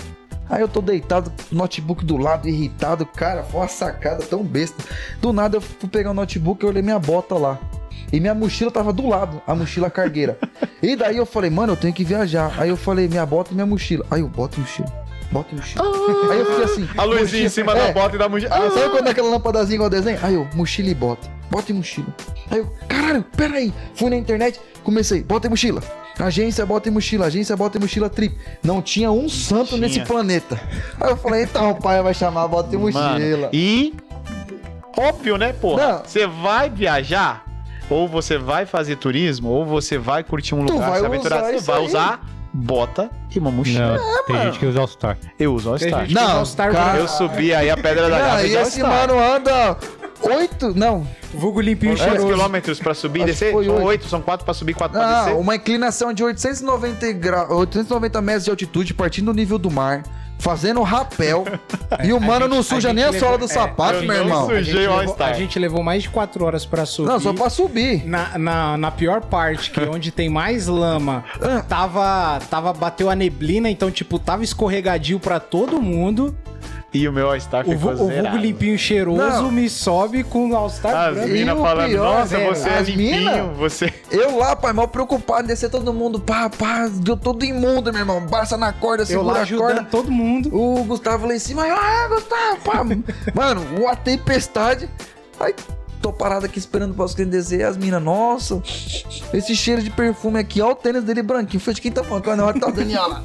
[SPEAKER 4] Aí eu tô deitado, notebook do lado, irritado. Cara, foi uma sacada tão besta. Do nada eu fui pegar o notebook e olhei minha bota lá. E minha mochila tava do lado, a mochila cargueira. e daí eu falei, mano, eu tenho que viajar. Aí eu falei, minha bota e minha mochila. Aí eu boto e mochila. Bota e mochila. Aí eu fiquei assim.
[SPEAKER 1] Ah. A luzinha em
[SPEAKER 4] mochila-
[SPEAKER 1] cima
[SPEAKER 4] é,
[SPEAKER 1] da bota e da mochila.
[SPEAKER 4] ah, sabe quando é aquela lâmpadazinha igual desenho? Aí eu, mochila e bota. Bota e mochila. Aí eu, caralho, peraí. Fui na internet, comecei, bota e mochila. Agência, bota e mochila. Agência, bota e mochila trip. Não tinha um santo
[SPEAKER 1] tinha.
[SPEAKER 4] nesse planeta. Aí eu falei, então o pai vai chamar bota e mochila.
[SPEAKER 1] Mano, e óbvio, né, porra?
[SPEAKER 4] Não.
[SPEAKER 1] Você vai viajar, ou você vai fazer turismo, ou você vai curtir um
[SPEAKER 4] Tu
[SPEAKER 1] lugar,
[SPEAKER 4] vai
[SPEAKER 1] se aventurar,
[SPEAKER 4] usar
[SPEAKER 1] você
[SPEAKER 4] isso
[SPEAKER 1] vai
[SPEAKER 4] aí.
[SPEAKER 1] usar bota e uma mochila.
[SPEAKER 3] Não, tem gente que usa All-Star.
[SPEAKER 1] Eu uso All
[SPEAKER 2] Tem
[SPEAKER 1] Star.
[SPEAKER 2] gente que
[SPEAKER 4] Não,
[SPEAKER 2] usa o Star
[SPEAKER 4] cara,
[SPEAKER 2] Wars.
[SPEAKER 1] Eu subi aí a Pedra da
[SPEAKER 4] Não,
[SPEAKER 1] Gávea
[SPEAKER 4] e
[SPEAKER 1] de All
[SPEAKER 4] esse
[SPEAKER 1] Star.
[SPEAKER 4] mano anda oito, não.
[SPEAKER 2] Vulgo limpinho e
[SPEAKER 4] É,
[SPEAKER 1] Três
[SPEAKER 4] maravilhoso.
[SPEAKER 2] cheiroso.
[SPEAKER 1] quilômetros pra subir e
[SPEAKER 4] Acho
[SPEAKER 1] descer?
[SPEAKER 4] que foi
[SPEAKER 1] São
[SPEAKER 4] oito.
[SPEAKER 1] oito, são quatro pra subir, quatro pra
[SPEAKER 4] Ah,
[SPEAKER 1] descer.
[SPEAKER 4] uma inclinação de 890, gra... 890 metros de altitude, partindo do nível do mar, fazendo rapel. e o
[SPEAKER 2] a
[SPEAKER 4] mano
[SPEAKER 2] gente-
[SPEAKER 4] não
[SPEAKER 2] a
[SPEAKER 4] suja
[SPEAKER 2] gente
[SPEAKER 4] nem a
[SPEAKER 2] levou-
[SPEAKER 4] sola do
[SPEAKER 2] é,
[SPEAKER 4] sapato,
[SPEAKER 1] eu
[SPEAKER 4] meu
[SPEAKER 1] não
[SPEAKER 4] irmão.
[SPEAKER 1] sujei.
[SPEAKER 2] A gente,
[SPEAKER 1] Sujei o
[SPEAKER 2] levou,
[SPEAKER 1] All-Star.
[SPEAKER 2] a gente levou mais de 4 horas pra subir.
[SPEAKER 4] Não, só pra subir.
[SPEAKER 2] Na, na, na pior parte, que é onde tem mais lama, tava, tava. Bateu a neblina, então, tipo, tava escorregadio pra todo mundo.
[SPEAKER 1] E o meu All-Star
[SPEAKER 2] O, vu-
[SPEAKER 1] ficou
[SPEAKER 2] o vulgo
[SPEAKER 1] zerado. Tá
[SPEAKER 2] limpinho cheiroso
[SPEAKER 4] Não.
[SPEAKER 2] me sobe com All-Star
[SPEAKER 1] As
[SPEAKER 2] branco.
[SPEAKER 4] mina
[SPEAKER 1] minas
[SPEAKER 4] o
[SPEAKER 1] falando,
[SPEAKER 4] pior,
[SPEAKER 1] nossa,
[SPEAKER 4] velho,
[SPEAKER 1] você é
[SPEAKER 4] as mina-
[SPEAKER 1] limpinho, você...
[SPEAKER 4] Eu lá, pai, mal preocupado, descer todo mundo, pá, pá, deu todo imundo, meu irmão. Barça na corda,
[SPEAKER 2] Eu lá
[SPEAKER 4] segura a corda.
[SPEAKER 2] ajudando todo mundo.
[SPEAKER 4] O Gustavo lá em cima, ah, Gustavo, pá. mano, uma tempestade. Aí tô parado aqui esperando para os clientes descer. As minas, nossa, esse cheiro de perfume aqui, ó, o tênis dele branquinho. Foi de quem tá falando, quando hora tá o Daniel lá.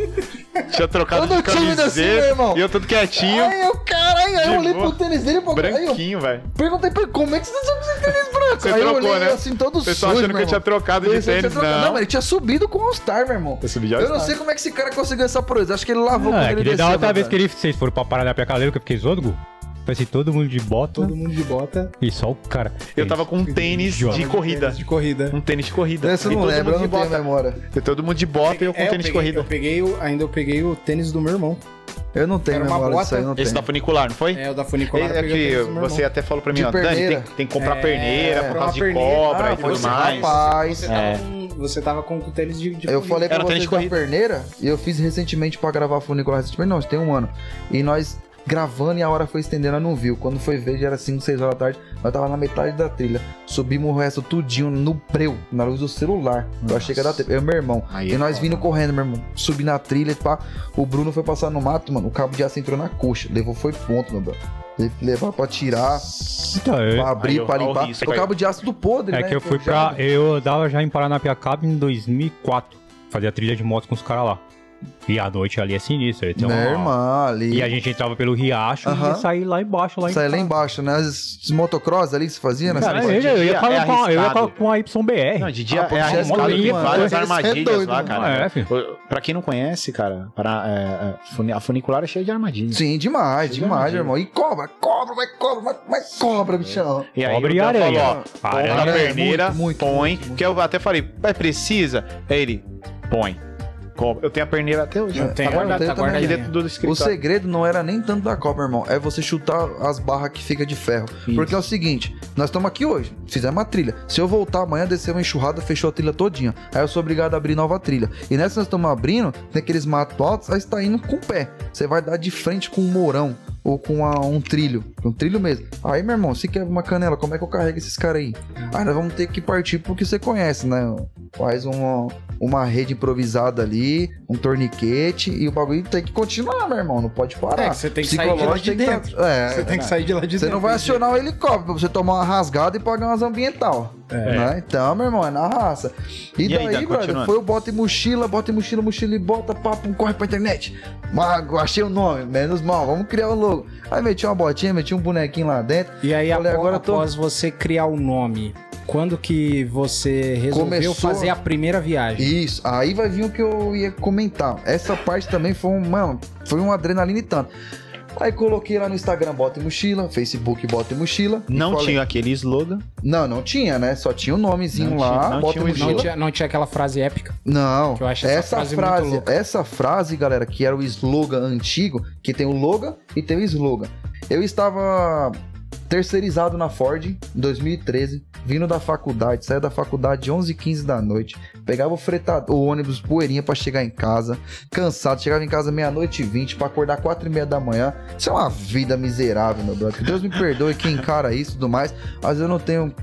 [SPEAKER 1] Tinha trocado
[SPEAKER 4] Todo
[SPEAKER 1] de
[SPEAKER 4] tímido assim, meu
[SPEAKER 1] camiseta
[SPEAKER 4] irmão.
[SPEAKER 1] e eu todo quietinho,
[SPEAKER 4] Aí eu, caralho, aí
[SPEAKER 1] De
[SPEAKER 4] eu olhei
[SPEAKER 1] boa.
[SPEAKER 4] pro tênis dele, pô, aí eu
[SPEAKER 1] branquinho, velho.
[SPEAKER 4] perguntei pra ele, como é que você tá com esse tênis branco?
[SPEAKER 1] Você
[SPEAKER 4] aí eu
[SPEAKER 1] trocou,
[SPEAKER 4] olhei
[SPEAKER 1] né?
[SPEAKER 4] assim, todo
[SPEAKER 1] O pessoal
[SPEAKER 4] sujo,
[SPEAKER 1] achando
[SPEAKER 4] meu
[SPEAKER 1] que eu tinha
[SPEAKER 4] irmão.
[SPEAKER 1] trocado de
[SPEAKER 4] Pensei que
[SPEAKER 1] tênis.
[SPEAKER 4] tinha trocado. Não,
[SPEAKER 1] Não,
[SPEAKER 4] mas ele tinha subido com o All-Star, meu irmão.
[SPEAKER 1] eu subi de
[SPEAKER 4] Eu não
[SPEAKER 1] All-Star.
[SPEAKER 4] sei como é que esse cara conseguiu essa proeza. Acho que ele lavou
[SPEAKER 3] Ah,
[SPEAKER 4] quando
[SPEAKER 3] é,
[SPEAKER 4] ele
[SPEAKER 3] queria
[SPEAKER 4] desceu.
[SPEAKER 3] dar outra
[SPEAKER 4] né,
[SPEAKER 3] vez que
[SPEAKER 4] velho?
[SPEAKER 3] ele, vocês foram pra Paraná pra Caleiro, que eu fiquei zoando, Gu. Foi assim, todo mundo de bota
[SPEAKER 2] Todo mundo de bota.
[SPEAKER 3] e só o cara.
[SPEAKER 1] Eu tava com um tênis de corrida.
[SPEAKER 2] De corrida.
[SPEAKER 1] Um tênis de corrida.
[SPEAKER 4] Essa eu
[SPEAKER 1] E
[SPEAKER 4] não
[SPEAKER 1] todo
[SPEAKER 4] lembro, eu
[SPEAKER 1] mundo de
[SPEAKER 4] não tenho
[SPEAKER 1] bota.
[SPEAKER 4] memória.
[SPEAKER 1] E todo mundo de bota e eu com
[SPEAKER 2] É,
[SPEAKER 1] tênis de
[SPEAKER 2] peguei-
[SPEAKER 1] corrida.
[SPEAKER 2] Eu peguei o, ainda eu peguei o tênis do meu irmão.
[SPEAKER 4] Eu não
[SPEAKER 2] Era
[SPEAKER 4] tenho
[SPEAKER 2] uma
[SPEAKER 4] memória disso
[SPEAKER 2] bota.
[SPEAKER 4] aí, eu não
[SPEAKER 1] Esse
[SPEAKER 4] tenho.
[SPEAKER 1] da funicular, não foi?
[SPEAKER 2] É, o da funicular. eu
[SPEAKER 1] É
[SPEAKER 2] peguei o
[SPEAKER 1] que
[SPEAKER 2] tênis do meu
[SPEAKER 1] você
[SPEAKER 2] irmão.
[SPEAKER 1] até falou pra mim,
[SPEAKER 4] De
[SPEAKER 1] ó, Dani,
[SPEAKER 4] perneira.
[SPEAKER 1] tem, tem que comprar
[SPEAKER 2] É,
[SPEAKER 1] perneira por
[SPEAKER 2] comprar
[SPEAKER 1] causa de
[SPEAKER 2] perneira.
[SPEAKER 1] cobra
[SPEAKER 2] Ah,
[SPEAKER 1] e tudo
[SPEAKER 2] você-
[SPEAKER 1] mais.
[SPEAKER 4] Rapaz,
[SPEAKER 2] Você,
[SPEAKER 1] É.
[SPEAKER 2] tava com, você tava com o tênis de, de
[SPEAKER 4] eu
[SPEAKER 2] corrida.
[SPEAKER 4] falei pra
[SPEAKER 1] Era um tênis
[SPEAKER 4] vocês
[SPEAKER 1] de corrida.
[SPEAKER 4] da perneira, e eu fiz recentemente pra gravar a funicular recentemente, não, tem um ano. E nós gravando e a hora foi estendendo, eu não viu. Quando foi ver, já era 5, 6 horas da tarde, nós tava na metade da trilha. Subimos o resto tudinho no breu, na luz do celular. Eu achei que ia dar tempo. Eu e meu irmão.
[SPEAKER 1] Aí
[SPEAKER 4] e
[SPEAKER 1] é
[SPEAKER 4] nós
[SPEAKER 1] foda.
[SPEAKER 4] vindo correndo, meu irmão. Subi na trilha e pá. O Bruno foi passar no mato, mano. O cabo de aço entrou na coxa. Levou, foi ponto, meu brother. Teve que levar pra tirar,
[SPEAKER 3] Então, eu,
[SPEAKER 4] pra abrir,
[SPEAKER 1] eu-
[SPEAKER 4] pra
[SPEAKER 1] olha o
[SPEAKER 4] limpar.
[SPEAKER 1] risco
[SPEAKER 4] o
[SPEAKER 1] aí.
[SPEAKER 4] cabo de aço do podre,
[SPEAKER 3] é
[SPEAKER 4] né?
[SPEAKER 3] que eu fui pra. Eu dava já em Paranapiacaba em 2004. Fazia trilha de moto com os caras lá. E a noite ali é sinistra. Então,
[SPEAKER 4] Né,
[SPEAKER 3] ó,
[SPEAKER 4] irmã, ali.
[SPEAKER 3] e a gente entrava pelo riacho
[SPEAKER 4] Aham.
[SPEAKER 3] e saía lá embaixo. Lá em
[SPEAKER 4] Sai lá
[SPEAKER 3] casa.
[SPEAKER 4] embaixo, né? As, as motocross ali que se fazia, né?
[SPEAKER 3] Cara,
[SPEAKER 1] Mas
[SPEAKER 3] eu,
[SPEAKER 1] de
[SPEAKER 3] eu, eu
[SPEAKER 1] dia
[SPEAKER 3] ia falar
[SPEAKER 1] é
[SPEAKER 3] com a, eu ia falar
[SPEAKER 1] arriscado.
[SPEAKER 3] com a YBR.
[SPEAKER 1] Não, de dia
[SPEAKER 4] Ah, pô,
[SPEAKER 1] é
[SPEAKER 4] tinha
[SPEAKER 1] arriscado,
[SPEAKER 3] escada,
[SPEAKER 1] tem
[SPEAKER 3] mano.
[SPEAKER 1] várias
[SPEAKER 4] Esse é
[SPEAKER 1] armadilhas
[SPEAKER 4] doido,
[SPEAKER 1] lá,
[SPEAKER 4] mano.
[SPEAKER 1] cara.
[SPEAKER 3] É, filho.
[SPEAKER 1] O- Pra quem não conhece, cara, para- é, é, funi- a funicular é cheia de armadilhas.
[SPEAKER 4] Sim, demais,
[SPEAKER 3] é
[SPEAKER 1] Sim,
[SPEAKER 4] demais,
[SPEAKER 1] imagina.
[SPEAKER 4] irmão. E cobra, cobra, vai cobra, vai, vai cobra, bichão.
[SPEAKER 1] E aí
[SPEAKER 3] Cobra
[SPEAKER 1] o
[SPEAKER 3] e
[SPEAKER 1] Dan
[SPEAKER 3] aranha.
[SPEAKER 1] falou, ó,
[SPEAKER 3] A
[SPEAKER 1] põe na
[SPEAKER 4] aranha é
[SPEAKER 1] perneira,
[SPEAKER 4] muito, muito,
[SPEAKER 1] põe.
[SPEAKER 4] muito, muito.
[SPEAKER 1] Que eu até falei, mas precisa? Aí ele, põe. Cobra. Eu tenho a perneira até hoje.
[SPEAKER 2] Eu
[SPEAKER 1] né?
[SPEAKER 2] tenho,
[SPEAKER 1] tá guardada,
[SPEAKER 4] eu
[SPEAKER 1] tá
[SPEAKER 4] tenho
[SPEAKER 1] guardada
[SPEAKER 4] também.
[SPEAKER 1] dentro do
[SPEAKER 4] O
[SPEAKER 1] escritório.
[SPEAKER 4] segredo não era nem tanto da cobra, irmão. É você chutar as barras que fica de ferro.
[SPEAKER 1] Isso.
[SPEAKER 4] Porque é o seguinte, nós estamos aqui hoje, fizemos uma trilha. Se eu voltar amanhã, descer uma enxurrada, fechou a trilha todinha. Aí eu sou obrigado a abrir nova trilha. E nessa nós estamos abrindo, tem aqueles matos altos, aí você tá indo com o pé. Você vai dar de frente com um mourão ou com a- um trilho. Um trilho mesmo. Aí, meu irmão, se quebra uma canela, como é que eu carrego esses caras aí? Aí nós vamos ter que partir pro que você conhece, né? Faz uma, uma rede improvisada ali, um torniquete e o bagulho tem que continuar, meu irmão. Não pode parar.
[SPEAKER 2] É, que você tem que sair de lá
[SPEAKER 4] Psicológico
[SPEAKER 2] de
[SPEAKER 4] tem que tá-
[SPEAKER 2] dentro.
[SPEAKER 4] É,
[SPEAKER 2] Você tem que sair de lá de
[SPEAKER 4] você
[SPEAKER 2] dentro.
[SPEAKER 4] não vai acionar o helicóptero pra você tomar uma rasgada e pagar umas ambiental.
[SPEAKER 2] É.
[SPEAKER 4] né? Então, meu irmão, é na raça. E,
[SPEAKER 1] É. E aí,
[SPEAKER 4] daí,
[SPEAKER 1] Dan,
[SPEAKER 4] brother,
[SPEAKER 1] continuando.
[SPEAKER 4] foi o bota e mochila, bota e mochila, mochila e bota, papo, um corre pra internet. Mago, achei o nome, menos mal, vamos criar o logo. Aí meti uma botinha, meti um bonequinho lá dentro.
[SPEAKER 2] E aí,
[SPEAKER 4] Falei,
[SPEAKER 2] apo-
[SPEAKER 4] agora eu tô-
[SPEAKER 2] após você criar o nome, quando que você resolveu
[SPEAKER 4] Começou-
[SPEAKER 2] fazer a primeira viagem?
[SPEAKER 4] Isso, aí vai vir o que eu ia comentar. Essa parte também foi um, mano, foi uma adrenalina e tanto. Aí coloquei lá no Instagram, bota e mochila, Facebook, bota e mochila. e
[SPEAKER 1] Não
[SPEAKER 4] falei-
[SPEAKER 1] tinha aquele slogan.
[SPEAKER 4] Não, não tinha, né? Só tinha o nomezinho
[SPEAKER 1] Não
[SPEAKER 4] lá,
[SPEAKER 1] tinha- não
[SPEAKER 4] bota
[SPEAKER 1] tinha
[SPEAKER 4] e
[SPEAKER 1] o
[SPEAKER 4] mochila.
[SPEAKER 2] Não tinha, não tinha aquela frase épica?
[SPEAKER 4] Não.
[SPEAKER 2] Que eu acho
[SPEAKER 4] essa,
[SPEAKER 2] essa
[SPEAKER 4] frase,
[SPEAKER 2] frase muito louca.
[SPEAKER 4] essa frase, galera, que era o slogan antigo, que tem o logo e tem o slogan. Eu estava terceirizado na Ford em 2013, vindo da faculdade, saía da faculdade 11h15 da noite, pegava o fretado, o ônibus poeirinha pra chegar em casa, cansado, chegava em casa meia-noite e 20 pra acordar 4h30 da manhã. Isso é uma vida miserável, meu brother. Que Deus me perdoe quem encara isso e tudo mais, mas eu não tenho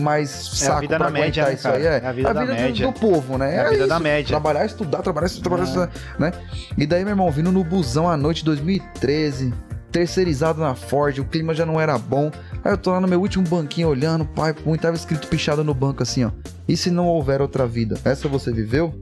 [SPEAKER 4] mais
[SPEAKER 1] É a
[SPEAKER 4] saco
[SPEAKER 1] vida
[SPEAKER 4] pra
[SPEAKER 1] da média,
[SPEAKER 4] aguentar
[SPEAKER 1] né,
[SPEAKER 4] isso aí. É,
[SPEAKER 1] cara? É a vida da
[SPEAKER 4] do-
[SPEAKER 1] média.
[SPEAKER 4] do povo, né?
[SPEAKER 1] É a vida da É.
[SPEAKER 4] isso.
[SPEAKER 1] média.
[SPEAKER 4] Trabalhar, estudar, trabalhar, estudar, trabalhar, estudar, né? E daí, meu irmão, vindo no busão à noite de 2013, terceirizado na Ford, o clima já não era bom. Aí eu tô lá no meu último banquinho olhando, pai, pum, e tava escrito pichado no banco assim, ó. E se não houver outra vida? Essa você viveu?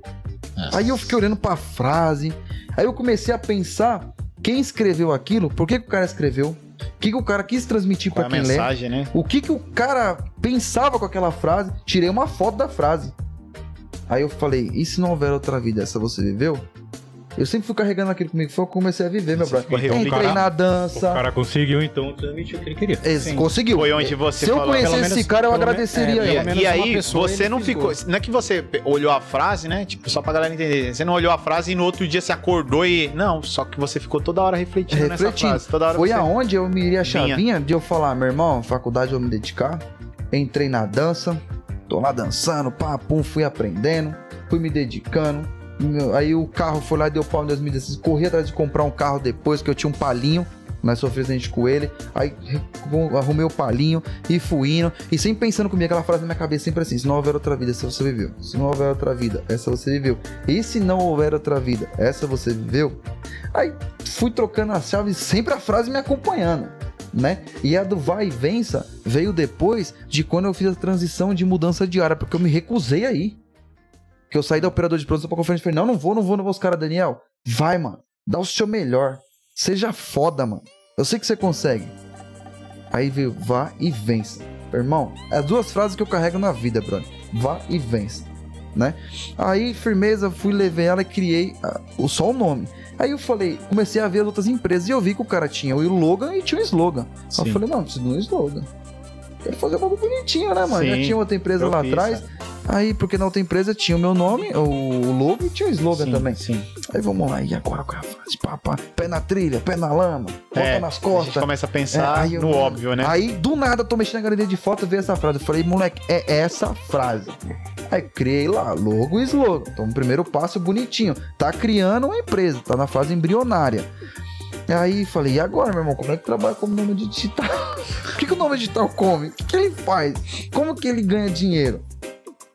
[SPEAKER 1] É.
[SPEAKER 4] Aí eu fiquei olhando pra frase. Aí eu comecei a pensar quem escreveu aquilo, por que, que o cara escreveu, o que, que o cara quis transmitir
[SPEAKER 1] Qual
[SPEAKER 4] pra
[SPEAKER 1] é a
[SPEAKER 4] quem lê.
[SPEAKER 1] mensagem, né?
[SPEAKER 4] O que que o cara pensava com aquela frase? Tirei uma foto da frase. Aí eu falei, e se não houver outra vida, essa você viveu? Eu sempre fui carregando aquilo comigo, foi eu que comecei a viver, meu brother.
[SPEAKER 1] ficou
[SPEAKER 4] Entrei
[SPEAKER 1] revoltado.
[SPEAKER 4] na
[SPEAKER 3] O
[SPEAKER 4] dança.
[SPEAKER 3] cara conseguiu, então, transmitir o que ele queria.
[SPEAKER 4] Esse-
[SPEAKER 2] Sim.
[SPEAKER 4] Conseguiu.
[SPEAKER 1] Foi onde você
[SPEAKER 4] Se eu
[SPEAKER 1] falou,
[SPEAKER 4] conhecesse
[SPEAKER 1] pelo
[SPEAKER 4] esse
[SPEAKER 2] menos-
[SPEAKER 4] cara, eu
[SPEAKER 2] pelo me- é,
[SPEAKER 4] agradeceria. ele.
[SPEAKER 1] E,
[SPEAKER 2] pelo menos
[SPEAKER 1] e
[SPEAKER 2] uma
[SPEAKER 1] aí,
[SPEAKER 2] pessoa
[SPEAKER 1] você
[SPEAKER 2] ele
[SPEAKER 1] não ficou.
[SPEAKER 2] fisgou.
[SPEAKER 1] Não é que você pe- olhou a frase, né? Tipo, só pra galera entender. Você não olhou a frase e no outro dia você acordou e. Não, só que você ficou toda hora refletindo, nessa
[SPEAKER 4] Refletindo.
[SPEAKER 1] frase. Toda hora
[SPEAKER 4] Foi
[SPEAKER 1] você...
[SPEAKER 4] aonde eu me iria a
[SPEAKER 1] Vinha.
[SPEAKER 4] chavinha de eu falar, meu irmão, faculdade eu vou me dedicar. Entrei na dança, tô lá dançando, pá, pum, fui aprendendo, fui me dedicando. Meu- Aí o carro foi lá, deu pau em 2016, corri atrás de comprar um carro depois, que eu tinha um palinho. Nós sofri acidente com ele. Aí recu- arrumei o palinho e fui indo. E sempre pensando comigo, aquela frase na minha cabeça, sempre assim: se não houver outra vida, essa você viveu. Se não houver outra vida, essa você viveu. E se não houver outra vida, essa você viveu. Aí fui trocando a chave, sempre a frase me acompanhando, né? E a do vai e vença veio depois de quando eu fiz a transição de mudança de área, porque eu me recusei aí. Que eu saí da operador de produção pra conferência e falei: não, não vou, não vou, não vou. Os caras, Daniel, vai, mano. Dá o seu melhor. Seja foda, mano. Eu sei que você consegue. Aí veio, vá e vença. Irmão, é as duas frases que eu carrego na vida, brother. Vá e vença. Né? Aí, firmeza, fui, levei ela e criei ah, o- só o nome. Aí eu falei, comecei a ver as outras empresas e eu vi que o cara tinha o slogan e tinha o slogan. Aí eu
[SPEAKER 1] Sim.
[SPEAKER 4] falei, mano, preciso de um slogan. Quero fazer algo bonitinho, né, mano? Já
[SPEAKER 1] Sim,
[SPEAKER 4] tinha outra empresa
[SPEAKER 1] eu
[SPEAKER 4] lá
[SPEAKER 1] fiz, é.
[SPEAKER 4] atrás. Aí, porque na outra empresa tinha o meu nome, o logo e tinha o slogan também.
[SPEAKER 1] Sim.
[SPEAKER 4] Aí vamos lá, e agora o cara faz? Pá, pá. Pé na trilha, pé na lama, bota
[SPEAKER 1] É,
[SPEAKER 4] nas
[SPEAKER 1] A gente
[SPEAKER 4] costas.
[SPEAKER 1] começa a
[SPEAKER 4] É,
[SPEAKER 1] pensar
[SPEAKER 4] aí eu-
[SPEAKER 1] no óbvio, né?
[SPEAKER 4] Aí, do nada, eu tô mexendo na galeria de foto, vi essa frase. Eu falei, moleque, é essa frase. Aí criei lá, logo e slogan. Então, o primeiro passo bonitinho. Tá criando uma empresa, tá na fase embrionária. Aí falei, e agora, meu irmão, como é que trabalha como nome digital? o que, que o nome digital come? O que, que ele faz? Como que ele ganha dinheiro?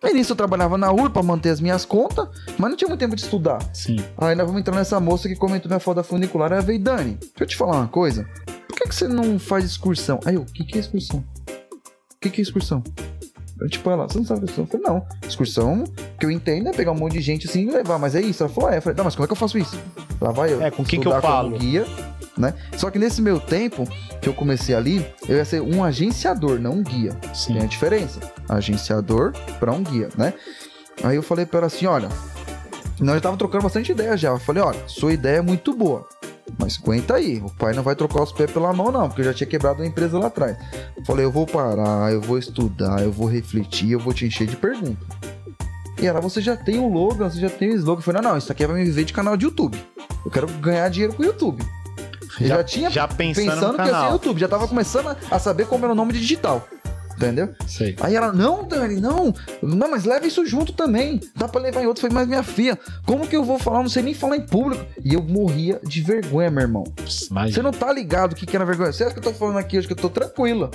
[SPEAKER 4] No início eu trabalhava na UR pra manter as minhas contas, mas não tinha muito tempo de estudar.
[SPEAKER 1] Sim.
[SPEAKER 4] Aí nós Ah, vamos entrar nessa moça que comentou minha foto da funicular. Ela veio, Dani, deixa eu te falar uma coisa. Por que, que você não faz excursão? Aí eu, o que, que é excursão? O que, que é excursão? Eu, tipo, ela, você não sabe excursão? Eu falei, não. Excursão, que eu entendo, é pegar um monte de gente assim e levar. Mas é isso. Ela falou, é. Eu falei, tá, mas como é que eu faço isso? Lá vai eu.
[SPEAKER 1] É, com quem que
[SPEAKER 4] estudar
[SPEAKER 1] eu falo?
[SPEAKER 4] como Guia, né? Só que nesse meu tempo que eu comecei ali, eu ia ser um agenciador, não um guia.
[SPEAKER 1] Sim.
[SPEAKER 4] Tem a diferença. Agenciador para um guia, né? Aí eu falei para ela assim, olha, nós já tava trocando bastante ideia já. Eu falei, olha, sua ideia é muito boa. Mas aguenta aí, o pai não vai trocar os pés pela mão, não, porque eu já tinha quebrado uma empresa lá atrás. Eu Falei, eu vou parar, eu vou estudar, eu vou refletir, eu vou te encher de perguntas. E ela, você já tem o logo, você já tem o slogan. Eu falei, não, não, isso aqui vai me viver de canal de YouTube. Eu quero ganhar dinheiro com o YouTube. Eu já, tinha
[SPEAKER 1] Já pensando,
[SPEAKER 4] pensando,
[SPEAKER 1] no
[SPEAKER 4] que ia ser
[SPEAKER 1] canal.
[SPEAKER 4] YouTube, já tava começando a- a saber como era o nome de digital. Entendeu?
[SPEAKER 1] Sei.
[SPEAKER 4] Aí ela, não, Dani, não. Não, mas leva isso junto também. Dá pra levar em outro. Eu Falei, mas minha filha, como que eu vou falar? Eu Não sei nem falar em público. E eu morria de vergonha, meu irmão.
[SPEAKER 1] Mas
[SPEAKER 4] Você não tá ligado o que, que era vergonha. Você acha que eu tô falando aqui hoje que eu tô tranquila?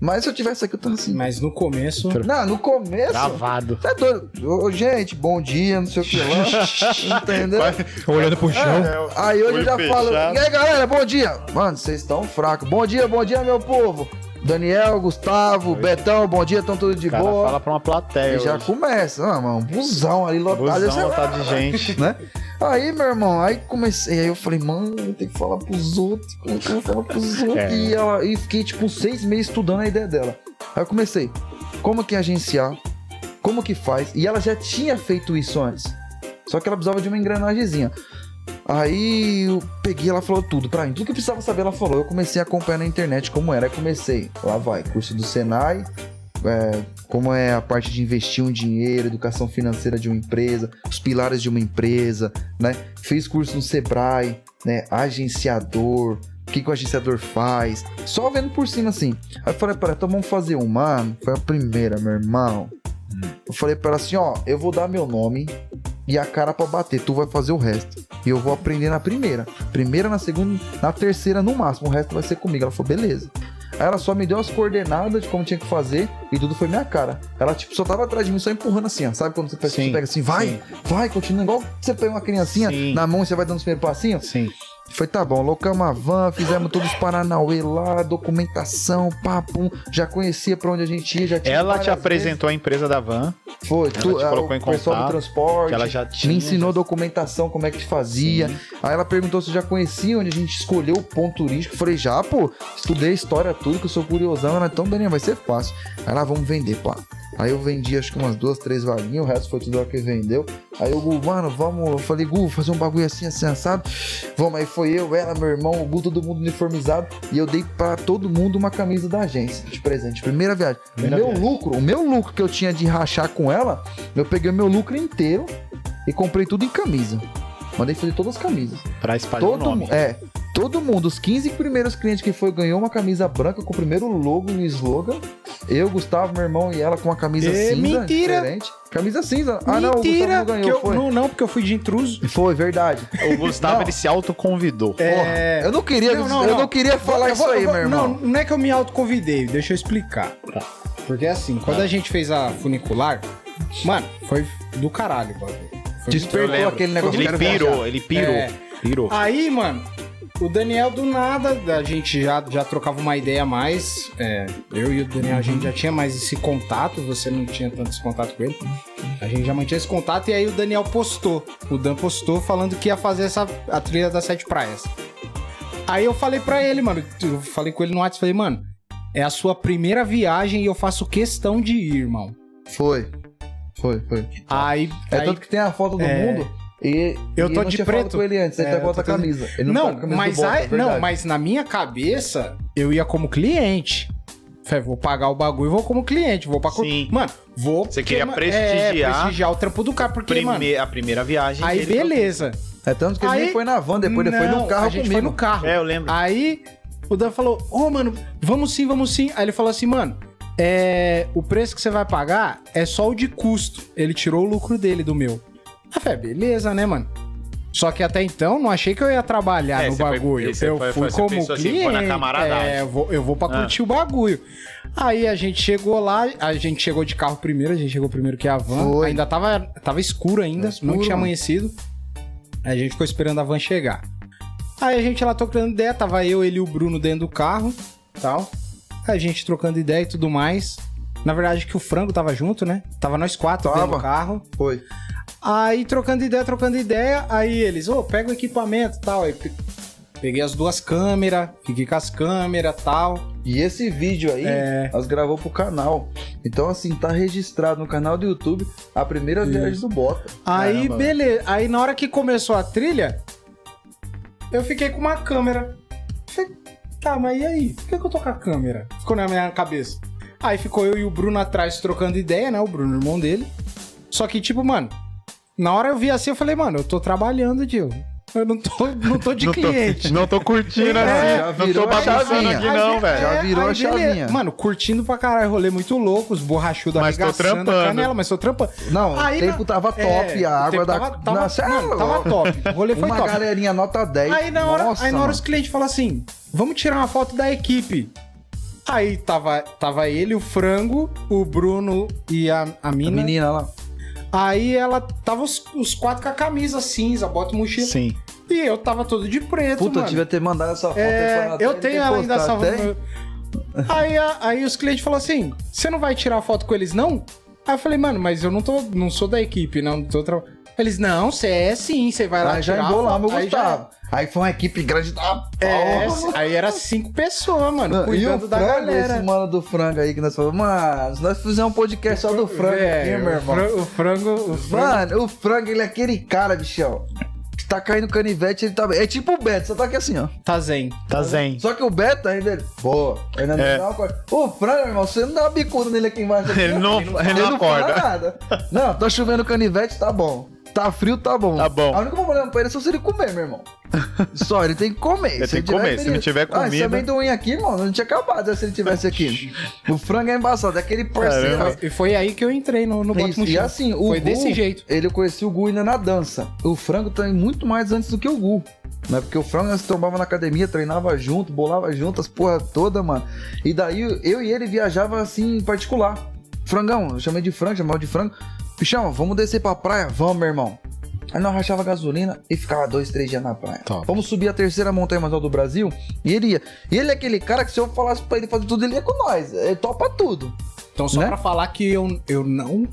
[SPEAKER 4] Mas se eu tivesse aqui, eu tava assim.
[SPEAKER 2] Mas no começo.
[SPEAKER 4] Não, no começo.
[SPEAKER 1] gravado.
[SPEAKER 4] Tá doido. Ô, gente, bom dia, não sei o que lá. Entendeu?
[SPEAKER 3] Olhando pro chão.
[SPEAKER 4] Aí hoje É, eu
[SPEAKER 1] Olho
[SPEAKER 4] já falo.
[SPEAKER 1] fechado.
[SPEAKER 4] E aí, galera, bom dia. Mano, vocês estão fracos. Bom dia, bom dia, meu povo. Daniel, Gustavo, Betão, bom dia, estão tudo de
[SPEAKER 1] O cara
[SPEAKER 4] boa.
[SPEAKER 1] fala pra uma plateia.
[SPEAKER 4] Aí já
[SPEAKER 1] hoje.
[SPEAKER 4] começa, ah, mano, um busão ali lotado.
[SPEAKER 1] Busão
[SPEAKER 4] aí você-
[SPEAKER 1] lotado de gente.
[SPEAKER 4] né? Aí, meu irmão, aí comecei, aí eu falei, mano, eu tenho que falar pros outros, como é que eu vou falar pros outros?
[SPEAKER 1] É.
[SPEAKER 4] E, ela, e fiquei, tipo, seis meses estudando a ideia dela. Aí eu comecei, como que é agenciar, como que faz, e ela já tinha feito isso antes, só que ela precisava de uma engrenagemzinha. Aí eu peguei, ela falou tudo pra mim, tudo que eu precisava saber, ela falou. Eu comecei a acompanhar na internet como era, aí comecei, lá vai, curso do Senai, é, como é a parte de investir um dinheiro, educação financeira de uma empresa, os pilares de uma empresa, né? Fiz curso no Sebrae, né? Agenciador, o que, que o agenciador faz. Só vendo por cima assim. Aí eu falei para ela, então vamos fazer uma. Foi a primeira, meu irmão. Eu falei para ela assim, ó, eu vou dar meu nome e a cara pra bater, tu vai fazer o resto. E eu vou aprender na primeira. Primeira, na segunda, na terceira no máximo, o resto vai ser comigo. Ela falou, beleza. Aí ela só me deu as coordenadas de como tinha que fazer e tudo foi minha cara. Ela, tipo, só tava atrás de mim, só empurrando assim, ó. Sabe quando você pega,
[SPEAKER 1] Sim,
[SPEAKER 4] você pega assim, vai,
[SPEAKER 1] sim.
[SPEAKER 4] vai, continua igual você pega uma criancinha
[SPEAKER 1] Sim.
[SPEAKER 4] na mão e você vai dando os primeiros passinhos.
[SPEAKER 1] Sim.
[SPEAKER 4] Foi, tá bom, locamos a van, fizemos todos os Paranauê lá, documentação, papum, já conhecia pra onde a gente ia, já tinha.
[SPEAKER 1] Ela te
[SPEAKER 4] várias
[SPEAKER 1] apresentou a empresa da van,
[SPEAKER 4] vezes. Foi,
[SPEAKER 1] ela
[SPEAKER 4] tu,
[SPEAKER 1] te
[SPEAKER 4] ah,
[SPEAKER 1] colocou em
[SPEAKER 4] o pessoal do
[SPEAKER 1] contato,
[SPEAKER 4] transporte.
[SPEAKER 1] que ela já tinha.
[SPEAKER 4] Me ensinou documentação, como é que fazia. Aí ela perguntou se eu já conhecia onde a gente escolheu o ponto turístico. Eu falei, já, pô, estudei história, tudo, que eu sou curiosão. Ela, então, Daniel, vai ser fácil. Aí ela, vamos vender, pá. Aí eu vendi acho que umas duas, três vaguinhas, o resto foi tudo ela que vendeu. Aí o Gu, mano, vamos. Eu falei, Gu, fazer um bagulho assim, assim, assado. Vamos, aí foi eu, ela, meu irmão, o Gu, todo mundo uniformizado. E eu dei pra todo mundo uma camisa da agência de presente. Primeira viagem.
[SPEAKER 1] Primeira
[SPEAKER 4] o meu
[SPEAKER 1] viagem.
[SPEAKER 4] lucro, o meu lucro que eu tinha de rachar com ela, eu peguei meu lucro inteiro e comprei tudo em camisa. Mandei fazer todas as camisas.
[SPEAKER 1] Pra espalhar o
[SPEAKER 4] Todo
[SPEAKER 1] nome. né?
[SPEAKER 4] mundo. É. Todo mundo, os 15 primeiros clientes que foi, ganhou uma camisa branca com o primeiro logo e o slogan. Eu, Gustavo, meu irmão e ela com a camisa
[SPEAKER 2] É
[SPEAKER 4] cinza.
[SPEAKER 2] mentira!
[SPEAKER 4] Diferente. Camisa cinza. Ah, não, o Gustavo
[SPEAKER 2] Mentira!
[SPEAKER 4] não
[SPEAKER 2] que
[SPEAKER 4] ganhou.
[SPEAKER 2] eu,
[SPEAKER 4] Foi.
[SPEAKER 2] não, não, porque eu fui de intruso.
[SPEAKER 4] foi, verdade.
[SPEAKER 1] O Gustavo,
[SPEAKER 4] Não. É,
[SPEAKER 1] ele se autoconvidou.
[SPEAKER 4] Porra, eu não queria,
[SPEAKER 2] Não, não,
[SPEAKER 4] eu
[SPEAKER 2] não.
[SPEAKER 4] não queria falar
[SPEAKER 2] É, Eu
[SPEAKER 4] isso
[SPEAKER 2] vou- eu
[SPEAKER 4] aí,
[SPEAKER 2] vou-
[SPEAKER 4] meu irmão. Tá.
[SPEAKER 2] Não, não é que eu me autoconvidei, deixa eu explicar. Porque assim, quando a gente fez a funicular, mano, foi do caralho, o bagulho. Foi
[SPEAKER 1] Eu
[SPEAKER 4] Despertou
[SPEAKER 1] lembro.
[SPEAKER 4] aquele negócio que eu
[SPEAKER 1] Ele
[SPEAKER 4] quero
[SPEAKER 1] pirou, ele pirou.
[SPEAKER 2] É.
[SPEAKER 1] Pirou.
[SPEAKER 2] Aí, mano, o Daniel do nada, a gente já, já trocava uma ideia a mais. é, eu e o Daniel, a gente já tinha mais esse contato, você não tinha tanto esse contato com ele. A gente já mantinha esse contato e aí o Daniel postou. O Dan postou falando que ia fazer essa, a trilha das sete praias. Aí eu falei pra ele, mano, eu falei com ele no WhatsApp, falei, mano, é a sua primeira viagem e eu faço questão de ir, irmão.
[SPEAKER 4] viajar. Foi. Foi, foi.
[SPEAKER 2] Aí,
[SPEAKER 4] É
[SPEAKER 2] aí
[SPEAKER 4] tanto que tem a foto do
[SPEAKER 2] É.
[SPEAKER 4] mundo e
[SPEAKER 2] Eu
[SPEAKER 4] e
[SPEAKER 2] tô
[SPEAKER 4] não
[SPEAKER 2] de
[SPEAKER 4] tinha falado
[SPEAKER 2] preto.
[SPEAKER 4] com ele antes, ele
[SPEAKER 2] É,
[SPEAKER 4] tá
[SPEAKER 2] eu
[SPEAKER 4] com outra
[SPEAKER 2] tô todo-
[SPEAKER 4] camisa. Ele
[SPEAKER 2] não,
[SPEAKER 4] tá com a camisa
[SPEAKER 2] mas
[SPEAKER 4] do Boca,
[SPEAKER 2] aí-
[SPEAKER 4] é
[SPEAKER 2] não,
[SPEAKER 4] verdade.
[SPEAKER 2] mas na minha cabeça eu ia como cliente. Falei, vou pagar o bagulho e vou como cliente, vou pra co-
[SPEAKER 1] Sim.
[SPEAKER 2] Mano, vou
[SPEAKER 1] Você queria
[SPEAKER 2] é,
[SPEAKER 1] prestigiar-
[SPEAKER 2] prestigiar o trampo do cara porque, mano,
[SPEAKER 1] Prime- A primeira viagem.
[SPEAKER 2] aí
[SPEAKER 1] ele-
[SPEAKER 2] beleza.
[SPEAKER 4] É tanto que ele
[SPEAKER 2] Aí-
[SPEAKER 4] nem foi na van, depois ele foi
[SPEAKER 2] Não,
[SPEAKER 4] no carro
[SPEAKER 2] a gente
[SPEAKER 4] comigo.
[SPEAKER 2] foi no carro.
[SPEAKER 1] É, eu lembro.
[SPEAKER 2] Aí o Dan falou: Ô, mano, vamos sim, vamos sim. Aí ele falou assim, mano, é, o preço que você vai pagar é só o de custo. Ele tirou o lucro dele do meu. Eu falei, beleza, né, mano? Só que até então não achei que eu ia trabalhar
[SPEAKER 1] É,
[SPEAKER 2] no
[SPEAKER 1] você foi-
[SPEAKER 2] bagulho.
[SPEAKER 1] você
[SPEAKER 2] eu
[SPEAKER 1] foi-
[SPEAKER 2] fui
[SPEAKER 1] você
[SPEAKER 2] como
[SPEAKER 1] pensou assim,
[SPEAKER 2] cliente.
[SPEAKER 1] vou na camaradagem.
[SPEAKER 2] é, eu vou, eu vou pra
[SPEAKER 1] Ah.
[SPEAKER 2] curtir o bagulho. Aí a gente chegou lá, a gente chegou de carro primeiro, a gente chegou primeiro que a van.
[SPEAKER 4] Foi.
[SPEAKER 2] Ainda tava, tava escuro ainda, não
[SPEAKER 4] Tava escuro,
[SPEAKER 2] tinha
[SPEAKER 4] mano.
[SPEAKER 2] amanhecido. A gente ficou esperando a van chegar. Aí a gente lá trocando ideia, tava eu, ele e o Bruno dentro do carro, tal. A gente trocando ideia e tudo mais. Na verdade que o Frango tava junto, né? Tava nós quatro dentro
[SPEAKER 4] Tava.
[SPEAKER 2] do carro.
[SPEAKER 4] Foi.
[SPEAKER 2] Aí trocando ideia, trocando ideia, aí eles, ô, pega o equipamento, tal. Aí pe- peguei as duas câmeras, fiquei com as câmeras, tal.
[SPEAKER 4] E esse vídeo aí,
[SPEAKER 2] É.
[SPEAKER 4] nós gravou pro canal. Então, assim, tá registrado no canal do YouTube a primeira viagem do Bota.
[SPEAKER 2] Aí,
[SPEAKER 4] Caramba, velho.
[SPEAKER 2] beleza. Aí, na hora que começou a trilha, eu fiquei com uma câmera. Falei, tá, mas e aí? Por que, que eu tô com a câmera? Ficou na minha cabeça. Aí ficou eu e o Bruno atrás trocando ideia, né? O Bruno, irmão dele. Só que, tipo, mano, na hora eu vi assim, eu falei, mano, eu tô trabalhando, Dio. Eu não tô, não tô de
[SPEAKER 1] Não tô-
[SPEAKER 2] cliente.
[SPEAKER 1] Não tô curtindo
[SPEAKER 2] É,
[SPEAKER 4] já
[SPEAKER 1] assim. Não
[SPEAKER 4] virou
[SPEAKER 1] tô
[SPEAKER 4] a
[SPEAKER 1] bagunçando
[SPEAKER 4] chavinha.
[SPEAKER 1] aqui, né?
[SPEAKER 2] Aí, é,
[SPEAKER 1] não, velho.
[SPEAKER 4] Já virou
[SPEAKER 2] aí,
[SPEAKER 4] a
[SPEAKER 2] beleza.
[SPEAKER 4] chavinha.
[SPEAKER 2] Mano, curtindo pra caralho, rolê muito louco, os borrachudos
[SPEAKER 1] Mas tô
[SPEAKER 2] arregaçando
[SPEAKER 1] trampando.
[SPEAKER 2] a canela, mas tô trampando.
[SPEAKER 4] Não,
[SPEAKER 2] Aí
[SPEAKER 4] o tempo
[SPEAKER 2] na-
[SPEAKER 4] tava top,
[SPEAKER 2] É,
[SPEAKER 4] a
[SPEAKER 2] o
[SPEAKER 4] água
[SPEAKER 2] tempo
[SPEAKER 4] da.
[SPEAKER 2] Tava, tava,
[SPEAKER 4] Nossa, é
[SPEAKER 2] mano, tava
[SPEAKER 4] louco.
[SPEAKER 2] top. O rolê foi
[SPEAKER 4] Uma
[SPEAKER 2] top.
[SPEAKER 4] galerinha nota 10.
[SPEAKER 2] Aí na hora,
[SPEAKER 4] Nossa,
[SPEAKER 2] aí na hora os
[SPEAKER 4] mano.
[SPEAKER 2] clientes falam assim: vamos tirar uma foto da equipe. Aí tava, tava ele, o frango, o Bruno e a, a
[SPEAKER 4] A
[SPEAKER 2] mina.
[SPEAKER 4] menina lá.
[SPEAKER 2] aí ela tava os, os quatro com a camisa cinza, bota e mochila.
[SPEAKER 1] Sim.
[SPEAKER 2] E eu tava todo de preto,
[SPEAKER 4] Puta, eu
[SPEAKER 2] mano.
[SPEAKER 4] devia ter mandado essa foto. "Ah,
[SPEAKER 2] É,
[SPEAKER 4] pra-
[SPEAKER 2] eu tenho
[SPEAKER 4] pra ter
[SPEAKER 2] ela ainda
[SPEAKER 4] postado,
[SPEAKER 2] salva. no
[SPEAKER 4] tem?
[SPEAKER 2] meu- Aí, a- aí os clientes falaram assim: você não vai tirar foto com eles, não? Aí eu falei, mano, mas eu não, tô, não sou da equipe, não. Tô tra... Eles, não, você é sim, você vai lá.
[SPEAKER 4] Aí Ah, já
[SPEAKER 2] tirar a
[SPEAKER 4] embolamos o
[SPEAKER 2] foto." Aí já-
[SPEAKER 4] Gustavo. Aí foi uma equipe grande tá, da
[SPEAKER 2] É,
[SPEAKER 4] porra.
[SPEAKER 2] aí era cinco pessoas, mano,
[SPEAKER 4] Não, e o
[SPEAKER 2] cuidando
[SPEAKER 4] frango,
[SPEAKER 2] da galera.
[SPEAKER 4] esse mano do frango aí que nós falamos, mano, se nós fizermos um podcast só do frango aqui,
[SPEAKER 2] Velho,
[SPEAKER 4] meu
[SPEAKER 2] É, o
[SPEAKER 4] irmão.
[SPEAKER 2] fran- O frango. O frango
[SPEAKER 4] Mano, o frango, ele é aquele cara, bichão. Que tá caindo canivete, ele tá. É tipo o Beto, só tá aqui assim, ó.
[SPEAKER 2] tá zen.
[SPEAKER 1] Tá zen.
[SPEAKER 4] Só que o Beto ainda. ele- Boa. Ainda não
[SPEAKER 1] É.
[SPEAKER 4] dá uma coisa. O frango, meu irmão, você não dá uma bicuda nele aqui embaixo. aqui,
[SPEAKER 1] Ele
[SPEAKER 4] ó.
[SPEAKER 1] não, ele não
[SPEAKER 4] fala
[SPEAKER 1] acorda.
[SPEAKER 4] nada. Não, tá chovendo canivete, tá bom. Tá frio, tá bom.
[SPEAKER 1] Tá bom.
[SPEAKER 4] A única problema pra ele é só se ele comer, meu irmão. Só, ele tem que comer.
[SPEAKER 1] Ele
[SPEAKER 4] Se
[SPEAKER 1] tem que comer,
[SPEAKER 4] tiver
[SPEAKER 1] se não tiver
[SPEAKER 4] Ah, esse
[SPEAKER 1] comida-
[SPEAKER 4] amendoim aqui, mano, não tinha acabado né, se ele tivesse aqui. o frango é embaçado, é aquele parceiro.
[SPEAKER 1] Caramba.
[SPEAKER 2] E foi aí que eu entrei no, no Bote
[SPEAKER 4] Isso, e
[SPEAKER 2] Mochila.
[SPEAKER 4] assim, o
[SPEAKER 2] Foi
[SPEAKER 4] Gu,
[SPEAKER 2] desse jeito.
[SPEAKER 4] Ele conhecia o Gu ainda na dança. O frango tem muito mais antes do que o Gu. Né? Porque o frango nós tombava na academia, treinava junto, bolava junto, as porra toda, mano. E daí eu e ele viajava assim em particular. Frangão, eu chamei de frango, chamava de frango. Bichão, vamos descer pra praia? Vamos, meu irmão. Aí nós rachava gasolina e ficava dois, três dias na praia.
[SPEAKER 1] Top.
[SPEAKER 4] Vamos subir a terceira montanha mais alta do Brasil. E ele ia. E ele é aquele cara que se eu falasse pra ele fazer tudo, ele ia com nós. Ele topa tudo.
[SPEAKER 2] Então, só
[SPEAKER 4] né?
[SPEAKER 2] pra falar que eu, eu não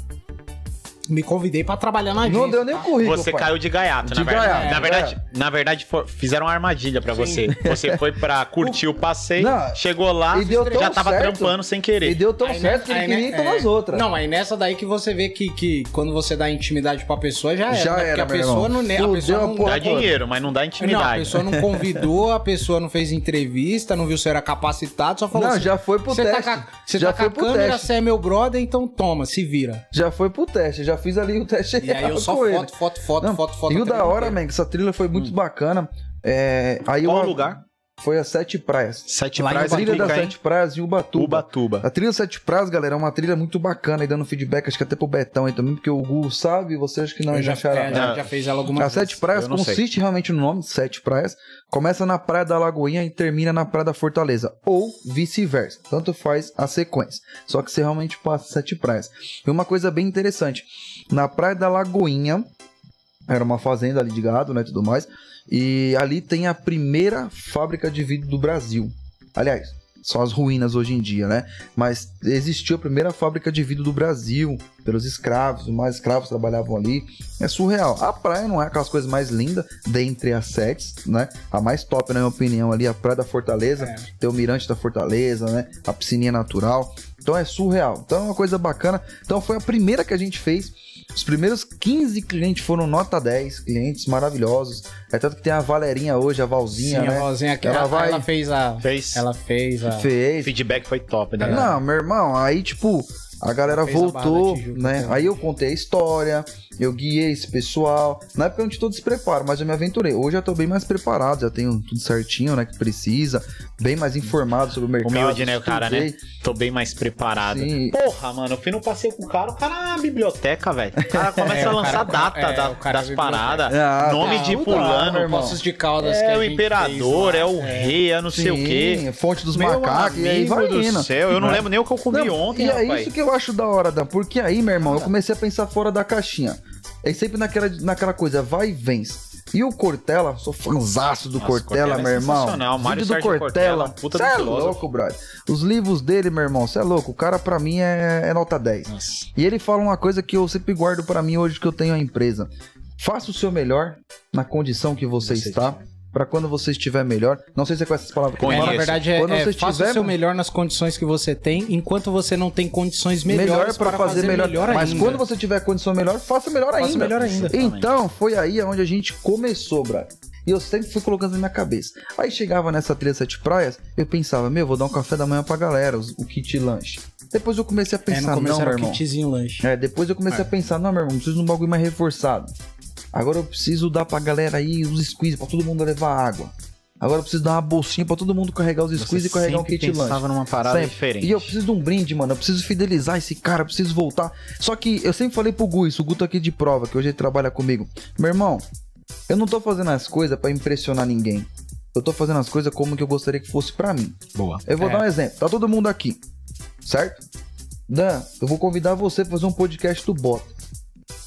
[SPEAKER 2] me convidei pra trabalhar na agência.
[SPEAKER 4] Não deu nem o currículo.
[SPEAKER 1] Você
[SPEAKER 4] pai.
[SPEAKER 1] caiu de gaiato,
[SPEAKER 4] De
[SPEAKER 1] na verdade.
[SPEAKER 4] gaiato, é.
[SPEAKER 1] na verdade, na verdade for- fizeram uma armadilha pra você. Você foi pra curtir o passeio,
[SPEAKER 4] Não,
[SPEAKER 1] chegou lá,
[SPEAKER 4] e deu
[SPEAKER 1] já
[SPEAKER 4] tão
[SPEAKER 1] tava
[SPEAKER 4] certo.
[SPEAKER 1] trampando sem
[SPEAKER 4] E
[SPEAKER 1] querer.
[SPEAKER 4] deu tão
[SPEAKER 2] Aí, né,
[SPEAKER 4] certo que ele
[SPEAKER 2] aí,
[SPEAKER 4] queria ir
[SPEAKER 2] né,
[SPEAKER 4] em todas
[SPEAKER 2] é.
[SPEAKER 4] as outras.
[SPEAKER 2] Não, aí nessa daí que você vê que, que quando você dá intimidade pra pessoa, já era.
[SPEAKER 4] Já
[SPEAKER 2] né?
[SPEAKER 4] era,
[SPEAKER 2] Porque a
[SPEAKER 4] meu
[SPEAKER 2] pessoa
[SPEAKER 4] irmão.
[SPEAKER 2] não. né,
[SPEAKER 4] Fudeu
[SPEAKER 2] A pessoa
[SPEAKER 4] a
[SPEAKER 2] não,
[SPEAKER 4] porra
[SPEAKER 1] Dá
[SPEAKER 4] toda.
[SPEAKER 1] dinheiro, mas não dá
[SPEAKER 2] não, a
[SPEAKER 1] intimidade.
[SPEAKER 2] pessoa não convidou, a pessoa não fez entrevista, não viu se eu era capacitado, só falou
[SPEAKER 4] Não,
[SPEAKER 2] assim.
[SPEAKER 4] já foi pro
[SPEAKER 2] Você tá
[SPEAKER 4] teste.
[SPEAKER 2] com a, você
[SPEAKER 4] já
[SPEAKER 2] tá com
[SPEAKER 4] foi
[SPEAKER 2] a
[SPEAKER 4] pro
[SPEAKER 2] câmera,
[SPEAKER 4] teste.
[SPEAKER 2] você é meu brother, então toma, se vira.
[SPEAKER 4] Já foi pro teste. Já fiz ali o teste
[SPEAKER 2] E aí
[SPEAKER 4] real
[SPEAKER 2] eu só
[SPEAKER 4] com ele.
[SPEAKER 2] foto, foto, foto,
[SPEAKER 4] Não,
[SPEAKER 2] foto, foto.
[SPEAKER 4] E o
[SPEAKER 2] até Hum.
[SPEAKER 4] da
[SPEAKER 2] eu
[SPEAKER 4] hora,
[SPEAKER 2] ver.
[SPEAKER 4] man, que essa trilha foi muito bacana. É, aí
[SPEAKER 1] Qual
[SPEAKER 4] eu-
[SPEAKER 1] lugar?
[SPEAKER 4] foi as Sete Praias.
[SPEAKER 1] Sete
[SPEAKER 2] Lá em
[SPEAKER 4] A
[SPEAKER 1] praias
[SPEAKER 4] trilha
[SPEAKER 1] fica
[SPEAKER 4] das
[SPEAKER 1] em
[SPEAKER 4] Sete Praias em Ubatuba.
[SPEAKER 1] Ubatuba.
[SPEAKER 4] A trilha das Sete Praias, galera, é uma trilha muito bacana, e dando feedback, acho que até pro Betão aí também, porque o Gu sabe, você acho que não
[SPEAKER 2] Eu já,
[SPEAKER 4] engaixaram.
[SPEAKER 2] é, já, já fez ela alguma
[SPEAKER 4] As Sete Praias
[SPEAKER 1] Eu não
[SPEAKER 4] consiste realmente no nome, Sete Praias. Começa na Praia da Lagoinha e termina na Praia da Fortaleza. Ou vice-versa. Tanto faz a sequência. Só que você realmente passa Sete Praias. E uma coisa bem interessante. Na Praia da Lagoinha, era uma fazenda ali de gado, né, tudo mais. E ali tem a primeira fábrica de vidro do Brasil. Aliás, são as ruínas hoje em dia, né? Mas existiu a primeira fábrica de vidro do Brasil, pelos escravos, os mais escravos trabalhavam ali. É surreal. A praia não é aquelas coisas mais lindas, dentre as sets, né? A mais top, na minha opinião, ali, a Praia da Fortaleza.
[SPEAKER 2] É.
[SPEAKER 4] Tem o Mirante da Fortaleza, né? A piscininha natural. Então é surreal. Então é uma coisa bacana. Então foi a primeira que a gente fez. Os primeiros 15 clientes foram nota 10, clientes maravilhosos. É tanto que tem a Valerinha hoje, a
[SPEAKER 2] Sim,
[SPEAKER 4] Valzinha,
[SPEAKER 2] a
[SPEAKER 4] né?
[SPEAKER 2] vozinha aqui.
[SPEAKER 4] Ela
[SPEAKER 2] Ela,
[SPEAKER 4] vai-
[SPEAKER 2] ela fez a.
[SPEAKER 1] Fez.
[SPEAKER 2] Ela fez a.
[SPEAKER 4] Fez.
[SPEAKER 1] Feedback foi top, né? galera?
[SPEAKER 4] Não, meu irmão, aí tipo, a galera
[SPEAKER 2] Fez a Barra
[SPEAKER 4] voltou,
[SPEAKER 2] da Tijuca
[SPEAKER 4] né?
[SPEAKER 2] também.
[SPEAKER 4] Aí eu contei a história, eu guiei esse pessoal. Na época eu não tinha todo despreparo, mas eu me aventurei. Hoje eu tô bem mais preparado, já tenho tudo certinho, né? Que precisa, bem mais informado sobre o mercado.
[SPEAKER 1] Humilde, né, o cara, né?
[SPEAKER 4] estudei.
[SPEAKER 1] Tô bem mais preparado.
[SPEAKER 4] Sim.
[SPEAKER 1] Porra, mano, eu fui no passeio com o cara, o cara é uma biblioteca, velho. O cara começa
[SPEAKER 2] É,
[SPEAKER 1] a
[SPEAKER 2] o
[SPEAKER 1] lançar
[SPEAKER 2] cara-
[SPEAKER 1] data
[SPEAKER 2] é,
[SPEAKER 1] da-
[SPEAKER 2] o cara é
[SPEAKER 1] das
[SPEAKER 2] biblioteca.
[SPEAKER 1] paradas.
[SPEAKER 4] Ah,
[SPEAKER 1] nome
[SPEAKER 4] tá,
[SPEAKER 1] de
[SPEAKER 4] não dá,
[SPEAKER 1] fulano,
[SPEAKER 4] meu irmão.
[SPEAKER 2] Poços de Caldas que a
[SPEAKER 1] É o
[SPEAKER 2] gente
[SPEAKER 1] imperador,
[SPEAKER 2] fez lá.
[SPEAKER 1] é o rei, é não sei o quê.
[SPEAKER 4] Sim, Fonte dos
[SPEAKER 1] Meu
[SPEAKER 4] macacos, e aí
[SPEAKER 1] amigo
[SPEAKER 4] vai
[SPEAKER 1] do
[SPEAKER 4] indo.
[SPEAKER 1] céu, eu não
[SPEAKER 4] Né?
[SPEAKER 1] lembro nem o que eu comi
[SPEAKER 4] Não,
[SPEAKER 1] ontem,
[SPEAKER 4] E é
[SPEAKER 1] rapaz.
[SPEAKER 4] isso que eu acho da hora, Dan. Porque aí, meu irmão, eu comecei a pensar fora da caixinha. É sempre naquela, naquela coisa, vai e vence. E o Cortella, sou fanzaço do
[SPEAKER 1] Nossa,
[SPEAKER 4] Cortella,
[SPEAKER 1] Cortella é
[SPEAKER 4] meu irmão.
[SPEAKER 1] sensacional.
[SPEAKER 4] Vídeo
[SPEAKER 1] Mário
[SPEAKER 4] do
[SPEAKER 1] Sérgio Cortella, um
[SPEAKER 4] Cortella.
[SPEAKER 1] puta
[SPEAKER 4] Cê
[SPEAKER 1] do
[SPEAKER 4] é
[SPEAKER 1] filósofo.
[SPEAKER 4] louco, brother. Os livros dele, meu irmão, você é louco. O cara, pra mim, é, é nota 10. E ele fala uma coisa que eu sempre guardo pra mim hoje que eu tenho a empresa. Faça o seu melhor na condição que você está, pra quando você estiver melhor. Não sei se é com essas palavras que ele
[SPEAKER 1] Conheço.
[SPEAKER 4] fala.
[SPEAKER 2] Na verdade, é,
[SPEAKER 4] Quando
[SPEAKER 2] é
[SPEAKER 4] você
[SPEAKER 2] faça o
[SPEAKER 4] tiver-
[SPEAKER 2] seu melhor nas condições que você tem, enquanto você não tem condições melhores
[SPEAKER 4] melhor para fazer, melhor, mas
[SPEAKER 2] ainda.
[SPEAKER 4] quando você tiver condição melhor, faça melhor
[SPEAKER 2] Faça
[SPEAKER 4] ainda.
[SPEAKER 2] melhor ainda.
[SPEAKER 4] Então, foi aí onde a gente começou, brother. E eu sempre fui colocando na minha cabeça. Aí chegava nessa trilha Sete Praias, eu pensava, meu, vou dar um café da manhã pra galera, os- o kit lanche. Depois eu comecei a
[SPEAKER 2] É,
[SPEAKER 4] pensar,
[SPEAKER 2] no começo
[SPEAKER 4] não, meu
[SPEAKER 2] era
[SPEAKER 4] irmão.
[SPEAKER 2] kitzinho lanche.
[SPEAKER 4] É, depois eu comecei a pensar, não, meu irmão, preciso de um bagulho mais reforçado. Agora eu preciso dar pra galera aí os squeeze pra todo mundo levar água. Agora eu preciso dar uma bolsinha pra todo mundo carregar os squeeze e carregar um kit lanche.
[SPEAKER 1] numa parada
[SPEAKER 4] Sempre.
[SPEAKER 1] diferente.
[SPEAKER 4] E eu preciso de um brinde, mano. Eu preciso fidelizar esse cara, eu preciso voltar. Só que eu sempre falei pro Gu, isso, o Gu tá aqui de prova, que hoje ele trabalha comigo. Meu irmão, eu não tô fazendo as coisas pra impressionar ninguém. Eu tô fazendo as coisas como que eu gostaria que fosse pra mim.
[SPEAKER 1] Boa.
[SPEAKER 4] Eu vou
[SPEAKER 2] É.
[SPEAKER 4] dar um exemplo. Tá todo mundo aqui, certo? Dan, eu vou convidar você pra fazer um podcast do Bota.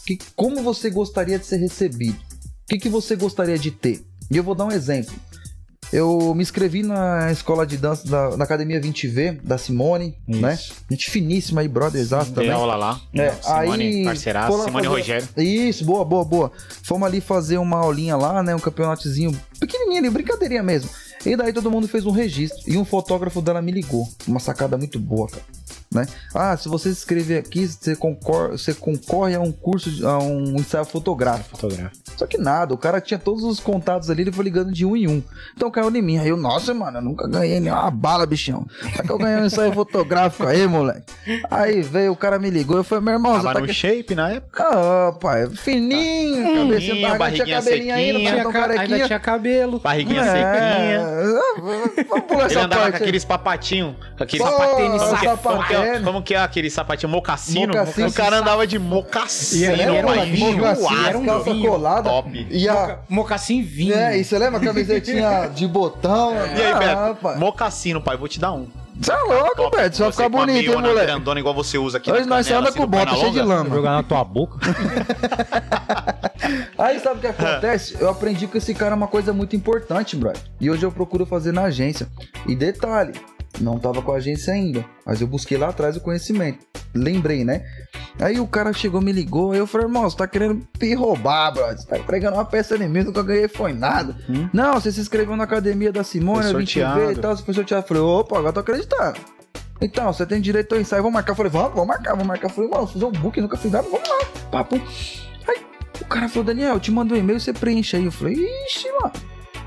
[SPEAKER 4] Que, como você gostaria de ser recebido? O que, que você gostaria de ter? E eu vou dar um exemplo. Eu me inscrevi na escola de dança da, na Academia 20V, da Simone, né? Gente finíssima aí, brothers,
[SPEAKER 1] Tem
[SPEAKER 4] também.
[SPEAKER 1] aula lá.
[SPEAKER 4] É,
[SPEAKER 1] Simone,
[SPEAKER 4] aí,
[SPEAKER 1] parceiraça,
[SPEAKER 4] foi lá
[SPEAKER 1] Simone
[SPEAKER 4] fazer-
[SPEAKER 1] Rogério.
[SPEAKER 4] Isso, boa, boa, boa. Fomos ali fazer uma aulinha lá, né? Um campeonatozinho pequenininho ali, brincadeirinha mesmo. E daí todo mundo fez um registro. E um fotógrafo dela me ligou. Uma sacada muito boa, cara. Né? Ah, se você se inscrever aqui, você concorre, você concorre a um curso, de- a um ensaio fotográfico.
[SPEAKER 1] Fotógrafo.
[SPEAKER 4] Só que nada, o cara tinha todos os contatos ali, ele foi ligando de um em um. Então caiu em mim. Aí eu, nossa, mano, eu nunca ganhei nenhuma bala, bichão. Só que eu ganhei um ensaio fotográfico aí, moleque. Aí veio, o cara me ligou. Eu falei, meu irmão, você
[SPEAKER 1] Tava
[SPEAKER 4] tá
[SPEAKER 1] no
[SPEAKER 4] aqui
[SPEAKER 1] shape na época.
[SPEAKER 4] ah, pai, fininho, cabecinha,
[SPEAKER 1] Fininho,
[SPEAKER 4] barriguinha,
[SPEAKER 1] barriguinha
[SPEAKER 4] cabelinho
[SPEAKER 1] sequinha.
[SPEAKER 4] ainda, tinha
[SPEAKER 2] Tinha
[SPEAKER 4] tão
[SPEAKER 2] ca- Ainda
[SPEAKER 4] carequinha.
[SPEAKER 2] tinha cabelo.
[SPEAKER 1] Barriguinha
[SPEAKER 4] É,
[SPEAKER 1] sequinha.
[SPEAKER 4] Vamos
[SPEAKER 1] Ele
[SPEAKER 4] pular essa
[SPEAKER 1] andava com
[SPEAKER 4] parte. aí.
[SPEAKER 1] aqueles papatinhos, com aquele
[SPEAKER 4] Pô,
[SPEAKER 1] sapatênis, como que é- como, que é,
[SPEAKER 4] sapatênis.
[SPEAKER 1] como que é aquele sapatinho mocassino?
[SPEAKER 4] Mocassino.
[SPEAKER 1] o cara andava de mocassino,
[SPEAKER 3] E aí
[SPEAKER 4] Era um assim,
[SPEAKER 3] era
[SPEAKER 4] uma
[SPEAKER 1] mano,
[SPEAKER 4] mocassina,
[SPEAKER 1] enjoado. um
[SPEAKER 4] calça colada.
[SPEAKER 1] assim, Top.
[SPEAKER 4] E a.
[SPEAKER 2] Moca- Mocassim vinho.
[SPEAKER 4] É, e você lembra a camisetinha de botão?
[SPEAKER 1] E aí,
[SPEAKER 4] ah,
[SPEAKER 1] Beto?
[SPEAKER 4] pai.
[SPEAKER 1] Mocassino, pai, vou te dar um.
[SPEAKER 4] Você é louco,
[SPEAKER 1] Top,
[SPEAKER 4] Beto. Só
[SPEAKER 1] você
[SPEAKER 4] ficar
[SPEAKER 1] com a
[SPEAKER 4] bonito, hein,
[SPEAKER 1] meiona
[SPEAKER 4] moleque.
[SPEAKER 1] grandona igual você usa aqui
[SPEAKER 4] Hoje
[SPEAKER 1] na
[SPEAKER 4] nós só
[SPEAKER 1] canela,
[SPEAKER 4] anda
[SPEAKER 1] assim,
[SPEAKER 4] com
[SPEAKER 1] do perna
[SPEAKER 4] bota cheio de
[SPEAKER 1] longa.
[SPEAKER 4] lama.
[SPEAKER 3] Jogar na tua boca.
[SPEAKER 4] Aí sabe o que acontece? Eu aprendi com esse cara uma coisa muito importante, brother. E hoje eu procuro fazer na agência. E detalhe, não tava com a agência ainda, mas eu busquei lá atrás o conhecimento. Lembrei, né? Aí o cara chegou, me ligou, aí eu falei, irmão, você tá querendo me roubar, brother. Você tá entregando uma peça em mim, nunca ganhei foi nada.
[SPEAKER 1] Hum.
[SPEAKER 4] Não, você se inscreveu na academia da Simone,
[SPEAKER 1] Foi
[SPEAKER 4] eu vim te
[SPEAKER 1] sorteado.
[SPEAKER 4] ver e tal, você foi sorteado. Eu falei, opa, agora tô acreditando. Então, você tem direito ao ensaio, vamos marcar. Eu falei, vamos, vamos marcar, vamos marcar. Eu falei, mano, fazer um book, nunca fiz nada, vamos lá. Papo. Aí o cara falou, Daniel, eu te mando um e-mail, você preenche aí. Eu falei, ixi, mano,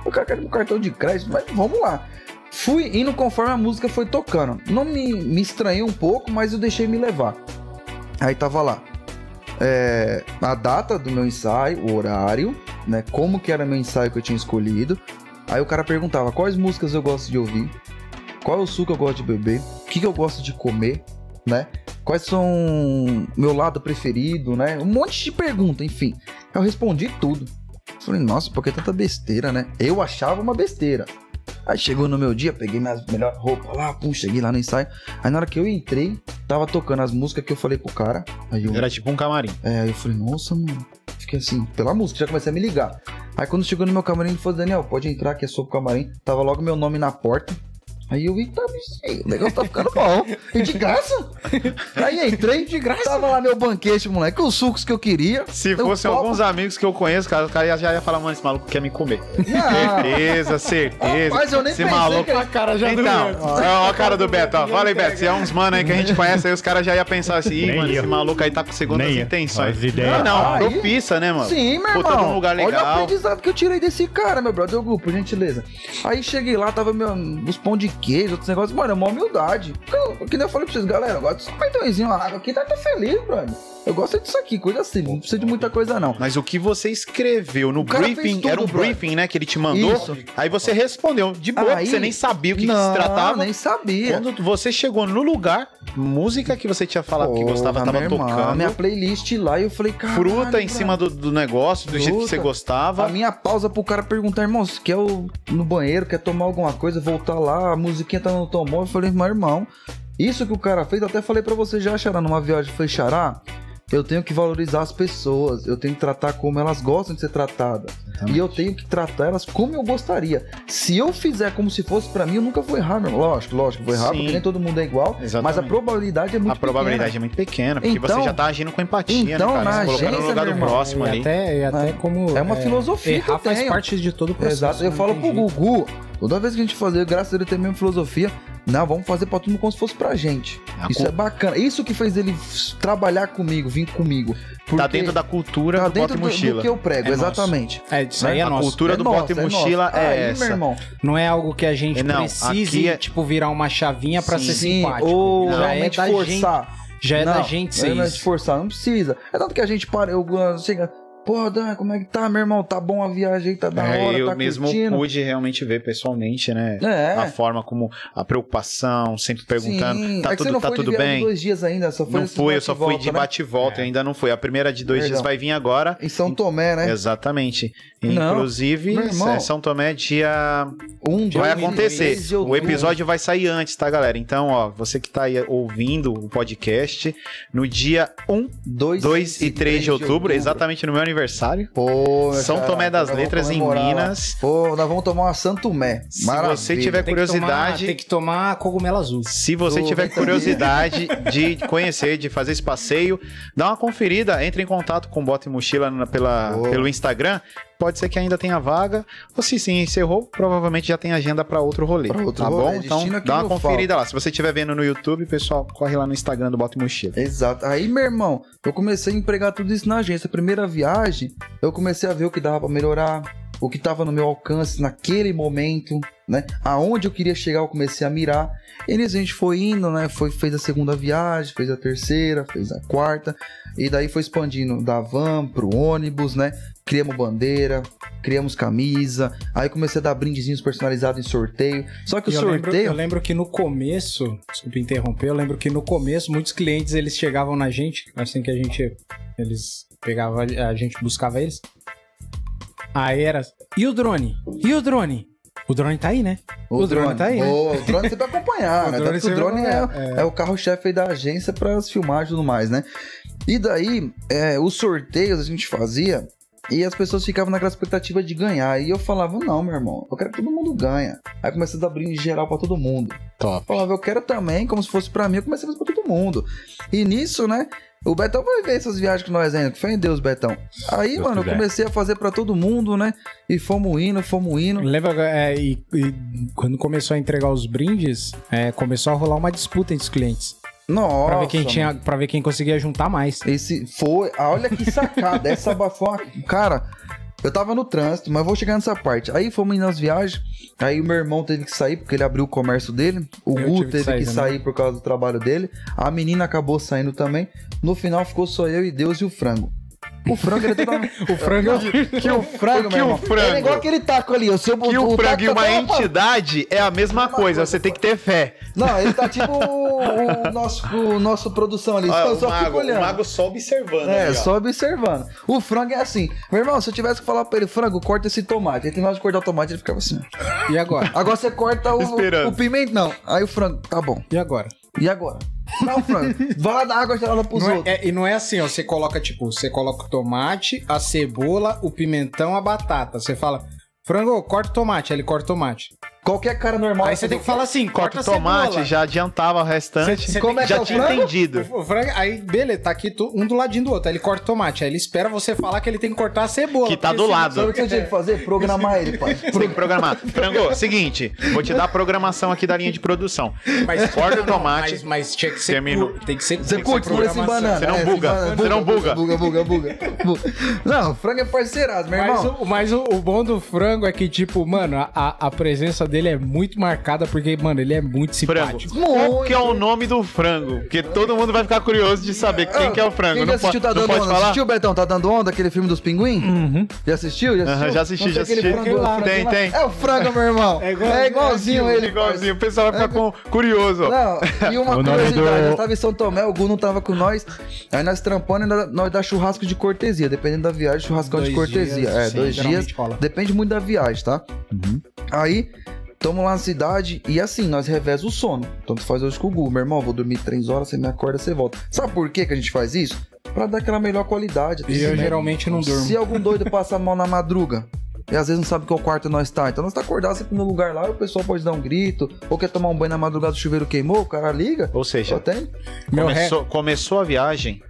[SPEAKER 4] o cara quer meu cartão de crédito, mas vamos lá. Fui indo conforme a música foi tocando. Não me, me estranhei um pouco, mas eu deixei me levar. Aí tava lá. é, a data do meu ensaio, o horário, né? Como que era meu ensaio que eu tinha escolhido, Aí o cara perguntava quais músicas eu gosto de ouvir, qual é o suco que eu gosto de beber, o que, que eu gosto de comer, né? Quais são meu lado preferido, né? Um monte de pergunta, enfim. Eu respondi tudo. Falei, nossa, por que tanta besteira, né? Eu achava uma besteira. Aí chegou no meu dia, peguei minhas melhores roupas lá, pum, cheguei lá no ensaio. Aí na hora que eu entrei, tava tocando as músicas que eu falei pro cara. Aí eu,
[SPEAKER 5] Era tipo um camarim.
[SPEAKER 4] é, aí eu falei, nossa, mano. Fiquei assim, pela música, já comecei a me ligar. Aí quando chegou no meu camarim, ele falou, Daniel, pode entrar que é sobre o camarim. Tava logo meu nome na porta. Aí eu, eita, bicho, aí, o negócio tá ficando bom. E de graça. Aí entrei, de graça. Tava lá meu banquete, moleque, os sucos que eu queria.
[SPEAKER 1] Se
[SPEAKER 4] Eu
[SPEAKER 1] fossem
[SPEAKER 4] topo.
[SPEAKER 1] alguns amigos que eu conheço, cara, o cara já ia falar, mano, esse maluco quer me comer.
[SPEAKER 4] Ah,
[SPEAKER 1] Certeza, certeza.
[SPEAKER 4] Rapaz, eu nem
[SPEAKER 1] esse
[SPEAKER 4] pensei
[SPEAKER 1] maluco.
[SPEAKER 4] que ele-
[SPEAKER 2] cara já
[SPEAKER 1] então, ó, ó a cara do Beto, ó. Fala aí, Beto. Se é uns mano aí que a gente conhece, aí os caras já iam pensar assim, Ih,
[SPEAKER 3] Nem
[SPEAKER 1] mano,
[SPEAKER 3] eu.
[SPEAKER 1] esse maluco aí tá com segundas
[SPEAKER 3] Nem eu.
[SPEAKER 1] intenções.
[SPEAKER 3] As
[SPEAKER 1] Não,
[SPEAKER 3] ideias.
[SPEAKER 1] não,
[SPEAKER 4] Ah,
[SPEAKER 1] profissa, né, mano?
[SPEAKER 4] Sim, meu
[SPEAKER 1] Botou
[SPEAKER 4] irmão.
[SPEAKER 1] num lugar
[SPEAKER 4] Olha o
[SPEAKER 1] legal.
[SPEAKER 4] aprendizado que eu tirei desse cara, meu brother. Hugo, por gentileza. Aí cheguei lá, tava meu, uns pão de queijo, outros negócios. Mano, é uma humildade. Porque Eu, que nem eu falei pra vocês, galera, eu gosto de só um cartãozinho, uma água aqui, tá, tá feliz, brother. Eu gosto disso aqui, coisa assim. Não precisa de muita coisa, não.
[SPEAKER 1] Mas o que você escreveu no
[SPEAKER 4] O cara fez
[SPEAKER 1] briefing,
[SPEAKER 4] tudo,
[SPEAKER 1] era um
[SPEAKER 4] brother.
[SPEAKER 1] briefing, né, que ele te mandou.
[SPEAKER 4] Isso.
[SPEAKER 1] Aí você respondeu de boa,
[SPEAKER 4] Aí-
[SPEAKER 1] porque você nem sabia o que, que
[SPEAKER 4] não,
[SPEAKER 1] se tratava.
[SPEAKER 4] nem sabia.
[SPEAKER 1] Quando você chegou no lugar, música que você tinha falado que
[SPEAKER 4] Porra,
[SPEAKER 1] gostava
[SPEAKER 4] meu
[SPEAKER 1] tava
[SPEAKER 4] irmão,
[SPEAKER 1] tocando.
[SPEAKER 4] Minha playlist lá e eu falei, cara.
[SPEAKER 1] fruta em cima do, do negócio, do jeito que
[SPEAKER 4] Fruta.
[SPEAKER 1] você
[SPEAKER 4] A
[SPEAKER 1] gostava.
[SPEAKER 4] minha pausa pro cara perguntar, irmão, você quer o- no banheiro, quer tomar alguma coisa, voltar lá, a musiquinha tá no tom bom. Eu falei, meu irmão, isso que o cara fez, eu até falei pra você já, Xará, numa viagem, foi Xará, eu tenho que valorizar as pessoas, eu tenho que tratar como elas gostam de ser tratadas. E eu tenho que tratar elas como eu gostaria. Se eu fizer como se fosse pra mim, eu nunca vou errar, meu irmão. Lógico, lógico, vou errar,
[SPEAKER 1] Sim.
[SPEAKER 4] porque nem todo mundo é igual, mas a
[SPEAKER 1] Exatamente.
[SPEAKER 4] probabilidade é muito
[SPEAKER 1] A probabilidade é muito pequena, porque
[SPEAKER 4] Então-
[SPEAKER 1] você já tá agindo com empatia,
[SPEAKER 4] então,
[SPEAKER 1] né, cara?
[SPEAKER 4] na
[SPEAKER 1] Se colocando
[SPEAKER 4] agência,
[SPEAKER 1] no lugar
[SPEAKER 4] meu
[SPEAKER 1] do
[SPEAKER 4] irmão,
[SPEAKER 1] próximo
[SPEAKER 2] e
[SPEAKER 1] ali.
[SPEAKER 2] até, e até como.
[SPEAKER 4] É uma filosofia que eu
[SPEAKER 2] Errar faz
[SPEAKER 4] tenho.
[SPEAKER 2] parte de todo o processo.
[SPEAKER 4] Exato, eu
[SPEAKER 2] né?
[SPEAKER 4] falo
[SPEAKER 2] Tem
[SPEAKER 4] pro
[SPEAKER 2] jeito.
[SPEAKER 4] Gugu, toda vez que a gente fazer, graças a ele ter a mesma filosofia, não, vamos fazer pra todo mundo como se fosse pra gente.
[SPEAKER 1] A
[SPEAKER 4] Isso
[SPEAKER 1] cu-
[SPEAKER 4] é bacana. Isso que fez ele s- trabalhar comigo, vir comigo.
[SPEAKER 1] Tá
[SPEAKER 4] Porque
[SPEAKER 1] dentro da cultura
[SPEAKER 4] tá
[SPEAKER 1] do bota
[SPEAKER 4] dentro
[SPEAKER 1] e
[SPEAKER 4] do,
[SPEAKER 1] mochila.
[SPEAKER 4] do que eu prego,
[SPEAKER 1] É
[SPEAKER 4] exatamente.
[SPEAKER 2] É, isso aí é
[SPEAKER 1] Né? a
[SPEAKER 2] nosso.
[SPEAKER 1] cultura
[SPEAKER 4] É
[SPEAKER 1] do
[SPEAKER 4] nosso,
[SPEAKER 1] bota e
[SPEAKER 4] é nosso.
[SPEAKER 1] mochila é,
[SPEAKER 4] Aí,
[SPEAKER 1] essa.
[SPEAKER 4] meu irmão.
[SPEAKER 2] Não é algo que a gente
[SPEAKER 1] Não, aqui
[SPEAKER 2] precise,
[SPEAKER 1] é-
[SPEAKER 2] tipo, virar uma chavinha pra ser
[SPEAKER 4] Sim,
[SPEAKER 2] simpático.
[SPEAKER 4] ou
[SPEAKER 2] já é
[SPEAKER 4] realmente
[SPEAKER 2] da gente,
[SPEAKER 4] forçar.
[SPEAKER 2] já é
[SPEAKER 4] não,
[SPEAKER 2] da gente ser
[SPEAKER 4] não é de
[SPEAKER 2] isso.
[SPEAKER 4] forçar, não precisa. É tanto que a gente para, eu ah, chega, pô, Dan, como é que tá, meu irmão? Tá bom a viagem, aí, tá da
[SPEAKER 1] É,
[SPEAKER 4] hora,
[SPEAKER 1] eu
[SPEAKER 4] tá
[SPEAKER 1] mesmo
[SPEAKER 4] curtindo.
[SPEAKER 1] pude realmente ver pessoalmente, né?
[SPEAKER 4] É.
[SPEAKER 1] A forma como a preocupação, sempre perguntando,
[SPEAKER 4] Sim.
[SPEAKER 1] tá
[SPEAKER 4] É que você
[SPEAKER 1] tudo,
[SPEAKER 4] não
[SPEAKER 1] tá
[SPEAKER 4] foi de
[SPEAKER 1] tudo
[SPEAKER 4] viagem
[SPEAKER 1] bem?
[SPEAKER 4] dois dias assim, ainda, só foi
[SPEAKER 1] Não
[SPEAKER 4] esse
[SPEAKER 1] fui, eu só fui
[SPEAKER 4] bate-volta,
[SPEAKER 1] de
[SPEAKER 4] né?
[SPEAKER 1] bate e volta,
[SPEAKER 3] É.
[SPEAKER 1] eu ainda não fui. A primeira de dois
[SPEAKER 4] Perdão.
[SPEAKER 1] dias vai vir agora.
[SPEAKER 4] Em São Tomé, né?
[SPEAKER 1] Exatamente.
[SPEAKER 4] Não,
[SPEAKER 1] Inclusive,
[SPEAKER 4] meu irmão.
[SPEAKER 1] é São Tomé dia vai
[SPEAKER 4] Um, dois,
[SPEAKER 1] acontecer.
[SPEAKER 4] três de
[SPEAKER 1] O
[SPEAKER 4] outubro.
[SPEAKER 1] episódio vai sair antes, tá, galera? Então, ó, você que tá aí ouvindo o podcast, no dia 1,
[SPEAKER 4] 2,
[SPEAKER 1] 2 e 3 de outubro, exatamente no meu aniversário,
[SPEAKER 4] Pô, meu
[SPEAKER 1] São
[SPEAKER 4] cara,
[SPEAKER 1] Tomé das
[SPEAKER 4] nós vamos
[SPEAKER 1] Letras, em
[SPEAKER 4] comemorar lá.
[SPEAKER 1] Minas.
[SPEAKER 4] Pô, nós vamos tomar uma Santomé.
[SPEAKER 1] Se você tiver
[SPEAKER 2] Tem que tomar-
[SPEAKER 1] curiosidade,
[SPEAKER 2] Tem que tomar cogumelo azul.
[SPEAKER 1] Se você
[SPEAKER 4] Do
[SPEAKER 1] tiver
[SPEAKER 4] Ventania.
[SPEAKER 1] curiosidade de conhecer, de fazer esse passeio, dá uma conferida, entre em contato com o Bota e Mochila na- pela,
[SPEAKER 4] Boa.
[SPEAKER 1] pelo Instagram. Pode ser que ainda tenha vaga. Ou se sim encerrou, provavelmente já tem agenda para outro rolê.
[SPEAKER 4] Pra outro
[SPEAKER 1] tá
[SPEAKER 4] rolê,
[SPEAKER 1] bom?
[SPEAKER 4] destino
[SPEAKER 1] Então
[SPEAKER 4] é que
[SPEAKER 1] dá uma
[SPEAKER 4] não
[SPEAKER 1] conferida lá. Se você estiver vendo no YouTube, pessoal, corre lá no Instagram do Bota e Mochila.
[SPEAKER 4] Exato. Aí, meu irmão, eu comecei a empregar tudo isso na agência. Primeira viagem, eu comecei a ver o que dava pra melhorar, o que tava no meu alcance naquele momento, né? Aonde eu queria chegar, eu comecei a mirar. E nisso a gente foi indo, né? Foi, fez a segunda viagem, fez a terceira, fez a quarta. E daí foi expandindo da van pro ônibus, né? Criamos bandeira, criamos camisa. Aí comecei a dar brindezinhos personalizados em sorteio. Só que o
[SPEAKER 2] E eu lembro, eu
[SPEAKER 4] sorteio.
[SPEAKER 2] lembro que no começo, desculpa interromper, eu lembro que no começo muitos clientes eles chegavam na gente, assim que a gente eles pegava a gente buscava eles. Aí era, e o drone? E o drone? O drone tá aí, né? O drone tá aí, né?
[SPEAKER 4] Boa, o drone você vai acompanhar,
[SPEAKER 2] O
[SPEAKER 4] né?
[SPEAKER 2] drone
[SPEAKER 4] Tanto que o
[SPEAKER 2] você
[SPEAKER 4] drone
[SPEAKER 2] vai
[SPEAKER 4] é, é o carro-chefe aí da agência para as filmagens e tudo mais, né? E daí, é, os sorteios a gente fazia e as pessoas ficavam naquela expectativa de ganhar. E eu falava, não, meu irmão, eu quero que todo mundo ganha. Aí comecei a dar brinde geral pra todo mundo.
[SPEAKER 5] Top.
[SPEAKER 4] Falava, eu quero também, como se fosse pra mim, eu comecei a fazer pra todo mundo. E nisso, né? O Betão vai ver essas viagens com nós ainda. que Fé em Deus, Betão. Aí,
[SPEAKER 3] Deus
[SPEAKER 4] mano, eu
[SPEAKER 3] quiser.
[SPEAKER 4] comecei a fazer pra todo mundo, né? E fomos indo, fomos indo.
[SPEAKER 2] Lembra é, e, e quando começou a entregar os brindes, é, começou a rolar uma disputa entre os clientes
[SPEAKER 4] Nossa.
[SPEAKER 2] Pra ver quem
[SPEAKER 4] mano.
[SPEAKER 2] tinha, para ver quem conseguia juntar mais.
[SPEAKER 4] Esse foi. ah, Olha que sacada. essa ba- foi uma... Cara, eu tava no trânsito, mas vou chegar nessa parte. Aí fomos indo nas viagens. Aí o meu irmão teve que sair porque ele abriu o comércio dele. O
[SPEAKER 2] Eu
[SPEAKER 4] Gu
[SPEAKER 2] tive que
[SPEAKER 4] teve que sair,
[SPEAKER 2] sair também.
[SPEAKER 4] por causa do trabalho dele. A menina acabou saindo também. No final ficou só eu e Deus e o frango. O frango ele é toda...
[SPEAKER 2] O frango é o
[SPEAKER 4] Que o frango,
[SPEAKER 1] Que o
[SPEAKER 4] É igual
[SPEAKER 1] frango.
[SPEAKER 4] aquele taco ali. O seu
[SPEAKER 1] Que o frango e
[SPEAKER 4] taco
[SPEAKER 1] uma
[SPEAKER 4] tá-
[SPEAKER 1] entidade é a mesma coisa, você tem que ter fé.
[SPEAKER 4] Não, ele tá tipo o, o nosso, o nosso produção ali.
[SPEAKER 1] Ah,
[SPEAKER 4] Eu só fico olhando.
[SPEAKER 1] só observando.
[SPEAKER 4] É,
[SPEAKER 1] ali, ó.
[SPEAKER 4] só observando. O frango é assim. Meu irmão, se eu tivesse que falar pra ele, frango, corta esse tomate. Ele terminava de cortar o tomate, ele ficava assim. ó.
[SPEAKER 2] E agora?
[SPEAKER 4] Agora você corta o,
[SPEAKER 1] Esperando.
[SPEAKER 4] o pimentão. Aí o frango, tá bom.
[SPEAKER 2] E agora?
[SPEAKER 4] E agora? Não, frango. Vai lá dar água gelada pros
[SPEAKER 2] Não é-
[SPEAKER 4] outros.
[SPEAKER 2] é- e não é assim, ó. Você coloca, tipo, você coloca o tomate, a cebola, o pimentão, a batata. Você fala, frango, corta o tomate. Aí ele corta o tomate.
[SPEAKER 4] Qualquer cara normal.
[SPEAKER 2] Aí você tem que falar assim,
[SPEAKER 1] Corta
[SPEAKER 2] corta,
[SPEAKER 1] o
[SPEAKER 2] a
[SPEAKER 1] tomate,
[SPEAKER 2] cebola.
[SPEAKER 1] já adiantava o restante.
[SPEAKER 2] Cê- cê
[SPEAKER 4] Como
[SPEAKER 2] tem
[SPEAKER 4] é
[SPEAKER 2] que-
[SPEAKER 4] que é
[SPEAKER 1] já
[SPEAKER 4] o
[SPEAKER 1] tinha
[SPEAKER 4] frango?
[SPEAKER 1] entendido.
[SPEAKER 2] O frango, aí, beleza, tá aqui tu- um do ladinho do outro. Aí ele corta o tomate. Aí ele espera você falar que ele tem que cortar a cebola.
[SPEAKER 1] Que tá
[SPEAKER 2] porque
[SPEAKER 1] do
[SPEAKER 2] se-
[SPEAKER 1] lado.
[SPEAKER 4] Sabe o que você tinha que fazer? Programar ele, pai.
[SPEAKER 1] Você tem que programar. Frango, seguinte, vou te dar a programação aqui da linha de produção.
[SPEAKER 2] Mas
[SPEAKER 1] Corta o
[SPEAKER 2] não,
[SPEAKER 1] tomate.
[SPEAKER 2] Mas, mas tinha que ser.
[SPEAKER 1] Terminou.
[SPEAKER 2] cur- Tem que ser.
[SPEAKER 4] Você
[SPEAKER 2] tem que
[SPEAKER 4] curte
[SPEAKER 2] ser
[SPEAKER 4] por esse
[SPEAKER 2] programação.
[SPEAKER 4] banana?
[SPEAKER 1] Você não
[SPEAKER 4] É, esse
[SPEAKER 1] buga,
[SPEAKER 4] banana-
[SPEAKER 1] você não
[SPEAKER 4] Buga, buga, buga. buga. Não, frango é parceirado, meu
[SPEAKER 2] Mas,
[SPEAKER 4] irmão.
[SPEAKER 2] o, mas o, o bom do frango é que, tipo, mano, a- a, a presença dele é muito marcada porque, mano, ele é muito
[SPEAKER 1] Frango.
[SPEAKER 2] simpático.
[SPEAKER 1] Qual que é o nome do frango? Porque todo mundo vai ficar curioso de saber quem que é o frango.
[SPEAKER 4] Quem já
[SPEAKER 1] Não, po
[SPEAKER 4] assistiu Tá
[SPEAKER 1] não
[SPEAKER 4] Dando
[SPEAKER 1] pode
[SPEAKER 4] Onda?
[SPEAKER 1] falar?
[SPEAKER 4] Assistiu, Betão? Tá Dando Onda? Aquele filme dos pinguins? Uhum. Já assistiu? Já assistiu?
[SPEAKER 1] Aham, já assisti,
[SPEAKER 4] Não tem
[SPEAKER 1] já
[SPEAKER 4] aquele
[SPEAKER 1] assisti.
[SPEAKER 4] frango lá,
[SPEAKER 1] Tem,
[SPEAKER 4] frango lá?
[SPEAKER 1] tem.
[SPEAKER 4] É o frango, meu irmão. É, igualzinho ele.
[SPEAKER 1] Igualzinho, o pessoal vai ficar com- curioso.
[SPEAKER 4] Ah.
[SPEAKER 1] ó.
[SPEAKER 4] Não, e uma
[SPEAKER 3] O nome
[SPEAKER 4] curiosidade,
[SPEAKER 3] do-
[SPEAKER 4] nós tava em São Tomé, o Gu não tava com nós, aí nós trampando e nós- nós dá churrasco de cortesia, dependendo da viagem, churrascão de
[SPEAKER 2] Dois
[SPEAKER 4] cortesia.
[SPEAKER 2] dias,
[SPEAKER 4] é,
[SPEAKER 2] sim,
[SPEAKER 4] dois
[SPEAKER 2] geralmente
[SPEAKER 4] dias,
[SPEAKER 2] rola.
[SPEAKER 4] depende muito da viagem, tá?
[SPEAKER 3] Uhum.
[SPEAKER 4] Aí, tamo lá na cidade e assim, nós reveza o sono. Então tu faz hoje com o Gu, meu irmão, vou dormir três horas, você me acorda, você volta. Sabe por que que a gente faz isso? Pra dar aquela melhor qualidade.
[SPEAKER 2] E eu geralmente não durmo.
[SPEAKER 4] Né? Se algum doido passa mal na madruga, e às vezes não sabe qual quarto nós tá. Então nós tá acordado sempre no lugar lá, o pessoal pode dar um grito, ou quer tomar um banho na madrugada, o chuveiro queimou, o cara liga.
[SPEAKER 1] Ou
[SPEAKER 4] Só
[SPEAKER 1] seja,
[SPEAKER 4] tem
[SPEAKER 2] Meu ré.
[SPEAKER 1] começou, começou a viagem,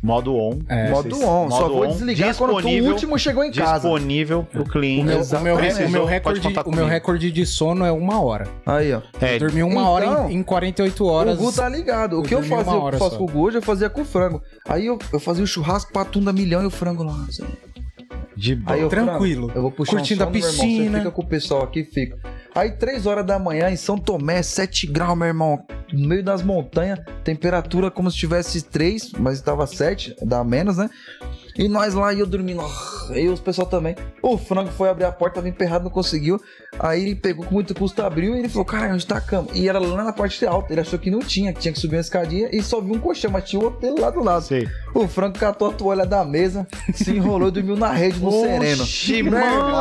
[SPEAKER 1] modo on,
[SPEAKER 2] É,
[SPEAKER 4] modo on, só
[SPEAKER 1] modo
[SPEAKER 4] vou
[SPEAKER 1] on,
[SPEAKER 4] desligar quando o
[SPEAKER 1] disponível,
[SPEAKER 4] último chegou em casa.
[SPEAKER 1] disponível pro
[SPEAKER 2] O meu,
[SPEAKER 1] cliente.
[SPEAKER 2] o meu, re- o meu
[SPEAKER 1] Precisou,
[SPEAKER 2] recorde,
[SPEAKER 1] pode contar
[SPEAKER 2] o meu
[SPEAKER 1] comigo.
[SPEAKER 2] recorde de sono é uma hora.
[SPEAKER 4] Aí, ó.
[SPEAKER 1] É,
[SPEAKER 2] Eu dormi uma hora
[SPEAKER 4] Então,
[SPEAKER 2] em, em 48 horas.
[SPEAKER 4] O Gu tá ligado. O
[SPEAKER 2] Eu
[SPEAKER 4] que eu
[SPEAKER 2] dormi uma
[SPEAKER 4] fazia, eu
[SPEAKER 2] hora
[SPEAKER 4] faço
[SPEAKER 2] só.
[SPEAKER 4] com o Gu hoje, eu fazia com o frango. Aí eu, eu fazia o churrasco, patunda milhão e o frango lá. assim.
[SPEAKER 1] de boa.
[SPEAKER 4] Aí eu,
[SPEAKER 2] Tranquilo.
[SPEAKER 4] frango, eu vou puxar
[SPEAKER 2] Curtindo
[SPEAKER 4] um
[SPEAKER 2] a
[SPEAKER 4] sono, meu irmão,
[SPEAKER 2] piscina.
[SPEAKER 4] Você fica com o pessoal aqui, fica. Aí, três horas da manhã, em São Tomé, 7 graus, meu irmão. No meio das montanhas, temperatura como se tivesse 3, mas tava 7, dá menos, né? E nós lá, e eu dormindo. ah, E os pessoal também. O frango foi abrir a porta, tava emperrado, não conseguiu. Aí ele pegou com muito custo, abriu e ele falou: Cara, onde tá a cama? E era lá na parte alta. Ele achou que não tinha, que tinha que subir uma escadinha e só viu um colchão, mas tinha outro lá do lado.
[SPEAKER 1] Sei.
[SPEAKER 4] O frango catou a toalha da mesa, se enrolou e dormiu na rede no Um sereno. Né,
[SPEAKER 1] Oxi,
[SPEAKER 4] Meu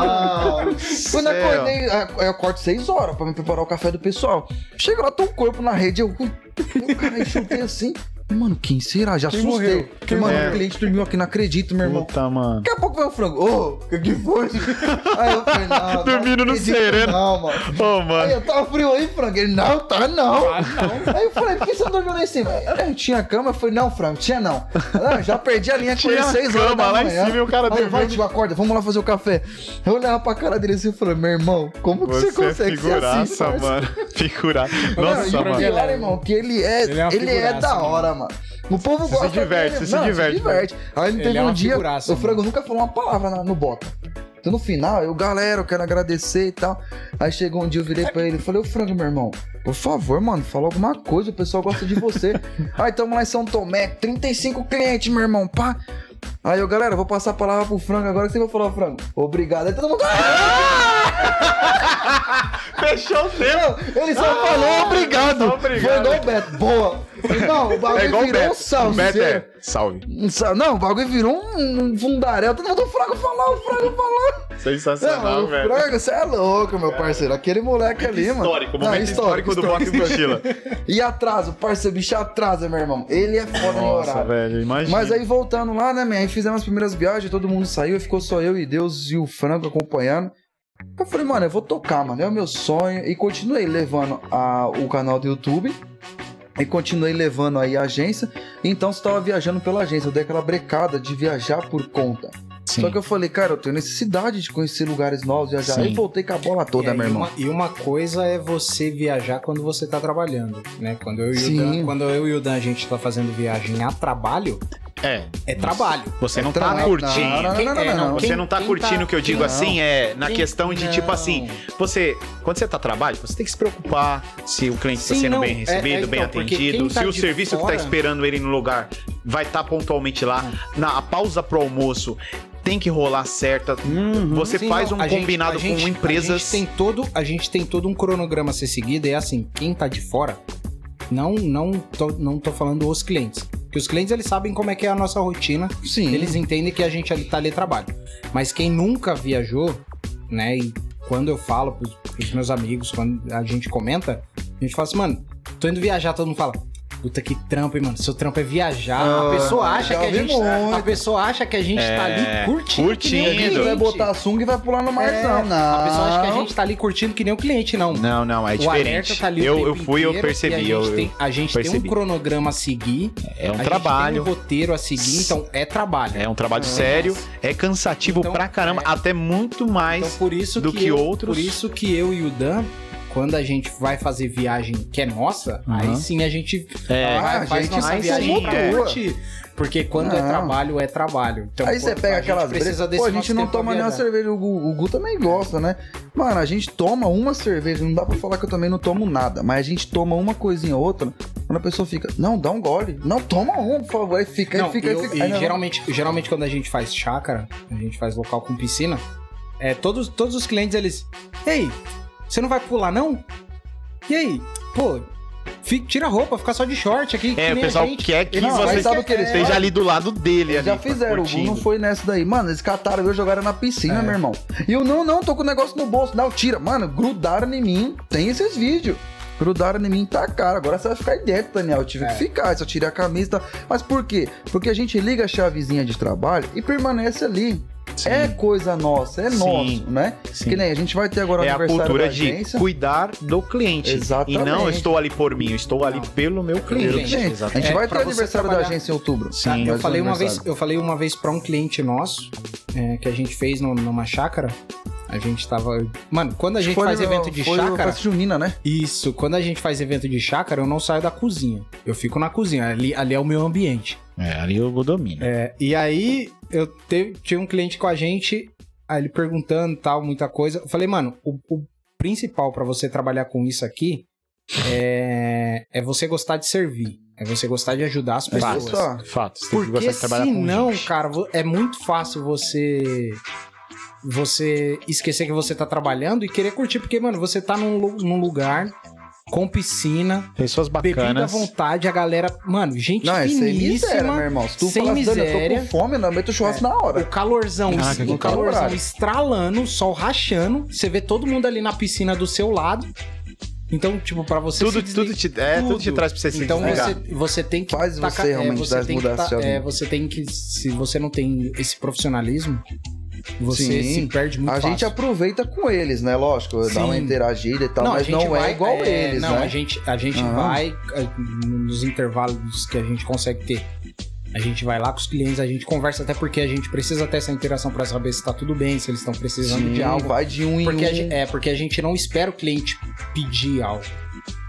[SPEAKER 1] mano.
[SPEAKER 4] Quando eu
[SPEAKER 1] Céu.
[SPEAKER 4] acordei, a- eu acordo 6 horas pra me preparar o café do pessoal. Chega lá, tem um corpo na rede, eu. eu cara, eu chutei assim. Mano, quem será? Já
[SPEAKER 2] Quem
[SPEAKER 4] assustei.
[SPEAKER 2] morreu? Quem
[SPEAKER 4] mano,
[SPEAKER 1] morreu?
[SPEAKER 4] o cliente dormiu aqui, não acredito, meu irmão.
[SPEAKER 1] Puta, mano.
[SPEAKER 4] Daqui a pouco vai o frango. Ô, que que foi? Aí eu falei, não, não
[SPEAKER 1] Dormindo no
[SPEAKER 4] acredito
[SPEAKER 1] sereno.
[SPEAKER 4] Não, mano.
[SPEAKER 1] Ô, mano. Ah,
[SPEAKER 4] Aí eu tava frio aí, frango. Ele, não, tá não. Aí eu falei, por que você não dormiu lá em cima? Eu tinha cama. Eu falei, não, frango, tinha não. Ah, já perdi a linha com
[SPEAKER 1] Tinha
[SPEAKER 4] ele 6 horas
[SPEAKER 1] cama
[SPEAKER 4] da
[SPEAKER 1] lá em
[SPEAKER 4] manhã.
[SPEAKER 1] cima e o cara
[SPEAKER 4] Aí,
[SPEAKER 1] dormiu.
[SPEAKER 4] Vai, Tigo, acorda, vamos lá fazer o café. Eu olhava pra cara dele assim e falei, meu irmão, como que você
[SPEAKER 1] Você é
[SPEAKER 4] consegue ser assim,
[SPEAKER 1] figuraça,
[SPEAKER 4] parça?
[SPEAKER 1] mano. Figuraça.
[SPEAKER 4] e
[SPEAKER 1] Nossa,
[SPEAKER 4] o
[SPEAKER 1] mano.
[SPEAKER 4] pior, irmão, que ele é,
[SPEAKER 2] Ele é
[SPEAKER 4] ele é,
[SPEAKER 2] uma figuraça,
[SPEAKER 4] da
[SPEAKER 2] mano.
[SPEAKER 4] hora, mano. O povo gosta
[SPEAKER 1] diverte,
[SPEAKER 4] dele.
[SPEAKER 1] você se
[SPEAKER 4] Não,
[SPEAKER 1] diverte,
[SPEAKER 4] Aí
[SPEAKER 2] Ele
[SPEAKER 4] teve
[SPEAKER 2] é uma
[SPEAKER 4] um dia,
[SPEAKER 2] figuraça,
[SPEAKER 4] o Frango nunca falou uma palavra na- no bota. Então no final, eu, galera, eu quero agradecer e tal. Aí chegou um dia, eu virei pra ele e falei, ô Frango, meu irmão, por favor, mano, fala alguma coisa, o pessoal gosta de você. Aí tamo lá em São Tomé, 35 clientes, meu irmão, pá. Aí eu, galera, vou passar a palavra pro Frango agora, que você vai falar, Frango, obrigado. Aí todo mundo...
[SPEAKER 1] Fechou o tempo.
[SPEAKER 4] Não, ele só falou obrigado.
[SPEAKER 1] só obrigado.
[SPEAKER 4] Foi igual o Beto. Boa. Não, o bagulho
[SPEAKER 1] É igual o
[SPEAKER 4] virou um
[SPEAKER 1] Beto. O Beto
[SPEAKER 4] salseiro.
[SPEAKER 1] é. Salve.
[SPEAKER 4] Um sal- Não, o bagulho virou um um fundaréu. Todo mundo, o Frango falou, o Frango falou. Não,
[SPEAKER 1] Sensacional,
[SPEAKER 4] o
[SPEAKER 1] é velho.
[SPEAKER 4] Frango, você é louco, meu parceiro. Aquele moleque ali, mano.
[SPEAKER 1] Histórico,
[SPEAKER 4] Não,
[SPEAKER 1] momento histórico, do Box Mochila.
[SPEAKER 4] E atraso, parceiro, o bicho atrasa, meu irmão. Ele é foda no
[SPEAKER 1] Nossa,
[SPEAKER 4] horário.
[SPEAKER 1] velho, imagina.
[SPEAKER 4] Mas aí voltando lá, né, man? Aí fizemos as primeiras viagens, todo mundo saiu, e ficou só eu e Deus e o Franco acompanhando. Eu falei, mano, eu vou tocar, mano, é o meu sonho. E continuei levando a- o canal do YouTube. E continuei levando aí a agência. Então você tava viajando pela agência. Eu dei aquela brecada de viajar por conta.
[SPEAKER 1] Sim.
[SPEAKER 4] Só que eu falei, cara, eu tenho necessidade de conhecer lugares novos, viajar.
[SPEAKER 1] Sim.
[SPEAKER 4] Aí voltei com a bola
[SPEAKER 2] E
[SPEAKER 4] toda,
[SPEAKER 2] aí
[SPEAKER 4] meu irmão.
[SPEAKER 2] Uma, e uma coisa é você viajar quando você tá trabalhando, né? Quando eu e o
[SPEAKER 4] Sim.
[SPEAKER 2] Dan, quando eu e o Dan a gente tá fazendo viagem a trabalho,
[SPEAKER 1] É,
[SPEAKER 2] é trabalho.
[SPEAKER 1] você não
[SPEAKER 4] Não,
[SPEAKER 1] tá
[SPEAKER 4] não,
[SPEAKER 1] curtindo.
[SPEAKER 4] Não, não,
[SPEAKER 2] Quem-
[SPEAKER 4] não, não,
[SPEAKER 2] é,
[SPEAKER 4] não,
[SPEAKER 2] não,
[SPEAKER 4] não.
[SPEAKER 1] Você
[SPEAKER 2] Quem-
[SPEAKER 1] não tá
[SPEAKER 2] quem
[SPEAKER 1] curtindo
[SPEAKER 2] tá-
[SPEAKER 1] o que eu digo
[SPEAKER 4] Não.
[SPEAKER 1] assim, é na
[SPEAKER 2] Quem-
[SPEAKER 1] questão de tipo
[SPEAKER 2] Não.
[SPEAKER 1] assim, você, quando você tá a trabalho, você tem que se preocupar se o cliente
[SPEAKER 2] Sim,
[SPEAKER 1] tá sendo
[SPEAKER 2] não,
[SPEAKER 1] bem
[SPEAKER 2] é-
[SPEAKER 1] recebido,
[SPEAKER 2] é,
[SPEAKER 1] bem
[SPEAKER 2] então, porque
[SPEAKER 1] atendido,
[SPEAKER 2] quem tá
[SPEAKER 1] se o
[SPEAKER 2] de
[SPEAKER 1] serviço que tá
[SPEAKER 2] fora-
[SPEAKER 1] esperando ele no lugar vai estar pontualmente lá.
[SPEAKER 2] Hum.
[SPEAKER 1] Na a pausa pro almoço tem que rolar certa. Você
[SPEAKER 2] Uhum, Sim,
[SPEAKER 1] faz
[SPEAKER 2] não,
[SPEAKER 1] um
[SPEAKER 2] a gente-
[SPEAKER 1] combinado
[SPEAKER 2] a gente-
[SPEAKER 1] com
[SPEAKER 2] A
[SPEAKER 1] empresas.
[SPEAKER 2] gente, tem todo, a gente tem todo um cronograma a ser seguido. É assim, quem tá de fora, não não tô, não tô falando os clientes. Porque os clientes, eles sabem como é que é a nossa rotina.
[SPEAKER 4] Sim.
[SPEAKER 2] Eles entendem que a gente ali tá ali trabalho. Mas quem nunca viajou, né? E quando eu falo pros, pros meus amigos, quando a gente comenta, a gente fala assim, mano, tô indo viajar, todo mundo fala. Puta que trampo, hein, mano. Seu trampo é viajar. a
[SPEAKER 4] Ah,
[SPEAKER 2] pessoa acha
[SPEAKER 4] já
[SPEAKER 2] que a
[SPEAKER 4] ouvi
[SPEAKER 2] gente.
[SPEAKER 4] muito.
[SPEAKER 2] A pessoa acha que a gente tá ali curtindo. que nem um
[SPEAKER 1] É, curtindo.
[SPEAKER 4] Ele vai
[SPEAKER 2] cliente.
[SPEAKER 4] botar a sunga e vai pular no marzão.
[SPEAKER 2] É,
[SPEAKER 4] não.
[SPEAKER 2] A pessoa acha que a gente tá ali curtindo que nem o cliente, não.
[SPEAKER 1] Não, não, é
[SPEAKER 2] o alerta
[SPEAKER 1] diferente.
[SPEAKER 2] tá ali o
[SPEAKER 1] eu, eu
[SPEAKER 2] tempo
[SPEAKER 1] fui, eu
[SPEAKER 2] inteiro e
[SPEAKER 1] percebi.
[SPEAKER 2] A
[SPEAKER 1] eu-
[SPEAKER 2] gente,
[SPEAKER 1] eu-
[SPEAKER 2] tem, a gente tem
[SPEAKER 1] percebi.
[SPEAKER 2] um cronograma a seguir.
[SPEAKER 1] é um
[SPEAKER 2] a
[SPEAKER 1] trabalho.
[SPEAKER 2] Gente tem um roteiro a seguir, então é trabalho.
[SPEAKER 1] É um trabalho sério, é cansativo
[SPEAKER 2] Então,
[SPEAKER 1] pra caramba,
[SPEAKER 2] é.
[SPEAKER 1] até muito mais.
[SPEAKER 2] então, por isso
[SPEAKER 1] do que
[SPEAKER 2] eu-
[SPEAKER 1] outros.
[SPEAKER 2] Por isso que eu e o Dan, quando a gente vai fazer viagem que é nossa, aí sim a gente
[SPEAKER 1] É.
[SPEAKER 2] vai-
[SPEAKER 4] Ah,
[SPEAKER 2] faz
[SPEAKER 4] gente,
[SPEAKER 2] nossa
[SPEAKER 1] aí
[SPEAKER 2] viagem
[SPEAKER 1] sim, é.
[SPEAKER 2] curte, Porque quando é
[SPEAKER 4] Não.
[SPEAKER 2] trabalho, é trabalho. Então,
[SPEAKER 4] aí você
[SPEAKER 2] quando
[SPEAKER 4] pega
[SPEAKER 2] a gente
[SPEAKER 4] aquelas
[SPEAKER 2] precisa
[SPEAKER 4] brejas.
[SPEAKER 2] desse
[SPEAKER 4] Pô, a
[SPEAKER 2] nosso
[SPEAKER 4] gente não
[SPEAKER 2] tempo pra
[SPEAKER 4] toma nenhuma
[SPEAKER 2] viajar.
[SPEAKER 4] cerveja. O Gu, o Gu também gosta, né? Mano, a gente toma uma cerveja. Não dá pra falar que eu também não tomo nada. Mas a gente toma uma coisinha ou outra. Quando a pessoa fica, não, dá um gole. Não, toma um, por favor. Aí fica, aí
[SPEAKER 2] Não,
[SPEAKER 4] fica,
[SPEAKER 2] eu-
[SPEAKER 4] aí
[SPEAKER 2] e
[SPEAKER 4] fica. Aí, não,
[SPEAKER 2] geralmente, geralmente quando a gente faz chácara, a gente faz local com piscina, é, todos, todos os clientes eles. Ei, você não vai pular não? E aí? Pô, fica- tira a roupa, fica só de short aqui. Então, que
[SPEAKER 1] É,
[SPEAKER 2] nem
[SPEAKER 1] o
[SPEAKER 2] a
[SPEAKER 1] pessoal
[SPEAKER 2] gente.
[SPEAKER 1] quer que
[SPEAKER 4] Eles-
[SPEAKER 1] você
[SPEAKER 4] mas sabe o que eles
[SPEAKER 1] esteja
[SPEAKER 4] fazem?
[SPEAKER 1] ali do lado dele.
[SPEAKER 4] Eles já
[SPEAKER 1] ali,
[SPEAKER 4] fizeram, o Gu
[SPEAKER 1] curtindo. É.
[SPEAKER 4] não foi nessa daí. Mano, eles cataram eu e jogaram na piscina, meu irmão. E eu, não, não, tô com o negócio no bolso. Não, tira. Mano, grudaram em mim. Tem esses vídeos. Grudaram em mim, tá cara. Agora você vai ficar aí dentro, Daniel. Eu
[SPEAKER 1] É.
[SPEAKER 4] tive que ficar. Só tirei a camisa. Tá... Mas por quê? Porque a gente liga a chavezinha de trabalho e permanece ali. É coisa nossa, é
[SPEAKER 1] Sim.
[SPEAKER 4] nosso, né?
[SPEAKER 1] Sim.
[SPEAKER 4] Que nem a gente vai ter agora o
[SPEAKER 1] É a
[SPEAKER 4] aniversário
[SPEAKER 1] cultura
[SPEAKER 4] da
[SPEAKER 1] de
[SPEAKER 4] agência.
[SPEAKER 1] cuidar do cliente. E não
[SPEAKER 4] Exatamente.
[SPEAKER 1] estou ali por mim, eu estou ali
[SPEAKER 2] Não.
[SPEAKER 1] pelo meu cliente.
[SPEAKER 2] cliente.
[SPEAKER 4] Gente, a gente
[SPEAKER 2] É,
[SPEAKER 4] vai ter
[SPEAKER 2] pra
[SPEAKER 4] o
[SPEAKER 2] você
[SPEAKER 4] aniversário da
[SPEAKER 2] trabalhar- Tá,
[SPEAKER 4] agência em outubro.
[SPEAKER 1] Sim.
[SPEAKER 4] Vai
[SPEAKER 2] Eu
[SPEAKER 4] ser
[SPEAKER 2] falei, uma vez,
[SPEAKER 4] aniversário.
[SPEAKER 2] eu falei uma vez pra um cliente nosso é, que a gente fez num- numa chácara. A gente tava. Mano, quando a gente
[SPEAKER 4] Foi
[SPEAKER 2] faz
[SPEAKER 4] no-
[SPEAKER 2] evento de
[SPEAKER 4] foi no
[SPEAKER 2] chácara.
[SPEAKER 4] festa junina, né?
[SPEAKER 2] Isso, quando a gente faz evento de chácara, eu não saio da cozinha. Eu fico na cozinha. Ali, ali é o meu ambiente.
[SPEAKER 1] É, ali eu domino.
[SPEAKER 2] E aí, eu teve, tinha um cliente com a gente, aí ele perguntando tal, muita coisa. Eu falei, mano, o, o principal pra você trabalhar com isso aqui é, é você gostar de servir. É você gostar de ajudar as
[SPEAKER 4] Mas
[SPEAKER 2] pessoas.
[SPEAKER 4] só-
[SPEAKER 1] Fato, você tem que
[SPEAKER 2] Porque
[SPEAKER 1] gostar de trabalhar
[SPEAKER 2] se
[SPEAKER 1] com
[SPEAKER 2] não,
[SPEAKER 1] gente.
[SPEAKER 2] cara, vo- é muito fácil você você esquecer que você tá trabalhando e querer curtir, porque, mano, você tá num, lu- num lugar com piscina,
[SPEAKER 1] Pessoas
[SPEAKER 2] bebida à
[SPEAKER 1] bacanas.
[SPEAKER 2] vontade, a galera, mano, gente
[SPEAKER 4] Não, é sem miséria, meu
[SPEAKER 2] finíssima,
[SPEAKER 4] irmão. Se tu
[SPEAKER 2] sem
[SPEAKER 4] falasse, Dani, eu
[SPEAKER 2] miséria. É.
[SPEAKER 4] tô com fome, não meto churrasco na
[SPEAKER 2] o
[SPEAKER 4] hora.
[SPEAKER 2] calorzão,
[SPEAKER 1] Caraca,
[SPEAKER 2] es-
[SPEAKER 1] que
[SPEAKER 2] o calorzão
[SPEAKER 4] calor.
[SPEAKER 2] estralando, o sol rachando, você vê todo mundo ali na piscina do seu lado. Então, tipo, pra você
[SPEAKER 1] Tudo,
[SPEAKER 2] se desligar-
[SPEAKER 1] tudo, te, é, tudo te
[SPEAKER 2] tudo.
[SPEAKER 1] traz pra você se
[SPEAKER 2] Então
[SPEAKER 1] desligar.
[SPEAKER 2] você, você tem que.
[SPEAKER 4] Faz
[SPEAKER 2] tacar- é,
[SPEAKER 4] você realmente das
[SPEAKER 2] tem que
[SPEAKER 4] mudanças,
[SPEAKER 2] ta-
[SPEAKER 4] Sheldon.
[SPEAKER 2] é, você tem que. Se você não tem esse profissionalismo, você
[SPEAKER 4] Sim.
[SPEAKER 2] se perde muito
[SPEAKER 4] A
[SPEAKER 2] fácil.
[SPEAKER 4] gente aproveita com eles, né? Lógico, dá uma
[SPEAKER 2] Sim.
[SPEAKER 4] interagida e tal, mas não é igual eles,
[SPEAKER 2] Não,
[SPEAKER 4] né?
[SPEAKER 2] a gente, tá a gente
[SPEAKER 4] Aham.
[SPEAKER 2] vai é, nos intervalos que a gente consegue ter. A gente vai lá com os clientes, a gente conversa até porque a gente precisa ter essa interação pra saber se tá tudo bem, se eles estão precisando
[SPEAKER 4] Sim,
[SPEAKER 2] de algo.
[SPEAKER 4] vai de um em
[SPEAKER 2] Porque
[SPEAKER 4] um.
[SPEAKER 2] a gente, é, porque a gente não espera o cliente pedir algo.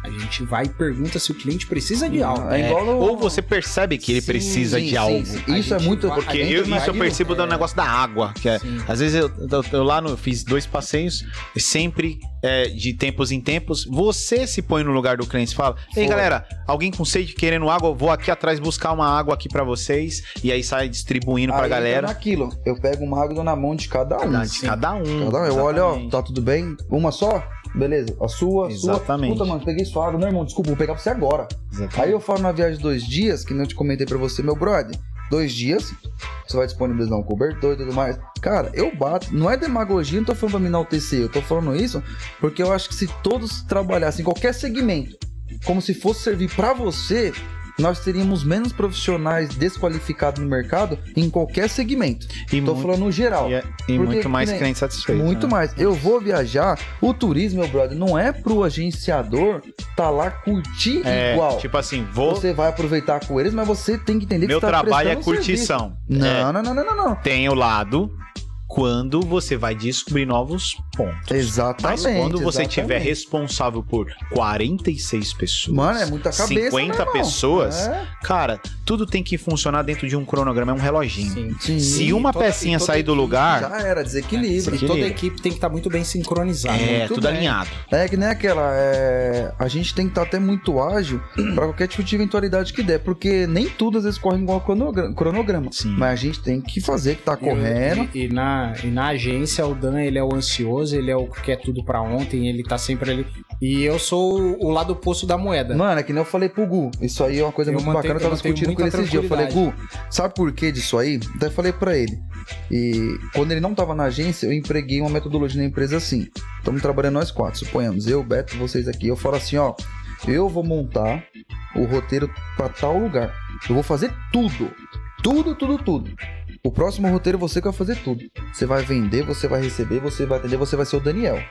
[SPEAKER 2] A gente vai e pergunta se o cliente precisa de algo.
[SPEAKER 4] É igual no...
[SPEAKER 1] Ou você percebe que ele
[SPEAKER 2] Sim,
[SPEAKER 1] precisa
[SPEAKER 4] Sim,
[SPEAKER 1] de
[SPEAKER 4] sim,
[SPEAKER 1] algo.
[SPEAKER 4] sim.
[SPEAKER 2] A
[SPEAKER 4] Isso é
[SPEAKER 2] gente
[SPEAKER 4] muito...
[SPEAKER 2] vai-
[SPEAKER 1] Porque
[SPEAKER 2] A gente
[SPEAKER 1] eu,
[SPEAKER 2] vai
[SPEAKER 1] isso eu
[SPEAKER 2] no-
[SPEAKER 1] percebo do negócio da água. Que é,
[SPEAKER 2] Sim.
[SPEAKER 1] às vezes eu, eu- eu lá no, fiz dois passeios, sempre é, de tempos em tempos, você se põe no lugar do cliente e fala: Ei galera, alguém com sede querendo água, eu vou aqui atrás buscar uma água aqui pra vocês. E aí sai distribuindo pra
[SPEAKER 4] Aí entra
[SPEAKER 1] galera.
[SPEAKER 4] Naquilo. Eu pego uma água e dou na mão de cada um.
[SPEAKER 1] Cada, cada um.
[SPEAKER 4] Cada um. Eu olho, ó,
[SPEAKER 1] exatamente.
[SPEAKER 4] tá tudo bem? Uma só? Beleza. A sua, a sua.
[SPEAKER 1] Exatamente.
[SPEAKER 4] Puta, mano, peguei sua água. Não, irmão, desculpa, vou pegar pra você agora. Aí eu falo na viagem de dois dias, que nem eu te comentei pra você, meu brother. Dois dias, você vai disponibilizar um cobertor e tudo mais. Cara, eu bato. Não é demagogia, não tô falando pra mim não TC. Eu tô falando isso porque eu acho que se todos trabalhassem em qualquer segmento, como se fosse servir pra você, nós teríamos menos profissionais desqualificados no mercado em qualquer segmento.
[SPEAKER 1] E,
[SPEAKER 4] Tô
[SPEAKER 1] mu-
[SPEAKER 4] falando no geral.
[SPEAKER 1] e é- e
[SPEAKER 4] Porque,
[SPEAKER 1] muito mais
[SPEAKER 4] que nem- é
[SPEAKER 1] cliente satisfeito.
[SPEAKER 4] Muito
[SPEAKER 1] né?
[SPEAKER 4] mais. Eu vou viajar. O turismo, meu brother, não é pro agenciador tá lá curtir
[SPEAKER 1] É,
[SPEAKER 4] igual.
[SPEAKER 1] Tipo assim, vou.
[SPEAKER 4] Você vai aproveitar com eles, mas você tem que entender
[SPEAKER 1] Meu
[SPEAKER 4] que você tá
[SPEAKER 1] trabalho é
[SPEAKER 4] prestando um serviço.
[SPEAKER 1] curtição.
[SPEAKER 4] Não,
[SPEAKER 1] É,
[SPEAKER 4] não, não, não, não, não.
[SPEAKER 1] tem o lado quando você vai descobrir novos pontos. Mas
[SPEAKER 4] Exatamente.
[SPEAKER 1] quando você tiver
[SPEAKER 4] exatamente.
[SPEAKER 1] responsável por 46 pessoas,
[SPEAKER 4] Mano, é muita cabeça.
[SPEAKER 1] 50
[SPEAKER 4] meu irmão.
[SPEAKER 1] pessoas,
[SPEAKER 4] É,
[SPEAKER 1] cara, tudo tem que funcionar dentro de um cronograma, é um reloginho.
[SPEAKER 2] Sim.
[SPEAKER 4] sim.
[SPEAKER 1] Se uma
[SPEAKER 2] E toda-
[SPEAKER 1] pecinha
[SPEAKER 2] e toda
[SPEAKER 1] sair do
[SPEAKER 2] equipe
[SPEAKER 1] lugar,
[SPEAKER 4] Já era, desequilíbrio.
[SPEAKER 2] E toda a equipe tem que estar muito bem sincronizada.
[SPEAKER 1] é
[SPEAKER 4] tá muito
[SPEAKER 1] tudo
[SPEAKER 4] bem.
[SPEAKER 1] alinhado.
[SPEAKER 4] É que nem aquela. é, A gente tem que estar até muito ágil pra qualquer tipo de eventualidade que der, porque nem tudo às vezes corre igual cronogra- cronograma.
[SPEAKER 1] Sim.
[SPEAKER 4] Mas a gente tem que fazer que tá
[SPEAKER 2] E o-
[SPEAKER 4] correndo.
[SPEAKER 2] E, e na, e na agência, o Dan, ele é o ansioso, ele é o que quer tudo pra ontem, ele tá sempre ali. E eu sou o, o lado oposto da moeda.
[SPEAKER 4] Mano, é que nem eu falei pro Gu. Isso aí é uma coisa
[SPEAKER 2] Eu
[SPEAKER 4] muito
[SPEAKER 2] mantenho-
[SPEAKER 4] bacana. Eu
[SPEAKER 2] eu
[SPEAKER 4] tava
[SPEAKER 2] mantenho
[SPEAKER 4] discutindo com ele
[SPEAKER 2] muita
[SPEAKER 4] esses dias. Eu falei, Gu, sabe por que disso aí? Até falei pra ele. E quando ele não tava na agência, eu empreguei uma metodologia na empresa assim. Estamos trabalhando nós quatro, suponhamos. Eu, Beto, vocês aqui. Eu falo assim, ó. Eu vou montar o roteiro pra tal lugar. Eu vou fazer tudo. Tudo, tudo, tudo. O próximo roteiro você que vai fazer tudo. Você vai vender, você vai receber, você vai atender, você vai ser o Daniel.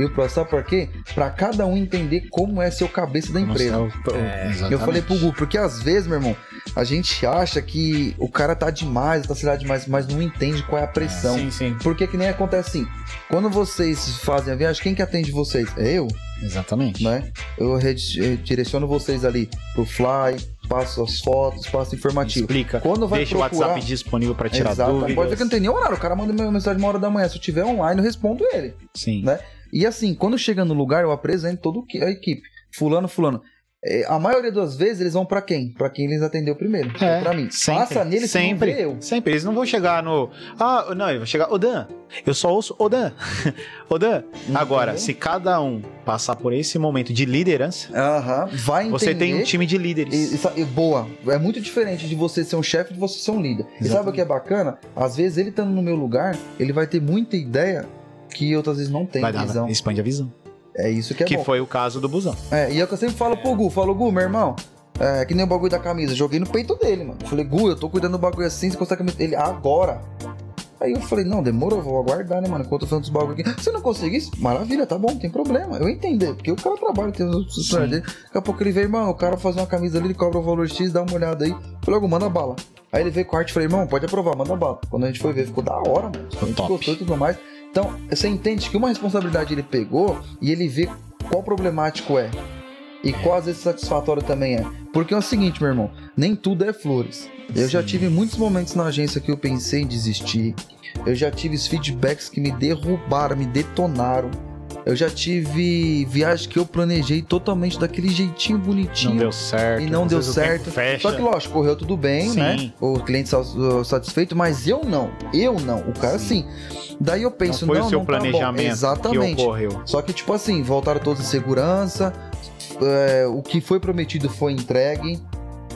[SPEAKER 4] E o próximo, sabe por quê? Pra cada um entender como é ser o cabeça da empresa.
[SPEAKER 2] É,
[SPEAKER 4] Eu falei pro Gu, porque às vezes, meu irmão, a gente acha que o cara tá demais, tá acelerado demais, mas não entende qual é a pressão.
[SPEAKER 2] Sim, sim.
[SPEAKER 4] porque que nem acontece assim, quando vocês fazem a viagem, quem que atende vocês? É eu,
[SPEAKER 2] Exatamente.
[SPEAKER 4] né? Eu redi- eh, direciono vocês ali pro fly, passo as fotos, passo informativo.
[SPEAKER 1] Explica.
[SPEAKER 4] Quando vai
[SPEAKER 1] Deixa o
[SPEAKER 4] procurar...
[SPEAKER 1] WhatsApp disponível pra tirar
[SPEAKER 4] Exato. Pode ver
[SPEAKER 1] dúvidas.
[SPEAKER 4] que não tem nem horário. O cara manda uma mensagem uma hora da manhã. Se eu tiver online, eu respondo ele.
[SPEAKER 1] Sim.
[SPEAKER 4] né? E assim, quando chega no lugar, eu apresento toda o que- a equipe. Fulano, fulano. É, a maioria das vezes eles vão pra quem? Pra quem eles atendeu primeiro.
[SPEAKER 1] É,
[SPEAKER 4] É, pra mim.
[SPEAKER 1] sempre,
[SPEAKER 4] Passa nele se não
[SPEAKER 1] sempre.
[SPEAKER 4] vê eu.
[SPEAKER 1] Sempre, eles não vão chegar no. Ah, não, eles vão chegar. Ô Dan, eu só ouço. Ô Dan, ô Dan.
[SPEAKER 4] Uhum.
[SPEAKER 1] Agora,
[SPEAKER 4] Entendeu?
[SPEAKER 1] se cada um passar por esse momento de liderança,
[SPEAKER 4] Aham. Vai entender.
[SPEAKER 1] você tem um time de
[SPEAKER 4] E, e
[SPEAKER 1] líderes.
[SPEAKER 4] sa- e boa, é muito diferente de você ser um chefe e de você ser um líder. E sabe o que é bacana? Às vezes ele estando no meu lugar, ele vai ter muita ideia que outras vezes não tem
[SPEAKER 1] Vai dar, né?
[SPEAKER 4] visão.
[SPEAKER 1] expande a visão.
[SPEAKER 4] É isso que é
[SPEAKER 1] que
[SPEAKER 4] bom.
[SPEAKER 1] foi o caso do busão.
[SPEAKER 4] É, e é o que eu sempre falo pro Gu, falo, Gu, meu irmão, é que nem o bagulho da camisa, joguei no peito dele, mano. Falei, Gu, eu tô cuidando do bagulho assim, você consegue a camisa dele agora. Aí eu falei, não, demorou, eu vou aguardar, né, mano? Enquanto eu tô fazendo os bagulho aqui. Se eu não conseguir isso, maravilha, tá bom, não tem problema. Eu entendo, porque o cara trabalha, tem os funcionários dele. Daqui a pouco ele veio, irmão, o cara faz uma camisa ali, ele cobra o valor X, dá uma olhada aí. Falei, Gu, manda bala. Aí ele veio com a arte e falei, irmão, pode aprovar, manda bala. Quando a gente foi ver, ficou da hora, mano. A gente
[SPEAKER 1] top.
[SPEAKER 4] gostou e tudo mais. Então, você entende que uma responsabilidade ele pegou e ele vê qual problemático é. E qual às vezes satisfatório também é. Porque é o seguinte, meu irmão, nem tudo é flores. Eu já tive muitos momentos na agência que eu pensei em desistir. Eu já tive os feedbacks que me derrubaram, me detonaram. Eu já tive viagem que eu planejei totalmente daquele jeitinho bonitinho.
[SPEAKER 1] Não deu certo.
[SPEAKER 4] E não deu
[SPEAKER 1] às vezes o tempo
[SPEAKER 4] certo.
[SPEAKER 1] Fecha.
[SPEAKER 4] Só que, lógico, correu tudo bem,
[SPEAKER 1] Sim.
[SPEAKER 4] né? O cliente sa- satisfeito, mas eu não. Eu não. O cara sim. Daí eu
[SPEAKER 1] não
[SPEAKER 4] penso, não,
[SPEAKER 1] foi o seu
[SPEAKER 4] não tá bom.
[SPEAKER 1] planejamento
[SPEAKER 4] Exatamente.
[SPEAKER 1] que ocorreu.
[SPEAKER 4] Só que, tipo assim, voltaram todos em segurança. é, o que foi prometido foi entregue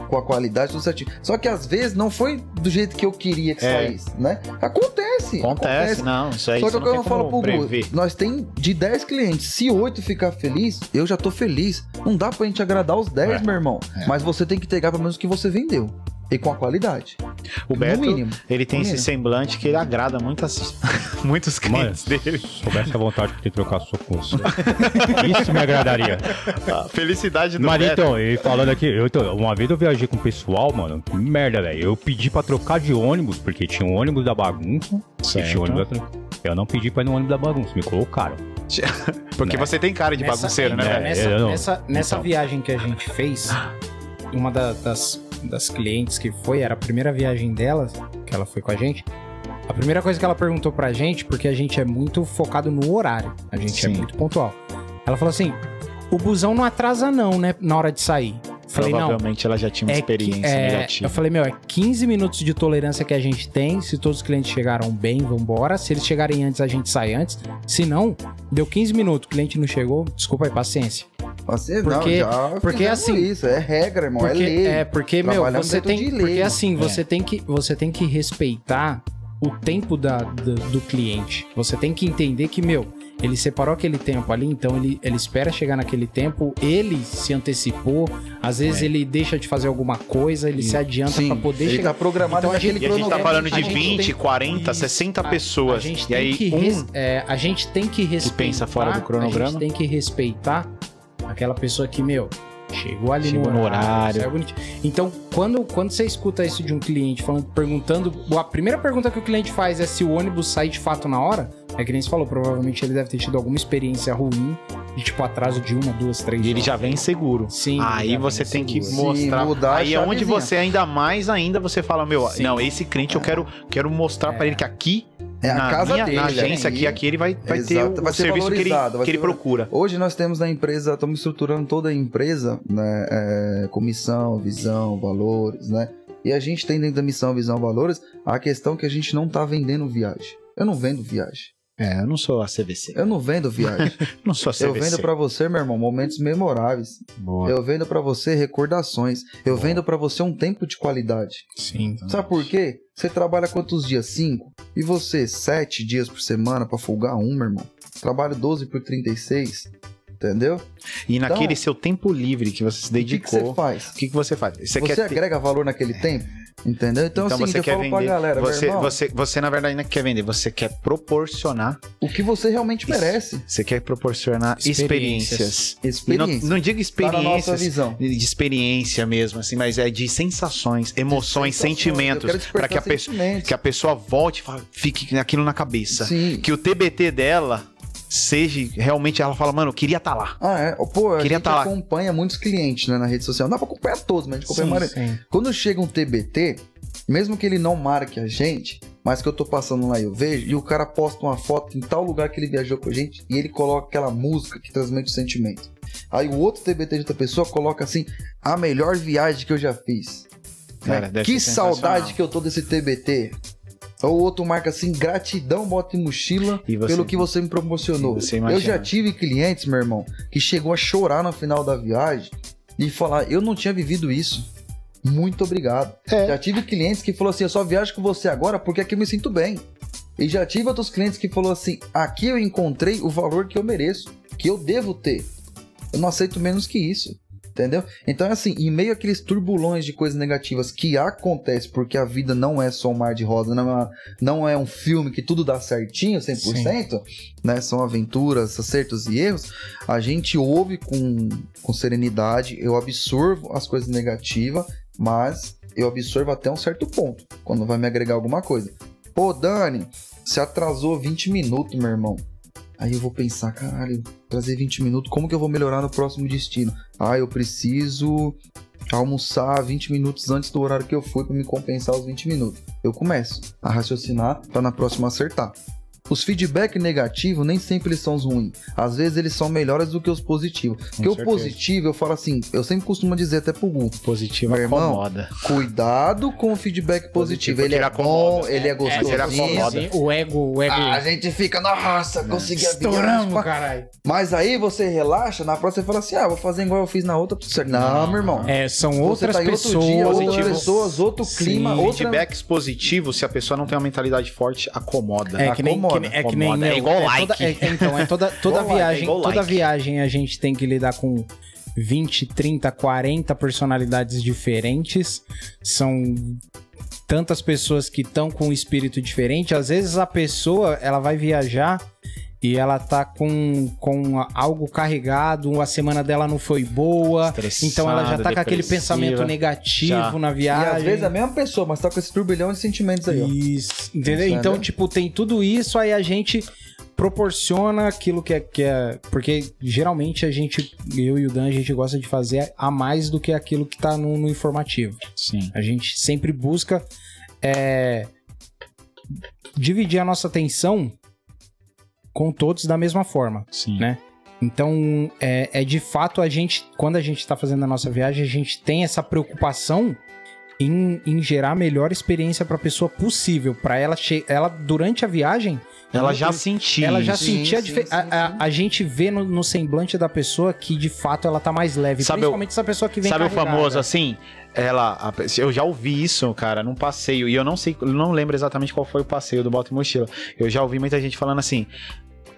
[SPEAKER 4] com a qualidade do certinho. Só que às vezes não foi do jeito que eu queria que
[SPEAKER 1] É.
[SPEAKER 4] saísse, né? Acontece.
[SPEAKER 1] Acontece, não. Isso aí
[SPEAKER 4] Só que
[SPEAKER 1] você
[SPEAKER 4] o que eu
[SPEAKER 1] não tem
[SPEAKER 4] falo pro
[SPEAKER 1] como
[SPEAKER 4] Gu,
[SPEAKER 1] prever.
[SPEAKER 4] nós tem de 10 clientes, se 8 ficar feliz, eu já tô feliz. Não dá pra gente agradar os 10,
[SPEAKER 1] É.
[SPEAKER 4] meu irmão. Mas você tem que entregar pelo menos o que você vendeu. E com a qualidade.
[SPEAKER 1] O
[SPEAKER 4] no
[SPEAKER 1] Beto,
[SPEAKER 4] mínimo.
[SPEAKER 1] ele tem esse
[SPEAKER 4] Mano.
[SPEAKER 1] semblante que ele agrada muitas, muitos clientes dele.
[SPEAKER 3] Soubesse a vontade que tem trocar soco com você. Isso me agradaria.
[SPEAKER 1] A felicidade do
[SPEAKER 3] Mas
[SPEAKER 1] Beto.
[SPEAKER 3] então, e falando aqui, eu, então, uma vez eu viajei com o pessoal, mano, que merda, velho. Eu pedi pra trocar de ônibus, porque tinha um ônibus da bagunça e tinha um ônibus da... Eu não pedi pra ir no ônibus da bagunça, me colocaram.
[SPEAKER 1] Porque
[SPEAKER 3] né?
[SPEAKER 1] você tem cara de bagunceiro, né,
[SPEAKER 3] né?
[SPEAKER 1] velho?
[SPEAKER 3] É, eu
[SPEAKER 2] Nessa,
[SPEAKER 3] não-
[SPEAKER 2] nessa, nessa
[SPEAKER 3] Então.
[SPEAKER 2] viagem que a gente fez, uma da- das, das clientes que foi, era a primeira viagem dela, que ela foi com a gente. A primeira coisa que ela perguntou pra gente, porque a gente é muito focado no horário, a gente é
[SPEAKER 1] Sim.
[SPEAKER 2] muito pontual. Ela falou assim: o busão não atrasa, não, né? Na hora de sair. Eu Falei, não,
[SPEAKER 1] Provavelmente ela já tinha uma
[SPEAKER 2] É que-
[SPEAKER 1] experiência
[SPEAKER 2] é, Eu
[SPEAKER 1] negativa.
[SPEAKER 2] falei, meu, é 15 minutos de tolerância que a gente tem. Se todos os clientes chegaram bem, vambora. Se eles chegarem antes, a gente sai antes. Se não, deu 15 minutos, o cliente não chegou, desculpa aí, paciência.
[SPEAKER 4] Assim,
[SPEAKER 2] Porque-
[SPEAKER 4] não, já
[SPEAKER 2] porque
[SPEAKER 4] fizemos
[SPEAKER 2] assim-
[SPEAKER 4] isso, é regra, irmão,
[SPEAKER 2] porque,
[SPEAKER 4] é lei.
[SPEAKER 2] é, porque, meu,
[SPEAKER 4] Trabalhamos
[SPEAKER 2] você
[SPEAKER 4] dentro
[SPEAKER 2] tem.
[SPEAKER 4] de lei,
[SPEAKER 2] Porque
[SPEAKER 4] mano.
[SPEAKER 2] assim,
[SPEAKER 1] É.
[SPEAKER 2] você tem que você tem que respeitar o tempo da, do, do cliente. Você tem que entender que, meu, ele separou aquele tempo ali, então ele, ele espera chegar naquele tempo, ele se antecipou, às
[SPEAKER 1] É.
[SPEAKER 2] vezes ele deixa de fazer alguma coisa, ele se adianta
[SPEAKER 4] Sim,
[SPEAKER 2] pra poder
[SPEAKER 4] ele
[SPEAKER 2] chegar.
[SPEAKER 4] tá programado
[SPEAKER 2] Então a
[SPEAKER 4] naquele
[SPEAKER 2] gente-
[SPEAKER 1] E a gente tá
[SPEAKER 4] cronograma.
[SPEAKER 1] falando de
[SPEAKER 2] A gente
[SPEAKER 1] 20,
[SPEAKER 2] tem-
[SPEAKER 1] 40,
[SPEAKER 2] Isso.
[SPEAKER 1] 60
[SPEAKER 2] A-
[SPEAKER 1] pessoas.
[SPEAKER 2] A gente
[SPEAKER 1] e
[SPEAKER 2] tem
[SPEAKER 1] aí,
[SPEAKER 2] que res-
[SPEAKER 1] um.
[SPEAKER 2] é, a gente tem que respeitar.
[SPEAKER 1] pensa fora do cronograma.
[SPEAKER 2] A gente tem que respeitar aquela pessoa que, meu, Chegou ali
[SPEAKER 1] Chegou
[SPEAKER 2] no
[SPEAKER 1] no
[SPEAKER 2] horário.
[SPEAKER 1] horário.
[SPEAKER 2] saiu bonitinho. Então, quando, quando você escuta isso de um cliente falando, perguntando, a primeira pergunta que o cliente faz é se o ônibus sai de fato na hora. É que nem você falou, provavelmente ele deve ter tido alguma experiência ruim, de tipo atraso de uma, duas, três
[SPEAKER 1] E ele
[SPEAKER 2] horas.
[SPEAKER 1] já vem seguro.
[SPEAKER 2] Sim.
[SPEAKER 1] Aí
[SPEAKER 2] já
[SPEAKER 1] você
[SPEAKER 2] vem
[SPEAKER 1] tem que
[SPEAKER 2] seguro.
[SPEAKER 4] mo-
[SPEAKER 1] mostrar.
[SPEAKER 4] mudar a
[SPEAKER 1] aí é onde
[SPEAKER 4] chavezinha.
[SPEAKER 1] você ainda mais ainda você fala, meu,
[SPEAKER 2] Sim.
[SPEAKER 1] não, esse cliente eu quero, quero mostrar pra ele que aqui
[SPEAKER 4] É a
[SPEAKER 1] na
[SPEAKER 4] casa
[SPEAKER 1] minha,
[SPEAKER 4] dele.
[SPEAKER 1] na
[SPEAKER 4] né?
[SPEAKER 1] agência aqui,
[SPEAKER 4] E
[SPEAKER 1] aqui ele vai, vai ter
[SPEAKER 4] Exato,
[SPEAKER 1] o,
[SPEAKER 4] vai ser
[SPEAKER 1] serviço que ele,
[SPEAKER 4] valorizado, vai
[SPEAKER 1] que ele
[SPEAKER 4] ser-
[SPEAKER 1] procura.
[SPEAKER 4] Hoje nós temos na empresa, estamos estruturando toda a empresa, né? é, comissão, visão, valores, né? E a gente tem dentro da missão, visão, valores, a questão que a gente não tá vendendo viagem. Eu não vendo viagem.
[SPEAKER 1] É, eu não sou a CVC.
[SPEAKER 4] Eu não vendo viagem.
[SPEAKER 1] não sou a
[SPEAKER 4] eu vendo pra você, meu irmão, momentos memoráveis. Eu vendo pra você recordações. Eu vendo pra você um tempo de qualidade.
[SPEAKER 2] Sim.
[SPEAKER 4] Sabe por quê? Você trabalha quantos dias? Cinco. E você, sete dias por semana pra folgar um, meu irmão. Trabalho 12 por 36. Entendeu?
[SPEAKER 1] E
[SPEAKER 4] Então-
[SPEAKER 1] naquele seu tempo livre que você se
[SPEAKER 4] O que, que
[SPEAKER 1] dedicou,
[SPEAKER 4] você faz?
[SPEAKER 1] o que, que você faz? Você,
[SPEAKER 4] Você
[SPEAKER 1] quer ter-
[SPEAKER 4] agrega valor naquele tempo? Entendeu? Então,
[SPEAKER 1] Então
[SPEAKER 4] assim,
[SPEAKER 1] você
[SPEAKER 4] eu
[SPEAKER 1] quer
[SPEAKER 4] falo pra
[SPEAKER 1] vender.
[SPEAKER 4] galera, meu
[SPEAKER 1] você,
[SPEAKER 4] irmão,
[SPEAKER 1] você, você, na verdade, não é quer vender, você quer proporcionar.
[SPEAKER 4] o que você realmente
[SPEAKER 1] Isso.
[SPEAKER 4] merece.
[SPEAKER 1] Você quer proporcionar
[SPEAKER 2] Experiências.
[SPEAKER 1] experiências. E Não,
[SPEAKER 4] Experiência.
[SPEAKER 1] não diga
[SPEAKER 4] Tá na nossa
[SPEAKER 1] experiências
[SPEAKER 4] visão.
[SPEAKER 1] de experiência mesmo, assim, mas é de sensações, emoções,
[SPEAKER 4] Eu quero assim,
[SPEAKER 1] sentimentos,
[SPEAKER 4] despertar
[SPEAKER 1] para que, a pessoa-
[SPEAKER 4] sentimentos.
[SPEAKER 1] que a pessoa volte e fala- fique aquilo na cabeça.
[SPEAKER 4] Sim.
[SPEAKER 1] Que o TBT dela seja realmente ela fala, mano, eu queria estar lá.
[SPEAKER 4] Ah, é. Pô, a
[SPEAKER 1] Queria
[SPEAKER 4] gente
[SPEAKER 1] tá lá.
[SPEAKER 4] acompanha muitos clientes né, na rede social. Não dá pra acompanhar todos, mas a gente acompanha
[SPEAKER 2] Sim,
[SPEAKER 4] a maioria.
[SPEAKER 2] sim.
[SPEAKER 4] Quando chega um TBT, mesmo que ele não marque a gente, mas que eu tô passando lá e eu vejo, e o cara posta uma foto em tal lugar que ele viajou com a gente, e ele coloca aquela música que transmite o sentimento. Aí o outro TBT de outra pessoa coloca assim, a melhor viagem que eu já fiz.
[SPEAKER 1] Cara,
[SPEAKER 4] Né?
[SPEAKER 1] deve
[SPEAKER 4] que
[SPEAKER 1] ser
[SPEAKER 4] saudade
[SPEAKER 1] sensacional.
[SPEAKER 4] que eu tô desse TBT. Ou o outro marca assim, gratidão, bota em mochila
[SPEAKER 1] E você-
[SPEAKER 4] pelo que você me proporcionou.
[SPEAKER 1] Sim, você
[SPEAKER 4] eu
[SPEAKER 1] imagina.
[SPEAKER 4] já tive clientes, meu irmão, que chegou a chorar no final da viagem e falar, eu não tinha vivido isso. Muito obrigado.
[SPEAKER 1] É.
[SPEAKER 4] Já tive clientes que falou assim, eu só viajo com você agora porque aqui eu me sinto bem. E já tive outros clientes que falou assim, aqui eu encontrei o valor que eu mereço, que eu devo ter. Eu não aceito menos que isso. Entendeu? Então, é assim, em meio àqueles turbulões de coisas negativas que acontece porque a vida não é só um mar de rosa, não é, uma- não é um filme que tudo dá certinho, 100%, né? São aventuras, acertos e erros. A gente ouve com, com serenidade, eu absorvo as coisas negativas, mas eu absorvo até um certo ponto, quando vai me agregar alguma coisa. Pô, Dani, você atrasou 20 minutos, meu irmão. Aí eu vou pensar, caralho, trazer 20 minutos, como que eu vou melhorar no próximo destino? Ah, eu preciso almoçar 20 minutos antes do horário que eu fui para me compensar os 20 minutos. Eu começo a raciocinar para na próxima acertar. Os feedback negativos nem sempre eles são os ruins. Às vezes eles são melhores do que os positivos. Porque o
[SPEAKER 1] certeza.
[SPEAKER 4] positivo, eu falo assim, eu sempre costumo dizer até pro Gu,
[SPEAKER 1] Positivo
[SPEAKER 4] Meu irmão,
[SPEAKER 1] acomoda.
[SPEAKER 4] cuidado com o feedback positivo.
[SPEAKER 1] Positivo,
[SPEAKER 4] Ele é
[SPEAKER 1] tirar
[SPEAKER 4] bom,
[SPEAKER 1] acomoda,
[SPEAKER 4] ele é
[SPEAKER 1] É, tirar
[SPEAKER 4] gostosinho.
[SPEAKER 1] acomoda.
[SPEAKER 2] Sim, o ego,
[SPEAKER 1] É
[SPEAKER 2] o ego.
[SPEAKER 4] Ah, a gente fica, nossa,
[SPEAKER 1] Ah,
[SPEAKER 4] consegui a viagem,
[SPEAKER 2] estouramos,
[SPEAKER 4] pá.
[SPEAKER 2] caralho.
[SPEAKER 4] Mas aí você relaxa, na próxima você fala assim: ah, vou fazer igual eu fiz na outra. Não, meu irmão.
[SPEAKER 2] É, são
[SPEAKER 4] Você
[SPEAKER 2] outras
[SPEAKER 4] tá em outro
[SPEAKER 2] pessoas.
[SPEAKER 4] dia, outras
[SPEAKER 1] Positivo.
[SPEAKER 4] pessoas, outro
[SPEAKER 2] Sim.
[SPEAKER 4] clima, outra.
[SPEAKER 1] Feedbacks positivos, se a pessoa não tem uma mentalidade forte, acomoda.
[SPEAKER 4] Tá
[SPEAKER 2] É que nem, que,
[SPEAKER 4] Acomoda,
[SPEAKER 2] é que nem
[SPEAKER 1] acomoda. É
[SPEAKER 2] eu.
[SPEAKER 1] igual like.
[SPEAKER 2] toda- é- é, então, é toda, toda
[SPEAKER 1] Igual like, é
[SPEAKER 2] viagem,
[SPEAKER 1] igual
[SPEAKER 2] toda
[SPEAKER 1] like.
[SPEAKER 2] viagem a gente tem que lidar com 20, 30, 40 personalidades diferentes. São tantas pessoas que estão com um espírito diferente. Às vezes a pessoa, ela vai viajar e ela tá com, com algo carregado, a semana dela não foi boa. Então ela já tá com aquele pensamento negativo
[SPEAKER 1] Já.
[SPEAKER 2] na
[SPEAKER 4] E
[SPEAKER 2] viagem.
[SPEAKER 4] às vezes é a mesma pessoa, mas tá com esse turbilhão de sentimentos aí, ó.
[SPEAKER 2] Isso, entendeu?
[SPEAKER 4] Entendeu?
[SPEAKER 2] Então, tipo, tem tudo isso, aí a gente proporciona aquilo que é, que é- Porque geralmente a gente, eu e o Dan, a gente gosta de fazer a mais do que aquilo que tá no, no informativo.
[SPEAKER 1] Sim.
[SPEAKER 2] A gente sempre busca é, dividir a nossa atenção com todos da mesma forma.
[SPEAKER 1] Sim.
[SPEAKER 2] Né? Então, é, é de fato a gente, quando a gente está fazendo a nossa viagem, a gente tem essa preocupação em, em gerar a melhor experiência para a pessoa possível, para ela, che- ela durante a viagem,
[SPEAKER 1] Ela já sentiu.
[SPEAKER 2] ela já
[SPEAKER 4] sim,
[SPEAKER 2] sentir a
[SPEAKER 4] sim,
[SPEAKER 2] diferença.
[SPEAKER 4] sim,
[SPEAKER 2] A, a gente vê no, no semblante da pessoa que de fato ela tá mais leve,
[SPEAKER 1] Sabe
[SPEAKER 2] principalmente essa pessoa que vem
[SPEAKER 1] Sabe o
[SPEAKER 2] carregada.
[SPEAKER 1] famoso assim? Ela. a pe- Eu já ouvi isso, cara, num passeio. E eu não sei, eu não lembro exatamente qual foi o passeio do Bota e Mochila. Eu já ouvi muita gente falando assim: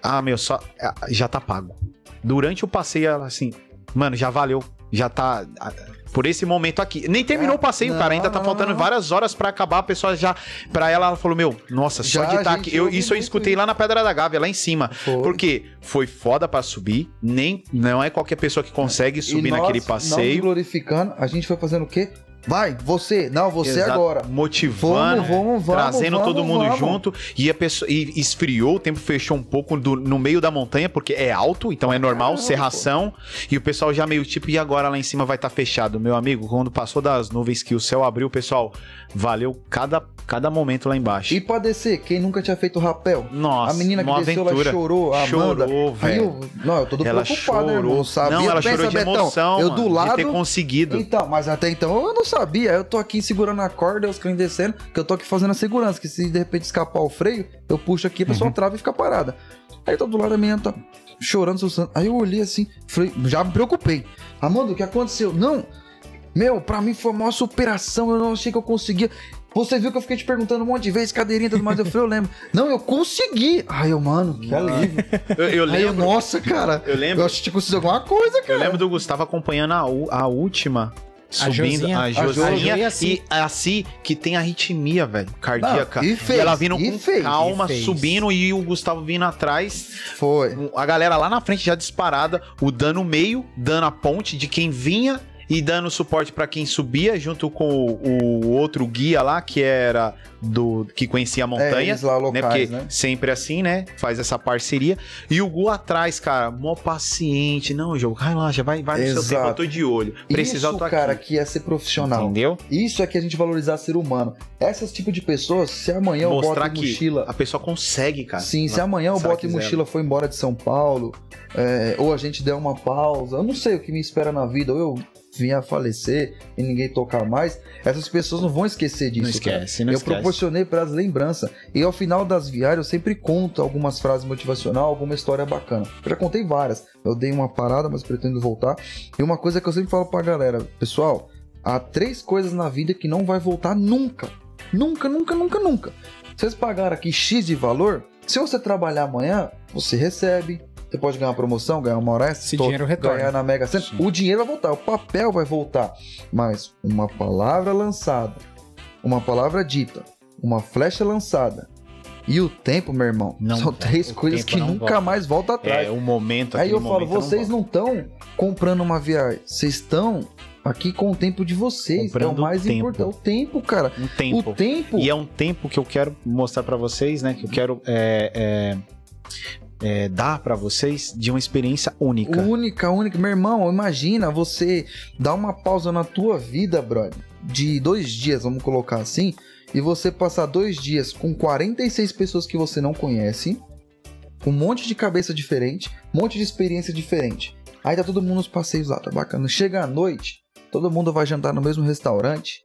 [SPEAKER 1] Ah, meu, só. ah, Já tá pago. Durante o passeio, ela assim, mano, já valeu Já tá ah, por esse momento aqui. Nem terminou o passeio,
[SPEAKER 4] não,
[SPEAKER 1] cara. Ainda tá
[SPEAKER 4] É, não,
[SPEAKER 1] faltando
[SPEAKER 4] não.
[SPEAKER 1] várias horas pra acabar. A pessoa já. Pra ela, ela falou: Meu, nossa, só
[SPEAKER 4] Já,
[SPEAKER 1] de estar
[SPEAKER 4] gente,
[SPEAKER 1] aqui. Eu-
[SPEAKER 4] eu ouvi
[SPEAKER 1] isso eu
[SPEAKER 4] muito
[SPEAKER 1] escutei lá na Pedra da Gávea, lá em cima.
[SPEAKER 4] Foi.
[SPEAKER 1] Porque foi foda pra subir. Nem, não é qualquer pessoa que consegue subir
[SPEAKER 4] É. E nós
[SPEAKER 1] naquele
[SPEAKER 4] Não nos
[SPEAKER 1] passeio.
[SPEAKER 4] glorificando, a gente foi fazendo o quê? Vai, você, não, você
[SPEAKER 1] Exato,
[SPEAKER 4] agora.
[SPEAKER 1] Motivando.
[SPEAKER 4] vamos,
[SPEAKER 1] trazendo
[SPEAKER 4] vamos,
[SPEAKER 1] todo mundo
[SPEAKER 4] vamos.
[SPEAKER 1] junto e a pessoa e esfriou, o tempo fechou um pouco do- no meio da montanha porque é alto, então é normal
[SPEAKER 4] Caramba,
[SPEAKER 1] serração e o pessoal já meio tipo e agora lá em cima vai estar fechado, meu amigo. Quando passou das nuvens que o céu abriu, pessoal, valeu cada cada momento lá embaixo.
[SPEAKER 4] E pra descer, quem nunca tinha feito rapel?
[SPEAKER 1] Nossa,
[SPEAKER 4] a menina que
[SPEAKER 1] uma
[SPEAKER 4] desceu,
[SPEAKER 1] aventura.
[SPEAKER 4] ela chorou, a Amanda.
[SPEAKER 1] chorou,
[SPEAKER 4] Aí
[SPEAKER 1] velho.
[SPEAKER 4] eu, não, eu tô todo
[SPEAKER 1] Ela
[SPEAKER 4] preocupado, né, irmão?
[SPEAKER 1] chorou.
[SPEAKER 4] Eu sabia,
[SPEAKER 1] Não, ela
[SPEAKER 4] pensa,
[SPEAKER 1] chorou de
[SPEAKER 4] Betão,
[SPEAKER 1] emoção,
[SPEAKER 4] eu
[SPEAKER 1] mano,
[SPEAKER 4] do lado.
[SPEAKER 1] de ter conseguido.
[SPEAKER 4] Então, mas até então eu não sabia. Eu tô aqui segurando a corda, os cães descendo, que eu tô aqui fazendo a segurança, que se de repente escapar o freio, eu puxo aqui, a pessoa
[SPEAKER 1] Uhum.
[SPEAKER 4] trava e fica parada. Aí eu tô do lado da menina, tá chorando, sussando. Aí eu olhei assim, falei, já me preocupei. Amanda, o que aconteceu? Não, meu, pra mim foi a maior superação, eu não achei que eu conseguia. Você viu que eu fiquei te perguntando um monte de vezes, cadeirinha e tudo mais, eu falei, eu lembro. Não, eu consegui. Ai, eu, mano, que alívio.
[SPEAKER 1] Eu, eu
[SPEAKER 4] Aí eu,
[SPEAKER 1] lembro,
[SPEAKER 4] nossa, cara.
[SPEAKER 1] né? eu
[SPEAKER 4] Eu
[SPEAKER 1] lembro,
[SPEAKER 4] acho que tinha conseguido alguma coisa,
[SPEAKER 1] eu
[SPEAKER 4] cara.
[SPEAKER 1] lembro do Gustavo acompanhando a, u- a última subindo
[SPEAKER 2] Josinha.
[SPEAKER 1] a
[SPEAKER 2] A
[SPEAKER 1] Josinha
[SPEAKER 2] Jo e a Si.
[SPEAKER 1] e a Si que tem arritmia, velho, cardíaca.
[SPEAKER 4] Não, e fez,
[SPEAKER 1] ela vindo
[SPEAKER 4] e
[SPEAKER 1] com
[SPEAKER 4] fez,
[SPEAKER 1] calma,
[SPEAKER 2] e fez.
[SPEAKER 1] subindo e o Gustavo vindo atrás.
[SPEAKER 4] Foi.
[SPEAKER 1] A galera lá na frente já disparada, o dano meio, dando a ponte de quem vinha e dando suporte pra quem subia, junto com o, o outro guia lá, que era do que conhecia a
[SPEAKER 4] É,
[SPEAKER 1] montanha.
[SPEAKER 4] eles lá
[SPEAKER 1] né?
[SPEAKER 4] locais,
[SPEAKER 1] Porque
[SPEAKER 4] né?
[SPEAKER 1] sempre assim, né? Faz essa parceria. E o Gu atrás, cara, mó paciente. Não, jogo, vai lá, já vai, vai no seu
[SPEAKER 4] Exato.
[SPEAKER 1] tempo, eu tô de olho. Precisar, eu
[SPEAKER 4] Isso,
[SPEAKER 1] tô aqui.
[SPEAKER 4] cara, que é ser profissional.
[SPEAKER 1] Entendeu?
[SPEAKER 4] Isso é que a gente valorizar ser humano. Essas tipo de pessoas, se amanhã eu
[SPEAKER 1] Mostrar
[SPEAKER 4] boto em
[SPEAKER 1] que
[SPEAKER 4] mochila.
[SPEAKER 1] a pessoa consegue, cara.
[SPEAKER 4] Sim, se amanhã eu
[SPEAKER 1] se ela
[SPEAKER 4] boto em
[SPEAKER 1] quiser.
[SPEAKER 4] mochila foi embora de São Paulo, é, ou a gente der uma pausa, eu não sei o que me espera na vida, ou eu vim a falecer e ninguém tocar mais, essas pessoas não vão esquecer disso.
[SPEAKER 1] Não
[SPEAKER 4] cara.
[SPEAKER 1] esquece, não
[SPEAKER 4] eu
[SPEAKER 1] esquece.
[SPEAKER 4] proporcionei para as lembranças. E ao final das viagens eu sempre conto algumas frases motivacionais, alguma história bacana. Eu já contei várias. Eu dei uma parada, mas pretendo voltar. E uma coisa que eu sempre falo pra galera, pessoal, há três coisas na vida que não vai voltar nunca. Nunca, nunca, nunca, nunca. Vocês pagaram aqui X de valor, se você trabalhar amanhã, você recebe. Você pode ganhar uma promoção, ganhar uma hora extra,
[SPEAKER 2] Esse
[SPEAKER 4] to-
[SPEAKER 2] dinheiro retorna.
[SPEAKER 4] ganhar na Mega Sena.
[SPEAKER 2] Sim.
[SPEAKER 4] O dinheiro vai voltar, o papel vai voltar. Mas uma palavra lançada, uma palavra dita, uma flecha lançada e o tempo, meu irmão,
[SPEAKER 1] Não
[SPEAKER 4] são
[SPEAKER 1] volta.
[SPEAKER 4] três
[SPEAKER 1] O
[SPEAKER 4] coisas
[SPEAKER 1] tempo
[SPEAKER 4] que
[SPEAKER 1] não
[SPEAKER 4] nunca
[SPEAKER 1] volta.
[SPEAKER 4] mais volta atrás.
[SPEAKER 1] É, o momento
[SPEAKER 4] Aí
[SPEAKER 1] aquele
[SPEAKER 4] eu falo,
[SPEAKER 1] momento,
[SPEAKER 4] vocês não estão comprando uma viagem, vocês estão aqui com o tempo de vocês. é
[SPEAKER 1] Comprando
[SPEAKER 4] o mais
[SPEAKER 1] tempo.
[SPEAKER 4] importante, o tempo, cara.
[SPEAKER 1] Um tempo.
[SPEAKER 4] O tempo.
[SPEAKER 1] E é um tempo que eu quero mostrar pra vocês, né? Que eu quero é, é, é, dar pra vocês de uma experiência única.
[SPEAKER 4] Única, única. Meu irmão, imagina você dar uma pausa na tua vida, brother, de dois dias, vamos colocar assim, e você passar dois dias com 46 pessoas que você não conhece, com um monte de cabeça diferente, um monte de experiência diferente. Aí tá todo mundo nos passeios lá, tá bacana. Chega à noite, todo mundo vai jantar no mesmo restaurante,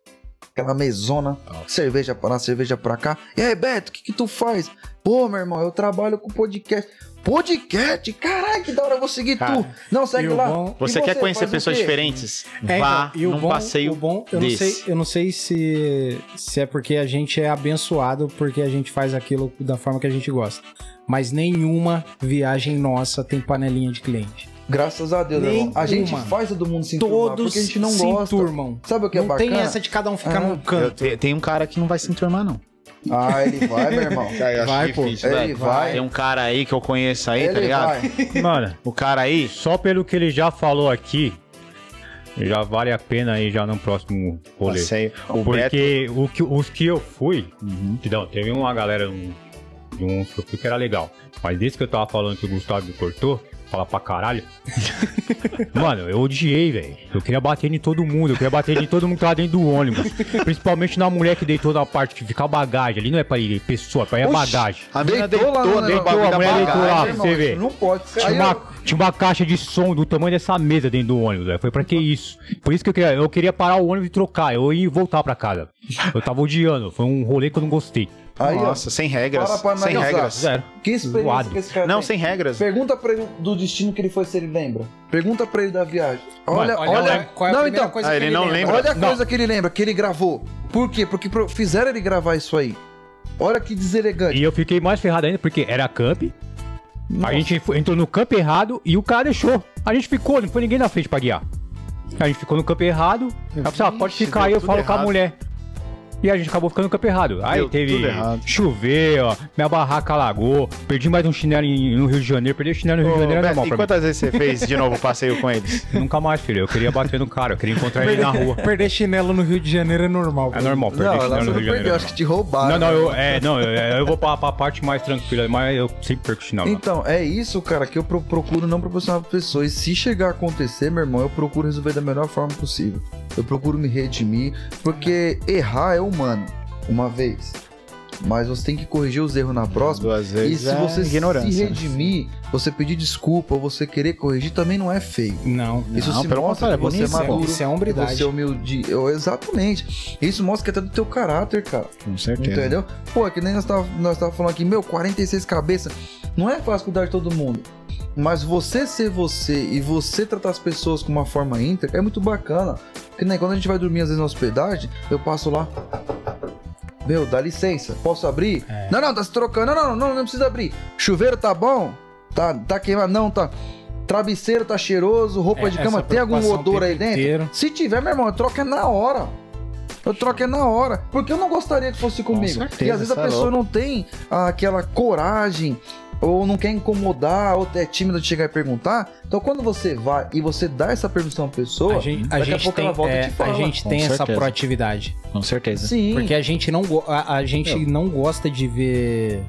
[SPEAKER 4] aquela mesona, cerveja pra lá, cerveja pra cá. E aí, Beto, o que, que tu faz? Pô, meu irmão, eu trabalho com podcast. Podcast? Caralho, que da hora, eu vou seguir
[SPEAKER 1] Cara,
[SPEAKER 4] tu. Não,
[SPEAKER 2] E
[SPEAKER 4] segue
[SPEAKER 2] o
[SPEAKER 4] lá.
[SPEAKER 2] bom-
[SPEAKER 1] Você,
[SPEAKER 4] E
[SPEAKER 1] quer conhecer
[SPEAKER 4] faz o
[SPEAKER 1] pessoas
[SPEAKER 4] quê?
[SPEAKER 1] diferentes?
[SPEAKER 2] É,
[SPEAKER 1] Vá
[SPEAKER 2] então, e o
[SPEAKER 1] num
[SPEAKER 2] bom-
[SPEAKER 1] passeio.
[SPEAKER 2] o bom, eu não sei,
[SPEAKER 1] desse.
[SPEAKER 2] eu não sei se, se é porque a gente é abençoado porque a gente faz aquilo da forma que a gente gosta. Mas nenhuma viagem nossa tem panelinha de cliente.
[SPEAKER 4] Graças a Deus,
[SPEAKER 2] Nem
[SPEAKER 4] irmão. A gente
[SPEAKER 2] uma.
[SPEAKER 4] faz todo mundo se enturmar,
[SPEAKER 2] Todos
[SPEAKER 4] porque a gente não
[SPEAKER 2] se
[SPEAKER 4] gosta.
[SPEAKER 2] enturmam.
[SPEAKER 4] Sabe o que é
[SPEAKER 2] não
[SPEAKER 4] bacana?
[SPEAKER 2] tem essa de cada um ficar
[SPEAKER 4] Ah.
[SPEAKER 2] num
[SPEAKER 1] É. Eu
[SPEAKER 2] canto.
[SPEAKER 1] te- tem um cara que não vai se enturmar, não.
[SPEAKER 4] Ah, ele vai, meu irmão.
[SPEAKER 1] tá
[SPEAKER 2] Vai, pô.
[SPEAKER 4] Ele vai.
[SPEAKER 1] Tem um cara aí que eu conheço aí,
[SPEAKER 4] ele
[SPEAKER 1] tá ligado?
[SPEAKER 4] vai.
[SPEAKER 3] Mano,
[SPEAKER 1] O cara aí.
[SPEAKER 3] só pelo que ele já falou aqui, já vale a pena aí já no próximo rolê.
[SPEAKER 1] passeio, o Beto.
[SPEAKER 3] Porque o que, os que eu fui,
[SPEAKER 1] Uhum.
[SPEAKER 3] não, teve uma galera um, de uns que eu fui que era legal. Mas desse que eu tava falando que o Gustavo me cortou, fala pra caralho. Mano, eu odiei, velho. Eu queria bater em todo mundo, eu queria bater em todo mundo que tava dentro do ônibus. Principalmente na mulher que deitou na parte que fica a bagagem. Ali não é pra ir pessoa, pra ir a
[SPEAKER 1] Oxi,
[SPEAKER 3] bagagem.
[SPEAKER 1] A menina
[SPEAKER 4] Deitou
[SPEAKER 1] deitou,
[SPEAKER 4] lá
[SPEAKER 1] deitou,
[SPEAKER 4] no-
[SPEAKER 1] deitou,
[SPEAKER 3] a
[SPEAKER 1] a
[SPEAKER 3] mulher
[SPEAKER 1] mulher
[SPEAKER 3] deitou lá.
[SPEAKER 4] Meu irmão,
[SPEAKER 3] você vê.
[SPEAKER 4] isso Não pode ser.
[SPEAKER 3] Tinha
[SPEAKER 4] Aí
[SPEAKER 3] uma,
[SPEAKER 4] eu-
[SPEAKER 3] tinha uma caixa de som do tamanho dessa mesa dentro do ônibus. velho. Foi pra que isso? Por isso que eu queria, eu queria parar o ônibus e trocar. Eu ia voltar pra casa. Eu tava odiando. Foi um rolê que eu não gostei.
[SPEAKER 4] Aí, ó,
[SPEAKER 1] Nossa, sem regras.
[SPEAKER 4] Para pra
[SPEAKER 1] Sem
[SPEAKER 4] analisar.
[SPEAKER 1] regras.
[SPEAKER 3] Zero.
[SPEAKER 4] que experiência
[SPEAKER 3] zoado.
[SPEAKER 4] que esse cara
[SPEAKER 1] Não,
[SPEAKER 4] tem.
[SPEAKER 1] sem regras.
[SPEAKER 4] Pergunta pra ele do destino que ele foi, se ele lembra. Pergunta pra ele da viagem. Olha,
[SPEAKER 3] Mano,
[SPEAKER 4] olha.
[SPEAKER 2] qual é a
[SPEAKER 4] não,
[SPEAKER 2] primeira
[SPEAKER 4] então,
[SPEAKER 2] coisa
[SPEAKER 1] Ah,
[SPEAKER 2] que
[SPEAKER 1] ele não lembra.
[SPEAKER 4] olha a
[SPEAKER 3] Não.
[SPEAKER 4] coisa que ele lembra, que ele gravou. Por quê? Porque pro- fizeram ele gravar isso aí. Olha que deselegante.
[SPEAKER 3] E eu fiquei mais ferrado ainda porque era camp. A gente fo- entrou no camp errado e o cara deixou. A gente ficou, não foi ninguém na frente pra guiar. A gente ficou no campo errado. Ela falou assim, ah, pode ficar aí, eu falo com a mulher. E a gente acabou ficando no campo errado. Aí
[SPEAKER 1] Deu
[SPEAKER 3] teve
[SPEAKER 1] tudo errado.
[SPEAKER 3] choveu, ó, minha barraca alagou, perdi mais um chinelo em- no Rio de Janeiro, perdi o chinelo no Rio de Janeiro é
[SPEAKER 1] Ô,
[SPEAKER 3] normal
[SPEAKER 1] Beto,
[SPEAKER 3] pra
[SPEAKER 1] e quantas vezes você fez de novo o passeio com eles?
[SPEAKER 3] mim. Nunca mais, filho. Eu queria bater no cara, eu queria encontrar ele na rua.
[SPEAKER 2] Perder chinelo no Rio de Janeiro é normal.
[SPEAKER 3] É normal, perder
[SPEAKER 4] Não,
[SPEAKER 3] chinelo
[SPEAKER 4] ela
[SPEAKER 3] no
[SPEAKER 4] só
[SPEAKER 3] Rio
[SPEAKER 4] não
[SPEAKER 3] de Janeiro.
[SPEAKER 4] perdeu,
[SPEAKER 3] é
[SPEAKER 4] acho que
[SPEAKER 3] normal.
[SPEAKER 4] te roubaram.
[SPEAKER 3] Não, não, eu,
[SPEAKER 4] né?
[SPEAKER 3] é, não, eu, eu vou pra, pra parte mais tranquila, mas eu sempre perco o chinelo.
[SPEAKER 4] Então, é isso, cara, que eu pro- procuro não proporcionar pra pessoas. Se chegar a acontecer, meu irmão, eu procuro resolver da melhor forma possível. Eu procuro me redimir, porque errar é humano, uma vez. Mas você tem que corrigir os erros na próxima.
[SPEAKER 1] Duas
[SPEAKER 4] E
[SPEAKER 1] vezes.
[SPEAKER 4] se
[SPEAKER 1] é
[SPEAKER 4] você se
[SPEAKER 1] ignorância.
[SPEAKER 4] redimir, você pedir desculpa ou você querer corrigir também não é feio.
[SPEAKER 2] Não.
[SPEAKER 4] Isso
[SPEAKER 1] Não,
[SPEAKER 4] se
[SPEAKER 1] pelo
[SPEAKER 4] mostra
[SPEAKER 1] contrário,
[SPEAKER 4] que você é
[SPEAKER 1] bonito,
[SPEAKER 4] maduro,
[SPEAKER 2] Isso é
[SPEAKER 4] que
[SPEAKER 2] hombridade.
[SPEAKER 4] você é humilde. Eu- Exatamente. Isso mostra que é até do teu caráter, cara.
[SPEAKER 1] Com certeza.
[SPEAKER 4] Entendeu? Pô, é que nem nós tava, nós tava falando aqui, meu, 46 cabeças. Não é fácil cuidar de todo mundo. Mas você ser você e você tratar as pessoas com uma forma íntegra é muito bacana. Porque nem quando a gente vai dormir, às vezes, na hospedagem, eu passo lá. Meu, dá licença, posso abrir?
[SPEAKER 2] É.
[SPEAKER 4] Não, não, tá se trocando. Não, não, não, não precisa abrir. Chuveiro tá bom? Tá, tá queimado? Não, tá. Travesseiro tá cheiroso, roupa
[SPEAKER 2] É,
[SPEAKER 4] de cama,
[SPEAKER 2] essa
[SPEAKER 4] tem algum
[SPEAKER 2] preocupação o
[SPEAKER 4] odor aí
[SPEAKER 2] tempo
[SPEAKER 4] dentro?
[SPEAKER 2] inteiro.
[SPEAKER 4] Se tiver, meu irmão, troca na hora. Eu troco é na hora. Porque eu não gostaria que fosse comigo.
[SPEAKER 1] certeza,
[SPEAKER 4] e às vezes a
[SPEAKER 1] você é
[SPEAKER 4] pessoa não tem ah, aquela coragem, ou não quer incomodar, ou é tímida de chegar e perguntar. Então quando você vai e você dá essa permissão à pessoa,
[SPEAKER 2] A gente, a
[SPEAKER 4] daqui a
[SPEAKER 2] gente
[SPEAKER 4] pouco
[SPEAKER 2] tem,
[SPEAKER 4] ela volta
[SPEAKER 2] é,
[SPEAKER 4] e te fala.
[SPEAKER 2] a gente
[SPEAKER 1] Com
[SPEAKER 2] tem essa
[SPEAKER 1] certeza.
[SPEAKER 2] proatividade.
[SPEAKER 1] Com certeza.
[SPEAKER 4] Sim.
[SPEAKER 2] Porque a gente não, go- a, a gente não gosta de ver.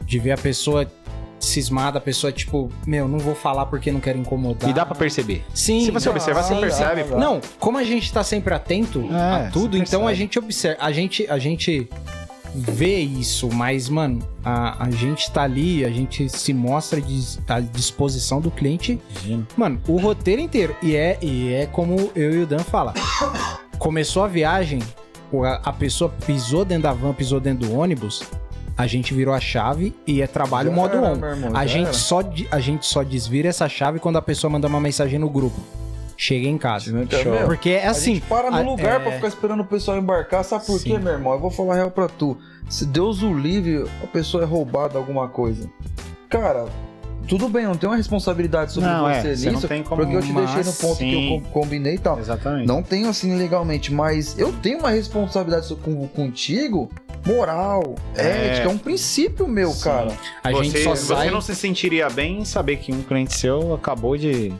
[SPEAKER 2] De ver a pessoa cismada, a pessoa tipo, meu, não vou falar porque não quero incomodar.
[SPEAKER 1] E dá pra perceber.
[SPEAKER 2] Sim,
[SPEAKER 1] Se você
[SPEAKER 2] não,
[SPEAKER 1] observar, você
[SPEAKER 2] sim.
[SPEAKER 1] percebe. pô.
[SPEAKER 2] Não, como a gente tá sempre atento
[SPEAKER 1] É,
[SPEAKER 2] a tudo,
[SPEAKER 1] você
[SPEAKER 2] então
[SPEAKER 1] percebe.
[SPEAKER 2] a gente observa, a gente, a gente vê isso, mas, mano, a, a gente tá ali, a gente se mostra dis- à disposição do cliente, mano, o roteiro inteiro. E é, e é como eu e o Dan fala. Começou a viagem, pô, a, a pessoa pisou dentro da van, pisou dentro do ônibus, a gente virou a chave e é trabalho
[SPEAKER 4] Já
[SPEAKER 2] modo
[SPEAKER 4] era,
[SPEAKER 2] on.
[SPEAKER 4] meu irmão,
[SPEAKER 2] A
[SPEAKER 4] já
[SPEAKER 2] gente,
[SPEAKER 4] era.
[SPEAKER 2] só, de- a gente só desvira essa chave quando a pessoa manda uma mensagem no grupo. Cheguei em casa.
[SPEAKER 4] então, Meu, a
[SPEAKER 2] Porque é assim.
[SPEAKER 4] gente para no
[SPEAKER 2] a-
[SPEAKER 4] lugar
[SPEAKER 2] é,
[SPEAKER 4] pra ficar esperando o pessoal embarcar. Sabe por
[SPEAKER 2] Sim.
[SPEAKER 4] quê, meu irmão? Eu vou falar a real pra tu. Se Deus o livre, a pessoa é roubada alguma coisa. Cara, tudo bem, eu não tem uma responsabilidade sobre
[SPEAKER 1] Não, é,
[SPEAKER 4] você
[SPEAKER 1] você não
[SPEAKER 4] nisso.
[SPEAKER 1] tem como-
[SPEAKER 4] porque eu te deixei no
[SPEAKER 1] mas
[SPEAKER 4] ponto que
[SPEAKER 1] sim.
[SPEAKER 4] eu com- combinei e tal.
[SPEAKER 1] Exatamente.
[SPEAKER 4] Não tenho assim legalmente, mas eu tenho uma responsabilidade so- com, contigo moral,
[SPEAKER 1] É.
[SPEAKER 4] ética, é um princípio meu,
[SPEAKER 1] Sim.
[SPEAKER 4] cara.
[SPEAKER 2] A
[SPEAKER 1] você,
[SPEAKER 2] gente só
[SPEAKER 1] você
[SPEAKER 2] sai. É,
[SPEAKER 1] não se sentiria bem em saber que um cliente seu acabou de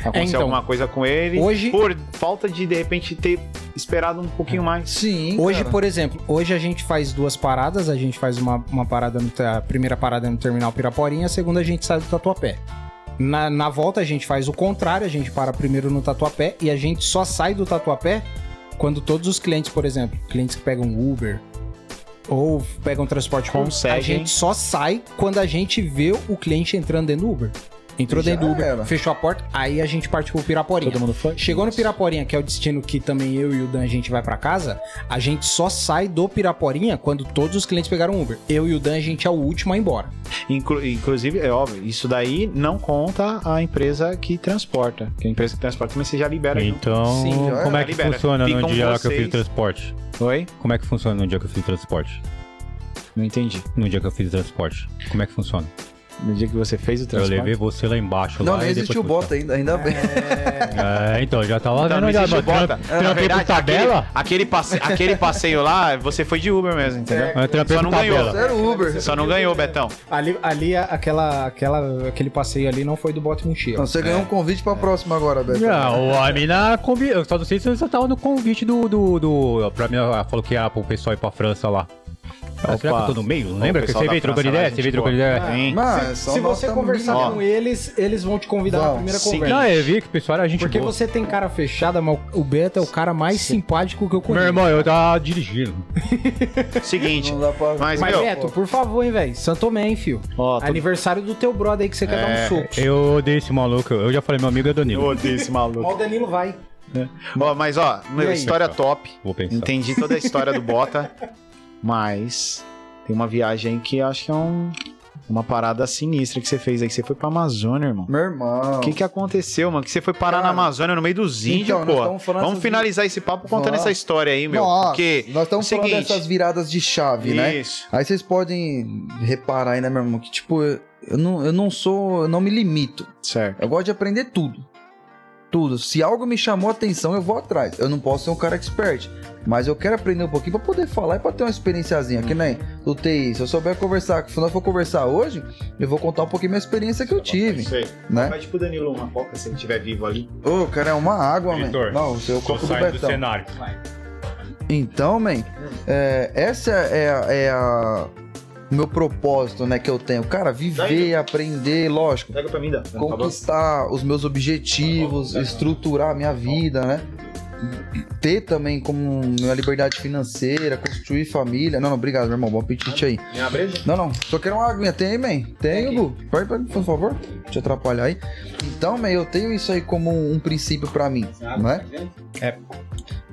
[SPEAKER 1] acontecer
[SPEAKER 2] então,
[SPEAKER 1] alguma coisa com ele
[SPEAKER 2] hoje-
[SPEAKER 1] por falta de, de repente, ter esperado um pouquinho mais.
[SPEAKER 4] Sim.
[SPEAKER 2] Hoje,
[SPEAKER 4] cara.
[SPEAKER 2] por exemplo, hoje a gente faz duas paradas. A gente faz uma, uma parada, no, te- a primeira parada é no terminal Piraporinha, a segunda a gente sai do Tatuapé. Na, na volta a gente faz o contrário, a gente para primeiro no Tatuapé e a gente só sai do Tatuapé quando todos os clientes, por exemplo, clientes que pegam Uber ou pegam transporte público, a
[SPEAKER 1] Conseguem.
[SPEAKER 2] gente só sai quando a gente vê o cliente entrando dentro do Uber. Entrou
[SPEAKER 4] Já
[SPEAKER 2] dentro do Uber,
[SPEAKER 4] era.
[SPEAKER 2] fechou a porta, aí a gente parte pro Piraporinha.
[SPEAKER 1] mundo foi?
[SPEAKER 2] Chegou no Piraporinha, que é o destino que também eu e o Dan a gente vai pra casa, a gente só sai do Piraporinha quando todos os clientes pegaram Uber. Eu e o Dan a gente é o último a ir embora.
[SPEAKER 1] Inclu- inclusive, é óbvio, isso daí não conta a empresa que transporta. Que a empresa que transporta, mas você já libera. junto.
[SPEAKER 3] Então,
[SPEAKER 2] Sim,
[SPEAKER 4] já
[SPEAKER 3] como
[SPEAKER 1] era.
[SPEAKER 3] é que
[SPEAKER 1] Libera.
[SPEAKER 3] funciona
[SPEAKER 1] Ficam
[SPEAKER 3] no dia lá que eu
[SPEAKER 1] vocês.
[SPEAKER 3] fiz o transporte?
[SPEAKER 1] Oi?
[SPEAKER 3] Como é que funciona no dia que eu fiz o transporte?
[SPEAKER 1] Não entendi.
[SPEAKER 3] No dia que eu fiz o transporte. Como é que funciona?
[SPEAKER 1] No dia que você fez o
[SPEAKER 3] Eu
[SPEAKER 1] transporte.
[SPEAKER 3] levei você lá embaixo.
[SPEAKER 4] Não,
[SPEAKER 3] lá,
[SPEAKER 4] não
[SPEAKER 3] e
[SPEAKER 4] existe o
[SPEAKER 3] depois
[SPEAKER 4] bota ainda, ainda bem.
[SPEAKER 3] É, então, já tava
[SPEAKER 1] Então,
[SPEAKER 3] vendo
[SPEAKER 1] não
[SPEAKER 3] já,
[SPEAKER 1] existe o
[SPEAKER 3] tramp-
[SPEAKER 1] bota.
[SPEAKER 3] trampei
[SPEAKER 1] Na
[SPEAKER 3] por
[SPEAKER 1] verdade, tá
[SPEAKER 3] tabela.
[SPEAKER 1] Aquele, passe- aquele passeio lá, você foi de Uber mesmo, entendeu?
[SPEAKER 3] Eu trampei
[SPEAKER 1] Só não
[SPEAKER 3] por
[SPEAKER 1] ganhou.
[SPEAKER 3] tabela.
[SPEAKER 4] Zero
[SPEAKER 2] É.
[SPEAKER 4] Uber.
[SPEAKER 1] Só não ganhou, Betão.
[SPEAKER 2] Ali, ali a- aquela, aquela, aquele passeio ali não foi do Bote Mochila.
[SPEAKER 4] Então, você
[SPEAKER 1] é.
[SPEAKER 4] ganhou um convite pra próxima agora, Beto.
[SPEAKER 3] Não, a mina convi... Eu só não sei se você tava no convite do. do, do... Pra mim, ela falou que ia pro pessoal ir pra França lá. Ah, Será que eu tô no meio? Não
[SPEAKER 1] Opa,
[SPEAKER 3] lembra
[SPEAKER 1] o
[SPEAKER 3] que
[SPEAKER 1] pessoal
[SPEAKER 3] você
[SPEAKER 1] da
[SPEAKER 3] veio trocando
[SPEAKER 1] França lá,
[SPEAKER 3] ideia?
[SPEAKER 1] gente
[SPEAKER 3] Você veio
[SPEAKER 1] boa.
[SPEAKER 3] trocando ideia?
[SPEAKER 1] Hein?
[SPEAKER 4] Mas,
[SPEAKER 2] Se você conversar
[SPEAKER 1] Ó.
[SPEAKER 2] com eles, eles vão te convidar
[SPEAKER 4] Vão,
[SPEAKER 2] na primeira
[SPEAKER 1] sim.
[SPEAKER 2] conversa.
[SPEAKER 3] Não, eu vi que o pessoal era gente
[SPEAKER 2] Porque
[SPEAKER 3] boa.
[SPEAKER 2] você tem cara fechada, mas o Beto é o cara mais simpático que eu
[SPEAKER 3] Meu
[SPEAKER 2] conheço.
[SPEAKER 3] irmão, eu tava dirigindo.
[SPEAKER 1] Seguinte,
[SPEAKER 4] Não dá pra...
[SPEAKER 1] Mas,
[SPEAKER 2] Mas,
[SPEAKER 1] meu,
[SPEAKER 2] Beto, por favor, hein, velho. Santomé, hein, fio.
[SPEAKER 1] ó, tô...
[SPEAKER 2] Aniversário do teu brother aí que você quer dar um soco.
[SPEAKER 3] Eu odeio esse maluco. Eu já falei, meu amigo é
[SPEAKER 1] eu
[SPEAKER 3] Danilo.
[SPEAKER 1] odeio esse maluco.
[SPEAKER 2] Ó, o Danilo vai.
[SPEAKER 1] Ó, mas ó, meu,
[SPEAKER 2] E aí?
[SPEAKER 1] história top.
[SPEAKER 3] Vou pensar.
[SPEAKER 1] Entendi toda a história do Bota, mas tem uma viagem que acho que é um- uma parada sinistra que você fez aí. que Você foi pra Amazônia, irmão.
[SPEAKER 4] Meu irmão.
[SPEAKER 1] O que, que aconteceu, mano? Que você foi parar
[SPEAKER 4] Cara,
[SPEAKER 1] na Amazônia no meio dos
[SPEAKER 3] então,
[SPEAKER 1] índios,
[SPEAKER 4] nós
[SPEAKER 1] pô.
[SPEAKER 4] tamo falando
[SPEAKER 1] Vamos
[SPEAKER 4] de-
[SPEAKER 1] finalizar esse papo contando
[SPEAKER 4] Ó.
[SPEAKER 1] essa história aí, meu.
[SPEAKER 4] Nossa,
[SPEAKER 1] porque.
[SPEAKER 4] Nós estamos
[SPEAKER 1] é o
[SPEAKER 4] falando
[SPEAKER 1] seguinte-
[SPEAKER 4] dessas viradas de chave, né?
[SPEAKER 1] Isso.
[SPEAKER 4] Aí vocês podem reparar aí, né, meu irmão? Que tipo, eu eu não, eu não sou. Eu não me limito.
[SPEAKER 1] Certo.
[SPEAKER 4] Eu gosto de aprender tudo. tudo. Se algo me chamou a atenção, eu vou atrás. Eu não posso ser um cara expert, mas eu quero aprender um pouquinho pra poder falar e pra ter uma experienciazinha. Que nem do TI. Se eu souber conversar, se eu for conversar hoje, eu vou contar um pouquinho minha experiência que eu tive,
[SPEAKER 5] Isso aí.
[SPEAKER 4] né?
[SPEAKER 5] Vai tipo Danilo uma coca se ele estiver vivo ali.
[SPEAKER 4] Ô, cara, é uma água, man.
[SPEAKER 3] Vitor,
[SPEAKER 4] Não, o seu
[SPEAKER 3] Só
[SPEAKER 4] copo do
[SPEAKER 3] sai do
[SPEAKER 4] Betão.
[SPEAKER 3] cenário.
[SPEAKER 4] Então, man, é, essa é, a- é a meu propósito, né, que eu tenho. Cara, viver, aprender, lógico,
[SPEAKER 5] Pega pra mim, Dan.
[SPEAKER 4] conquistar os meus
[SPEAKER 5] Tá
[SPEAKER 4] objetivos, estruturar a minha vida, né? Ter também como minha liberdade financeira, construir família. Não, não, obrigado, meu irmão. Bom apetite aí.
[SPEAKER 5] Minha breja?
[SPEAKER 4] Não, não. Só quero uma aguinha. Tem, man? Tem, Hugo? Pode, pode, por favor. Te atrapalhar aí. Então, man, eu tenho isso aí como um princípio pra mim, né?
[SPEAKER 1] É.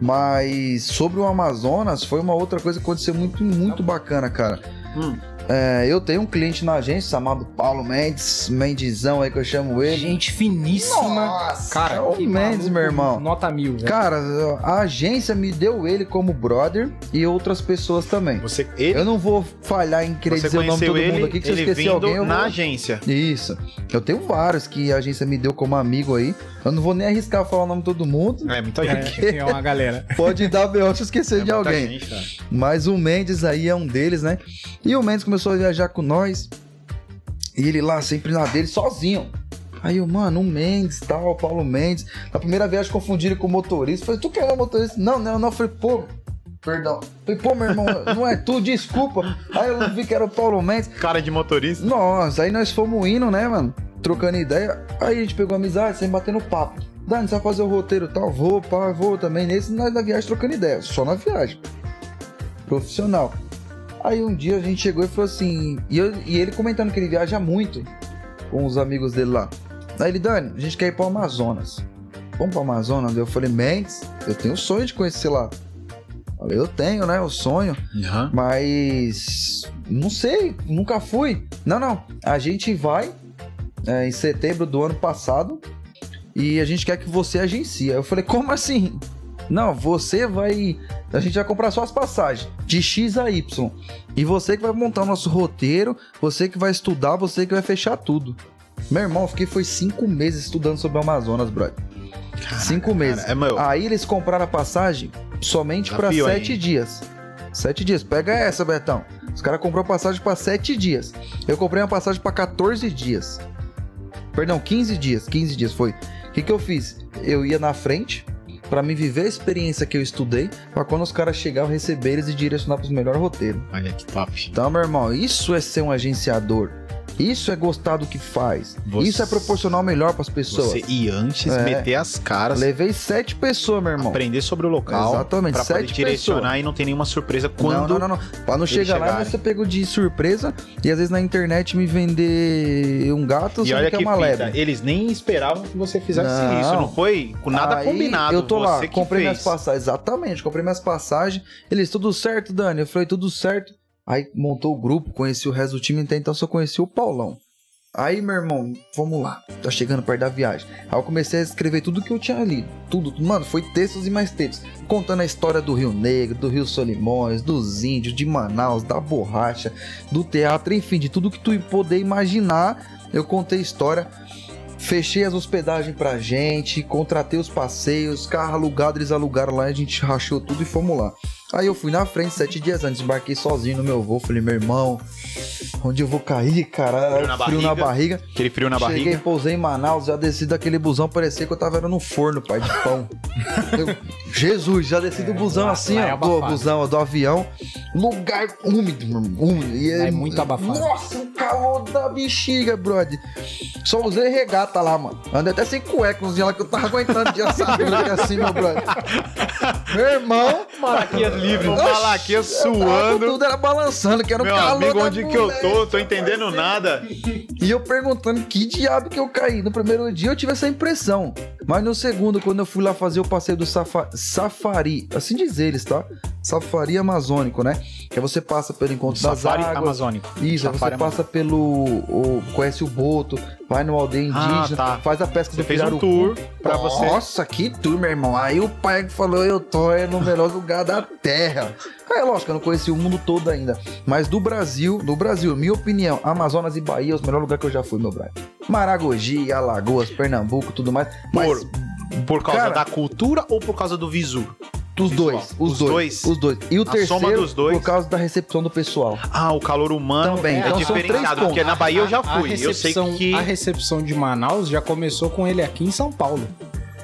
[SPEAKER 4] Mas sobre o Amazonas, foi uma outra coisa que aconteceu muito, muito bacana, cara.
[SPEAKER 5] Hum.
[SPEAKER 4] É, eu tenho um cliente na agência chamado Paulo Mendes, Mendizão aí que eu chamo ele.
[SPEAKER 2] Gente finíssima. cara,
[SPEAKER 4] ô
[SPEAKER 2] que
[SPEAKER 4] Mendes,
[SPEAKER 2] maluco,
[SPEAKER 4] meu irmão.
[SPEAKER 2] Nota mil, né? velho.
[SPEAKER 4] Cara, a agência me deu ele como brother e outras pessoas também.
[SPEAKER 5] Você, ele,
[SPEAKER 4] Eu não vou falhar em querer
[SPEAKER 1] Você
[SPEAKER 4] dizer o nome de
[SPEAKER 1] conheceu
[SPEAKER 4] todo
[SPEAKER 1] ele,
[SPEAKER 4] mundo aqui, que se eu
[SPEAKER 1] ele
[SPEAKER 4] esquecer
[SPEAKER 1] vindo
[SPEAKER 4] alguém, eu
[SPEAKER 1] na
[SPEAKER 4] vou...
[SPEAKER 1] agência.
[SPEAKER 4] Isso. Eu tenho vários que a agência me deu como amigo aí. Eu não vou nem arriscar falar o nome de todo mundo.
[SPEAKER 1] É, muita gente.
[SPEAKER 2] É, tem uma galera.
[SPEAKER 4] Pode dar B.O. se eu esquecer de
[SPEAKER 1] É muita
[SPEAKER 4] alguém.
[SPEAKER 1] gente, cara.
[SPEAKER 4] Mas o Mendes aí é um deles, né? E o Mendes começou a viajar com nós. E ele lá, sempre na dele, sozinho. Aí eu, mano, o Mendes tal, o Paulo Mendes. Na primeira viagem confundiram com o motorista. Falei, tu que é o motorista? Não, não, não. Eu Falei, pô, perdão. Falei, pô, meu irmão, não é tu, desculpa. Aí eu vi que era o Paulo Mendes.
[SPEAKER 1] Cara de motorista.
[SPEAKER 4] Nossa, aí nós fomos indo, né, mano? Trocando ideia. Aí a gente pegou amizade, sem batendo papo. Dani, você vai fazer o roteiro e tal? Vou, pá, vou também. Nesse, nós na viagem trocando ideia. Só na viagem. Profissional. Aí um dia a gente chegou e falou assim. E, eu- e ele comentando que ele viaja muito com os amigos dele lá. Aí ele, Dani, a gente quer ir pro Amazonas. Vamos pro Amazonas? Eu falei, Mendes, eu tenho o sonho de conhecer lá. Falei, eu tenho, né? O sonho. Mas não sei, nunca fui. Não, não. A gente vai é, em setembro do ano passado e a gente quer que você agencia. Eu falei, como assim? Não, você vai. A gente vai comprar só as passagens, de X a Y. E você que vai montar o nosso roteiro, você que vai estudar, você que vai fechar tudo. Meu irmão, eu fiquei foi cinco meses estudando sobre o Amazonas, brother. cinco meses.
[SPEAKER 1] É, meu.
[SPEAKER 4] Aí eles compraram a passagem somente para
[SPEAKER 1] Desafio,
[SPEAKER 4] sete
[SPEAKER 1] hein?
[SPEAKER 4] dias. Sete dias. Pega essa, Betão. Os caras compraram passagem para sete dias. Eu comprei uma passagem para 14 dias. Perdão, 15 dias. 15 dias foi. O que, que eu fiz? Eu ia na frente para me viver a experiência que eu estudei, para quando os caras chegavam receber eles e direcionar para os melhores roteiros.
[SPEAKER 1] Olha que top.
[SPEAKER 4] Então, meu irmão, isso é ser um agenciador. Isso é gostar do que faz.
[SPEAKER 1] Você-
[SPEAKER 4] Isso é proporcionar o melhor para as pessoas.
[SPEAKER 1] Você ir antes,
[SPEAKER 4] É.
[SPEAKER 1] meter as caras,
[SPEAKER 4] Levei sete pessoas, meu irmão.
[SPEAKER 1] aprender sobre o local.
[SPEAKER 4] Exatamente,
[SPEAKER 1] Pra poder
[SPEAKER 4] sete
[SPEAKER 1] direcionar e não ter nenhuma surpresa
[SPEAKER 4] Não,
[SPEAKER 1] quando.
[SPEAKER 4] Não, não, não. Pra não chegar lá,
[SPEAKER 1] chegarem.
[SPEAKER 4] você pegou de surpresa e às vezes na internet me vender um gato,
[SPEAKER 1] E
[SPEAKER 4] sendo
[SPEAKER 1] olha
[SPEAKER 4] que
[SPEAKER 1] que
[SPEAKER 4] é uma
[SPEAKER 1] fita,
[SPEAKER 4] lebre.
[SPEAKER 1] eles nem esperavam que você fizesse
[SPEAKER 4] Não.
[SPEAKER 1] isso. Não foi com nada
[SPEAKER 4] Aí,
[SPEAKER 1] combinado.
[SPEAKER 4] Eu tô
[SPEAKER 1] você
[SPEAKER 4] lá,
[SPEAKER 1] que
[SPEAKER 4] comprei
[SPEAKER 1] fez.
[SPEAKER 4] minhas passagens. Exatamente, comprei minhas passagens. Eles, tudo certo, Dani? Eu falei, tudo certo. Aí montou o grupo, conheci o resto do time, até então só conheci o Paulão. Aí, meu irmão, vamos lá. Tá chegando perto da viagem. Aí eu comecei a escrever tudo que eu tinha lido. Tudo, tudo. mano, foi textos e mais textos. Contando a história do Rio Negro, do Rio Solimões, dos índios, de Manaus, da borracha, do teatro, enfim, de tudo que tu poder imaginar. Eu contei história. Fechei as hospedagens pra gente, contratei os passeios, carro alugado, eles alugaram lá, a gente rachou tudo e fomos lá. Aí eu fui na frente sete dias antes, embarquei sozinho no meu voo, falei, meu irmão, onde eu vou cair, cara?
[SPEAKER 1] Frio na
[SPEAKER 4] Frio na
[SPEAKER 1] barriga.
[SPEAKER 4] barriga.
[SPEAKER 1] Aquele frio na
[SPEAKER 4] Cheguei,
[SPEAKER 1] barriga.
[SPEAKER 4] pousei em Manaus, já desci daquele busão, parecia que eu tava era num forno, pai, de pão. Eu- Jesus, já desci do busão
[SPEAKER 2] lá-
[SPEAKER 4] assim,
[SPEAKER 2] lá é
[SPEAKER 4] ó, do
[SPEAKER 2] abafado.
[SPEAKER 4] busão, ó, do avião. Lugar úmido, meu irmão, úmido. E
[SPEAKER 2] Lá é muito abafado.
[SPEAKER 4] Nossa, o calor da bexiga, brother. Só usei regata lá, mano. Andei até sem cueca nos dias lá que eu tava aguentando de assadura aqui assim, meu brother. Meu irmão,
[SPEAKER 1] Malaquias Tá livre. Malaquias
[SPEAKER 4] tava com
[SPEAKER 1] suando.
[SPEAKER 4] tudo era balançando, que era o
[SPEAKER 1] Meu
[SPEAKER 4] calor
[SPEAKER 1] amigo,
[SPEAKER 4] da
[SPEAKER 1] onde que eu
[SPEAKER 4] moléstia,
[SPEAKER 1] tô? Tô entendendo nada.
[SPEAKER 4] e eu perguntando que diabo que eu caí. No primeiro dia eu tive essa impressão. Mas no segundo, quando eu fui lá fazer o passeio do safa- safari, assim diz eles, tá? Safari amazônico, né? Que aí você passa pelo encontro
[SPEAKER 5] Safari
[SPEAKER 4] das águas.
[SPEAKER 5] amazônico.
[SPEAKER 4] Isso, aí você
[SPEAKER 5] Safari
[SPEAKER 4] passa pelo. o- conhece o Boto, vai no aldeia indígena,
[SPEAKER 1] tá.
[SPEAKER 4] faz a pesca
[SPEAKER 1] Você
[SPEAKER 4] do
[SPEAKER 1] fez um
[SPEAKER 4] pirarucu.
[SPEAKER 1] tour pra você.
[SPEAKER 4] Nossa, que turma, irmão. Aí o pai falou, eu tô é no melhor lugar da terra. É lógico, eu não conheci o mundo todo ainda. Mas do Brasil, do Brasil, minha opinião, Amazonas e Bahia é os melhores lugares que eu já fui, meu brother. Maragogi, Alagoas, Pernambuco, tudo mais. Mas
[SPEAKER 1] Moro. Por causa
[SPEAKER 4] Cara-
[SPEAKER 1] da cultura ou por causa do visu?
[SPEAKER 4] Os
[SPEAKER 1] Visual.
[SPEAKER 4] dois, os,
[SPEAKER 1] Os
[SPEAKER 4] dois,
[SPEAKER 1] dois.
[SPEAKER 4] Os dois. E o
[SPEAKER 1] A
[SPEAKER 4] terceiro,
[SPEAKER 1] soma dos dois.
[SPEAKER 4] por causa da recepção do pessoal.
[SPEAKER 1] Ah, o calor humano
[SPEAKER 4] Também,
[SPEAKER 1] é
[SPEAKER 4] então são três
[SPEAKER 1] diferenciado. Porque
[SPEAKER 4] pontos.
[SPEAKER 1] na Bahia eu já
[SPEAKER 2] A- a
[SPEAKER 1] fui. Eu sei
[SPEAKER 2] recepção-
[SPEAKER 1] que.
[SPEAKER 2] A recepção de Manaus já começou com ele aqui em São Paulo.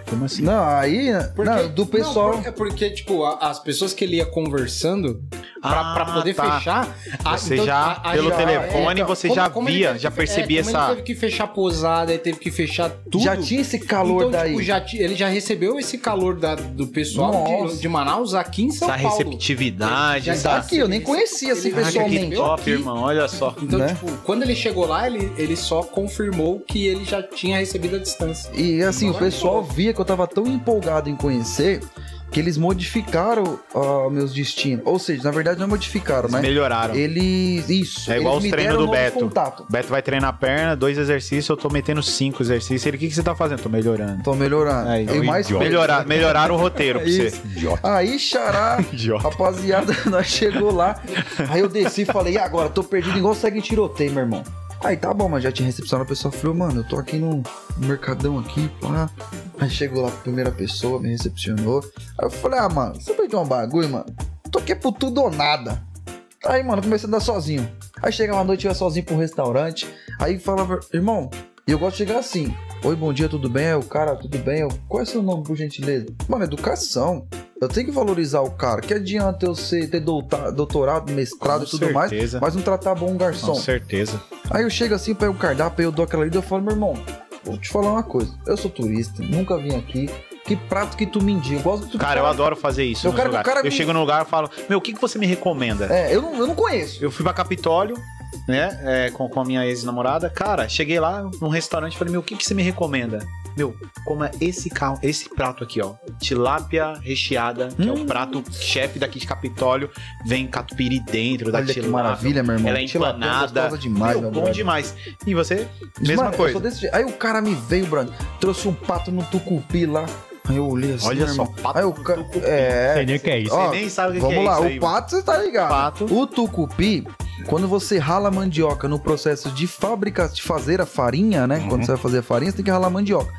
[SPEAKER 1] Como assim?
[SPEAKER 4] Não, aí.
[SPEAKER 2] Porque-
[SPEAKER 4] não, do pessoal.
[SPEAKER 2] Não, por- é porque, tipo, a- as pessoas que ele ia conversando pra,
[SPEAKER 1] Ah,
[SPEAKER 2] pra poder
[SPEAKER 1] tá.
[SPEAKER 2] fechar. a-
[SPEAKER 1] Você
[SPEAKER 2] então,
[SPEAKER 1] já,
[SPEAKER 2] a- a-
[SPEAKER 1] pelo
[SPEAKER 4] já-
[SPEAKER 1] telefone,
[SPEAKER 4] é, então,
[SPEAKER 1] você
[SPEAKER 2] como-
[SPEAKER 1] já
[SPEAKER 2] como ele
[SPEAKER 1] via,
[SPEAKER 2] teve
[SPEAKER 1] já
[SPEAKER 2] que-
[SPEAKER 1] percebia
[SPEAKER 2] é, como
[SPEAKER 1] essa.
[SPEAKER 2] Ele teve que fechar a pousada, ele teve que fechar tudo.
[SPEAKER 4] Já tinha esse calor
[SPEAKER 2] então,
[SPEAKER 4] daí.
[SPEAKER 2] tipo, já ti- ele já recebeu esse calor da- do pessoal
[SPEAKER 4] Nossa.
[SPEAKER 2] de, de Manaus aqui em São
[SPEAKER 1] essa
[SPEAKER 2] Paulo.
[SPEAKER 1] receptividade,
[SPEAKER 2] Já
[SPEAKER 1] essa. Ah,
[SPEAKER 4] Tá aqui, eu nem conhecia assim
[SPEAKER 2] Caraca, que
[SPEAKER 1] que
[SPEAKER 4] pessoalmente.
[SPEAKER 2] top,
[SPEAKER 1] top, irmão. Olha só.
[SPEAKER 2] Então,
[SPEAKER 4] né?
[SPEAKER 2] tipo, quando ele chegou lá, ele, ele só confirmou que ele já tinha recebido a distância.
[SPEAKER 4] E assim, o
[SPEAKER 2] Agora
[SPEAKER 4] pessoal via que eu tava tão empolgado em conhecer que eles modificaram ah, meus destinos. Ou seja, na verdade não é modificaram, mas
[SPEAKER 1] Melhoraram.
[SPEAKER 4] eles. Isso.
[SPEAKER 1] É igual
[SPEAKER 4] eles
[SPEAKER 1] os treinos do
[SPEAKER 4] novos
[SPEAKER 1] Beto.
[SPEAKER 4] Contato.
[SPEAKER 1] Beto vai treinar a perna, dois exercícios, eu tô metendo cinco exercícios. Ele, o que, que você tá fazendo? Tô melhorando.
[SPEAKER 4] Tô melhorando.
[SPEAKER 1] Aí,
[SPEAKER 4] e mais
[SPEAKER 3] idiota.
[SPEAKER 1] Melhorar, melhoraram o roteiro pra você.
[SPEAKER 4] Isso. Aí, xará,
[SPEAKER 1] Idiota.
[SPEAKER 4] rapaziada, nós chegou lá. Aí eu desci e falei, e agora? Tô perdido igual segue em tiroteio, meu irmão. Aí tá bom, mas já tinha recepção a pessoa falou, mano, eu tô aqui no mercadão aqui, pá. Aí chegou lá a primeira pessoa, me recepcionou. Aí eu falei, ah, mano, você perdeu um bagulho, mano? Tô aqui por tudo ou nada. Aí, mano, comecei a andar sozinho. Aí chegava à noite, eu ia sozinho pra um restaurante. Aí falava, irmão, e eu gosto de chegar assim. Oi, bom dia, tudo bem? É o cara, tudo bem? Eu, Qual é seu nome, por gentileza? Mano, educação. Eu tenho que valorizar o cara. Que adianta eu ser, ter douta- doutorado, mestrado
[SPEAKER 1] Com
[SPEAKER 4] e tudo mais,
[SPEAKER 1] certeza.
[SPEAKER 4] mas não tratar bom um garçom.
[SPEAKER 1] Com certeza.
[SPEAKER 4] Aí eu chego assim, pego o cardápio, aí eu dou aquela lida, eu falo, meu irmão, vou te falar uma coisa. Eu sou turista, nunca vim aqui. Que prato que tu me indica? Eu gosto do que tu
[SPEAKER 1] Cara, eu
[SPEAKER 4] fala.
[SPEAKER 1] adoro fazer isso.
[SPEAKER 4] Eu
[SPEAKER 1] nos
[SPEAKER 4] quero que o
[SPEAKER 1] lugares.
[SPEAKER 4] cara
[SPEAKER 1] eu
[SPEAKER 4] me-
[SPEAKER 1] chego no lugar e falo, meu, o que, que você me recomenda?
[SPEAKER 4] É, eu não, eu não conheço.
[SPEAKER 1] Eu fui pra Capitólio, né? é, com, com a minha ex-namorada. Cara, cheguei lá num restaurante e falei, meu, o que, que você me recomenda? Meu, coma esse carro, esse prato aqui, ó. Tilápia recheada, que é
[SPEAKER 4] Hum.
[SPEAKER 1] o prato chefe daqui de Capitólio. Vem catupiry dentro da
[SPEAKER 4] Olha que
[SPEAKER 1] tilápia.
[SPEAKER 4] maravilha, meu irmão.
[SPEAKER 1] Ela é
[SPEAKER 4] Tilápia
[SPEAKER 1] empanada.
[SPEAKER 4] gostosa demais,
[SPEAKER 1] meu,
[SPEAKER 4] meu
[SPEAKER 1] bom
[SPEAKER 4] brother.
[SPEAKER 1] demais. E você? Mesma
[SPEAKER 4] Mano, eu
[SPEAKER 1] coisa.
[SPEAKER 4] sou desse jeito. Aí o cara me veio, Bruno, trouxe um pato no tucupi lá. Aí eu olhei assim,
[SPEAKER 1] Olha
[SPEAKER 4] meu
[SPEAKER 1] só,
[SPEAKER 4] irmão.
[SPEAKER 1] pato
[SPEAKER 4] Aí o
[SPEAKER 1] no
[SPEAKER 4] cara.
[SPEAKER 1] tucupi.
[SPEAKER 3] Não
[SPEAKER 4] É.
[SPEAKER 3] sei nem o que é isso.
[SPEAKER 4] Ó,
[SPEAKER 1] Você nem sabe o que, que
[SPEAKER 4] Vamos
[SPEAKER 1] é
[SPEAKER 4] lá,
[SPEAKER 1] isso
[SPEAKER 4] o
[SPEAKER 1] aí,
[SPEAKER 4] pato você tá ligado.
[SPEAKER 1] Pato.
[SPEAKER 4] O tucupi, quando você rala a mandioca no processo de fábrica, de fazer a farinha, né? Quando você vai fazer a farinha, você tem que ralar a mandioca.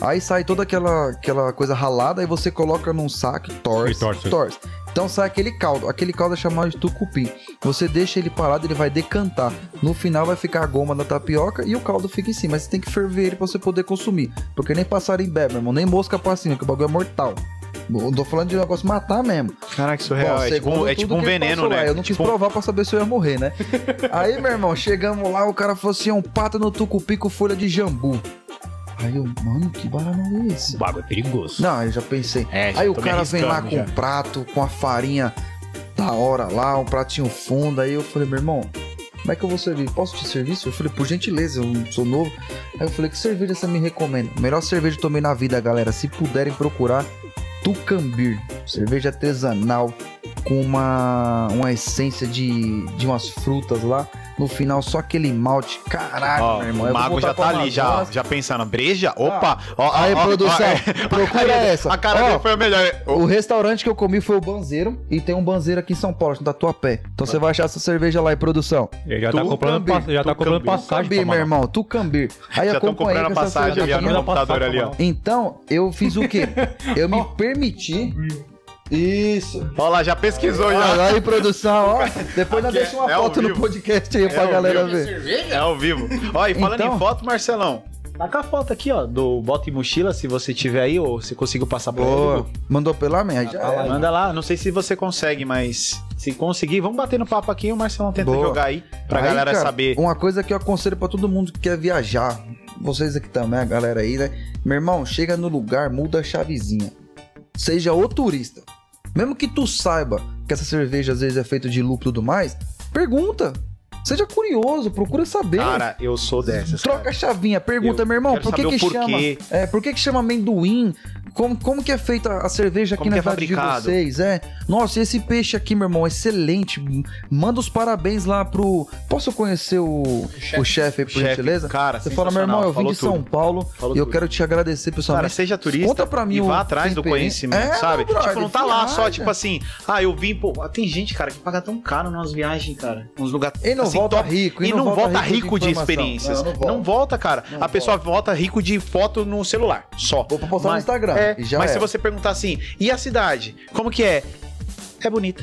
[SPEAKER 4] Aí sai toda aquela, aquela coisa ralada, aí você coloca num saco, torce,
[SPEAKER 3] E torce.
[SPEAKER 4] torce. Então sai aquele caldo. Aquele caldo é chamado de tucupi. Você deixa ele parado, ele vai decantar. No final vai ficar a goma da tapioca e o caldo fica em cima. Mas você tem que ferver ele pra você poder consumir. Porque nem passarinho bebe, meu irmão. Nem mosca passa cima, que o bagulho é mortal. Eu tô falando de um negócio matar mesmo.
[SPEAKER 1] Caraca, isso real. é tipo,
[SPEAKER 4] segundo
[SPEAKER 1] um- é
[SPEAKER 4] tudo
[SPEAKER 1] tipo um
[SPEAKER 4] que ele
[SPEAKER 1] veneno,
[SPEAKER 4] passou lá.
[SPEAKER 1] né?
[SPEAKER 4] Eu não quis
[SPEAKER 1] Tipo um-
[SPEAKER 4] provar pra saber se eu ia morrer, né? Aí, meu irmão, chegamos lá, o cara falou assim: é um pato no tucupi com folha de jambu. Aí eu, mano, que baralho é esse?
[SPEAKER 3] O bagulho é perigoso.
[SPEAKER 4] Não, eu já pensei.
[SPEAKER 1] É, já
[SPEAKER 4] aí o
[SPEAKER 1] tô me
[SPEAKER 4] cara vem lá
[SPEAKER 1] arriscando
[SPEAKER 4] com
[SPEAKER 1] já.
[SPEAKER 4] um prato, com a farinha da hora lá, um pratinho fundo. Aí eu falei, meu irmão, como é que eu vou servir? Posso te servir? Eu falei, por gentileza, eu não sou novo. Aí eu falei, que cerveja você me recomenda? Melhor cerveja que eu tomei na vida, galera. Se puderem procurar, Tucambir. Cerveja artesanal com uma, uma essência de, de umas frutas lá. No final, só aquele malte. Caralho,
[SPEAKER 1] Ó,
[SPEAKER 4] meu irmão.
[SPEAKER 1] o
[SPEAKER 4] eu vou
[SPEAKER 1] mago
[SPEAKER 4] voltar
[SPEAKER 1] já
[SPEAKER 4] pra
[SPEAKER 1] tá ali, já,
[SPEAKER 4] Amazonas.
[SPEAKER 1] já pensando, breja? Opa! ó, ó,
[SPEAKER 4] Aí,
[SPEAKER 1] ó, ó,
[SPEAKER 4] produção,
[SPEAKER 1] é.
[SPEAKER 4] procura essa.
[SPEAKER 1] A cara
[SPEAKER 4] Ó,
[SPEAKER 1] dele foi a melhor.
[SPEAKER 4] O restaurante que eu comi foi o Banzeiro e tem um Banzeiro aqui em São Paulo, no Tatuapé. Então você vai achar essa cerveja lá em produção.
[SPEAKER 3] Ele já tá
[SPEAKER 1] Tu
[SPEAKER 3] comprando,
[SPEAKER 1] também,
[SPEAKER 3] pass- já tá
[SPEAKER 1] tu
[SPEAKER 3] comprando
[SPEAKER 1] também.
[SPEAKER 3] passagem
[SPEAKER 4] Tucambir,
[SPEAKER 3] pra
[SPEAKER 4] meu
[SPEAKER 3] Manaus.
[SPEAKER 4] irmão, Tucambir. Aí
[SPEAKER 1] Já tão
[SPEAKER 4] acompanhei
[SPEAKER 1] comprando
[SPEAKER 4] com
[SPEAKER 1] a
[SPEAKER 4] essa
[SPEAKER 1] passagem
[SPEAKER 4] cerveja
[SPEAKER 1] ali, ó,
[SPEAKER 4] também.
[SPEAKER 1] no computador ali, ó.
[SPEAKER 4] Então, eu fiz o quê? Eu me permiti. Isso.
[SPEAKER 1] Ó lá, já
[SPEAKER 4] Ah,
[SPEAKER 1] pesquisou já.
[SPEAKER 4] Olha aí, produção, ó. Depois nós
[SPEAKER 1] Aqui é-
[SPEAKER 4] deixa uma
[SPEAKER 1] é ao
[SPEAKER 4] foto no
[SPEAKER 1] vivo.
[SPEAKER 4] podcast aí
[SPEAKER 1] É
[SPEAKER 4] pra
[SPEAKER 1] ao
[SPEAKER 4] galera
[SPEAKER 1] vivo.
[SPEAKER 4] ver.
[SPEAKER 1] É ao vivo. Ó, e falando
[SPEAKER 4] Então-
[SPEAKER 1] em foto, Marcelão. Taca Tá a foto aqui, ó, do Bota e Mochila, se você tiver aí, ou se conseguiu passar pra ele,
[SPEAKER 4] Boa.
[SPEAKER 1] Dudu.
[SPEAKER 4] Mandou pela minha, aí já
[SPEAKER 2] tá
[SPEAKER 4] era.
[SPEAKER 1] Manda lá, não sei se você consegue, mas se conseguir, vamos bater no papo aqui e o Marcelão tenta
[SPEAKER 4] Boa.
[SPEAKER 1] jogar aí pra
[SPEAKER 4] Aí,
[SPEAKER 1] galera
[SPEAKER 4] cara, um
[SPEAKER 1] saber.
[SPEAKER 4] Uma coisa que eu aconselho pra todo mundo que quer viajar, vocês aqui também, a galera aí, né? Meu irmão, chega no lugar, muda a chavezinha. Seja o turista. Mesmo que tu saiba que essa cerveja às vezes é feita de lúpulo e tudo mais, pergunta. Seja curioso, procura saber.
[SPEAKER 1] Cara, eu sou dessas.
[SPEAKER 4] Troca a chavinha, pergunta,
[SPEAKER 1] Eu
[SPEAKER 4] meu irmão,
[SPEAKER 1] quero
[SPEAKER 4] por que
[SPEAKER 1] saber
[SPEAKER 4] que
[SPEAKER 1] o
[SPEAKER 4] chama?
[SPEAKER 1] porquê.
[SPEAKER 4] É, por que que chama amendoim? Como, como que é feita a cerveja aqui
[SPEAKER 1] Como
[SPEAKER 4] na
[SPEAKER 1] que é
[SPEAKER 4] cidade de
[SPEAKER 1] fabricado?
[SPEAKER 4] vocês? É. Nossa, esse peixe aqui, meu irmão, excelente. Manda os parabéns lá pro. Posso conhecer o, o chefe aí, por
[SPEAKER 1] Chefe,
[SPEAKER 4] gentileza?
[SPEAKER 1] Cara, assim,
[SPEAKER 4] Você fala, meu irmão, eu vim
[SPEAKER 1] falou
[SPEAKER 4] de São
[SPEAKER 1] tudo.
[SPEAKER 4] Paulo
[SPEAKER 1] Falou
[SPEAKER 4] e eu
[SPEAKER 1] tudo.
[SPEAKER 4] quero te agradecer
[SPEAKER 1] Cara,
[SPEAKER 4] pessoalmente.
[SPEAKER 1] seja turista
[SPEAKER 4] Conta pra mim
[SPEAKER 1] e
[SPEAKER 4] o-
[SPEAKER 1] vá atrás
[SPEAKER 4] sua
[SPEAKER 1] do
[SPEAKER 4] experiência.
[SPEAKER 1] conhecimento,
[SPEAKER 4] É,
[SPEAKER 1] sabe?
[SPEAKER 4] brother,
[SPEAKER 1] tipo, não tá lá
[SPEAKER 4] viaja.
[SPEAKER 1] só, tipo assim, ah, eu vim, pô, tem gente, cara, que paga tão caro nas viagens, cara, nos lugares
[SPEAKER 4] Ele não
[SPEAKER 1] assim,
[SPEAKER 4] volta
[SPEAKER 1] top.
[SPEAKER 4] rico.
[SPEAKER 1] E,
[SPEAKER 4] ele
[SPEAKER 1] não, volta, rico de,
[SPEAKER 4] informação.
[SPEAKER 1] experiências.
[SPEAKER 4] Não,
[SPEAKER 1] Não,
[SPEAKER 4] não volta.
[SPEAKER 1] volta, cara.
[SPEAKER 4] Não
[SPEAKER 1] a pessoa volta rico de foto no celular, só.
[SPEAKER 4] Vou pra postar no
[SPEAKER 1] Mas-
[SPEAKER 4] Instagram.
[SPEAKER 1] É,
[SPEAKER 4] e já
[SPEAKER 1] mas
[SPEAKER 4] era.
[SPEAKER 1] se você perguntar assim, e a cidade? Como que é? É bonita.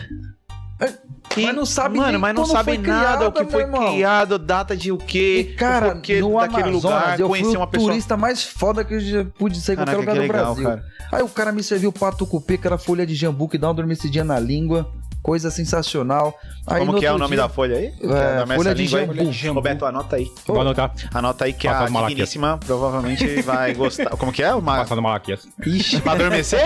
[SPEAKER 4] É,
[SPEAKER 1] E-
[SPEAKER 4] mas não sabe
[SPEAKER 1] mano,
[SPEAKER 4] nem
[SPEAKER 1] mas não
[SPEAKER 4] quando
[SPEAKER 1] sabe
[SPEAKER 4] foi
[SPEAKER 1] nada o
[SPEAKER 4] criada,
[SPEAKER 1] que foi
[SPEAKER 4] meu irmão.
[SPEAKER 1] criado, data de o
[SPEAKER 4] E,
[SPEAKER 1] quê,
[SPEAKER 4] cara,
[SPEAKER 1] o porquê
[SPEAKER 4] no
[SPEAKER 1] daquele
[SPEAKER 4] Amazonas,
[SPEAKER 1] lugar,
[SPEAKER 4] eu
[SPEAKER 1] conhecer
[SPEAKER 4] fui
[SPEAKER 1] uma
[SPEAKER 4] o
[SPEAKER 1] pessoa.
[SPEAKER 4] turista mais foda que eu já pude sair em qualquer
[SPEAKER 1] Caraca,
[SPEAKER 4] lugar
[SPEAKER 1] que
[SPEAKER 4] do
[SPEAKER 1] legal,
[SPEAKER 4] Brasil.
[SPEAKER 1] cara.
[SPEAKER 4] Aí o cara me serviu pato cupê, que era folha de jambu, que dá uma dormecidinha na língua. Coisa sensacional. Aí,
[SPEAKER 1] Como
[SPEAKER 4] no
[SPEAKER 1] que é o
[SPEAKER 4] outro
[SPEAKER 1] nome
[SPEAKER 4] dia-
[SPEAKER 1] da folha aí?
[SPEAKER 4] É,
[SPEAKER 1] Nome
[SPEAKER 4] folha
[SPEAKER 1] essa
[SPEAKER 4] de
[SPEAKER 1] língua aí?
[SPEAKER 4] jambu.
[SPEAKER 1] Folha de jambu. Roberto, anota aí.
[SPEAKER 3] Vou anotar.
[SPEAKER 1] Anota aí que
[SPEAKER 3] Passa
[SPEAKER 1] a
[SPEAKER 3] as malaquias.
[SPEAKER 1] digníssima provavelmente vai gostar. Como que é?
[SPEAKER 4] Ah.
[SPEAKER 1] Uma...
[SPEAKER 3] Passando malaquias.
[SPEAKER 1] Ixi, pra adormecer?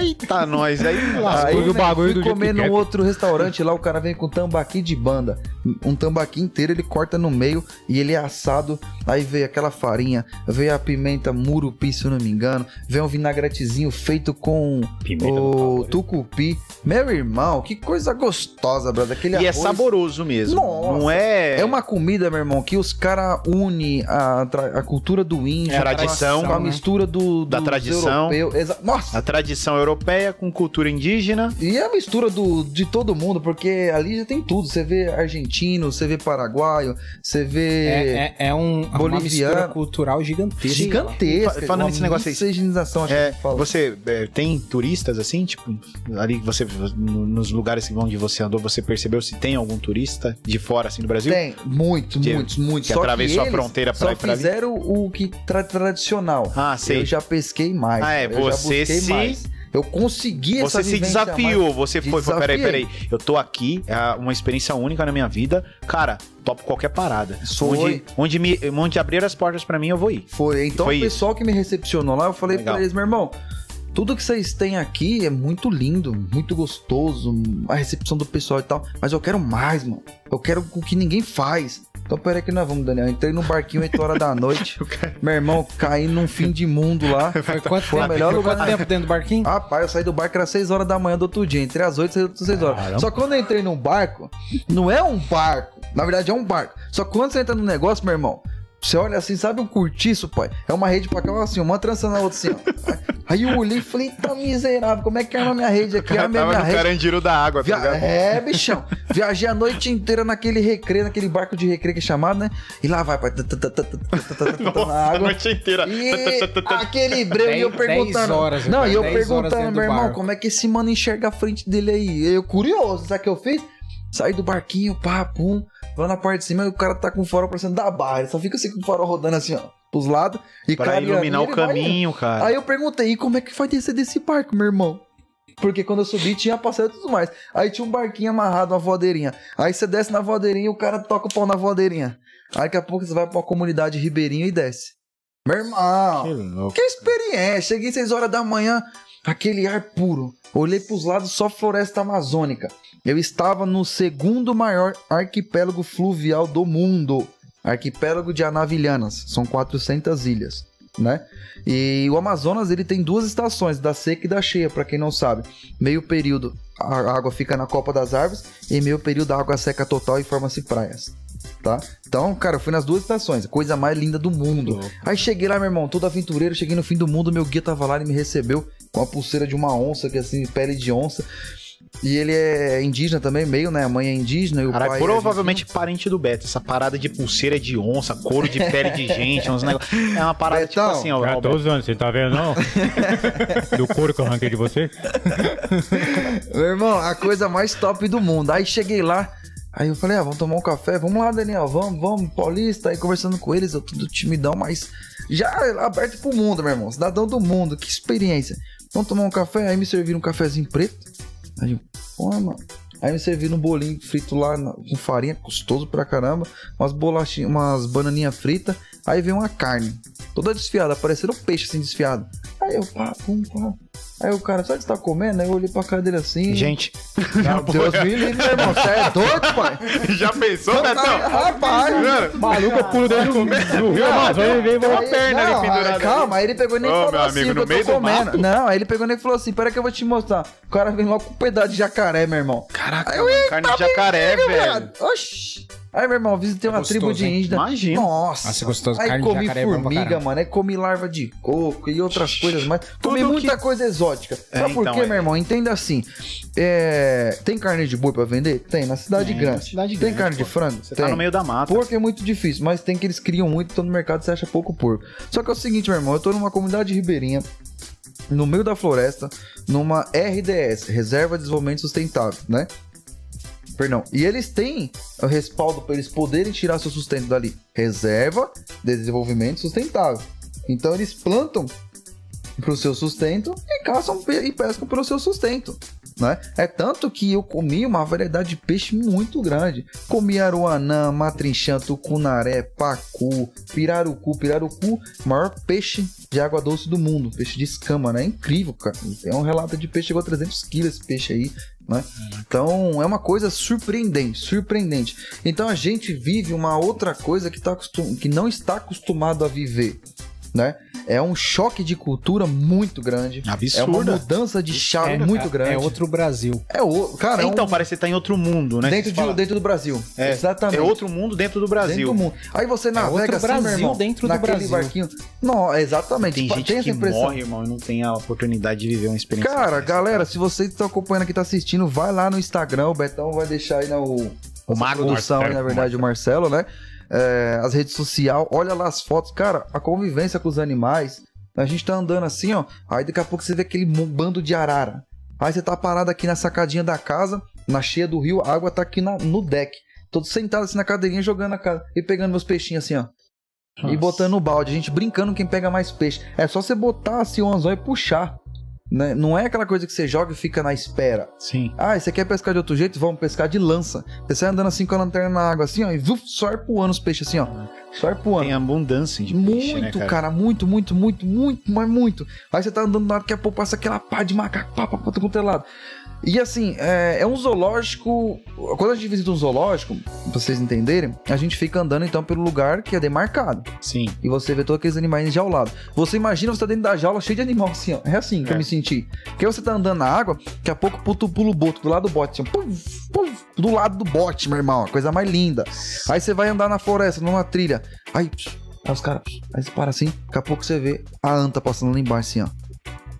[SPEAKER 1] Eita, nós aí.
[SPEAKER 4] Aí
[SPEAKER 3] Escolhe o
[SPEAKER 4] né,
[SPEAKER 3] bagulho do
[SPEAKER 4] fui
[SPEAKER 3] jeito
[SPEAKER 4] comer
[SPEAKER 3] que é.
[SPEAKER 4] num
[SPEAKER 3] quer.
[SPEAKER 4] outro restaurante lá, o cara vem com tambaqui de banda. Um tambaqui inteiro, ele corta no meio e ele é assado. Aí veio aquela farinha, veio a pimenta murupi, se eu não me engano. Veio um vinagretezinho feito com
[SPEAKER 3] Pimenta
[SPEAKER 4] o
[SPEAKER 1] né?
[SPEAKER 3] do
[SPEAKER 4] tucupi. Meu irmão, que coisa gostosa, brother. Aquele
[SPEAKER 1] E é
[SPEAKER 4] arroz-
[SPEAKER 1] saboroso mesmo.
[SPEAKER 4] Nossa.
[SPEAKER 1] Não é.
[SPEAKER 4] É uma comida, meu irmão, que os caras unem a, tra- a cultura do índio,
[SPEAKER 1] É a tradição,
[SPEAKER 4] com a
[SPEAKER 2] né?
[SPEAKER 4] mistura do,
[SPEAKER 1] Da
[SPEAKER 4] dos
[SPEAKER 1] tradição.
[SPEAKER 4] europeus. Exa- Nossa!
[SPEAKER 1] A tradição europeia com cultura indígena.
[SPEAKER 4] E a mistura do, de todo mundo, porque ali já tem tudo. Você vê argentino, você vê paraguaio, você vê.
[SPEAKER 2] É, é, é um, uma
[SPEAKER 4] Boliviano.
[SPEAKER 2] mistura cultural gigantesca.
[SPEAKER 4] Gigantesca.
[SPEAKER 1] Fa- falando
[SPEAKER 4] uma
[SPEAKER 1] nesse negócio aí.
[SPEAKER 4] miscigenação, acho
[SPEAKER 1] É,
[SPEAKER 4] que fala.
[SPEAKER 1] Você é, tem turistas assim, tipo, ali que você. no- Nos lugares onde você andou, você percebeu se tem algum turista de fora assim do Brasil?
[SPEAKER 4] Tem, muito,
[SPEAKER 1] Que-
[SPEAKER 4] muito, muito.
[SPEAKER 1] que
[SPEAKER 4] Só
[SPEAKER 1] atravessou a
[SPEAKER 4] eles
[SPEAKER 1] fronteira pra
[SPEAKER 4] só
[SPEAKER 1] ir pra ali?
[SPEAKER 4] fizeram o que tra- tradicional.
[SPEAKER 1] Ah, sei.
[SPEAKER 4] Eu já pesquei mais.
[SPEAKER 1] Ah, é,
[SPEAKER 4] eu já
[SPEAKER 1] você
[SPEAKER 4] busquei
[SPEAKER 1] se-
[SPEAKER 4] mais. Eu consegui essa
[SPEAKER 1] Você se
[SPEAKER 4] vivência a mais.
[SPEAKER 1] desafiou, você foi, foi, peraí,
[SPEAKER 4] Desafiei.
[SPEAKER 1] peraí. Eu tô aqui, é uma experiência única na minha vida. Cara, topo qualquer parada.
[SPEAKER 4] Sou-
[SPEAKER 1] Onde, onde, me, onde abrir as portas pra mim, eu vou ir.
[SPEAKER 4] Foi. Então
[SPEAKER 1] Foi
[SPEAKER 4] o pessoal que me recepcionou lá, eu falei
[SPEAKER 1] Legal.
[SPEAKER 4] pra eles, meu irmão, tudo que vocês têm aqui é muito lindo, muito gostoso, a recepção do pessoal e tal, mas eu quero mais, mano. Eu quero o que ninguém faz. Então peraí que nós vamos, Daniel. Eu entrei num barquinho 8 horas da noite. meu irmão, caí num fim de mundo lá.
[SPEAKER 2] Foi quanto
[SPEAKER 4] Foi o
[SPEAKER 2] tempo,
[SPEAKER 4] melhor
[SPEAKER 2] foi
[SPEAKER 4] lugar
[SPEAKER 2] quanto tempo dentro do barquinho?
[SPEAKER 4] Rapaz, eu saí do barco, era 6 horas da manhã do outro dia. Entre as 8 e as 6 horas.
[SPEAKER 3] Caramba.
[SPEAKER 4] Só que quando eu entrei num barco, não é um barco. Na verdade, é um barco. Só que quando você entra num negócio, meu irmão, você olha assim, sabe um curtiço, pai? É uma rede pra cá, ó, assim, uma trança na outra, assim, ó. Aí eu olhei e falei, tá miserável, como é que arma minha rede aqui? Arma minha rede.
[SPEAKER 1] carandiru da água, tá
[SPEAKER 4] Via- É, bichão. Viajei a noite inteira naquele recreio, naquele barco de recreio que é chamado, né? E lá vai, pai. tã, tã, tã, tã, tã, tã, tã, tã, tã, tã, Na água.
[SPEAKER 1] noite inteira.
[SPEAKER 4] E aquele breu e eu
[SPEAKER 2] Dez- dez
[SPEAKER 4] perguntando.
[SPEAKER 2] horas,
[SPEAKER 4] não,
[SPEAKER 2] cara,
[SPEAKER 4] e eu
[SPEAKER 2] dez horas
[SPEAKER 4] perguntando,
[SPEAKER 2] dentro do
[SPEAKER 4] meu irmão,
[SPEAKER 2] barco.
[SPEAKER 4] como é que esse mano enxerga a frente dele aí? Eu curioso, sabe o que eu fiz? Saí do barquinho, pá, pum, lá na parte de cima e o cara tá com o farol pra cima da barra. Ele só fica assim com o farol rodando assim, ó, pros lados. E
[SPEAKER 1] Pra
[SPEAKER 4] clareando,
[SPEAKER 1] iluminar o
[SPEAKER 4] ele vai indo.
[SPEAKER 1] caminho, cara.
[SPEAKER 4] Aí eu perguntei, e como é que vai descer desse barco, meu irmão? Porque quando eu subi tinha passeio e tudo mais. Aí tinha um barquinho amarrado, uma voadeirinha. Aí você desce na voadeirinha e o cara toca o pau na voadeirinha. Aí daqui a pouco você vai pra uma comunidade ribeirinha e desce. Meu irmão, que experiência! Cheguei 6 horas da manhã, aquele ar puro. Olhei pros lados, só floresta amazônica. Eu estava no segundo maior arquipélago fluvial do mundo. Arquipélago de Anavilhanas. São 400 ilhas, né? E o Amazonas, ele tem duas estações, da seca e da cheia, pra quem não sabe. Meio período a água fica na copa das árvores e meio período a água seca total e forma-se praias, tá? Então, cara, eu fui nas duas estações, coisa mais linda do mundo. Aí cheguei lá, meu irmão, todo aventureiro, cheguei no fim do mundo, meu guia tava lá, ele me recebeu com a pulseira de uma onça, que é assim, pele de onça. E ele é indígena também, meio, né? A mãe é indígena e o
[SPEAKER 1] Caralho,
[SPEAKER 4] pai... é
[SPEAKER 1] provavelmente parente do Beto. Essa parada de pulseira de onça, couro de pele de gente, uns negócios. É uma parada
[SPEAKER 4] Betão,
[SPEAKER 1] tipo assim, ó.
[SPEAKER 3] Já
[SPEAKER 1] ó,
[SPEAKER 3] tô usando, você tá vendo não? do couro que eu arranquei de você?
[SPEAKER 4] Meu irmão, a coisa mais top do mundo. Aí cheguei lá, aí eu falei, ah, vamos tomar um café, vamos lá, Daniel, vamos, vamos, Paulista. Aí conversando com eles, eu tudo timidão, mas já aberto pro mundo, meu irmão, cidadão do mundo, que experiência. Vamos tomar um café, aí me serviram um cafezinho preto. Aí eu, pô, mano. Aí me serviram um bolinho frito lá na- com farinha, gostoso pra caramba, umas bolachinhas, umas bananinhas fritas. Aí veio uma carne, toda desfiada, parecendo um peixe assim desfiado. Aí eu, pá, pum, pá. Aí o cara, sabe o que você tá comendo? Aí eu olhei pra cara dele assim.
[SPEAKER 1] Gente,
[SPEAKER 4] Meu Deus me livre, meu irmão. Você é doido, pai?
[SPEAKER 1] já pensou,
[SPEAKER 4] Cara, rapaz.
[SPEAKER 3] Maluco, eu pulo dentro do meio. Viu, mano? Vai ver, vai
[SPEAKER 4] né? Aí-
[SPEAKER 3] ver.
[SPEAKER 1] perna ali
[SPEAKER 4] não,
[SPEAKER 1] pendurada
[SPEAKER 4] aí, Calma, aí ele pegou e nem
[SPEAKER 1] Ô,
[SPEAKER 4] falou
[SPEAKER 1] meu
[SPEAKER 4] assim
[SPEAKER 1] amigo,
[SPEAKER 4] o que
[SPEAKER 1] no
[SPEAKER 4] eu tô
[SPEAKER 1] meio do
[SPEAKER 4] comendo.
[SPEAKER 1] mato?
[SPEAKER 4] Não, aí ele pegou e nem falou assim, pera que eu vou te mostrar. O cara vem logo com um pedaço de jacaré, meu irmão.
[SPEAKER 1] Caraca,
[SPEAKER 4] Aí eu, eita,
[SPEAKER 1] carne de jacaré,
[SPEAKER 4] meu
[SPEAKER 1] velho.
[SPEAKER 4] viado. Oxi. Aí, meu irmão, visitei uma
[SPEAKER 2] É Gostoso,
[SPEAKER 4] tribo de
[SPEAKER 2] hein?
[SPEAKER 4] índia.
[SPEAKER 1] Imagina.
[SPEAKER 4] Nossa.
[SPEAKER 2] Nossa, gostoso.
[SPEAKER 4] Aí
[SPEAKER 2] Carne de
[SPEAKER 4] comi
[SPEAKER 2] jacaré é bom pra
[SPEAKER 4] formiga,
[SPEAKER 2] caramba.
[SPEAKER 4] mano. Aí comi larva de coco e outras coisas mais. Comi
[SPEAKER 1] Tudo
[SPEAKER 4] muita coisa exótica.
[SPEAKER 1] É,
[SPEAKER 4] Sabe por
[SPEAKER 1] então,
[SPEAKER 4] quê,
[SPEAKER 1] é.
[SPEAKER 4] meu irmão? Entenda assim. é, Tem carne de boi pra vender? Tem, na cidade
[SPEAKER 5] Tem,
[SPEAKER 4] grande.
[SPEAKER 5] na cidade
[SPEAKER 4] tem
[SPEAKER 5] grande,
[SPEAKER 4] carne de
[SPEAKER 5] pô.
[SPEAKER 4] frango?
[SPEAKER 5] Você
[SPEAKER 4] tem.
[SPEAKER 5] tá no meio da mata.
[SPEAKER 4] Porco é muito difícil, mas tem que eles criam muito, então no mercado você acha pouco porco. Só que é o seguinte, meu irmão, eu tô numa comunidade ribeirinha, no meio da floresta, numa RDS, Reserva de Desenvolvimento Sustentável, né? Perdão. E eles têm o respaldo para eles poderem tirar seu sustento dali. Reserva de Desenvolvimento Sustentável. Então eles plantam pro seu sustento e caçam pe- e pescam pro seu sustento. Né? É tanto que eu comi uma variedade de peixe muito grande. Comi aruanã, matrinchã, tucunaré, pacu, pirarucu. Pirarucu, maior peixe de água doce do mundo. Peixe de escama, né? É incrível, cara. É um relato de peixe, chegou a 300 quilos esse peixe aí, né? Então, é uma coisa surpreendente, surpreendente. Então, a gente vive uma outra coisa que, tá acostum- que não está acostumado a viver, né? É um choque de cultura muito grande. É uma
[SPEAKER 1] Absurda.
[SPEAKER 4] mudança de chave
[SPEAKER 2] É,
[SPEAKER 4] muito
[SPEAKER 2] é-
[SPEAKER 4] grande.
[SPEAKER 2] É outro Brasil.
[SPEAKER 4] É o- cara, é um-
[SPEAKER 1] Então, parece que tá em outro mundo, né?
[SPEAKER 4] dentro,
[SPEAKER 1] que
[SPEAKER 4] de-
[SPEAKER 1] se fala.
[SPEAKER 4] dentro do Brasil.
[SPEAKER 1] É,
[SPEAKER 4] Exatamente.
[SPEAKER 1] É outro é mundo dentro do
[SPEAKER 4] Dentro
[SPEAKER 1] Brasil.
[SPEAKER 4] do mundo. Aí você navega
[SPEAKER 2] outro
[SPEAKER 4] assim,
[SPEAKER 2] Brasil
[SPEAKER 4] meu irmão,
[SPEAKER 2] dentro do
[SPEAKER 4] naquele
[SPEAKER 2] Brasil.
[SPEAKER 4] barquinho. Não, exatamente.
[SPEAKER 1] Tem
[SPEAKER 4] Pa-
[SPEAKER 1] gente
[SPEAKER 4] Tipo, tem essa
[SPEAKER 1] que
[SPEAKER 4] impressão.
[SPEAKER 1] morre, né? irmão, e não tem a oportunidade de viver uma experiência.
[SPEAKER 4] Cara,
[SPEAKER 1] dessa.
[SPEAKER 4] galera, se você tá acompanhando aqui, tá assistindo, vai lá no Instagram, o Betão vai deixar aí na o,
[SPEAKER 1] O
[SPEAKER 4] a
[SPEAKER 1] Mago
[SPEAKER 4] produção,
[SPEAKER 3] Marcelo,
[SPEAKER 4] aí, na verdade, o Marcelo, né? É, as redes sociais, olha lá as fotos, cara, a convivência com os animais. A gente tá andando assim, ó. Aí daqui a pouco você vê aquele mu- bando de arara. Aí você tá parado aqui na sacadinha da casa, na cheia do rio, a água tá aqui na- no deck. Tô sentado assim na cadeirinha jogando a casa e pegando meus peixinhos assim, ó. E botando no balde, a gente brincando quem pega mais peixe. É só você botar assim o anzol e puxar. né? Não é aquela coisa que você joga e fica na espera.
[SPEAKER 1] Sim.
[SPEAKER 4] Ah, você quer pescar de outro jeito? Vamos pescar de lança. Você sai andando assim com a lanterna na água, assim, ó, e vuf, só arpoando os peixes assim, ó. Só arpoando.
[SPEAKER 1] Tem abundância de
[SPEAKER 4] Muito,
[SPEAKER 1] peixe, né,
[SPEAKER 4] cara?
[SPEAKER 1] cara?
[SPEAKER 4] muito, muito, muito, muito, mas muito. Aí você tá andando lá, daqui a pouco passa aquela pá de macaco, pá, pá, pá, tudo quanto é lado. E assim, é, é um zoológico. Quando a gente visita um zoológico, pra vocês entenderem, a gente fica andando então pelo lugar que é demarcado.
[SPEAKER 1] Sim.
[SPEAKER 4] E você vê todos aqueles animais enjaulados. Você imagina você tá dentro da jaula cheio de animal assim, ó. É assim que
[SPEAKER 1] É.
[SPEAKER 4] eu me senti. Porque você tá andando na água, daqui a pouco puto pula o boto do lado do bote, assim, ó. puf, puf, do lado do bote, meu irmão. a Coisa mais linda. Aí você vai andar na floresta, numa trilha. Aí, pss, aí os caras, pss, aí você para assim, daqui a pouco você vê a anta passando lá embaixo, assim, ó.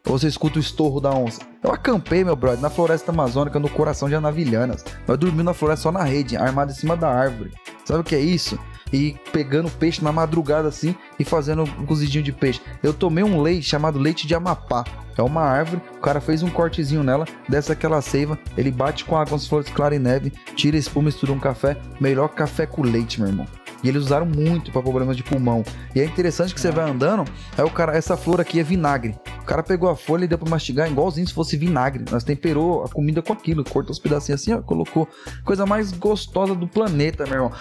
[SPEAKER 4] Ou você escuta o estorro da onça. Eu acampei, meu brother, na floresta amazônica, no coração de Anavilhanas. Nós dormimos na floresta só na rede, armado em cima da árvore. Sabe o que é isso? E pegando peixe na madrugada assim e fazendo um cozidinho de peixe. Eu tomei um leite chamado leite de amapá. É uma árvore, o cara fez um cortezinho nela, desce aquela seiva, ele bate com água como se fosse clara e neve, tira a espuma, mistura um café, melhor café com leite, meu irmão. E eles usaram muito pra problemas de pulmão. E é interessante que você vai andando, aí o cara, essa flor aqui é vinagre. O cara pegou a folha e deu pra mastigar igualzinho se fosse vinagre. Nós temperou a comida com aquilo, cortou os pedacinhos assim, ó, colocou. Coisa mais gostosa do planeta, meu irmão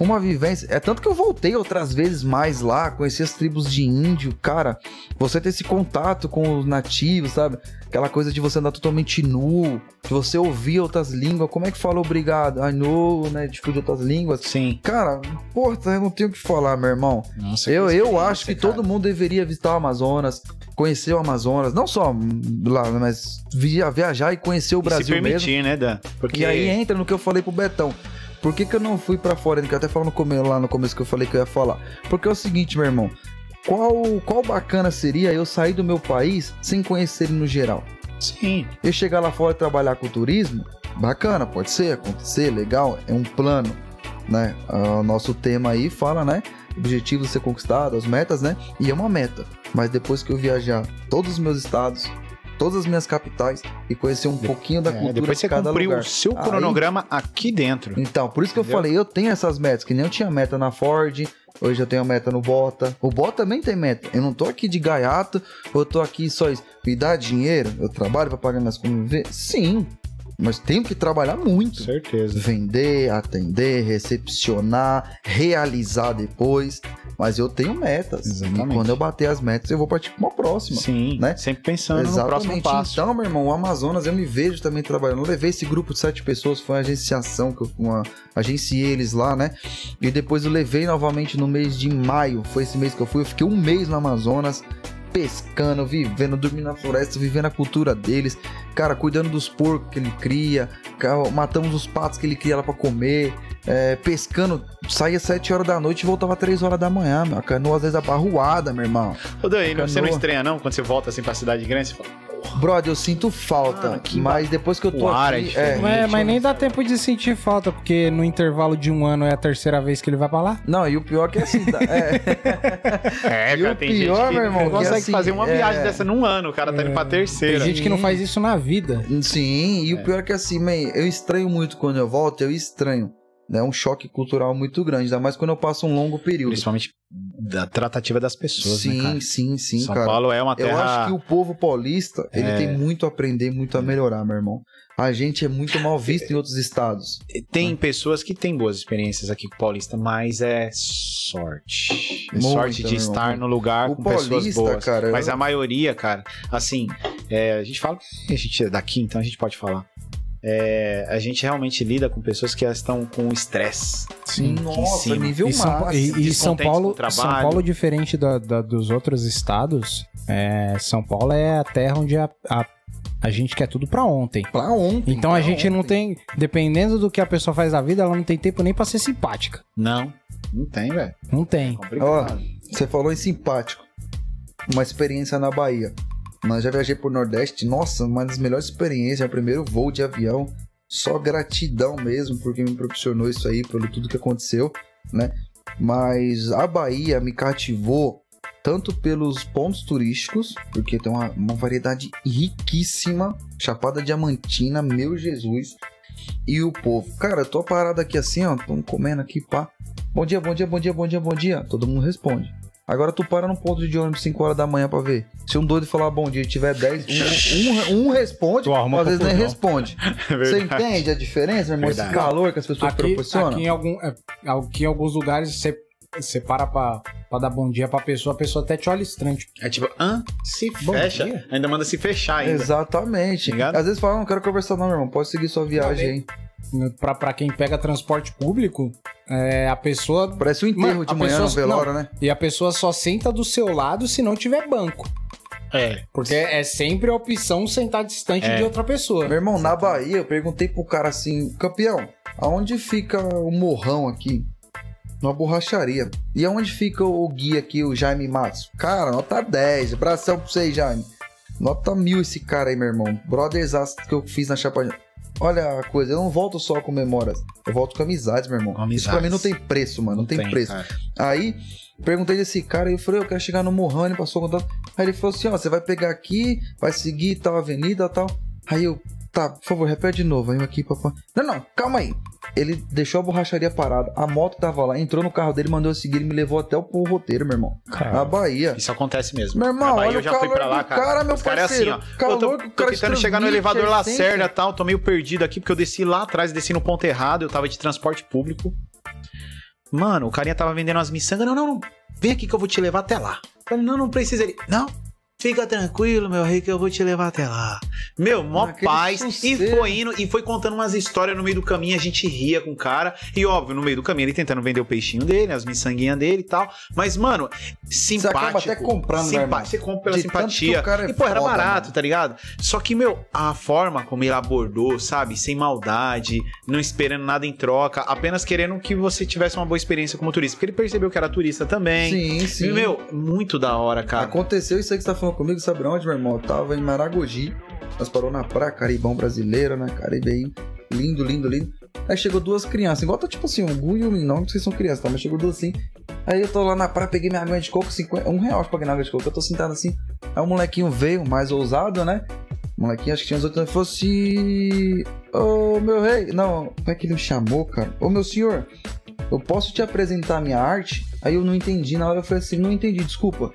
[SPEAKER 4] uma vivência. É tanto que eu voltei outras vezes mais lá, conheci as tribos de índio, cara. Você ter esse contato com os nativos, sabe? Aquela coisa de você andar totalmente nu, de você ouvir outras línguas. Como é que fala obrigado? I know, né? Tipo, de outras línguas.
[SPEAKER 1] Sim.
[SPEAKER 4] Cara, porra, eu não tenho o que falar, meu irmão.
[SPEAKER 1] Nossa,
[SPEAKER 4] Eu,
[SPEAKER 1] é que
[SPEAKER 4] eu acho que
[SPEAKER 1] experiência, cara.
[SPEAKER 4] todo mundo deveria visitar o Amazonas, conhecer o Amazonas, não só lá, mas via- viajar e conhecer o
[SPEAKER 1] e
[SPEAKER 4] Brasil
[SPEAKER 1] se
[SPEAKER 4] mesmo.
[SPEAKER 1] permitir, né, Dan? Porque
[SPEAKER 4] E aí entra no que eu falei pro Betão. Por que, que eu não fui pra fora? Que eu até falo no come- lá no começo que eu falei que eu ia falar. Porque é o seguinte, meu irmão. Qual, qual bacana seria eu sair do meu país sem conhecer ele no geral?
[SPEAKER 1] Sim.
[SPEAKER 4] Eu chegar lá fora e trabalhar com turismo? Bacana, pode ser, acontecer, legal, é um plano, né? Ah, O nosso tema aí fala, né? Objetivos a ser conquistados, as metas, né? E é uma meta. Mas depois que eu viajar todos os meus estados, todas as minhas capitais e conhecer um pouquinho da
[SPEAKER 1] É,
[SPEAKER 4] cultura
[SPEAKER 1] depois
[SPEAKER 4] de
[SPEAKER 1] você
[SPEAKER 4] cada
[SPEAKER 1] cumpriu
[SPEAKER 4] lugar.
[SPEAKER 1] o seu
[SPEAKER 4] Aí-
[SPEAKER 1] cronograma aqui dentro.
[SPEAKER 4] Então, por isso que
[SPEAKER 1] Entendeu?
[SPEAKER 4] eu falei, eu tenho essas metas, que nem eu tinha meta na Ford, hoje eu tenho meta no Bota. O Bota também tem meta. Eu não tô aqui de gaiato, eu tô aqui só isso. Me dá dinheiro, eu trabalho pra pagar minhas convivências? Sim, mas tenho que trabalhar muito.
[SPEAKER 1] Certeza.
[SPEAKER 4] Vender, atender, recepcionar, realizar depois. Mas eu tenho metas.
[SPEAKER 1] Exatamente.
[SPEAKER 4] E quando eu bater as metas, eu vou partir para uma próxima.
[SPEAKER 1] Sim,
[SPEAKER 4] né?
[SPEAKER 1] sempre pensando no próximo passo.
[SPEAKER 4] Então, meu irmão, o Amazonas, eu me vejo também trabalhando. Eu levei esse grupo de sete pessoas, foi uma agenciação que eu uma, agenciei eles lá, né? E depois eu levei novamente no mês de maio. Foi esse mês que eu fui. Eu fiquei um mês no Amazonas, pescando, vivendo, dormindo na floresta, vivendo a cultura deles. Cara, cuidando dos porcos que ele cria. ca- Matamos os patos que ele cria lá pra comer. é, pescando, saía sete horas da noite e voltava três horas da manhã. meu. A canoa às vezes abarruada, meu irmão.
[SPEAKER 1] Ô, Dani,
[SPEAKER 4] Canoa.
[SPEAKER 1] você não estranha, não? Quando você volta assim pra cidade grande, você fala.
[SPEAKER 4] Brother, eu sinto falta,
[SPEAKER 1] Ah, que
[SPEAKER 4] mas depois que eu tô
[SPEAKER 1] O ar é
[SPEAKER 4] aqui,
[SPEAKER 1] diferente.
[SPEAKER 2] Mas, mas nem dá tempo de sentir falta, porque no intervalo de um ano é a terceira vez que ele vai pra lá.
[SPEAKER 4] Não, e o pior que é assim, tá? É,
[SPEAKER 1] É,
[SPEAKER 4] E o pior, meu irmão,
[SPEAKER 1] não
[SPEAKER 4] que
[SPEAKER 1] consegue
[SPEAKER 4] assim,
[SPEAKER 1] fazer uma
[SPEAKER 4] é-
[SPEAKER 1] viagem dessa num ano, o cara tá indo pra
[SPEAKER 2] Tem
[SPEAKER 1] terceira.
[SPEAKER 2] gente que não faz isso na vida.
[SPEAKER 4] sim, e o pior que é assim, man, eu estranho muito quando eu volto, eu estranho. É um choque cultural muito grande, ainda mais quando eu passo um longo período.
[SPEAKER 1] Principalmente da tratativa das pessoas,
[SPEAKER 4] sim,
[SPEAKER 1] né, cara?
[SPEAKER 4] sim, sim,
[SPEAKER 1] São
[SPEAKER 4] cara.
[SPEAKER 1] Paulo é uma
[SPEAKER 4] Eu acho
[SPEAKER 1] terra.
[SPEAKER 4] que o povo paulista, ele
[SPEAKER 1] É.
[SPEAKER 4] tem muito a aprender, muito a melhorar, meu irmão. A gente é muito mal visto em outros estados. Hum.
[SPEAKER 1] Tem pessoas que têm boas experiências aqui com o paulista, mas é sorte. É
[SPEAKER 4] Muita,
[SPEAKER 1] sorte de
[SPEAKER 4] meu irmão.
[SPEAKER 1] estar no lugar Tá
[SPEAKER 4] O
[SPEAKER 1] com pessoas
[SPEAKER 4] paulista,
[SPEAKER 1] boas.
[SPEAKER 4] cara,
[SPEAKER 1] mas é um
[SPEAKER 4] eu-
[SPEAKER 1] a maioria, cara, assim, é, a gente fala, a gente é daqui, então a gente pode falar. É, a gente realmente lida com pessoas que elas estão com estresse.
[SPEAKER 2] Sim.
[SPEAKER 4] Nossa,
[SPEAKER 1] cima.
[SPEAKER 4] nível
[SPEAKER 2] e São, Pa-
[SPEAKER 4] máximo.
[SPEAKER 2] e- e São
[SPEAKER 1] descontente com
[SPEAKER 2] Paulo,
[SPEAKER 1] o trabalho.
[SPEAKER 2] São Paulo diferente da- da- dos outros estados, é, São Paulo é a terra onde a, a, a gente quer tudo pra ontem.
[SPEAKER 4] Pra ontem.
[SPEAKER 2] Então a
[SPEAKER 4] pra
[SPEAKER 2] gente não
[SPEAKER 4] ontem.
[SPEAKER 2] tem, dependendo do que a pessoa faz da vida, ela não tem tempo nem pra ser simpática.
[SPEAKER 1] Não, não tem, velho.
[SPEAKER 2] Não tem.
[SPEAKER 4] Ó,
[SPEAKER 1] Complicado.
[SPEAKER 4] você falou em simpático. Uma experiência na Bahia. Mas já viajei pro Nordeste. Nossa, uma das melhores experiências. é o primeiro voo de avião. Só gratidão mesmo por quem me proporcionou isso aí, pelo tudo que aconteceu, né? Mas a Bahia me cativou tanto pelos pontos turísticos, porque tem uma, uma variedade riquíssima, Chapada Diamantina, meu Jesus, e o povo. Cara, eu tô parado aqui assim, ó, tô comendo aqui, pá. Bom dia, bom dia, bom dia, bom dia, bom dia. Todo mundo responde. Agora tu para num ponto de ônibus 5 horas da manhã pra ver. Se um doido falar bom dia e tiver 10, um, um, um responde,
[SPEAKER 3] Tu arruma
[SPEAKER 4] às vezes nem
[SPEAKER 3] confusão.
[SPEAKER 4] responde.
[SPEAKER 1] É
[SPEAKER 4] Você
[SPEAKER 1] verdade.
[SPEAKER 4] entende a diferença, meu irmão? Esse
[SPEAKER 1] Verdade.
[SPEAKER 4] calor que as pessoas
[SPEAKER 2] Aqui,
[SPEAKER 4] proporcionam?
[SPEAKER 2] aqui em, algum, é, aqui em alguns lugares você, você para pra, pra dar bom dia pra pessoa, a pessoa até te olha estranho. Tipo,
[SPEAKER 1] É tipo, hã? Se
[SPEAKER 2] Bom
[SPEAKER 1] fecha.
[SPEAKER 2] dia.
[SPEAKER 1] Ainda manda se fechar
[SPEAKER 2] né?
[SPEAKER 1] ainda.
[SPEAKER 4] Exatamente.
[SPEAKER 1] Tá Ligado?
[SPEAKER 4] Às vezes falam, não quero conversar não, meu irmão. Pode seguir sua viagem aí.
[SPEAKER 2] né, pra, pra quem pega transporte público, é, a pessoa.
[SPEAKER 4] Parece um enterro
[SPEAKER 2] Mano,
[SPEAKER 4] de
[SPEAKER 2] a
[SPEAKER 4] manhã
[SPEAKER 2] pessoa-
[SPEAKER 4] no velório, né?
[SPEAKER 2] E a pessoa só senta do seu lado se não tiver banco.
[SPEAKER 1] É.
[SPEAKER 2] Porque é sempre a opção sentar distante de outra pessoa.
[SPEAKER 4] Meu irmão, na Bahia, eu perguntei pro cara assim, campeão, aonde fica o morrão aqui? Uma borracharia. E aonde fica o guia aqui, o Jaime Matos? Cara, nota 10. Abração pra vocês, Jaime. Nota mil esse cara aí, meu irmão. Brothers que eu fiz na chapa. Olha a coisa, eu não volto só com memórias. Eu volto com amizades, meu irmão.
[SPEAKER 1] Com
[SPEAKER 4] Isso pra
[SPEAKER 1] amizades.
[SPEAKER 4] mim não tem preço, mano. Não, tem, preço.
[SPEAKER 1] cara.
[SPEAKER 4] Aí perguntei desse cara e eu falei, eu quero chegar no Morrão, ele passou o contato. Aí ele falou assim, ó, você vai pegar aqui, vai seguir tal avenida, tal. Aí eu, tá, por favor, repete de novo. Aí eu aqui, papai. Não, não, calma aí. Ele deixou a borracharia parada, a moto tava lá, entrou no carro dele, mandou eu seguir, ele me levou até o pro roteiro, meu irmão. Na Bahia.
[SPEAKER 1] Isso acontece mesmo.
[SPEAKER 4] Meu irmão,
[SPEAKER 1] Ah. Na Bahia
[SPEAKER 4] olha
[SPEAKER 1] eu já
[SPEAKER 4] o
[SPEAKER 1] fui pra lá,
[SPEAKER 4] calor do
[SPEAKER 1] cara.
[SPEAKER 4] cara, meu
[SPEAKER 1] Os caras é assim,
[SPEAKER 4] parceiro.
[SPEAKER 1] ó.
[SPEAKER 4] Calor
[SPEAKER 1] eu tô,
[SPEAKER 4] que o
[SPEAKER 1] tô
[SPEAKER 4] cara
[SPEAKER 1] tentando chegar no
[SPEAKER 4] transmite,
[SPEAKER 1] elevador
[SPEAKER 4] a
[SPEAKER 1] Lacerda
[SPEAKER 4] essência.
[SPEAKER 1] e tal, tô meio perdido aqui, porque eu desci lá atrás, desci no ponto errado, eu tava de transporte público. Mano, o carinha tava vendendo umas miçangas. Não, não, não. Vem aqui que eu vou te levar até lá. Eu Falei, não, não precisa ele. Não. Fica tranquilo, meu rei, que eu vou te levar até lá. Meu, mó
[SPEAKER 4] Aquele
[SPEAKER 1] paz. E
[SPEAKER 4] sossego.
[SPEAKER 1] foi indo, e foi contando umas histórias no meio do caminho. A gente ria com o cara. E óbvio, no meio do caminho, ele tentando vender o peixinho dele, as miçanguinhas dele e tal. Mas, mano, simpático.
[SPEAKER 4] acaba até comprando, né,
[SPEAKER 1] simpa-
[SPEAKER 4] irmão?
[SPEAKER 1] Você compra pela
[SPEAKER 4] De tanto que o
[SPEAKER 1] simpatia.
[SPEAKER 4] cara é
[SPEAKER 1] Tipo, e, pô, era
[SPEAKER 4] foda,
[SPEAKER 1] barato,
[SPEAKER 4] mano.
[SPEAKER 1] tá ligado? Só que, meu, a forma como ele abordou, sabe? Sem maldade, não esperando nada em troca, apenas querendo que você tivesse uma boa experiência como turista. Porque ele percebeu que era turista também.
[SPEAKER 4] Sim, sim.
[SPEAKER 1] Meu, muito da hora, cara.
[SPEAKER 4] Aconteceu isso aí que você tá falando comigo, sabe onde, meu irmão? Eu tava em Maragogi. Nós parou na praia, Caribão brasileiro, né? Caribe aí. Lindo, lindo, lindo. Aí chegou duas crianças, igual tá tipo assim, um Gu e um Min, não que vocês são crianças, tá? Mas chegou duas assim. Aí eu tô lá na praia, peguei minha água de coco, 50, um real pra pagar na água de coco. Eu tô sentado assim. Aí o molequinho veio, mais ousado, né? O molequinho, acho que tinha uns oito anos, falou assim: Ô meu rei, não, como é que ele me chamou, cara? Ô meu senhor, eu posso te apresentar a minha arte? Aí eu não entendi, na hora eu falei assim: não entendi, desculpa.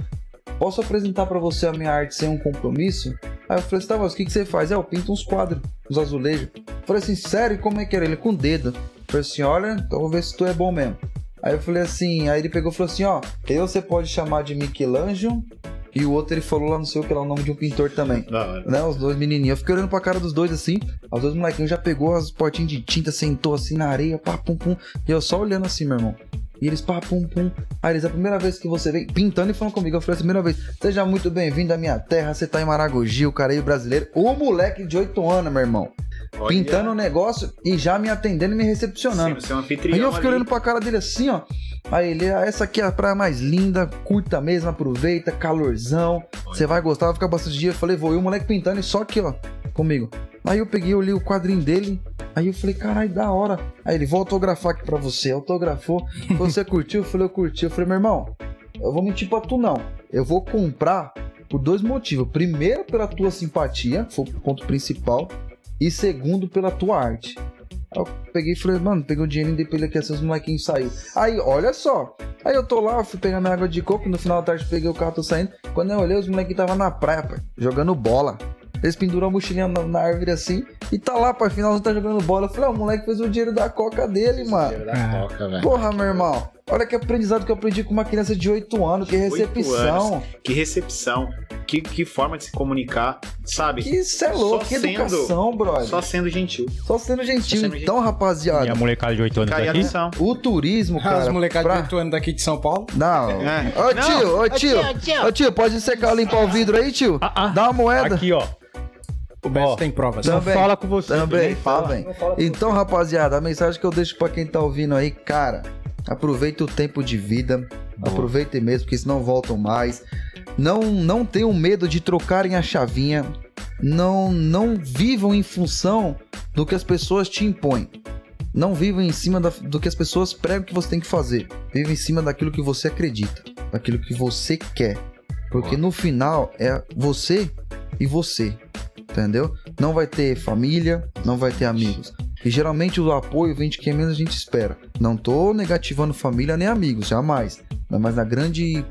[SPEAKER 4] Posso apresentar pra você a minha arte sem um compromisso? Aí eu falei assim, tá, mas o que, que você faz? É, eu pinto uns quadros, uns azulejos. Eu falei assim, sério? E Como é que era? Ele com o dedo. Eu falei assim, olha, então vou ver se tu é bom mesmo. Aí eu falei assim, aí ele pegou e falou assim, ó, eu você pode chamar de Michelangelo e o outro ele falou lá, não sei o que lá, o nome de um pintor também. Né, os dois menininhos. Eu fiquei olhando pra cara dos dois assim, os dois molequinhos já pegou as potinhas de tinta, sentou assim na areia, pá, pum, pum. E eu só olhando assim, meu irmão. E eles pá, pum, pum. Aí eles, "É a primeira vez que você vem pintando e falando comigo, eu falei "É a primeira vez, seja muito bem-vindo à minha terra, você tá em Maragogi, o cara aí brasileiro. O moleque de 8 anos, meu irmão. Pintando o negócio e já me atendendo e me recepcionando.
[SPEAKER 7] Você é um
[SPEAKER 4] Aí
[SPEAKER 7] anfitrião.
[SPEAKER 4] eu fiquei
[SPEAKER 7] ali.
[SPEAKER 4] olhando pra cara dele assim, ó. Aí ele, ah, essa aqui é a praia mais linda, curta mesmo, aproveita, calorzão. Você vai gostar, vai ficar bastante dia. Eu falei, vou, e o moleque pintando e só aqui, ó, comigo. Aí eu peguei, eu li o quadrinho dele. Aí eu falei, caralho, da hora. Aí ele, vou autografar aqui pra você. Autografou. Você curtiu? Eu falei, eu curti. Eu falei, meu irmão, eu vou mentir pra tu não. Eu vou comprar por dois motivos. Primeiro, pela tua simpatia, que foi o ponto principal. E segundo, pela tua arte. Aí eu peguei e falei, mano, peguei o dinheiro e dei pra ele aqui, assim, os molequinhos saiu. Aí, olha só. Aí eu tô lá, fui pegar minha água de coco, no final da tarde peguei o carro, tô saindo. Quando eu olhei, os molequinhos estavam na praia, pai, jogando bola. Eles penduraram a mochilinha na, na árvore assim, e tá lá, pai, final tá jogando bola. Eu falei, ah, o moleque fez o dinheiro da coca dele, mano.
[SPEAKER 2] Ah,
[SPEAKER 4] Porra, meu irmão. Olha que aprendizado que eu aprendi com uma criança de 8 anos, que
[SPEAKER 7] De oito
[SPEAKER 4] recepção.
[SPEAKER 7] Que recepção, que, que forma de se comunicar, sabe?
[SPEAKER 4] Que isso é louco,
[SPEAKER 7] Só
[SPEAKER 4] que
[SPEAKER 7] sendo-
[SPEAKER 4] educação, brother.
[SPEAKER 7] Só
[SPEAKER 4] Só,
[SPEAKER 7] sendo gentil.
[SPEAKER 4] sendo gentil.
[SPEAKER 7] só sendo
[SPEAKER 4] então,
[SPEAKER 3] E a
[SPEAKER 4] rapaziada,
[SPEAKER 3] molecada de 8 anos
[SPEAKER 7] Cara, e
[SPEAKER 3] tá aqui?
[SPEAKER 7] atenção.
[SPEAKER 4] o turismo, cara.
[SPEAKER 2] As molecadas
[SPEAKER 4] pra-
[SPEAKER 2] de 8 anos daqui de São Paulo.
[SPEAKER 4] Não.
[SPEAKER 7] É.
[SPEAKER 4] Ô tio, ô tio, ô tio, pode secar, limpar o vidro aí, tio?
[SPEAKER 3] Ah, ah,
[SPEAKER 4] Dá uma moeda.
[SPEAKER 3] aqui, ó.
[SPEAKER 2] O Beto
[SPEAKER 3] Ó,
[SPEAKER 2] tem provas.
[SPEAKER 4] tá-
[SPEAKER 3] Não
[SPEAKER 4] Também.
[SPEAKER 3] fala com você.
[SPEAKER 4] Também,
[SPEAKER 3] nem fala.
[SPEAKER 4] também. Então, rapaziada, a mensagem que eu deixo pra quem tá ouvindo aí, cara, aproveita o tempo de vida, aproveitem mesmo, porque senão voltam mais. Não, não tenham medo de trocarem a chavinha. Não, não vivam em função do que as pessoas te impõem. Não vivam em cima da- do que as pessoas pregam que você tem que fazer. Viva em cima daquilo que você acredita, daquilo que você quer. Porque no final é você e você. Entendeu? Não vai ter família, não vai ter amigos. E geralmente o apoio vem de quem menos a gente espera. Não tô negativando família nem amigos, jamais. Mas na grande,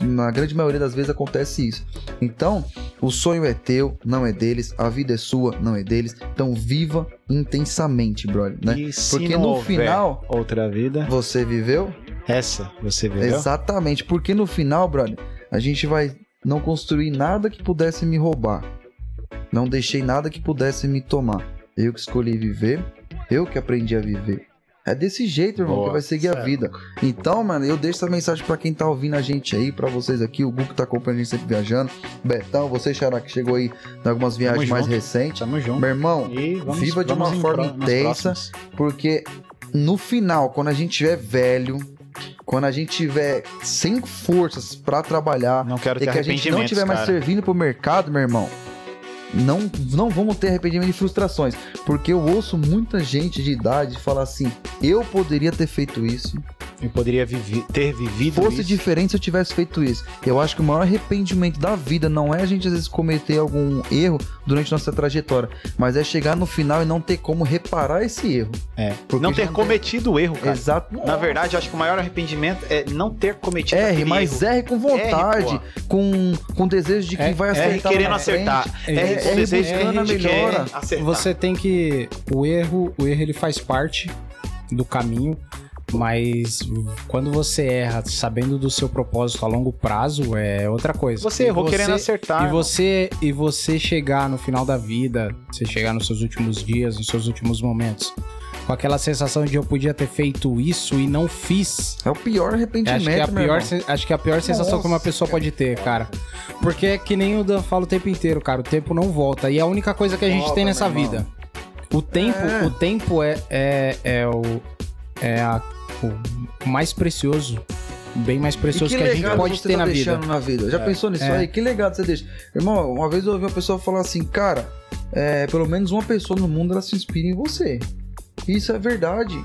[SPEAKER 4] na grande maioria das vezes acontece isso. Então, o sonho é teu, não é deles. A vida é sua, não é deles. Então viva intensamente, brother. Né?
[SPEAKER 5] E se
[SPEAKER 4] Porque
[SPEAKER 5] não
[SPEAKER 4] no
[SPEAKER 5] houver
[SPEAKER 4] final,
[SPEAKER 5] Outra vida.
[SPEAKER 4] você viveu
[SPEAKER 5] Essa você viveu.
[SPEAKER 4] Exatamente, porque no final, brother, a gente vai não construir nada que pudesse me roubar. Não deixei nada que pudesse me tomar. Eu que escolhi viver, eu que aprendi a viver. É desse jeito, irmão,
[SPEAKER 7] Boa,
[SPEAKER 4] que vai seguir a vida. Então, mano, eu deixo essa mensagem pra quem tá ouvindo a gente aí, pra vocês aqui, o Gu que tá acompanhando a gente sempre viajando, Betão, você, Xará, que chegou aí em algumas viagens mais
[SPEAKER 5] junto.
[SPEAKER 4] recentes.
[SPEAKER 5] Tamo junto.
[SPEAKER 4] Meu irmão,
[SPEAKER 5] E vamos,
[SPEAKER 4] Viva de
[SPEAKER 5] vamos
[SPEAKER 4] uma
[SPEAKER 5] em
[SPEAKER 4] forma
[SPEAKER 5] pro- nas
[SPEAKER 4] intensa.
[SPEAKER 5] próximas.
[SPEAKER 4] porque no final, quando a gente tiver velho, quando a gente tiver sem forças pra trabalhar
[SPEAKER 5] Não quero
[SPEAKER 4] e
[SPEAKER 5] ter
[SPEAKER 4] É que a gente não
[SPEAKER 5] arrependimentos,
[SPEAKER 4] tiver mais
[SPEAKER 5] cara.
[SPEAKER 4] servindo pro mercado, meu irmão, não, não vamos ter arrependimento e frustrações. Porque eu ouço muita gente de idade falar assim: eu poderia ter feito isso,
[SPEAKER 5] Eu poderia vivi- ter vivido
[SPEAKER 4] fosse
[SPEAKER 5] isso.
[SPEAKER 4] diferente se eu tivesse feito isso. Eu acho que o maior arrependimento da vida não é a gente às vezes cometer algum erro durante nossa trajetória, mas é chegar no final e não ter como reparar esse erro.
[SPEAKER 5] É.
[SPEAKER 4] Porque
[SPEAKER 5] Não
[SPEAKER 4] já
[SPEAKER 5] ter cometido o erro, cara.
[SPEAKER 4] Exato.
[SPEAKER 5] Na verdade, eu acho que o maior arrependimento é não ter cometido
[SPEAKER 4] R,
[SPEAKER 5] aquele
[SPEAKER 4] mas
[SPEAKER 5] erro.
[SPEAKER 4] R com vontade,
[SPEAKER 5] R,
[SPEAKER 4] com, com desejo de que
[SPEAKER 2] É,
[SPEAKER 4] vai
[SPEAKER 2] R
[SPEAKER 4] acertar.
[SPEAKER 5] R
[SPEAKER 4] lá
[SPEAKER 5] querendo
[SPEAKER 4] tá na
[SPEAKER 5] acertar.
[SPEAKER 4] frente.
[SPEAKER 5] R,
[SPEAKER 4] É, é
[SPEAKER 5] desejo
[SPEAKER 4] buscando a
[SPEAKER 5] de que-
[SPEAKER 4] melhora.
[SPEAKER 7] Acertar.
[SPEAKER 2] Você tem que o erro, o erro ele faz parte do caminho, mas quando você erra sabendo do seu propósito a longo prazo é outra coisa.
[SPEAKER 5] Você
[SPEAKER 2] E
[SPEAKER 5] errou querendo
[SPEAKER 2] E
[SPEAKER 5] acertar.
[SPEAKER 2] você e você chegar no final da vida, você chegar nos seus últimos dias, nos seus últimos momentos, com aquela sensação de eu podia ter feito isso e não fiz.
[SPEAKER 4] É o pior arrependimento,
[SPEAKER 2] Acho que, é a
[SPEAKER 4] meu irmão.
[SPEAKER 2] pior, se- acho que é a pior sensação que uma
[SPEAKER 4] Nossa,
[SPEAKER 2] pessoa pode ter, cara. Porque é que nem o Dan fala o tempo inteiro, cara. O tempo não volta. E é a única coisa que a gente
[SPEAKER 4] Volta,
[SPEAKER 2] tem nessa
[SPEAKER 4] meu irmão.
[SPEAKER 2] vida. O tempo,
[SPEAKER 4] É.
[SPEAKER 2] o tempo é, é, é o. É a- o mais precioso. o Bem mais
[SPEAKER 4] E
[SPEAKER 2] precioso que, a gente
[SPEAKER 4] legado
[SPEAKER 2] pode
[SPEAKER 4] você
[SPEAKER 2] ter
[SPEAKER 4] tá
[SPEAKER 2] na vida.
[SPEAKER 4] deixando na vida. Já pensou nisso
[SPEAKER 2] É.
[SPEAKER 4] aí? Que legado você deixa? Irmão, uma vez eu ouvi uma pessoa falar assim, cara, é, pelo menos uma pessoa no mundo ela se inspira em você. Isso é verdade.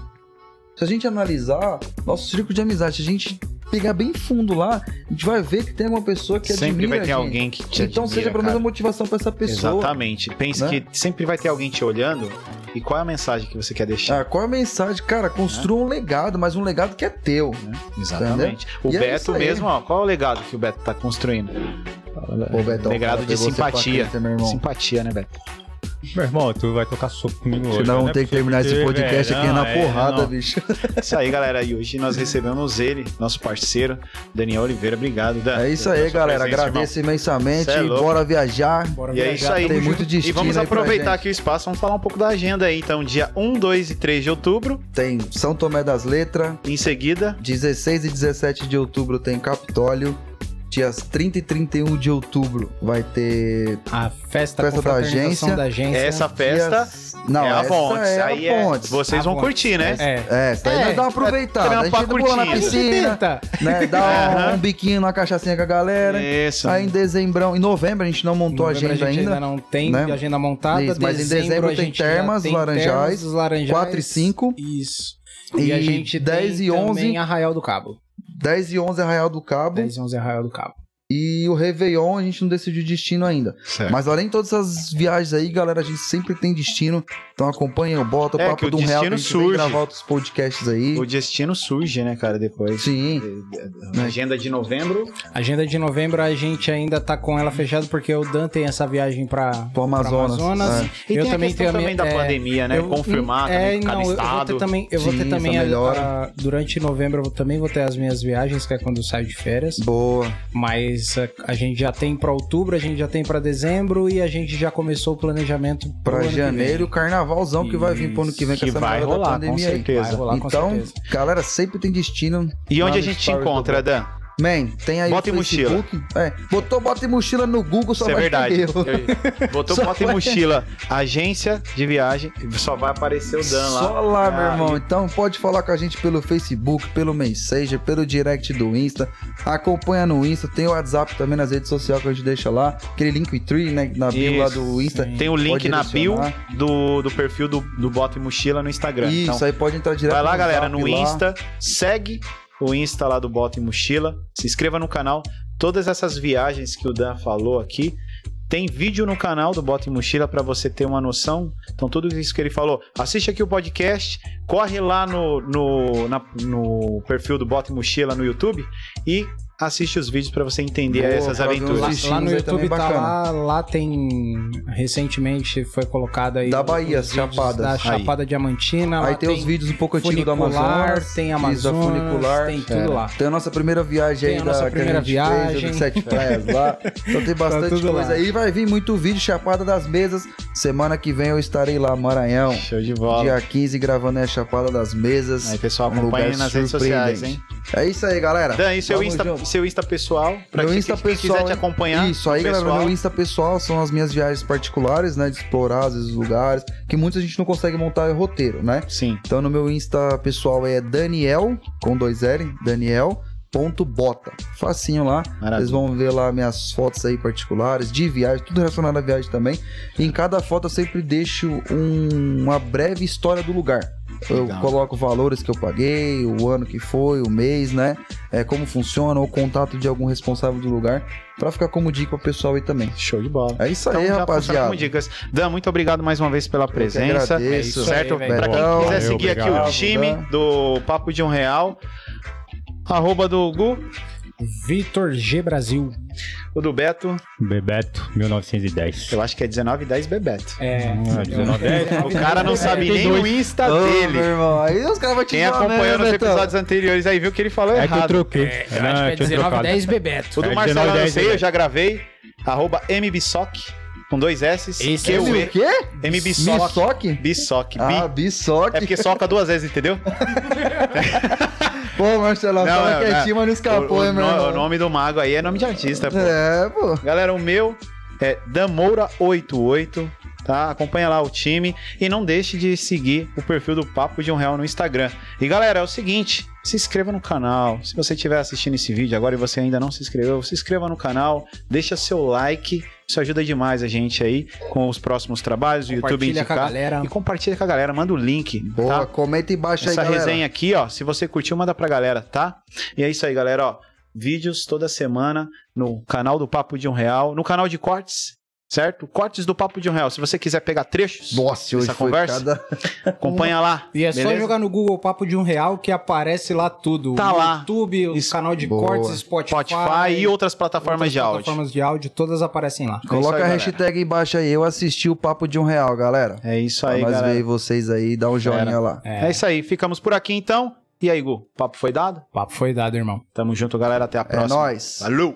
[SPEAKER 4] Se a gente analisar nosso círculo de amizade, se a gente pegar bem fundo lá, a gente vai ver que tem uma pessoa que
[SPEAKER 1] Sempre
[SPEAKER 4] admira
[SPEAKER 1] vai
[SPEAKER 4] a
[SPEAKER 1] ter
[SPEAKER 4] gente.
[SPEAKER 1] alguém que te
[SPEAKER 4] Então
[SPEAKER 1] admira,
[SPEAKER 4] seja pelo
[SPEAKER 1] cara.
[SPEAKER 4] menos a motivação pra essa pessoa.
[SPEAKER 1] Exatamente. Pense
[SPEAKER 4] né?
[SPEAKER 1] que sempre vai ter alguém te olhando. E qual é a mensagem que você quer deixar?
[SPEAKER 4] Ah, qual é a mensagem? Cara, construa um legado, mas um legado que é teu.
[SPEAKER 1] Exatamente. O
[SPEAKER 4] E é
[SPEAKER 1] Beto
[SPEAKER 4] isso aí.
[SPEAKER 1] mesmo, ó, qual é o legado que o Beto tá construindo?
[SPEAKER 4] Pô, Betão,
[SPEAKER 1] Legado
[SPEAKER 4] cara,
[SPEAKER 1] de
[SPEAKER 4] pegou você pra
[SPEAKER 1] simpatia.
[SPEAKER 4] caceta, meu irmão.
[SPEAKER 1] Simpatia, né, Beto?
[SPEAKER 3] Meu irmão, tu vai tocar soco comigo hoje.
[SPEAKER 4] Senão
[SPEAKER 3] mas
[SPEAKER 1] né?
[SPEAKER 4] vamos
[SPEAKER 3] não é
[SPEAKER 4] ter que
[SPEAKER 3] possível
[SPEAKER 4] terminar esse
[SPEAKER 3] velho.
[SPEAKER 4] podcast aqui
[SPEAKER 3] Não,
[SPEAKER 4] na
[SPEAKER 3] é,
[SPEAKER 4] porrada,
[SPEAKER 3] não.
[SPEAKER 4] bicho.
[SPEAKER 1] É Isso aí, galera. E hoje nós recebemos ele, nosso parceiro, Daniel Oliveira. Obrigado, Dan.
[SPEAKER 4] É isso
[SPEAKER 1] pela
[SPEAKER 4] aí,
[SPEAKER 1] sua
[SPEAKER 4] galera.
[SPEAKER 1] presença,
[SPEAKER 4] Agradeço imensamente.
[SPEAKER 1] Cê é louco.
[SPEAKER 4] Bora viajar.
[SPEAKER 2] Bora
[SPEAKER 1] E é
[SPEAKER 2] viajar,
[SPEAKER 1] isso aí.
[SPEAKER 4] Tem muito
[SPEAKER 1] E
[SPEAKER 4] destino.
[SPEAKER 1] vamos
[SPEAKER 4] aí pra
[SPEAKER 1] aproveitar
[SPEAKER 4] gente.
[SPEAKER 1] aqui o espaço, vamos falar um pouco da agenda aí. Então, dia 1, 2 e 3 de outubro.
[SPEAKER 4] Tem São Tomé das Letras.
[SPEAKER 1] Em seguida,
[SPEAKER 4] 16 e 17 de outubro tem Capitólio. Dias 30 e 31 de outubro vai ter.
[SPEAKER 2] A festa,
[SPEAKER 4] Festa da
[SPEAKER 2] confraternização
[SPEAKER 4] agência.
[SPEAKER 2] da agência.
[SPEAKER 1] é essa festa
[SPEAKER 4] Dias... Não,
[SPEAKER 1] é a
[SPEAKER 4] essa
[SPEAKER 1] Pontes.
[SPEAKER 4] é a
[SPEAKER 1] aí é-
[SPEAKER 4] Pontes.
[SPEAKER 1] Vocês
[SPEAKER 2] A
[SPEAKER 1] vão
[SPEAKER 2] Pontes.
[SPEAKER 1] curtir, né?
[SPEAKER 2] É.
[SPEAKER 4] É, isso aí
[SPEAKER 1] É,
[SPEAKER 4] nós dá uma
[SPEAKER 1] é
[SPEAKER 4] aproveitada.
[SPEAKER 1] trampa
[SPEAKER 4] a gente pula na
[SPEAKER 1] curtindo.
[SPEAKER 4] piscina,
[SPEAKER 2] Tenta.
[SPEAKER 4] né? Dá um,
[SPEAKER 1] Aham.
[SPEAKER 4] biquinho na cachaçinha com a galera.
[SPEAKER 1] Isso.
[SPEAKER 4] Aí Tá em dezembro, em novembro a gente não montou a
[SPEAKER 2] Novembro
[SPEAKER 4] agenda
[SPEAKER 2] gente
[SPEAKER 4] ainda.
[SPEAKER 2] não tem
[SPEAKER 4] né?
[SPEAKER 2] agenda montada.
[SPEAKER 4] Isso, mas em dezembro
[SPEAKER 2] a
[SPEAKER 4] tem
[SPEAKER 2] gente já
[SPEAKER 4] Termas,
[SPEAKER 2] tem
[SPEAKER 4] Laranjais,
[SPEAKER 2] Termas, Laranjais.
[SPEAKER 4] 4 e 5.
[SPEAKER 2] Isso.
[SPEAKER 4] E,
[SPEAKER 2] E, a gente
[SPEAKER 4] 10
[SPEAKER 2] tem
[SPEAKER 4] e
[SPEAKER 2] também
[SPEAKER 4] 11.
[SPEAKER 2] Arraial do Cabo.
[SPEAKER 4] 10 e 11 Arraial do Cabo.
[SPEAKER 2] 10 e 11 Arraial do Cabo.
[SPEAKER 4] E o Réveillon a gente não decidiu destino ainda.
[SPEAKER 1] Certo.
[SPEAKER 4] Mas além de todas essas viagens aí, galera, a gente sempre tem destino. Então acompanha o Bota, o
[SPEAKER 1] É, que
[SPEAKER 4] Papo
[SPEAKER 1] o
[SPEAKER 4] do um Real. que A
[SPEAKER 1] destino
[SPEAKER 4] gente vem
[SPEAKER 1] surge.
[SPEAKER 4] gravar outros podcasts aí.
[SPEAKER 1] O destino surge, né, cara, depois.
[SPEAKER 4] Sim.
[SPEAKER 1] Na Agenda de novembro.
[SPEAKER 2] Agenda de novembro a gente ainda tá com ela fechada porque o Dan tem essa viagem pra,
[SPEAKER 4] Pro Amazonas. é.
[SPEAKER 2] pra Amazonas.
[SPEAKER 1] E
[SPEAKER 2] Eu
[SPEAKER 1] tem
[SPEAKER 2] também
[SPEAKER 1] a questão
[SPEAKER 2] tenho a
[SPEAKER 1] também
[SPEAKER 2] minha-
[SPEAKER 1] da
[SPEAKER 2] é,
[SPEAKER 1] pandemia, né?
[SPEAKER 2] Eu- é,
[SPEAKER 1] Confirmar também com cada
[SPEAKER 2] não, eu- Eu vou
[SPEAKER 1] estado.
[SPEAKER 2] ter também, eu vou
[SPEAKER 4] Sim,
[SPEAKER 2] ter
[SPEAKER 4] essa
[SPEAKER 2] também a-
[SPEAKER 4] melhora.
[SPEAKER 2] a- durante novembro eu vou- também vou ter as minhas viagens, que é quando eu saio de férias.
[SPEAKER 4] É. Boa.
[SPEAKER 2] Mas a, a gente já tem pra outubro, a gente já tem pra dezembro e a gente já começou o planejamento pro
[SPEAKER 4] Pra
[SPEAKER 2] ano que vem.
[SPEAKER 4] janeiro, o carnavalzão que vai vir pro ano que vem com
[SPEAKER 1] Que
[SPEAKER 4] essa
[SPEAKER 1] vai
[SPEAKER 4] merda da
[SPEAKER 1] rolar, com
[SPEAKER 4] pandemia aí.
[SPEAKER 1] certeza.
[SPEAKER 2] Vai rolar, com
[SPEAKER 4] Então,
[SPEAKER 2] certeza.
[SPEAKER 4] galera, sempre tem destino.
[SPEAKER 1] E onde
[SPEAKER 4] Lá
[SPEAKER 1] a
[SPEAKER 4] no
[SPEAKER 1] gente te
[SPEAKER 4] story do
[SPEAKER 1] encontra, Dan?
[SPEAKER 4] Man, tem aí
[SPEAKER 1] Bota
[SPEAKER 4] o
[SPEAKER 1] e mochila.
[SPEAKER 4] Facebook. É, botou bota e mochila no Google, só
[SPEAKER 1] Isso é
[SPEAKER 4] vai ter
[SPEAKER 1] verdade.
[SPEAKER 4] erro.
[SPEAKER 1] Eu- Botou
[SPEAKER 4] Só
[SPEAKER 1] bota e
[SPEAKER 4] vai-
[SPEAKER 1] mochila. Agência de viagem. Só vai aparecer o Dan lá.
[SPEAKER 4] Só lá, meu
[SPEAKER 1] Ah,
[SPEAKER 4] irmão. Então pode falar com a gente pelo Facebook, pelo Messenger, pelo direct do Insta. Acompanha no Insta, tem o WhatsApp também nas redes sociais que a gente deixa lá. Aquele link tree, né, na bio lá
[SPEAKER 1] Isso.
[SPEAKER 4] do Insta.
[SPEAKER 1] Tem o link
[SPEAKER 4] Pode
[SPEAKER 1] na bio
[SPEAKER 4] direcionar.
[SPEAKER 1] do, do perfil do, do Bota e Mochila no Instagram.
[SPEAKER 4] Isso,
[SPEAKER 1] então,
[SPEAKER 4] aí pode entrar direto
[SPEAKER 1] vai lá,
[SPEAKER 4] no
[SPEAKER 1] galera,
[SPEAKER 4] zap
[SPEAKER 1] no
[SPEAKER 4] lá.
[SPEAKER 1] Insta, segue o Insta lá do Bota e Mochila, se inscreva no canal. Todas essas viagens que o Dan falou aqui, tem vídeo no canal do Bota e Mochila para você ter uma noção. Então, tudo isso que ele falou, assiste aqui o podcast, corre lá no, no, na- no perfil do Bota e Mochila no YouTube e assiste os vídeos para você entender
[SPEAKER 4] Boa,
[SPEAKER 1] essas
[SPEAKER 4] pra ver
[SPEAKER 1] aventuras.
[SPEAKER 4] os
[SPEAKER 2] Lá,
[SPEAKER 4] destinos
[SPEAKER 2] lá no
[SPEAKER 4] aí também é
[SPEAKER 2] YouTube tá
[SPEAKER 4] bacana.
[SPEAKER 2] lá, lá tem recentemente foi colocado aí
[SPEAKER 4] Da Bahia,
[SPEAKER 2] os vídeos
[SPEAKER 4] Chapadas.
[SPEAKER 2] da
[SPEAKER 4] Aí.
[SPEAKER 2] Chapada Diamantina,
[SPEAKER 4] Aí
[SPEAKER 2] lá
[SPEAKER 4] tem, os vídeos um pouco antigos do
[SPEAKER 2] funicular,
[SPEAKER 4] Amazonas.
[SPEAKER 2] tem
[SPEAKER 4] isso, a
[SPEAKER 2] Amazonas,
[SPEAKER 4] funicular.
[SPEAKER 2] tem tudo
[SPEAKER 4] É.
[SPEAKER 2] lá.
[SPEAKER 4] Tem a nossa primeira viagem
[SPEAKER 2] Tem
[SPEAKER 4] aí
[SPEAKER 2] a
[SPEAKER 4] da
[SPEAKER 2] nossa
[SPEAKER 4] que
[SPEAKER 2] primeira
[SPEAKER 4] a gente fez,
[SPEAKER 2] viagem. Tá
[SPEAKER 4] de sete praias lá. Então tem bastante
[SPEAKER 2] tudo
[SPEAKER 4] coisa
[SPEAKER 2] lá.
[SPEAKER 4] aí. Vai vir muito vídeo, Chapada das Mesas. Semana que vem eu estarei lá, Maranhão.
[SPEAKER 1] Show de bola.
[SPEAKER 4] Dia 15, gravando a Chapada das Mesas.
[SPEAKER 1] Aí, pessoal,
[SPEAKER 4] Um lugar
[SPEAKER 1] acompanhe nas redes sociais, hein?
[SPEAKER 4] surpreendente. É isso aí, galera.
[SPEAKER 1] Dan, e seu
[SPEAKER 4] Tamo
[SPEAKER 1] Insta,
[SPEAKER 4] junto.
[SPEAKER 1] seu Insta pessoal? Pra
[SPEAKER 4] Meu
[SPEAKER 1] quem,
[SPEAKER 4] Insta
[SPEAKER 1] quem
[SPEAKER 4] pessoal,
[SPEAKER 1] quiser te
[SPEAKER 4] hein?
[SPEAKER 1] acompanhar.
[SPEAKER 4] Isso aí, galera,
[SPEAKER 1] pessoal.
[SPEAKER 4] meu Insta pessoal são as minhas viagens particulares, né? De explorar às vezes, os lugares, que muita gente não consegue montar roteiro, né?
[SPEAKER 1] Sim.
[SPEAKER 4] Então no meu Insta pessoal é Daniel, com dois L, Daniel. Ponto bota. Facinho lá.
[SPEAKER 1] Maravilha.
[SPEAKER 4] Vocês vão ver lá minhas fotos aí particulares, de viagem, tudo relacionado à viagem também. E em cada foto eu sempre deixo um- uma breve história do lugar. Eu
[SPEAKER 1] Legal.
[SPEAKER 4] coloco valores que eu paguei, o ano que foi, o mês, né? É, como funciona, o contato de algum responsável do lugar, pra ficar como dica pro pessoal aí também.
[SPEAKER 1] Show de bola. Então,
[SPEAKER 4] É isso aí,
[SPEAKER 1] já funciona
[SPEAKER 4] rapaziada.
[SPEAKER 1] como dicas. Dan, muito obrigado mais uma vez pela presença.
[SPEAKER 4] agradeço.
[SPEAKER 1] É isso certo?
[SPEAKER 4] Tá
[SPEAKER 2] aí, velho.
[SPEAKER 1] Pra quem
[SPEAKER 4] Valeu,
[SPEAKER 1] quiser seguir aqui
[SPEAKER 3] obrigado,
[SPEAKER 1] o time
[SPEAKER 4] Dan.
[SPEAKER 1] do Papo de um Real, arroba do Gu,
[SPEAKER 2] Vitor G Brasil.
[SPEAKER 1] o do Beto,
[SPEAKER 3] Bebeto, 1910.
[SPEAKER 1] eu acho que é 1910 Bebeto.
[SPEAKER 2] É,
[SPEAKER 3] Ah,
[SPEAKER 4] É.
[SPEAKER 3] 1910.
[SPEAKER 1] O cara não sabe nem o Insta
[SPEAKER 4] Ô, meu
[SPEAKER 1] tá dele.
[SPEAKER 4] Tá irmão, aí os caras vão te
[SPEAKER 1] Quem
[SPEAKER 4] zoar, né,
[SPEAKER 1] acompanhou nos
[SPEAKER 4] Betão?
[SPEAKER 1] episódios anteriores aí viu que ele falou
[SPEAKER 3] É que eu
[SPEAKER 1] errado.
[SPEAKER 3] troquei. É, não, eu tinha trocado.
[SPEAKER 2] 1910 Bebeto.
[SPEAKER 1] O do
[SPEAKER 3] É
[SPEAKER 1] Marcelo eu não
[SPEAKER 3] 1910,
[SPEAKER 1] sei, eu
[SPEAKER 3] Bebeto.
[SPEAKER 1] já gravei. Arroba mbsoc, com dois S.
[SPEAKER 2] Esse
[SPEAKER 1] que
[SPEAKER 2] é
[SPEAKER 1] eu
[SPEAKER 4] O
[SPEAKER 1] e
[SPEAKER 4] quê?
[SPEAKER 1] mbsoc.
[SPEAKER 4] Bisoque?
[SPEAKER 1] Bisoc. Bi.
[SPEAKER 4] Ah, bisoque.
[SPEAKER 1] É porque soca duas vezes, entendeu?
[SPEAKER 4] Pô, Marcelo,
[SPEAKER 1] Não,
[SPEAKER 4] tava
[SPEAKER 1] não,
[SPEAKER 4] quietinho, é mas não escapou,
[SPEAKER 1] o, o
[SPEAKER 4] hein, meu
[SPEAKER 1] no-
[SPEAKER 4] irmão?
[SPEAKER 1] o nome do mago aí é nome de artista, pô.
[SPEAKER 4] É, pô.
[SPEAKER 1] Galera, o meu é Damoura88, tá? Acompanha lá o time e não deixe de seguir o perfil do Papo de um Real no Instagram. E galera, é o seguinte, se inscreva no canal. Se você estiver assistindo esse vídeo agora e você ainda não se inscreveu, se inscreva no canal, deixa seu like, isso ajuda demais a gente aí com os próximos trabalhos, o YouTube
[SPEAKER 2] Compartilha com a
[SPEAKER 1] indicar.
[SPEAKER 2] galera.
[SPEAKER 1] E compartilha com a galera, manda o link,
[SPEAKER 4] Boa,
[SPEAKER 1] tá?
[SPEAKER 4] comenta embaixo
[SPEAKER 1] Essa
[SPEAKER 4] aí, galera.
[SPEAKER 1] resenha aqui, ó, se você curtiu, manda pra galera, tá? E é isso aí, galera, ó. Vídeos toda semana no canal do Papo de um Real, no canal de cortes certo? Cortes do Papo de um Real. Se você quiser pegar trechos,
[SPEAKER 4] Nossa, hoje
[SPEAKER 1] Essa
[SPEAKER 4] foi
[SPEAKER 1] conversa? É
[SPEAKER 4] cada...
[SPEAKER 1] acompanha lá.
[SPEAKER 2] E é só
[SPEAKER 1] beleza?
[SPEAKER 2] jogar no Google Papo de um real que aparece lá tudo.
[SPEAKER 1] Tá
[SPEAKER 2] o
[SPEAKER 1] lá.
[SPEAKER 2] YouTube, o
[SPEAKER 1] Isso.
[SPEAKER 2] canal de
[SPEAKER 4] Boa.
[SPEAKER 2] cortes, Spotify,
[SPEAKER 1] Spotify e outras plataformas
[SPEAKER 2] outras
[SPEAKER 1] de áudio.
[SPEAKER 2] plataformas de áudio, todas aparecem lá.
[SPEAKER 4] Coloca
[SPEAKER 1] aí,
[SPEAKER 4] a
[SPEAKER 1] galera.
[SPEAKER 4] hashtag embaixo aí. Eu assisti o papo de um real, galera.
[SPEAKER 1] É isso
[SPEAKER 4] Pra
[SPEAKER 1] aí,
[SPEAKER 4] nós
[SPEAKER 1] galera.
[SPEAKER 4] ver vocês aí, dá um joinha lá.
[SPEAKER 2] É,
[SPEAKER 1] É isso aí. Ficamos por aqui então. E aí, Gu, papo foi dado?
[SPEAKER 2] papo foi dado, irmão.
[SPEAKER 1] Tamo junto, galera. Até a
[SPEAKER 4] É
[SPEAKER 1] próxima.
[SPEAKER 4] nóis.
[SPEAKER 1] Valeu!